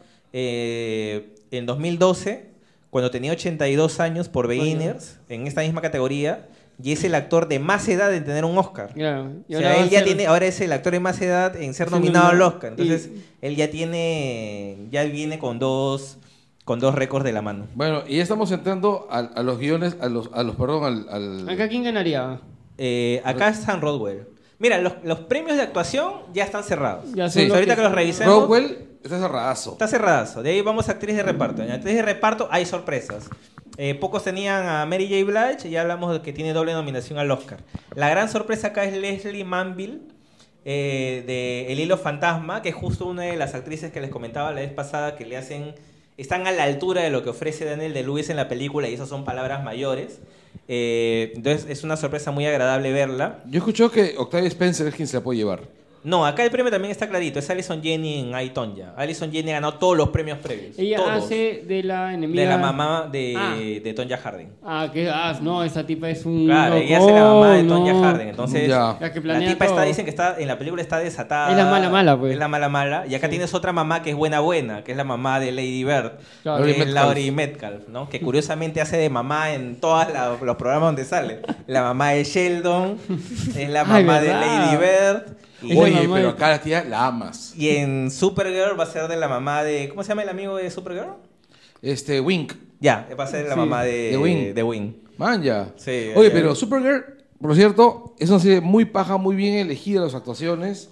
Speaker 3: eh, en 2012 cuando tenía 82 años por Beginners en esta misma categoría y es el actor de más edad en tener un Oscar.
Speaker 2: Claro. Y
Speaker 3: O
Speaker 2: ahora
Speaker 3: sea,
Speaker 2: va a
Speaker 3: él ya
Speaker 2: ser-
Speaker 3: tiene, ahora es el actor de más edad en ser
Speaker 2: Ser
Speaker 3: nominado al
Speaker 2: nominado.
Speaker 3: Oscar. Entonces, él ya tiene, ya viene con dos, con dos récords de la mano.
Speaker 1: Bueno, y ya estamos entrando a, a los guiones, a los, a los perdón, al... al-
Speaker 2: ¿Acá quién ganaría?
Speaker 3: Eh, acá es Sam Rodwell. Mira, los, los premios de actuación ya están cerrados.
Speaker 2: Ya
Speaker 1: Sí.
Speaker 2: son los
Speaker 3: Ahorita que los revisemos.
Speaker 1: Rockwell está cerradazo.
Speaker 3: Está cerradazo. De ahí vamos a actriz de reparto. En actriz de reparto hay sorpresas. Eh, pocos tenían a Mary J. Blige y ya hablamos de que tiene doble nominación al Oscar. La gran sorpresa acá es Leslie Manville eh, de El Hilo Fantasma, que es justo una de las actrices que les comentaba la vez pasada que le hacen. Están a la altura de lo que ofrece Daniel de Lewis en la película y esas son palabras mayores. Eh, entonces es una sorpresa muy agradable verla.
Speaker 1: Yo escucho que Octavia Spencer es quien se la puede llevar.
Speaker 3: No, acá el premio también está clarito. Es Alison Jenny en Aiton ya. Alison Jenny ganó todos los premios previos.
Speaker 2: Ella
Speaker 3: todos.
Speaker 2: hace de la enemiga.
Speaker 3: De la mamá de,
Speaker 2: Ah.
Speaker 3: de Tonya Harding.
Speaker 2: Ah, que. Ah, no, esa tipa es un.
Speaker 3: Claro, ella hace la mamá de
Speaker 2: locón,
Speaker 3: Tonya
Speaker 2: no.
Speaker 3: Harding. Entonces,
Speaker 1: Ya.
Speaker 2: La que
Speaker 3: la
Speaker 2: planea.
Speaker 3: tipa está,
Speaker 2: todo.
Speaker 3: dicen que está, en la película está desatada.
Speaker 2: Es la mala mala, pues.
Speaker 3: Es la mala mala. Y acá tienes otra mamá que es buena buena, que es la mamá de Lady Bird.
Speaker 2: Claro.
Speaker 1: Laurie
Speaker 3: que es
Speaker 1: Metcalf.
Speaker 3: Laurie Metcalf, ¿no? Que curiosamente hace de mamá en todos los programas donde sale. La mamá de Sheldon, es
Speaker 2: <laughs>
Speaker 3: la
Speaker 2: Ay,
Speaker 3: mamá de
Speaker 2: ¿verdad?
Speaker 3: Lady Bird. y-
Speaker 2: Es la
Speaker 1: Oye,
Speaker 2: mamá
Speaker 1: pero
Speaker 2: de-
Speaker 1: acá la tía la amas.
Speaker 3: Y en Supergirl va a ser de la mamá de. ¿Cómo se llama el amigo de Supergirl?
Speaker 1: Este, Wink.
Speaker 3: Ya, va a ser la
Speaker 2: Sí,
Speaker 3: mamá de,
Speaker 1: de Wing.
Speaker 3: de Wing.
Speaker 1: Man, ya.
Speaker 3: Sí, eh.
Speaker 1: Oye,
Speaker 3: ya.
Speaker 1: pero Supergirl, por cierto, es una serie muy paja, muy bien elegida las actuaciones.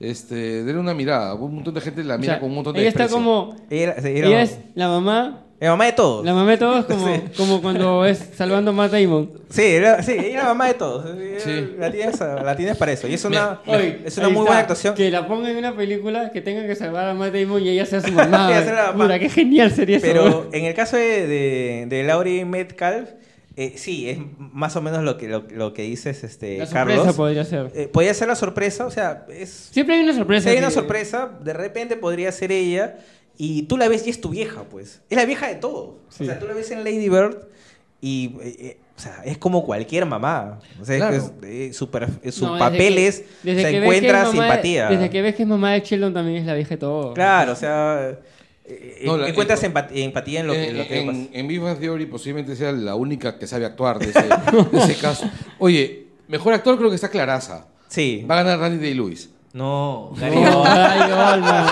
Speaker 1: Este, denle una mirada. Un montón de gente la
Speaker 2: O
Speaker 1: mira
Speaker 2: sea,
Speaker 1: con un montón de
Speaker 2: Ella está
Speaker 1: desprecio.
Speaker 2: como.
Speaker 3: Ella, era- sí, era-
Speaker 2: Ella es la mamá.
Speaker 3: la mamá de todos.
Speaker 2: La mamá de todos, como, como cuando es salvando a Matt Damon.
Speaker 3: Sí, era- sí, ella es la mamá
Speaker 1: <laughs>
Speaker 3: de todos.
Speaker 1: Sí.
Speaker 3: La tienes, la tienes para eso. Y es una,
Speaker 2: Oye,
Speaker 3: es una
Speaker 2: ahí
Speaker 3: muy
Speaker 2: está,
Speaker 3: buena actuación.
Speaker 2: Que la pongan en una película que tenga que salvar a Matt Damon y ella sea su mamá.
Speaker 3: <laughs> Ella sea la mamá.
Speaker 2: Puta, qué genial sería eso.
Speaker 3: Pero en el caso de, de, de Laurie Metcalf, eh, sí, es más o menos lo que, lo, lo que dices, este,
Speaker 2: La sorpresa
Speaker 3: Carlos.
Speaker 2: podría ser.
Speaker 3: Eh, podía ser la sorpresa, o sea, es,
Speaker 2: Siempre hay una sorpresa.
Speaker 3: Si hay una
Speaker 2: que-
Speaker 3: sorpresa, de repente podría ser ella. Y tú la ves y es tu vieja, pues. Es la vieja de todo.
Speaker 2: Sí.
Speaker 3: O sea, tú la ves en Lady Bird y. eh, eh, o sea, es como cualquier mamá. O sea, es-
Speaker 1: Claro.
Speaker 3: es, eh, su, per- eh, su
Speaker 2: No, desde
Speaker 3: papel
Speaker 2: que-
Speaker 3: es.
Speaker 2: desde que ves
Speaker 3: se
Speaker 2: que
Speaker 3: encuentra
Speaker 2: es mamá de-
Speaker 3: simpatía.
Speaker 2: desde que ves que es mamá de Sheldon también es la vieja de todo.
Speaker 3: Claro, o sea. eh,
Speaker 1: No, la-
Speaker 3: encuentras
Speaker 1: en-
Speaker 3: empat- empatía en lo que, en lo que
Speaker 1: en,
Speaker 3: pasa.
Speaker 1: en Big Bang Theory posiblemente sea la única que sabe actuar de ese,
Speaker 2: <laughs>
Speaker 1: de ese caso. Oye, mejor actor creo que está Claraza.
Speaker 3: Sí.
Speaker 1: Va a ganar Randy Day-Lewis.
Speaker 3: No, Gary
Speaker 2: No,
Speaker 3: Oldman.
Speaker 2: ay, Goldman.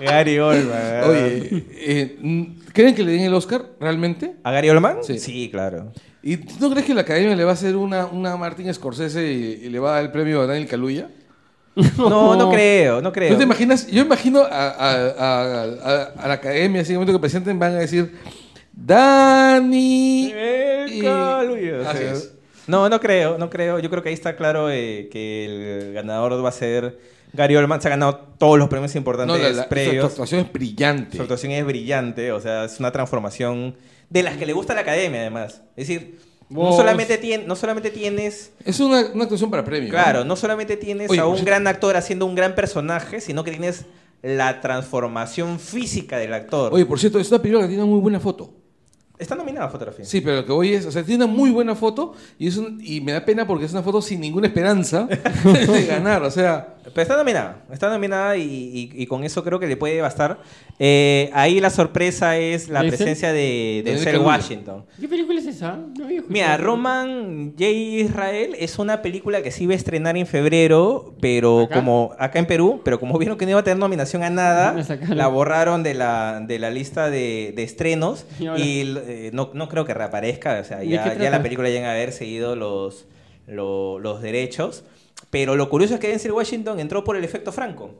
Speaker 3: Gary
Speaker 1: <laughs>
Speaker 3: Oldman.
Speaker 1: Oye, eh, mm, ¿creen que le den el Oscar realmente?
Speaker 3: ¿A Gary Oldman?
Speaker 1: Sí.
Speaker 3: sí
Speaker 1: <laughs>
Speaker 3: claro.
Speaker 1: ¿Y tú no crees que la academia le va a hacer una, una Martin Scorsese y, y le va a dar el premio a Daniel Kaluuya?
Speaker 3: No, no creo, no creo.
Speaker 1: ¿Tú te imaginas? Yo imagino a, a- a- a- a la academia, así en el momento que presenten, van a decir: Dani.
Speaker 3: El
Speaker 1: y-
Speaker 3: Caluya, o
Speaker 1: Así
Speaker 3: sea.
Speaker 1: es.
Speaker 3: No, no creo, no creo. Yo creo que ahí está claro eh, que el ganador va a ser Gary Oldman. Se ha ganado todos los premios
Speaker 1: No,
Speaker 3: importantes
Speaker 1: la, la- su
Speaker 3: previos.
Speaker 1: actuación es brillante.
Speaker 3: Su actuación es brillante, o sea, es una transformación de las que le gusta a la academia, además. Es decir, no
Speaker 2: Vos-
Speaker 3: solamente, tien- no solamente tienes,
Speaker 1: Es una, una actuación para premio.
Speaker 3: claro,
Speaker 1: ¿no?
Speaker 3: no solamente tienes
Speaker 1: Oye,
Speaker 3: a
Speaker 1: por
Speaker 3: un
Speaker 1: cierto-
Speaker 3: gran actor haciendo un gran personaje, sino que tienes la transformación física del actor.
Speaker 1: Oye, por cierto, es una película que tiene una muy buena foto.
Speaker 3: Está nominada a fotografía.
Speaker 1: Sí, pero lo que voy es, o sea, tiene una muy buena foto y, es un- y me da pena porque es una foto sin ninguna
Speaker 3: <laughs>
Speaker 1: esperanza de ganar. O sea,
Speaker 3: Pero está nominada, está nominada y, y- y con eso creo que le puede bastar. Eh, ahí la sorpresa es la
Speaker 2: ¿Denzel?
Speaker 3: presencia de
Speaker 1: De
Speaker 3: Denzel
Speaker 1: Denzel
Speaker 3: Washington.
Speaker 2: ¿Qué película es esa? No había escuchado.
Speaker 3: Mira, Roman J. Israel es una película que sí iba a estrenar en febrero, pero
Speaker 2: ¿Acá?
Speaker 3: como acá en Perú, pero como vieron que no iba a tener nominación a
Speaker 2: La <laughs>
Speaker 3: nada,
Speaker 2: sacaron.
Speaker 3: la borraron de la, de la lista de, de estrenos
Speaker 2: Y ahora-
Speaker 3: y eh, no, no creo que reaparezca, o sea,
Speaker 2: ¿De
Speaker 3: ya,
Speaker 2: qué
Speaker 3: ya
Speaker 2: trata?
Speaker 3: la película llega a haber seguido los, lo- los derechos. Pero lo curioso es que Denzel Washington entró por el efecto Franco.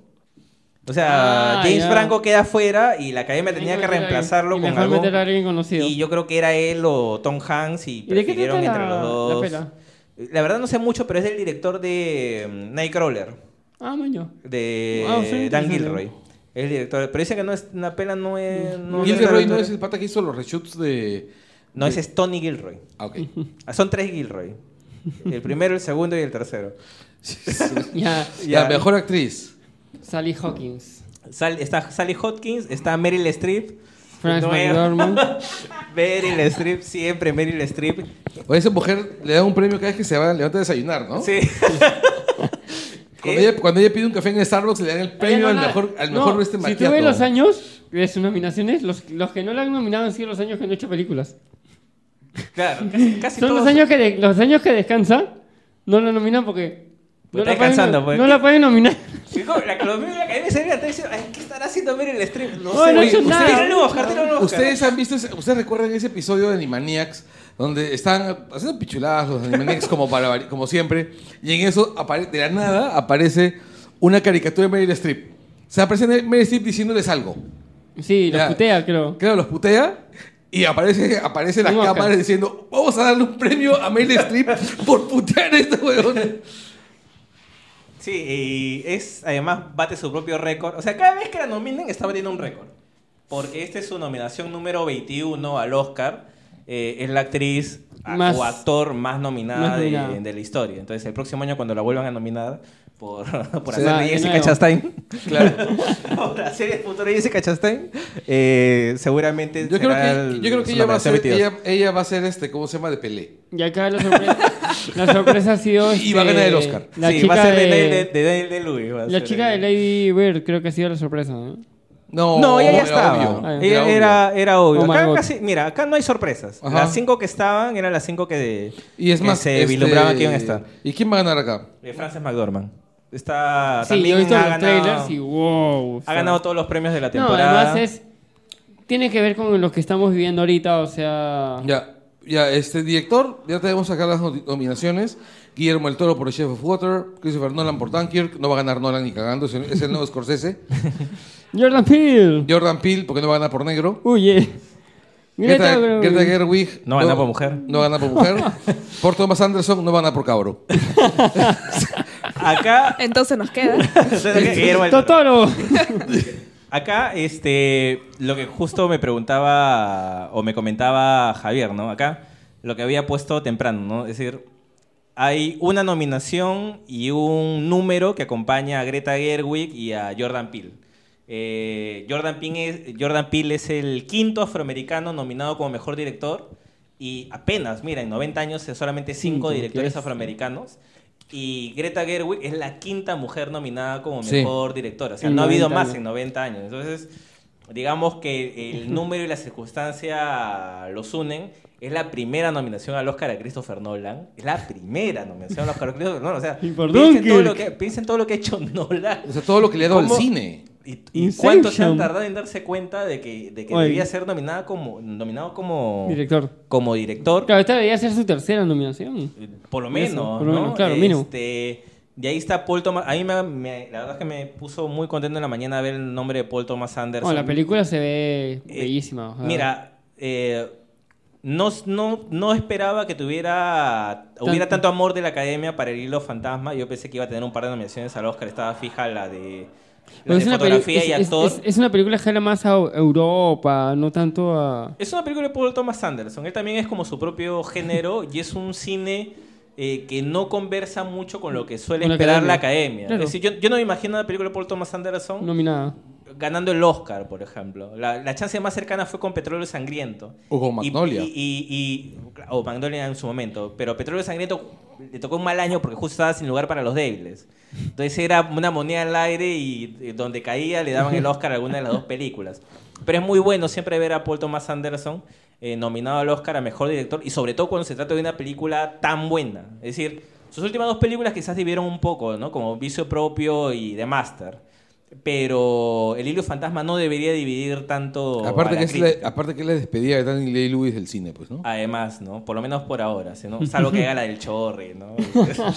Speaker 3: O sea,
Speaker 2: Ah,
Speaker 3: James
Speaker 2: ya.
Speaker 3: Franco queda fuera y la academia tenía
Speaker 2: Tengo
Speaker 3: que
Speaker 2: meter a alguien.
Speaker 3: reemplazarlo
Speaker 2: Y
Speaker 3: con
Speaker 2: mejor
Speaker 3: algo.
Speaker 2: meter a alguien conocido.
Speaker 3: Y yo creo que era él o Tom Hanks y
Speaker 2: ¿Y de qué
Speaker 3: prefirieron
Speaker 2: trata
Speaker 3: entre
Speaker 2: la-
Speaker 3: los dos.
Speaker 2: la pela?
Speaker 3: La verdad no sé mucho, pero es del director de mm, Nightcrawler,
Speaker 2: Ah, maño.
Speaker 3: de
Speaker 2: Ah, suena
Speaker 3: Dan
Speaker 2: interesante.
Speaker 3: Gilroy. Es el director, pero dice que no es una pela no es no,
Speaker 1: Gilroy no es el pata que hizo los reshoots de.
Speaker 3: no, ese es Tony Gilroy.
Speaker 1: Ah,
Speaker 3: <laughs>
Speaker 1: ok.
Speaker 3: Ah, Son tres Gilroy. El primero, el segundo y el tercero.
Speaker 2: Ya,
Speaker 1: La
Speaker 3: Ya.
Speaker 1: mejor actriz.
Speaker 2: Sally Hawkins.
Speaker 3: Sal- está Sally Hopkins, está Meryl Streep.
Speaker 2: Franz
Speaker 3: No, eh.
Speaker 2: McDormand.
Speaker 3: <laughs> Meryl Streep, siempre Meryl Streep.
Speaker 1: O esa mujer le da un premio cada vez que se va, levanta a desayunar, ¿no?
Speaker 3: Sí. <laughs>
Speaker 1: Cuando, ella, cuando ella pide un café en Starbucks, le dan el premio
Speaker 2: Ella
Speaker 1: al
Speaker 2: no la-
Speaker 1: mejor, al
Speaker 2: no,
Speaker 1: mejor este
Speaker 2: Si
Speaker 1: macchiato.
Speaker 2: tú ves los años de sus nominaciones, los, los que no la han nominado han sido los años que no ha hecho películas.
Speaker 3: Claro, casi, casi
Speaker 2: Son los
Speaker 3: todos-
Speaker 2: años que de- los años que descansa, no la nominan porque.
Speaker 3: Pues
Speaker 2: no la
Speaker 3: está
Speaker 2: pueden-
Speaker 3: descansando, pues.
Speaker 2: No la pueden nominar.
Speaker 3: Chico, la que lo mismo la academia sería está diciendo, "Ay, ¿qué estará haciendo Meryl Streep? No
Speaker 2: No, no ha hecho
Speaker 3: Usted
Speaker 2: nada.
Speaker 3: tiene un Oscar, tiene un Oscar.
Speaker 1: Ustedes han visto, ese- ustedes recuerdan ese episodio de Animaniacs donde están haciendo pichuladas los Animaniacs como, para, vari- como siempre y en eso apare- de la nada aparece una caricatura de Meryl Streep. Se aparece Meryl Streep diciéndoles algo.
Speaker 2: Sí, los
Speaker 1: Ya.
Speaker 2: putea, creo.
Speaker 1: Claro, los putea y aparece, aparece las
Speaker 2: Un Oscar.
Speaker 1: cámaras diciendo vamos a darle un premio a Meryl Streep por putear a este huevón.
Speaker 3: Sí, y es, además bate su propio récord. O sea, cada vez que la nominen está batiendo un récord. Porque esta es su nominación número 21 al Oscar. Eh, es la actriz a-
Speaker 2: Más-
Speaker 3: o actor más nominada,
Speaker 2: más
Speaker 3: de-
Speaker 2: nominada.
Speaker 3: De, la historia. Entonces, el próximo año cuando la vuelvan a nominar por, <laughs> por
Speaker 2: Se
Speaker 3: hacer
Speaker 2: va
Speaker 3: de
Speaker 2: de
Speaker 3: Jessica
Speaker 2: nuevo.
Speaker 3: Chastain, <laughs>
Speaker 1: Claro.
Speaker 3: por hacer el futuro de Jessica Chastain, eh, seguramente
Speaker 1: Yo creo
Speaker 3: será
Speaker 1: que,
Speaker 3: el-
Speaker 1: yo creo que
Speaker 3: su
Speaker 1: ella, va a
Speaker 3: nominación
Speaker 1: ser,
Speaker 3: 22.
Speaker 1: ella, ella va a ser este, ¿cómo se llama? De Pelé.
Speaker 2: Y acá la sorpresa,
Speaker 3: <laughs>
Speaker 2: la sorpresa ha sido.
Speaker 1: Y va a
Speaker 2: este,
Speaker 1: ganar el Oscar.
Speaker 2: La
Speaker 3: sí,
Speaker 2: chica
Speaker 3: va a ser de,
Speaker 2: de,
Speaker 3: de, de, de- de Louis, va a
Speaker 2: La
Speaker 3: ser
Speaker 2: chica de
Speaker 3: el-
Speaker 2: Lady Bird, creo que ha sido la sorpresa. ¿no?
Speaker 1: No,
Speaker 3: No, ella ya
Speaker 1: era
Speaker 3: estaba.
Speaker 1: obvio,
Speaker 2: Ah,
Speaker 3: Ella
Speaker 1: obvio.
Speaker 3: era, era obvio.
Speaker 2: Oh my
Speaker 3: acá
Speaker 2: God.
Speaker 3: casi- mira, acá no hay sorpresas.
Speaker 1: Ajá.
Speaker 3: Las cinco que estaban eran las cinco que, de-
Speaker 1: Y es
Speaker 3: que
Speaker 1: más,
Speaker 3: se
Speaker 1: este,
Speaker 3: vislumbraban que iban a estar.
Speaker 1: ¿Y quién va a ganar acá?
Speaker 3: Eh, Frances McDormand.
Speaker 2: Sí, yo
Speaker 3: Está Ah, también
Speaker 2: he visto
Speaker 3: ha
Speaker 2: los
Speaker 3: ganado,
Speaker 2: trailers y wow. o
Speaker 3: ha
Speaker 2: sea.
Speaker 3: ganado todos los premios de la
Speaker 2: No,
Speaker 3: temporada.
Speaker 2: además es. Tiene que ver con lo que estamos viviendo ahorita, o sea.
Speaker 1: Ya, ya, este director, ya tenemos acá las noti- nominaciones. Guillermo el Toro por Chef of Water, Christopher Nolan por Dunkirk, no va a ganar Nolan ni cagando, es el, es el nuevo
Speaker 3: <laughs>
Speaker 1: Scorsese.
Speaker 2: Jordan Peele. eh.
Speaker 1: Jordan Peele, porque no va a ganar por negro.
Speaker 2: Huye. Greta,
Speaker 1: Greta,
Speaker 2: Gerwig.
Speaker 1: Greta Gerwig.
Speaker 3: No va a ganar por mujer.
Speaker 1: No va a ganar por mujer.
Speaker 3: <laughs>
Speaker 1: por Thomas Anderson, no va a ganar por cabro.
Speaker 3: Acá.
Speaker 2: <laughs>
Speaker 4: Entonces nos queda.
Speaker 3: <laughs> Guillermo del Toro.
Speaker 2: Totoro.
Speaker 3: Acá, este, lo que justo me preguntaba o me comentaba Javier, ¿no? Acá, lo que había puesto temprano, ¿no? Es decir, hay una nominación y un número que acompaña a Greta Gerwig y a Jordan Peele. Eh, Jordan, Peele es, Jordan Peele es el quinto afroamericano nominado como mejor director y apenas, mira, en 90 años solamente cinco
Speaker 2: Cinco,
Speaker 3: directores
Speaker 2: ¿qué es?
Speaker 3: afroamericanos. Y Greta Gerwig es la quinta mujer nominada como
Speaker 1: Sí.
Speaker 3: mejor directora. O sea,
Speaker 2: En
Speaker 3: no ha habido
Speaker 2: 90
Speaker 3: más
Speaker 2: años.
Speaker 3: en 90 años. Entonces, digamos que
Speaker 2: <laughs>
Speaker 3: el número y la circunstancia los unen. Es la primera nominación al Oscar a Christopher Nolan. Es la primera nominación al Oscar a Christopher Nolan. O sea,
Speaker 2: <laughs> Y por
Speaker 3: piensen todo,
Speaker 2: Dunkirk.
Speaker 3: lo que, piensen todo lo que ha hecho Nolan.
Speaker 1: O sea, todo lo que le ha dado al
Speaker 3: ¿Cómo?
Speaker 1: cine.
Speaker 3: Y, y cuánto se han
Speaker 2: Inception.
Speaker 3: tardado en darse cuenta de que, de que
Speaker 2: Oye.
Speaker 3: debía ser nominada como, nominado como
Speaker 2: <laughs> Director.
Speaker 3: Como director Eh,
Speaker 2: Claro, esta debería ser su tercera nominación.
Speaker 3: por lo menos,
Speaker 2: Eso, por lo
Speaker 3: ¿no?
Speaker 2: menos, claro, mínimo.
Speaker 3: este, de ahí está Paul Thomas. A mí me, me- la verdad es que me puso muy contento en la mañana ver el nombre de Paul Thomas Anderson.
Speaker 2: Bueno, la película se ve
Speaker 3: Eh,
Speaker 2: bellísima. o sea.
Speaker 3: Mira, eh, no, no, no esperaba que tuviera hubiera tanto amor de la academia para el hilo fantasma. Yo pensé que iba a tener un par de nominaciones al Oscar. Estaba fija la de, la
Speaker 2: Pero
Speaker 3: de
Speaker 2: peli-
Speaker 3: fotografía
Speaker 2: Pues
Speaker 3: y
Speaker 2: es- es-
Speaker 3: actor.
Speaker 2: Es, es una película que jala más a Europa, no tanto a.
Speaker 3: Es una película de Paul Thomas Anderson. Él también es como su propio género y es un cine eh, que no conversa mucho con lo que suele
Speaker 2: Con la
Speaker 3: esperar
Speaker 2: academia.
Speaker 3: la academia.
Speaker 2: Claro.
Speaker 3: Es decir, yo, yo no me imagino una película de Paul Thomas Anderson
Speaker 2: Nominada.
Speaker 3: ganando el Oscar, por ejemplo. La, la chance más cercana fue con Petróleo Sangriento.
Speaker 1: O con
Speaker 3: Y-
Speaker 1: Magnolia.
Speaker 3: Y, y- y- o Magnolia en su momento. Pero Petróleo Sangriento le tocó un mal año porque justo estaba sin lugar para los débiles. Entonces era una moneda al aire y eh, donde caía le
Speaker 1: <laughs>
Speaker 3: daban el Oscar a alguna de las dos películas. Pero es muy bueno siempre ver a Paul Thomas Anderson eh, nominado al Oscar a Mejor Director y sobre todo cuando se trata de una película tan buena. Es decir, sus últimas dos películas quizás divieron un poco, ¿no? Como Vicio Propio y The Master. Pero El Hilo Fantasma no debería dividir tanto. Oh, a
Speaker 1: Aparte
Speaker 3: la
Speaker 1: que, es
Speaker 3: crítica.
Speaker 1: la, aparte que es la despedida de Daniel Day-Lewis del cine, pues, ¿no?
Speaker 3: Además, ¿no? Por lo menos por ahora, si ¿no?
Speaker 1: <laughs>
Speaker 3: Salvo que haga la del chorre, ¿no? <laughs>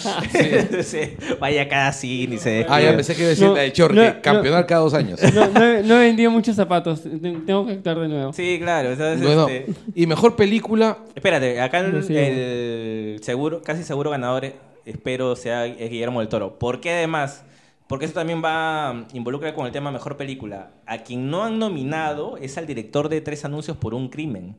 Speaker 3: Sí, <laughs> Vaya a cada cine y se
Speaker 1: Ah, ya
Speaker 3: despide.
Speaker 1: pensé que iba a decir
Speaker 2: No,
Speaker 1: la de Chorque,
Speaker 2: no, no.
Speaker 1: campeonar cada dos años.
Speaker 2: No, no he- no he vendido muchos zapatos. Ten- Tengo que actuar de nuevo.
Speaker 3: Sí, claro. entonces,
Speaker 1: Bueno,
Speaker 3: este,
Speaker 1: y mejor película,
Speaker 3: Espérate, acá
Speaker 2: No,
Speaker 3: el,
Speaker 2: sí.
Speaker 3: el seguro, casi seguro ganador, eh, espero sea es Guillermo del Toro. Porque además, porque eso también va mm, involucra con el tema mejor película. A quien no han nominado es al director de Tres Anuncios por un Crimen.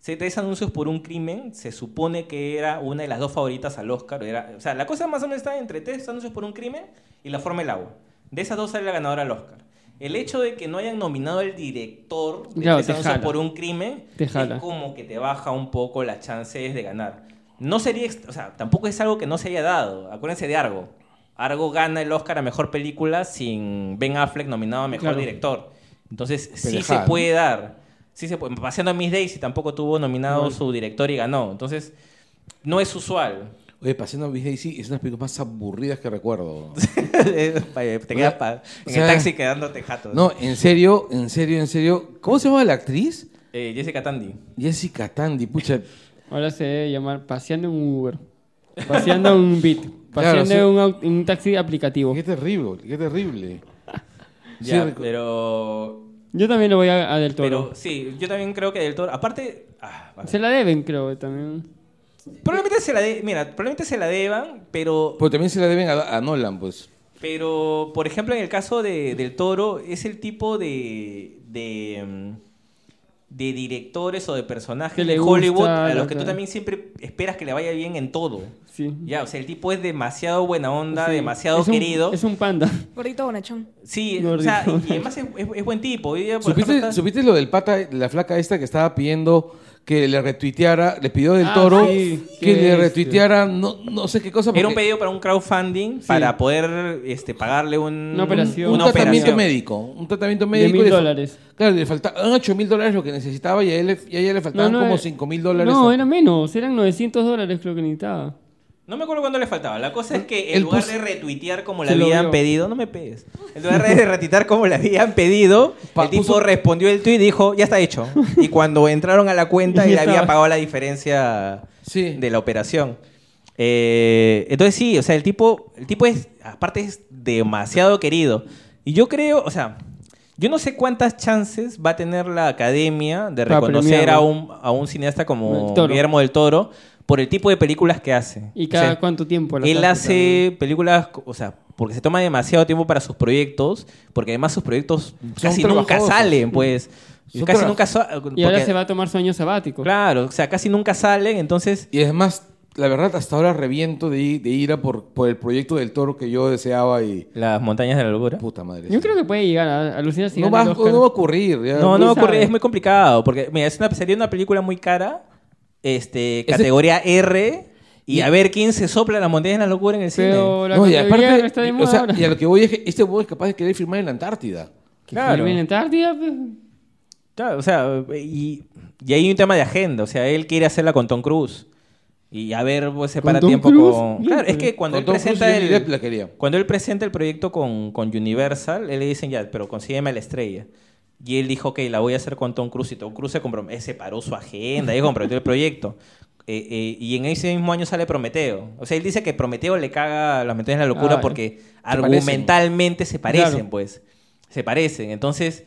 Speaker 3: Sí, Tres Anuncios por un Crimen se supone que era una de las dos favoritas al Oscar. Era, o sea, la cosa más o menos está entre Tres Anuncios por un Crimen y La Forma del Agua. De esas dos sale la ganadora al Oscar. El hecho de que no hayan nominado al director de
Speaker 2: Claro,
Speaker 3: Tres
Speaker 2: te
Speaker 3: Anuncios
Speaker 2: jala.
Speaker 3: por un Crimen
Speaker 2: Te
Speaker 3: es
Speaker 2: jala.
Speaker 3: como que te baja un poco las chances de ganar. No sería, ex- o sea, tampoco es algo que no se haya dado. Acuérdense de Argo. Argo gana el Oscar a mejor película sin Ben Affleck nominado a mejor
Speaker 2: Claro.
Speaker 3: director. Entonces, sí se
Speaker 1: Pendejada, ¿no?
Speaker 3: puede dar. Sí se puede. Paseando a Miss Daisy tampoco tuvo nominado
Speaker 2: Igual.
Speaker 3: su director y ganó. Entonces, no es <laughs> usual.
Speaker 1: oye, Paseando a Miss Daisy es una de las películas más aburridas que recuerdo.
Speaker 3: Eh, te quedas
Speaker 1: O sea,
Speaker 3: pa- en
Speaker 1: o sea,
Speaker 3: el taxi quedándote jato.
Speaker 1: No, en serio, en serio, en serio. ¿Cómo se llama la actriz?
Speaker 3: Eh, Jessica Tandy.
Speaker 1: Jessica Tandy, pucha.
Speaker 2: Ahora se debe llamar paseando en un Uber. Paseando en un
Speaker 3: <laughs>
Speaker 2: Bit. Paseando
Speaker 1: sí.
Speaker 2: en, un au- en un taxi aplicativo.
Speaker 1: Qué terrible, qué terrible. Sí,
Speaker 3: Ya,
Speaker 1: recu-
Speaker 3: pero,
Speaker 2: Yo también lo voy a, a Del Toro.
Speaker 3: pero sí, yo también creo que del toro. Aparte, ah, vale.
Speaker 2: Se la deben, creo, eh, también.
Speaker 3: probablemente se la de, mira, probablemente se la deban, pero
Speaker 1: Pero también se la deben a, a Nolan, pues.
Speaker 3: Pero, por ejemplo, en el caso de- del toro, es el tipo de, de, mm, de directores o de
Speaker 2: Que
Speaker 3: personajes
Speaker 2: le
Speaker 3: de Hollywood
Speaker 2: gusta,
Speaker 3: a los que tú
Speaker 2: claro.
Speaker 3: también siempre esperas que le vaya bien en todo.
Speaker 2: Sí.
Speaker 3: Ya, o sea, el tipo es demasiado buena onda,
Speaker 2: Sí.
Speaker 3: demasiado
Speaker 2: Es un-
Speaker 3: querido.
Speaker 2: Es un panda.
Speaker 4: Gordito bonachón.
Speaker 3: Sí,
Speaker 2: Gordito.
Speaker 3: o sea, y además es, es- es buen tipo. Hoy día, por
Speaker 1: ¿Supiste,
Speaker 3: ejemplo, está-
Speaker 1: supiste lo del pata, la flaca esta que estaba pidiendo que le retuiteara, le pidió del
Speaker 2: Ah,
Speaker 1: toro
Speaker 2: sí,
Speaker 1: que
Speaker 2: qué
Speaker 1: le
Speaker 2: bestia.
Speaker 1: retuiteara, no, no sé qué cosa.
Speaker 3: Era un
Speaker 1: porque-
Speaker 3: pedido para un crowdfunding para poder este, pagarle un,
Speaker 2: Una operación.
Speaker 1: un
Speaker 3: una
Speaker 1: tratamiento
Speaker 3: operación.
Speaker 1: médico. Un tratamiento
Speaker 2: De
Speaker 1: médico. y
Speaker 2: mil
Speaker 1: le fa-
Speaker 2: dólares.
Speaker 1: Claro, le faltaban 8 mil dólares lo que necesitaba y a, él, le- y a ella le faltaban como
Speaker 2: era-
Speaker 1: 5 mil dólares.
Speaker 2: eh, No, era menos. Eran 900 dólares creo que necesitaba.
Speaker 3: No me acuerdo cuándo le faltaba. La cosa es que en
Speaker 1: Él
Speaker 3: lugar
Speaker 1: puso-
Speaker 3: de retuitear como le
Speaker 2: Se lo
Speaker 3: habían
Speaker 2: dio.
Speaker 3: pedido, no me pegues. En lugar de retuitear como le habían pedido,
Speaker 1: Pa-
Speaker 3: el tipo
Speaker 1: puso-
Speaker 3: respondió el tweet y dijo, ya está hecho. Y cuando entraron a
Speaker 2: <laughs>
Speaker 3: la cuenta,
Speaker 2: Y
Speaker 3: él
Speaker 2: estaba-
Speaker 3: había pagado la diferencia
Speaker 1: Sí.
Speaker 3: de la operación. Eh, entonces sí, o sea, el tipo, el tipo es, aparte es demasiado querido. Y yo creo, o sea, yo no sé cuántas chances va a tener la academia de
Speaker 2: Para
Speaker 3: reconocer a
Speaker 2: premiarlo.
Speaker 3: un, a un cineasta como
Speaker 2: El Toro.
Speaker 3: Guillermo del Toro por el tipo de películas que hace.
Speaker 2: ¿Y
Speaker 3: O
Speaker 2: cada
Speaker 3: sea,
Speaker 2: cuánto tiempo? las
Speaker 3: él
Speaker 2: también?
Speaker 3: hace películas, co- o sea, porque se toma demasiado tiempo para sus proyectos, porque además sus proyectos casi nunca
Speaker 1: trabajosos.
Speaker 3: salen, pues.
Speaker 1: Son
Speaker 3: casi
Speaker 1: trabaj-
Speaker 3: nunca sa-
Speaker 2: Y ahora
Speaker 3: porque-
Speaker 2: se va a tomar su año sabático.
Speaker 3: Claro, o sea, casi nunca salen, entonces
Speaker 1: Y además, la verdad, hasta ahora reviento de, i- de ira por, por el proyecto del toro que yo deseaba y.
Speaker 3: las montañas de la locura.
Speaker 1: Puta madre.
Speaker 2: Yo creo que puede llegar a alucinar si
Speaker 1: no
Speaker 2: gana
Speaker 1: va,
Speaker 2: el
Speaker 1: no
Speaker 2: Oscar.
Speaker 1: va a ocurrir. ya.
Speaker 3: No, no va a
Speaker 2: ¿Quién
Speaker 3: ocurrir,
Speaker 2: sabe?
Speaker 3: es muy complicado, porque mira, es una, sería una película muy cara, este,
Speaker 1: Ese-
Speaker 3: categoría R, y,
Speaker 1: Y-
Speaker 3: a ver quién se sopla las montañas de la locura en el cine.
Speaker 2: Pero la
Speaker 1: No, y
Speaker 2: categoría
Speaker 1: aparte,
Speaker 2: no está de
Speaker 1: o
Speaker 2: moda
Speaker 1: sea,
Speaker 2: ahora.
Speaker 1: y a lo que voy es que este huevón es capaz de querer firmar en la Antártida.
Speaker 2: Que
Speaker 3: Claro.
Speaker 2: firme en Antártida, pues.
Speaker 3: Claro, o sea, y, y hay un tema de agenda, o sea, él quiere hacerla con Tom Cruise. Y a ver, pues se
Speaker 2: ¿Con
Speaker 3: para
Speaker 2: Tom
Speaker 3: tiempo
Speaker 2: Cruise?
Speaker 3: con. Claro, es que cuando
Speaker 1: Con
Speaker 3: él
Speaker 1: Tom Cruise y
Speaker 3: presenta
Speaker 1: Johnny Depp la
Speaker 3: el.
Speaker 1: quería.
Speaker 3: Cuando él presenta el proyecto con, con Universal, él le dicen ya, pero consígueme a la estrella. Y él dijo, ok, la voy a hacer con Tom Cruise. Y Tom Cruise se comprometió, separó su agenda, y comprometió el proyecto. Eh, eh, y en ese mismo año sale Prometeo. O sea, él dice que Prometeo le caga las mentiras de la locura
Speaker 2: Ah,
Speaker 3: porque
Speaker 1: parecen.
Speaker 3: argumentalmente se parecen,
Speaker 2: Claro.
Speaker 3: pues. Se parecen. Entonces,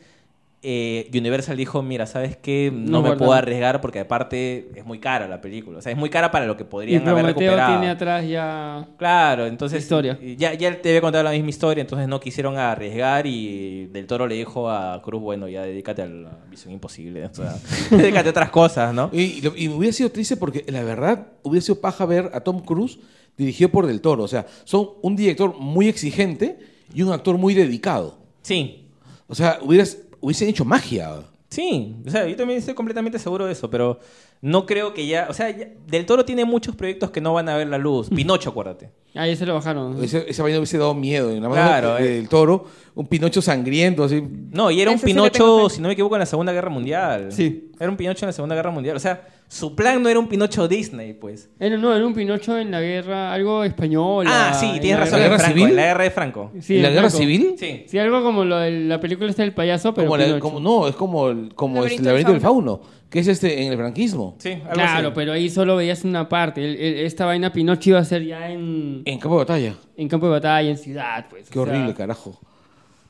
Speaker 3: eh, Universal dijo, mira, ¿sabes qué? No
Speaker 2: No,
Speaker 3: me
Speaker 2: guarda.
Speaker 3: puedo arriesgar porque aparte es muy cara la película. O sea, es muy cara para lo que
Speaker 2: Y
Speaker 3: podrían haber
Speaker 2: Prometeo
Speaker 3: recuperado.
Speaker 2: tiene atrás ya...
Speaker 3: Claro, entonces...
Speaker 2: Historia.
Speaker 3: y Ya, ya te había contado la misma historia, entonces no quisieron arriesgar y Del Toro le dijo a Cruz, bueno, ya dedícate a la visión imposible.
Speaker 2: <laughs>
Speaker 3: O sea, <laughs> dedícate a otras cosas, ¿no?
Speaker 1: Y, y lo- y hubiera sido triste porque la verdad hubiera sido paja ver a Tom Cruise dirigido por Del Toro. O sea, son un director muy exigente y un actor muy dedicado.
Speaker 3: Sí,
Speaker 1: O sea, hubieras, hubiesen hecho magia.
Speaker 3: Sí, o sea, yo también estoy completamente seguro de eso, pero no creo que ya, o sea, ya- Del Toro tiene muchos proyectos que no van a ver la
Speaker 2: Mm.
Speaker 3: luz. Pinocho, acuérdate.
Speaker 2: Ah, ya se lo bajaron.
Speaker 1: Esa, esa vaina hubiese dado miedo. En la mano
Speaker 3: Claro,
Speaker 1: de-
Speaker 3: eh.
Speaker 1: del toro, un pinocho sangriento, así.
Speaker 3: No, y era un
Speaker 4: Ese sí le
Speaker 3: Pinocho,
Speaker 4: tengo fe.
Speaker 3: si no me equivoco, en la Segunda Guerra Mundial.
Speaker 2: Sí.
Speaker 3: Era un Pinocho en la Segunda Guerra Mundial. O sea, su plan no era un Pinocho Disney, pues.
Speaker 2: Era, no, era un Pinocho en la guerra, algo española.
Speaker 3: ah, sí,
Speaker 2: en
Speaker 3: tienes
Speaker 2: la
Speaker 3: razón.
Speaker 1: ¿La
Speaker 3: en
Speaker 2: guerra-
Speaker 1: guerra civil?
Speaker 3: Franco, en la guerra de Franco.
Speaker 2: Sí,
Speaker 1: ¿En la
Speaker 2: en
Speaker 1: guerra
Speaker 2: Franco.
Speaker 1: civil?
Speaker 3: Sí.
Speaker 2: Sí, algo como lo de la película está del payaso, pero
Speaker 1: Como la-
Speaker 2: Pinocho.
Speaker 1: como- no, es como el, como este,
Speaker 4: Laberinto
Speaker 1: el
Speaker 4: del
Speaker 1: laberinto del fauno, que es este en el franquismo.
Speaker 3: Sí, algo
Speaker 2: Claro, pues,
Speaker 3: así.
Speaker 2: pero ahí solo veías una parte. El- el- esta vaina Pinocho iba a ser ya en,
Speaker 1: En campo de batalla.
Speaker 2: en campo de batalla, en ciudad, pues.
Speaker 1: Qué
Speaker 2: o sea,
Speaker 1: horrible, carajo.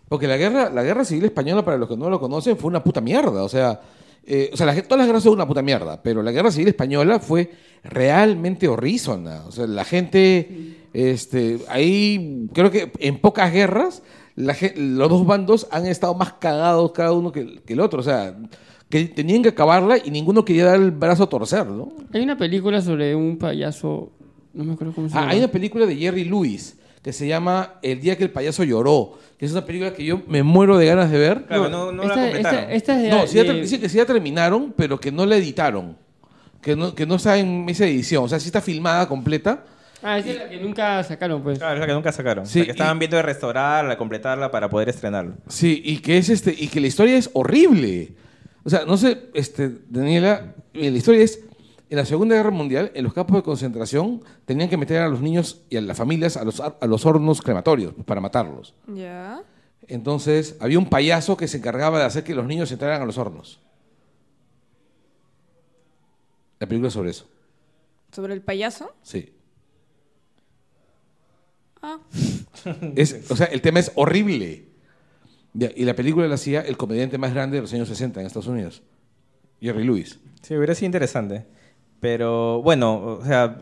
Speaker 1: Porque la guerra, la guerra civil española, para los que no lo conocen, fue una puta mierda. O sea, eh, o sea la gen- todas las guerras son una puta mierda, pero la guerra civil española fue realmente horrísona. O sea, la gente, este, ahí creo que en pocas guerras, la gen- los dos bandos han estado más cagados cada uno que, que el otro. O sea, que tenían que acabarla y ninguno quería dar el brazo a torcer, ¿no?
Speaker 2: Hay una película sobre un payaso. No me acuerdo cómo se
Speaker 1: Ah,
Speaker 2: llama.
Speaker 1: hay una película de Jerry Lewis que se llama El día que el payaso lloró, que es una película que yo me muero de ganas de ver.
Speaker 3: Claro, no, no la
Speaker 2: esta,
Speaker 3: completaron.
Speaker 2: esta- esta es de.
Speaker 1: No, sí ya ter-
Speaker 2: de-
Speaker 1: dice que sí ya terminaron, pero que no la editaron. Que no, que no está en esa edición. O sea, sí está filmada completa.
Speaker 2: Ah, esa es la que nunca sacaron, pues.
Speaker 3: Claro, es la que nunca sacaron.
Speaker 1: Sí,
Speaker 3: la que estaban
Speaker 1: y-
Speaker 3: viendo de restaurarla, completarla para poder estrenarlo.
Speaker 1: Sí, y que es este, y que la historia es horrible. O sea, no sé, este, Daniela, eh, la historia es, en la Segunda Guerra Mundial, en los campos de concentración, tenían que meter a los niños y a las familias a los, ar- a los hornos crematorios para matarlos.
Speaker 4: Ya.
Speaker 1: Entonces, había un payaso que se encargaba de hacer que los niños entraran a los hornos. La película es sobre eso,
Speaker 4: ¿Sobre el payaso?
Speaker 1: sí.
Speaker 4: Ah.
Speaker 1: <laughs> Es, o sea, el tema es horrible. Ya, y la película la hacía el comediante más grande de los años 60 en Estados Unidos, Jerry Lewis.
Speaker 3: Sí, hubiera sido interesante. Pero bueno, o sea,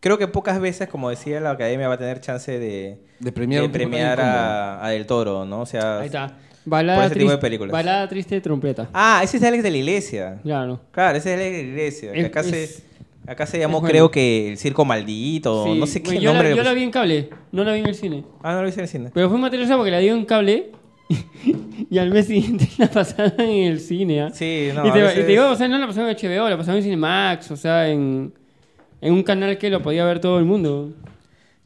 Speaker 3: creo que pocas veces, como decía la academia, va a tener chance de,
Speaker 1: De premiar,
Speaker 3: de
Speaker 1: un tipo tan
Speaker 3: premiar
Speaker 1: incómodo.
Speaker 3: a, a Del Toro, ¿no? O sea,
Speaker 2: Ahí está. Balada,
Speaker 3: Por ese tipo de
Speaker 2: tris-
Speaker 3: películas.
Speaker 2: balada triste de trompeta.
Speaker 3: Ah, ese es Alex de la Iglesia.
Speaker 2: Claro.
Speaker 3: Claro, ese es Alex de la Iglesia. que
Speaker 2: Es-
Speaker 3: acá,
Speaker 2: es-
Speaker 3: se, acá se llamó,
Speaker 2: es bueno.
Speaker 3: creo que, el Circo Maldito.
Speaker 2: Sí.
Speaker 3: No sé qué
Speaker 2: Bueno, yo
Speaker 3: nombre.
Speaker 2: La,
Speaker 3: le
Speaker 2: yo la
Speaker 3: pus-
Speaker 2: vi en cable, no la vi en el cine.
Speaker 3: Ah, no lo hice en el cine.
Speaker 2: Pero fue material porque la dio en cable <laughs> y al mes siguiente <laughs> la pasaron en el cine. ¿ah?
Speaker 3: Sí, no.
Speaker 2: y,
Speaker 3: a
Speaker 2: te, y te
Speaker 3: veces-
Speaker 2: digo, o sea, no la pasaron en HBO, la pasaron en Cinemax, o sea, en, en un canal que lo podía ver todo el mundo.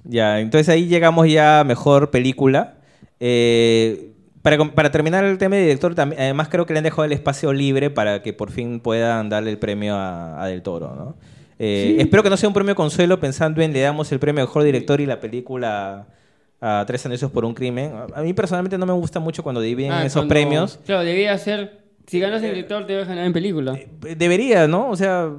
Speaker 3: Ya, entonces ahí llegamos ya a mejor película. Eh, para, com- para terminar el tema de director, también, además creo que le han dejado el espacio libre para que por fin puedan darle el premio a, a Del Toro, ¿no? Eh, Espero que no sea un premio consuelo pensando en le damos el premio a mejor director y la película a Tres Anuncios por un Crimen. A, a mí personalmente no me gusta mucho cuando dividen
Speaker 2: Ah,
Speaker 3: esos
Speaker 2: cuando-
Speaker 3: premios.
Speaker 2: Claro, debía ser. Si ganas el director, te debes ganar en película.
Speaker 3: Eh, Debería, ¿no? O sea,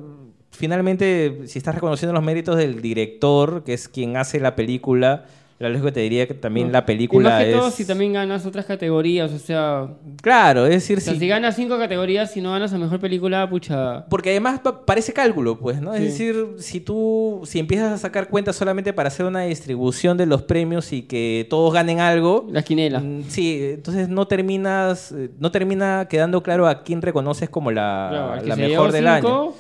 Speaker 3: finalmente, si estás reconociendo los méritos del director, que es quien hace la película, la lógica te diría que también la película
Speaker 2: Y más que
Speaker 3: es...
Speaker 2: todo, si también ganas otras categorías, o sea.
Speaker 3: Claro, es decir,
Speaker 2: o sea,
Speaker 3: sí.
Speaker 2: si ganas cinco categorías, si no ganas a mejor película, pucha.
Speaker 3: Porque además pa- parece cálculo, pues, ¿no?
Speaker 2: Sí.
Speaker 3: Es decir, si tú, si empiezas a sacar cuentas solamente para hacer una distribución de los premios y que todos ganen algo,
Speaker 2: La quinela.
Speaker 3: mm, sí, entonces no terminas, eh, no termina quedando claro a quién reconoces como la,
Speaker 2: Claro, el que
Speaker 3: la
Speaker 2: se llevó
Speaker 3: mejor del
Speaker 2: cinco,
Speaker 3: año.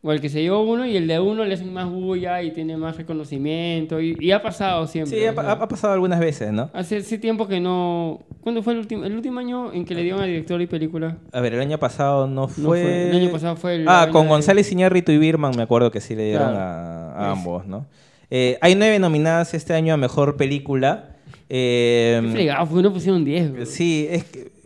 Speaker 2: O el que se llevó uno y el de uno le hacen más bulla y tiene más reconocimiento. Y, y ha pasado siempre.
Speaker 3: Sí, ha,
Speaker 2: o
Speaker 3: pa-
Speaker 2: sea.
Speaker 3: ha- ha pasado algunas veces, ¿no?
Speaker 2: Hace, hace tiempo que no. ¿Cuándo fue el último, el último año en que le dieron a director y película?
Speaker 3: A ver, el año pasado no fue.
Speaker 2: fue. El año pasado fue el-
Speaker 3: Ah,
Speaker 2: la vaina
Speaker 3: con
Speaker 2: de-
Speaker 3: González Iñárritu y Birman, me acuerdo que sí le dieron
Speaker 2: Claro.
Speaker 3: a, a
Speaker 2: Es-
Speaker 3: ambos, ¿no? Eh, hay nueve nominadas este año a mejor película. Eh,
Speaker 2: Qué fregado, fue uno pusieron 10. güey.
Speaker 3: sí, es que.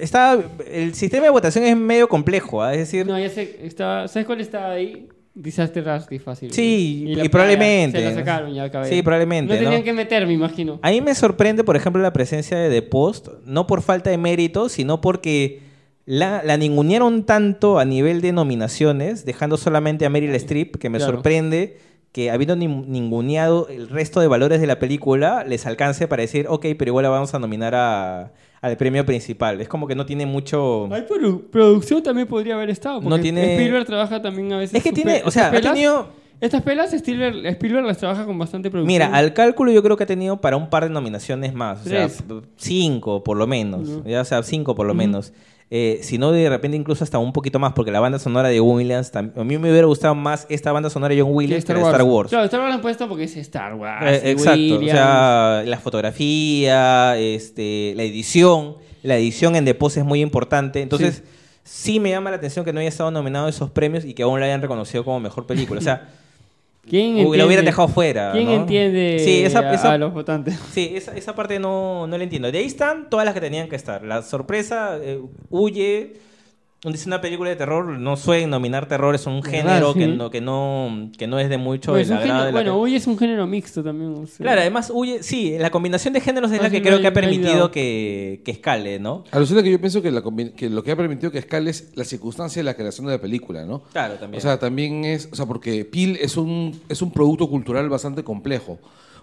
Speaker 3: Está, el sistema de votación es medio complejo, ¿ah? es decir,
Speaker 2: No, ya sé. Estaba, ¿Sabes cuál estaba ahí? Disaster Artist fácil.
Speaker 3: Sí,
Speaker 2: la
Speaker 3: y
Speaker 2: playa,
Speaker 3: probablemente.
Speaker 2: Se la sacaron ya, cabello.
Speaker 3: Sí, probablemente,
Speaker 2: No tenían
Speaker 3: ¿no?
Speaker 2: que meter, me imagino.
Speaker 3: A mí me sorprende, por ejemplo, la presencia de The Post, no por falta de mérito, sino porque la, la ningunearon tanto a nivel de nominaciones, dejando solamente a Meryl Streep, que me
Speaker 2: Claro.
Speaker 3: sorprende que habiendo nin- ninguneado el resto de valores de la película, les alcance para decir, ok, pero igual la vamos a nominar a- al premio principal. Es como que no tiene mucho...
Speaker 2: Ay, produ- producción también podría haber estado.
Speaker 3: No
Speaker 2: Porque
Speaker 3: tiene-
Speaker 2: Spielberg trabaja también a veces.
Speaker 3: Es que
Speaker 2: sus
Speaker 3: tiene,
Speaker 2: pe-
Speaker 3: o sea,
Speaker 2: estas
Speaker 3: ha
Speaker 2: pelas.
Speaker 3: tenido...
Speaker 2: Estas pelas Spielberg, Spielberg las trabaja con bastante producción.
Speaker 3: Mira, al cálculo yo creo que ha tenido para un par de nominaciones más. O sea,
Speaker 2: Tres.
Speaker 3: cinco por lo menos.
Speaker 2: Ujú.
Speaker 3: Ya, o sea, cinco por lo menos. Eh, si no, de repente incluso hasta un poquito más, porque la banda sonora de Williams, tam- a mí me hubiera gustado más esta banda sonora de John
Speaker 2: Que
Speaker 3: Williams que la de Star Wars.
Speaker 2: Claro, Star Wars la han puesto porque es Star Wars.
Speaker 3: Eh,
Speaker 2: y
Speaker 3: exacto.
Speaker 2: Williams.
Speaker 3: O sea, la fotografía, este, la edición. La edición en The Post es muy importante. Entonces, Sí me llama la atención que no haya estado nominado a esos premios y que aún la hayan reconocido como mejor película. O sea,
Speaker 2: <laughs> ¿Quién
Speaker 3: Uy,
Speaker 2: entiende-
Speaker 3: lo hubieran dejado fuera.
Speaker 2: ¿Quién
Speaker 3: ¿no?
Speaker 2: entiende
Speaker 3: Sí, esa-
Speaker 2: a-
Speaker 3: esa-
Speaker 2: a los
Speaker 3: <laughs>
Speaker 2: votantes?
Speaker 3: Sí, esa, esa parte no, no la entiendo. De ahí están todas las que tenían que estar. La sorpresa, eh, huye. Donde es una película de terror, no suelen nominar terror, es un
Speaker 2: ¿Verdad?
Speaker 3: género que,
Speaker 2: Ah, Sí.
Speaker 3: no, que, no, que no es de mucho
Speaker 2: Pues
Speaker 3: el
Speaker 2: un género-
Speaker 3: agrado de la
Speaker 2: bueno,
Speaker 3: gente.
Speaker 2: hoy es un género mixto también. o sea.
Speaker 3: Claro, eh. además huye, sí, la combinación de géneros es
Speaker 2: Ah,
Speaker 3: la
Speaker 2: sí,
Speaker 3: que
Speaker 2: me
Speaker 3: creo
Speaker 2: ha-
Speaker 3: que ha
Speaker 2: me ha ayudado.
Speaker 3: permitido que, que escale, ¿no?
Speaker 1: Alucina que yo pienso que, la combi- que lo que ha permitido que escale es la circunstancia de la creación de la película, ¿no?
Speaker 3: Claro, también.
Speaker 1: O sea, también es, o sea, porque Peel es un, es un producto cultural bastante complejo,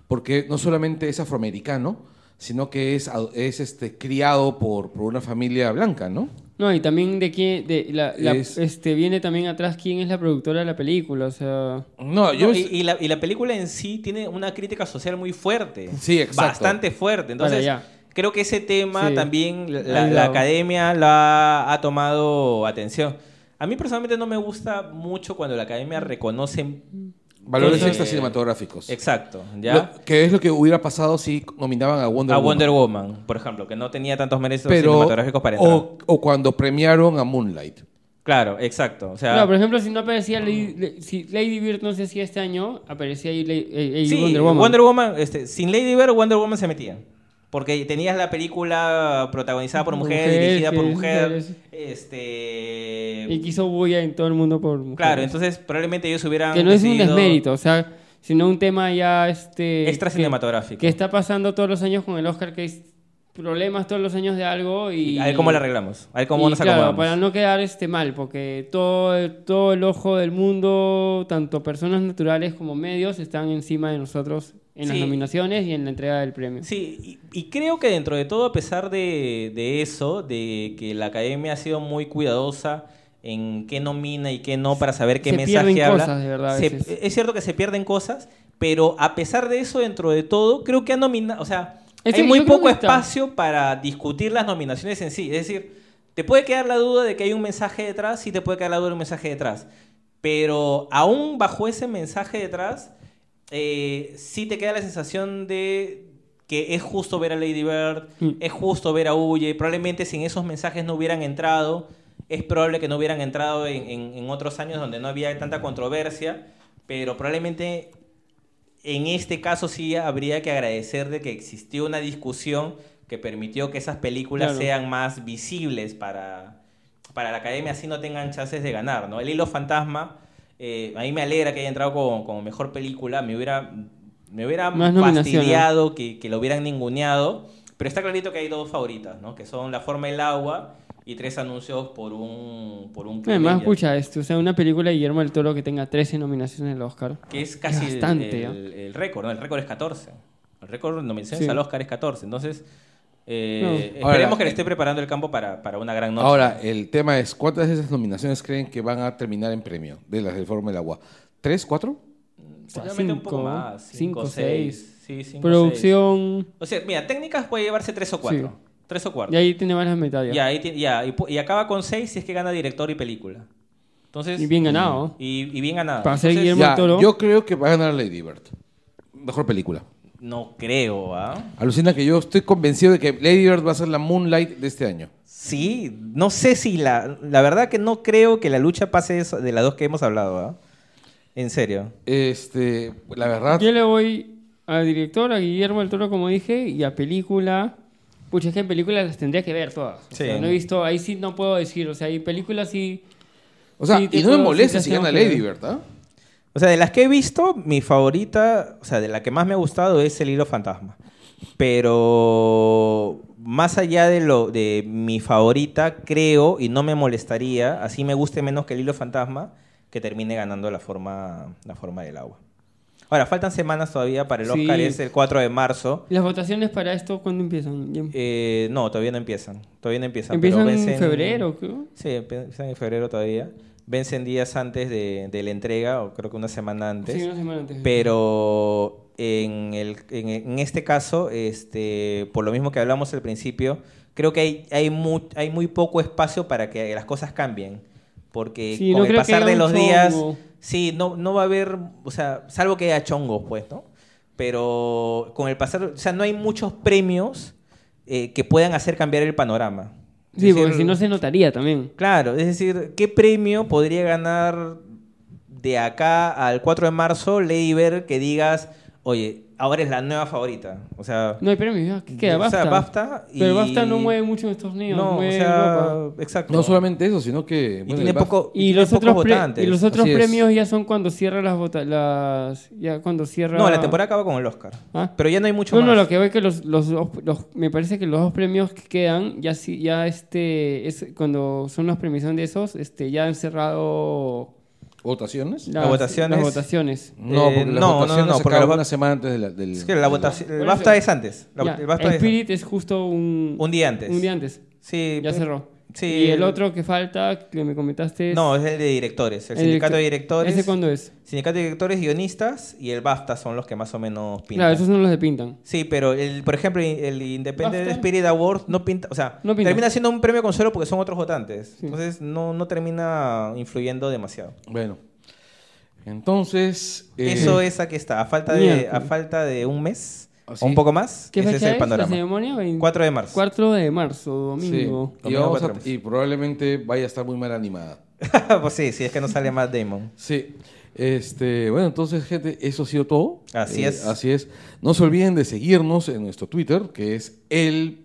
Speaker 1: porque no solamente es afroamericano, sino que es, ad- es este, criado por, por una familia blanca, ¿no?
Speaker 2: No, y también de quién. De la, la-
Speaker 1: Es-
Speaker 2: este, viene también atrás quién es la productora de la película. O sea.
Speaker 1: No, yo...
Speaker 3: No, y, y la, y la película en sí tiene una crítica social muy fuerte.
Speaker 1: Sí, exacto.
Speaker 3: Bastante fuerte. Entonces,
Speaker 2: Para allá.
Speaker 3: creo que ese tema
Speaker 2: Sí.
Speaker 3: también la- la,
Speaker 2: Ahí
Speaker 3: la
Speaker 2: va.
Speaker 3: academia la ha tomado atención. A mí personalmente no me gusta mucho cuando la academia reconoce.
Speaker 1: valores
Speaker 3: eh,
Speaker 1: extracinematográficos.
Speaker 3: Exacto, ¿ya?
Speaker 1: Lo- que es lo que hubiera pasado si nominaban a Wonder
Speaker 3: a
Speaker 1: Woman.
Speaker 3: Wonder Woman, por ejemplo, que no tenía tantos méritos
Speaker 1: pero,
Speaker 3: cinematográficos para entrar.
Speaker 1: o, o cuando premiaron a Moonlight.
Speaker 3: Claro, exacto. O sea,
Speaker 2: Claro, por ejemplo, si no aparecía Lady, le- si Lady Bird no se hacía este año, aparecía ahí Lady,
Speaker 3: Sí,
Speaker 2: Wonder Woman.
Speaker 3: este, sin Lady Bird, Wonder Woman se metía. Porque tenías la película protagonizada por
Speaker 2: Por
Speaker 3: mujer,
Speaker 2: mujer,
Speaker 3: dirigida por
Speaker 2: sí,
Speaker 3: mujer.
Speaker 2: mujeres. Y
Speaker 3: Este.
Speaker 2: quiso bulla en todo el mundo por. mujeres.
Speaker 3: Claro, entonces probablemente ellos hubieran.
Speaker 2: Que no es un
Speaker 3: decidido
Speaker 2: desmérito, o sea, sino un tema ya. Este,
Speaker 3: Extra
Speaker 2: que-
Speaker 3: cinematográfico.
Speaker 2: Que está pasando todos los años con el Oscar, que es problemas todos los años de algo y...
Speaker 3: A ver cómo la arreglamos. A ver cómo
Speaker 2: y
Speaker 3: nos
Speaker 2: claro,
Speaker 3: acomodamos.
Speaker 2: para no quedar este mal, porque todo, el- todo el ojo del mundo, tanto personas naturales como medios, están encima de nosotros en las
Speaker 3: Sí.
Speaker 2: nominaciones y en la entrega del premio.
Speaker 3: Sí, y, y creo que dentro de todo, a pesar de, de eso, de que la academia ha sido muy cuidadosa en qué nomina y qué no para saber qué
Speaker 2: Se
Speaker 3: mensaje
Speaker 2: pierden
Speaker 3: habla.
Speaker 2: cosas, de verdad, a
Speaker 3: se- eh,
Speaker 2: veces.
Speaker 3: es cierto que se pierden cosas, pero a pesar de eso, dentro de todo, creo que ha nominado, o sea,
Speaker 2: Es
Speaker 3: hay
Speaker 2: que
Speaker 3: muy
Speaker 2: yo creo
Speaker 3: poco
Speaker 2: que está.
Speaker 3: espacio para discutir las nominaciones en sí. Es decir, te puede quedar la duda de que hay un mensaje detrás, sí te puede quedar la duda de un mensaje detrás, pero aún bajo ese mensaje detrás, eh, sí te queda la sensación de que es justo ver a Lady Bird,
Speaker 2: Mm.
Speaker 3: es justo ver a Huye, probablemente sin esos mensajes no hubieran entrado, es probable que no hubieran entrado en, en- en otros años donde no había tanta controversia, pero probablemente en este caso sí habría que agradecer de que existió una discusión que permitió que esas películas
Speaker 2: Claro.
Speaker 3: sean más visibles para, para la academia, así no tengan chances de ganar, ¿no? El hilo fantasma, eh, a mí me alegra que haya entrado como, como mejor película, me hubiera, me hubiera
Speaker 2: Más nominaciones.
Speaker 3: fastidiado que, que lo hubieran ninguneado, pero está clarito que hay dos favoritas, ¿no? Que son La Forma y el Agua y tres anuncios por un... Por
Speaker 2: Además,
Speaker 3: un Premier,
Speaker 2: escucha esto, o sea, una película de Guillermo del Toro que tenga 13 nominaciones al Oscar.
Speaker 3: Que es casi el-
Speaker 2: Bastante,
Speaker 3: el, el récord, ¿no? El récord es 14. El récord de nominaciones
Speaker 2: Sí.
Speaker 3: al Oscar es 14. Entonces, eh,
Speaker 2: No.
Speaker 3: esperemos
Speaker 1: Ahora,
Speaker 3: que le
Speaker 1: eh,
Speaker 3: esté preparando el campo para, para una gran noche.
Speaker 1: Ahora, el tema es, ¿cuántas de esas nominaciones creen que van a terminar en premio de las del Fórum del Agua? ¿Tres, cuatro?
Speaker 3: Seguramente un poco
Speaker 2: cinco,
Speaker 3: más.
Speaker 2: cinco,
Speaker 3: 5, 6. Sí, cinco,
Speaker 2: Producción,
Speaker 3: seis. O sea, mira, técnicas puede llevarse 3 o 4.
Speaker 2: Sí.
Speaker 3: 3 o 4.
Speaker 2: y ahí tiene varias medallas.
Speaker 3: Ya, ahí ti- ya, y, pu- y acaba con 6 si es que gana director y película. Entonces,
Speaker 2: Y bien ganado.
Speaker 3: Y, y bien ganado.
Speaker 2: Para ser
Speaker 3: Entonces,
Speaker 2: Guillermo del
Speaker 1: Ya,
Speaker 2: Toro.
Speaker 1: yo creo que va a ganar Lady Bird. Mejor película.
Speaker 3: no creo, ¿ah?
Speaker 1: Alucina que yo estoy convencido de que Lady Bird va a ser la Moonlight de este año.
Speaker 3: Sí, no sé si la. La verdad que no creo que la lucha pase eso- de las dos que hemos hablado, ¿ah? En serio.
Speaker 1: Este, la
Speaker 3: Ah.
Speaker 1: verdad,
Speaker 2: Yo le voy a director, a Guillermo del Toro, como dije, y a película. Pucha, es que en películas las tendría que ver todas. O
Speaker 3: Sí.
Speaker 2: sea, no he visto, ahí sí no puedo decir. O sea, hay películas sí.
Speaker 1: o sea,
Speaker 2: Sí, te
Speaker 1: y no me
Speaker 2: puedo-
Speaker 1: molesta
Speaker 2: sí,
Speaker 1: si
Speaker 2: te
Speaker 1: gana
Speaker 2: tengo que
Speaker 1: Lady
Speaker 2: ver.
Speaker 1: Bird, ¿ah?
Speaker 3: O sea, de las que he visto, mi favorita, o sea, de la que más me ha gustado es El Hilo Fantasma. Pero más allá de lo de mi favorita, creo y no me molestaría, así me guste menos que El Hilo Fantasma, que termine ganando la forma, la forma del agua. Ahora, faltan semanas todavía para el
Speaker 2: Sí.
Speaker 3: Oscar, es el 4 de marzo.
Speaker 2: Las votaciones para esto, ¿cuándo empiezan? Ya-
Speaker 3: Eh, no, todavía no empiezan. Todavía no empiezan.
Speaker 2: empiezan
Speaker 3: pero
Speaker 2: en
Speaker 3: vencen-
Speaker 2: febrero, creo.
Speaker 3: Sí, empiezan en febrero todavía. Vencen días antes de, de la entrega, o creo que una semana antes.
Speaker 2: Sí, una semana antes.
Speaker 3: Pero en, el, en, en este caso, este, por lo mismo que hablamos al principio, creo que hay, hay, mu- hay muy poco espacio para que las cosas cambien. Porque
Speaker 2: Sí,
Speaker 3: con
Speaker 2: no
Speaker 3: el
Speaker 2: creo que
Speaker 3: pasar
Speaker 2: haya
Speaker 3: de
Speaker 2: un
Speaker 3: los días,
Speaker 2: chongo.
Speaker 3: sí, no, no va a haber, o sea, salvo que haya chongos, pues, ¿no? Pero con el pasar, o sea, no hay muchos premios eh, que puedan hacer cambiar el panorama.
Speaker 2: Sí,
Speaker 3: Decir-
Speaker 2: porque si no se notaría también.
Speaker 3: Claro, es decir, ¿qué premio podría ganar de acá al 4 de marzo Lady Bird que digas, oye, ahora es la nueva favorita? O sea,
Speaker 2: No hay premios, ¿qué queda?
Speaker 3: o
Speaker 2: Basta.
Speaker 3: sea, BAFTA y-
Speaker 2: Pero BAFTA no mueve mucho en Estados Unidos,
Speaker 3: No, o
Speaker 2: mueve en
Speaker 3: sea,
Speaker 2: Europa.
Speaker 3: exacto.
Speaker 1: No solamente eso, sino que.
Speaker 3: Y
Speaker 1: bueno,
Speaker 3: tiene
Speaker 1: el Baf-
Speaker 3: poco,
Speaker 2: Y
Speaker 3: tiene
Speaker 2: los,
Speaker 3: pocos
Speaker 2: otros pre-
Speaker 3: votantes.
Speaker 2: y los otros
Speaker 1: Así es.
Speaker 2: premios ya son cuando cierra las vota- las ya cuando cierra
Speaker 3: No, la temporada acaba con el Oscar.
Speaker 2: Ah.
Speaker 3: Pero ya no hay mucho
Speaker 2: No,
Speaker 3: más.
Speaker 2: no, lo que veo es que los, los, dos- los- me parece que los dos premios que quedan ya sí ya este es cuando son las premiaciones de esos, este ya han cerrado
Speaker 1: ¿Votaciones?
Speaker 2: las,
Speaker 3: votaciones.
Speaker 2: las votaciones.
Speaker 1: No, porque
Speaker 3: Eh,
Speaker 1: las
Speaker 3: no, no,
Speaker 1: votaciones
Speaker 3: no,
Speaker 1: se
Speaker 3: porque
Speaker 1: acaban
Speaker 3: la-
Speaker 1: una semana antes de la- del.
Speaker 3: Es que la votación,
Speaker 2: Por
Speaker 3: el
Speaker 2: eso.
Speaker 3: BAFTA es antes. La-
Speaker 2: Ya,
Speaker 3: el BAFTA es
Speaker 2: Spirit es justo un
Speaker 3: un día antes.
Speaker 2: un día antes.
Speaker 3: Sí, pues,
Speaker 2: Ya
Speaker 3: pe-
Speaker 2: cerró.
Speaker 3: sí,
Speaker 2: y el otro que falta que me comentaste es
Speaker 3: No, es el de directores. El,
Speaker 2: el
Speaker 3: sindicato de
Speaker 2: director-
Speaker 3: directores.
Speaker 2: ese cuándo es?
Speaker 3: Sindicato de directores, guionistas y el BAFTA son los que más o menos pintan.
Speaker 2: Claro, esos son los de pintan.
Speaker 3: Sí, pero el, por ejemplo, el Independent
Speaker 2: BAFTA.
Speaker 3: Spirit Award no pinta, o sea,
Speaker 2: No pinta.
Speaker 3: termina siendo un premio consuelo porque son otros votantes.
Speaker 2: Sí.
Speaker 3: Entonces no, no termina influyendo demasiado.
Speaker 1: Bueno. Entonces. eh,
Speaker 3: Eso es aquí está, a falta de, a
Speaker 2: Miércoles.
Speaker 3: falta de un mes
Speaker 1: Así.
Speaker 3: o un poco más,
Speaker 2: ¿Qué
Speaker 3: ese es
Speaker 2: fecha
Speaker 3: el
Speaker 2: es la
Speaker 3: panorama.
Speaker 2: ceremonia?
Speaker 3: 4 de marzo.
Speaker 2: 4 de marzo,
Speaker 1: sí.
Speaker 2: domingo.
Speaker 1: Y,
Speaker 3: Domingo
Speaker 1: vamos a-
Speaker 3: cuatro.
Speaker 1: y probablemente vaya a estar muy mal animada.
Speaker 3: <laughs> pues sí, si es que no sale más Damon.
Speaker 1: Sí. Este, bueno, entonces, gente, eso ha sido todo. Eh,
Speaker 3: Así es.
Speaker 1: Así es. No se olviden de seguirnos en nuestro Twitter, que es el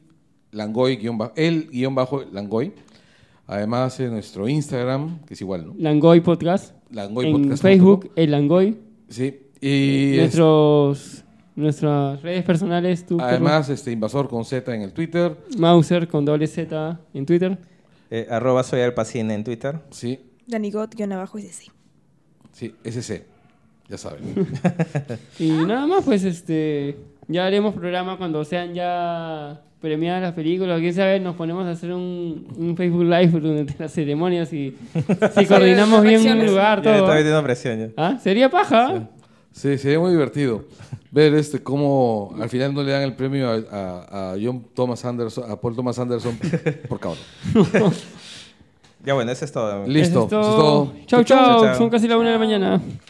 Speaker 1: Langoy guión bajo, el guión bajo Langoy. Además, en nuestro Instagram, que es igual, ¿no?
Speaker 2: Langoy Podcast.
Speaker 1: Langoy
Speaker 2: en
Speaker 1: Podcast.
Speaker 2: Facebook, Eh, el Langoy.
Speaker 1: Sí. Y es-
Speaker 2: Nuestros, nuestras redes personales, tú,
Speaker 1: además, este Invasor con Z en el Twitter.
Speaker 2: Carlos, Mauser con doble Z en Twitter.
Speaker 3: Eh, arroba soy Alpacín en Twitter.
Speaker 1: Sí,
Speaker 4: Danigot, guión abajo, es ese.
Speaker 1: sí, SC. Ya saben.
Speaker 2: Y
Speaker 1: Ah.
Speaker 2: nada más, pues este ya haremos programa cuando sean ya premiadas las películas. Quién sabe, nos ponemos a hacer un, un Facebook Live durante las
Speaker 1: <laughs>
Speaker 2: ceremonias y si coordinamos bien un
Speaker 4: Acciones.
Speaker 2: lugar,
Speaker 3: Ya le
Speaker 2: todo.
Speaker 3: está metiendo presión ya.
Speaker 2: ¿Ah? Sería paja.
Speaker 1: Sí, sería muy divertido ver este cómo al final no le dan el premio a, a- a John Thomas Anderson, a Paul Thomas Anderson por cabrón.
Speaker 3: Ya bueno, eso es todo.
Speaker 1: Listo,
Speaker 2: Eso es todo.
Speaker 1: eso es todo.
Speaker 2: Chau,
Speaker 3: Chau,
Speaker 2: chau.
Speaker 3: chau.
Speaker 2: Son casi la una de la mañana.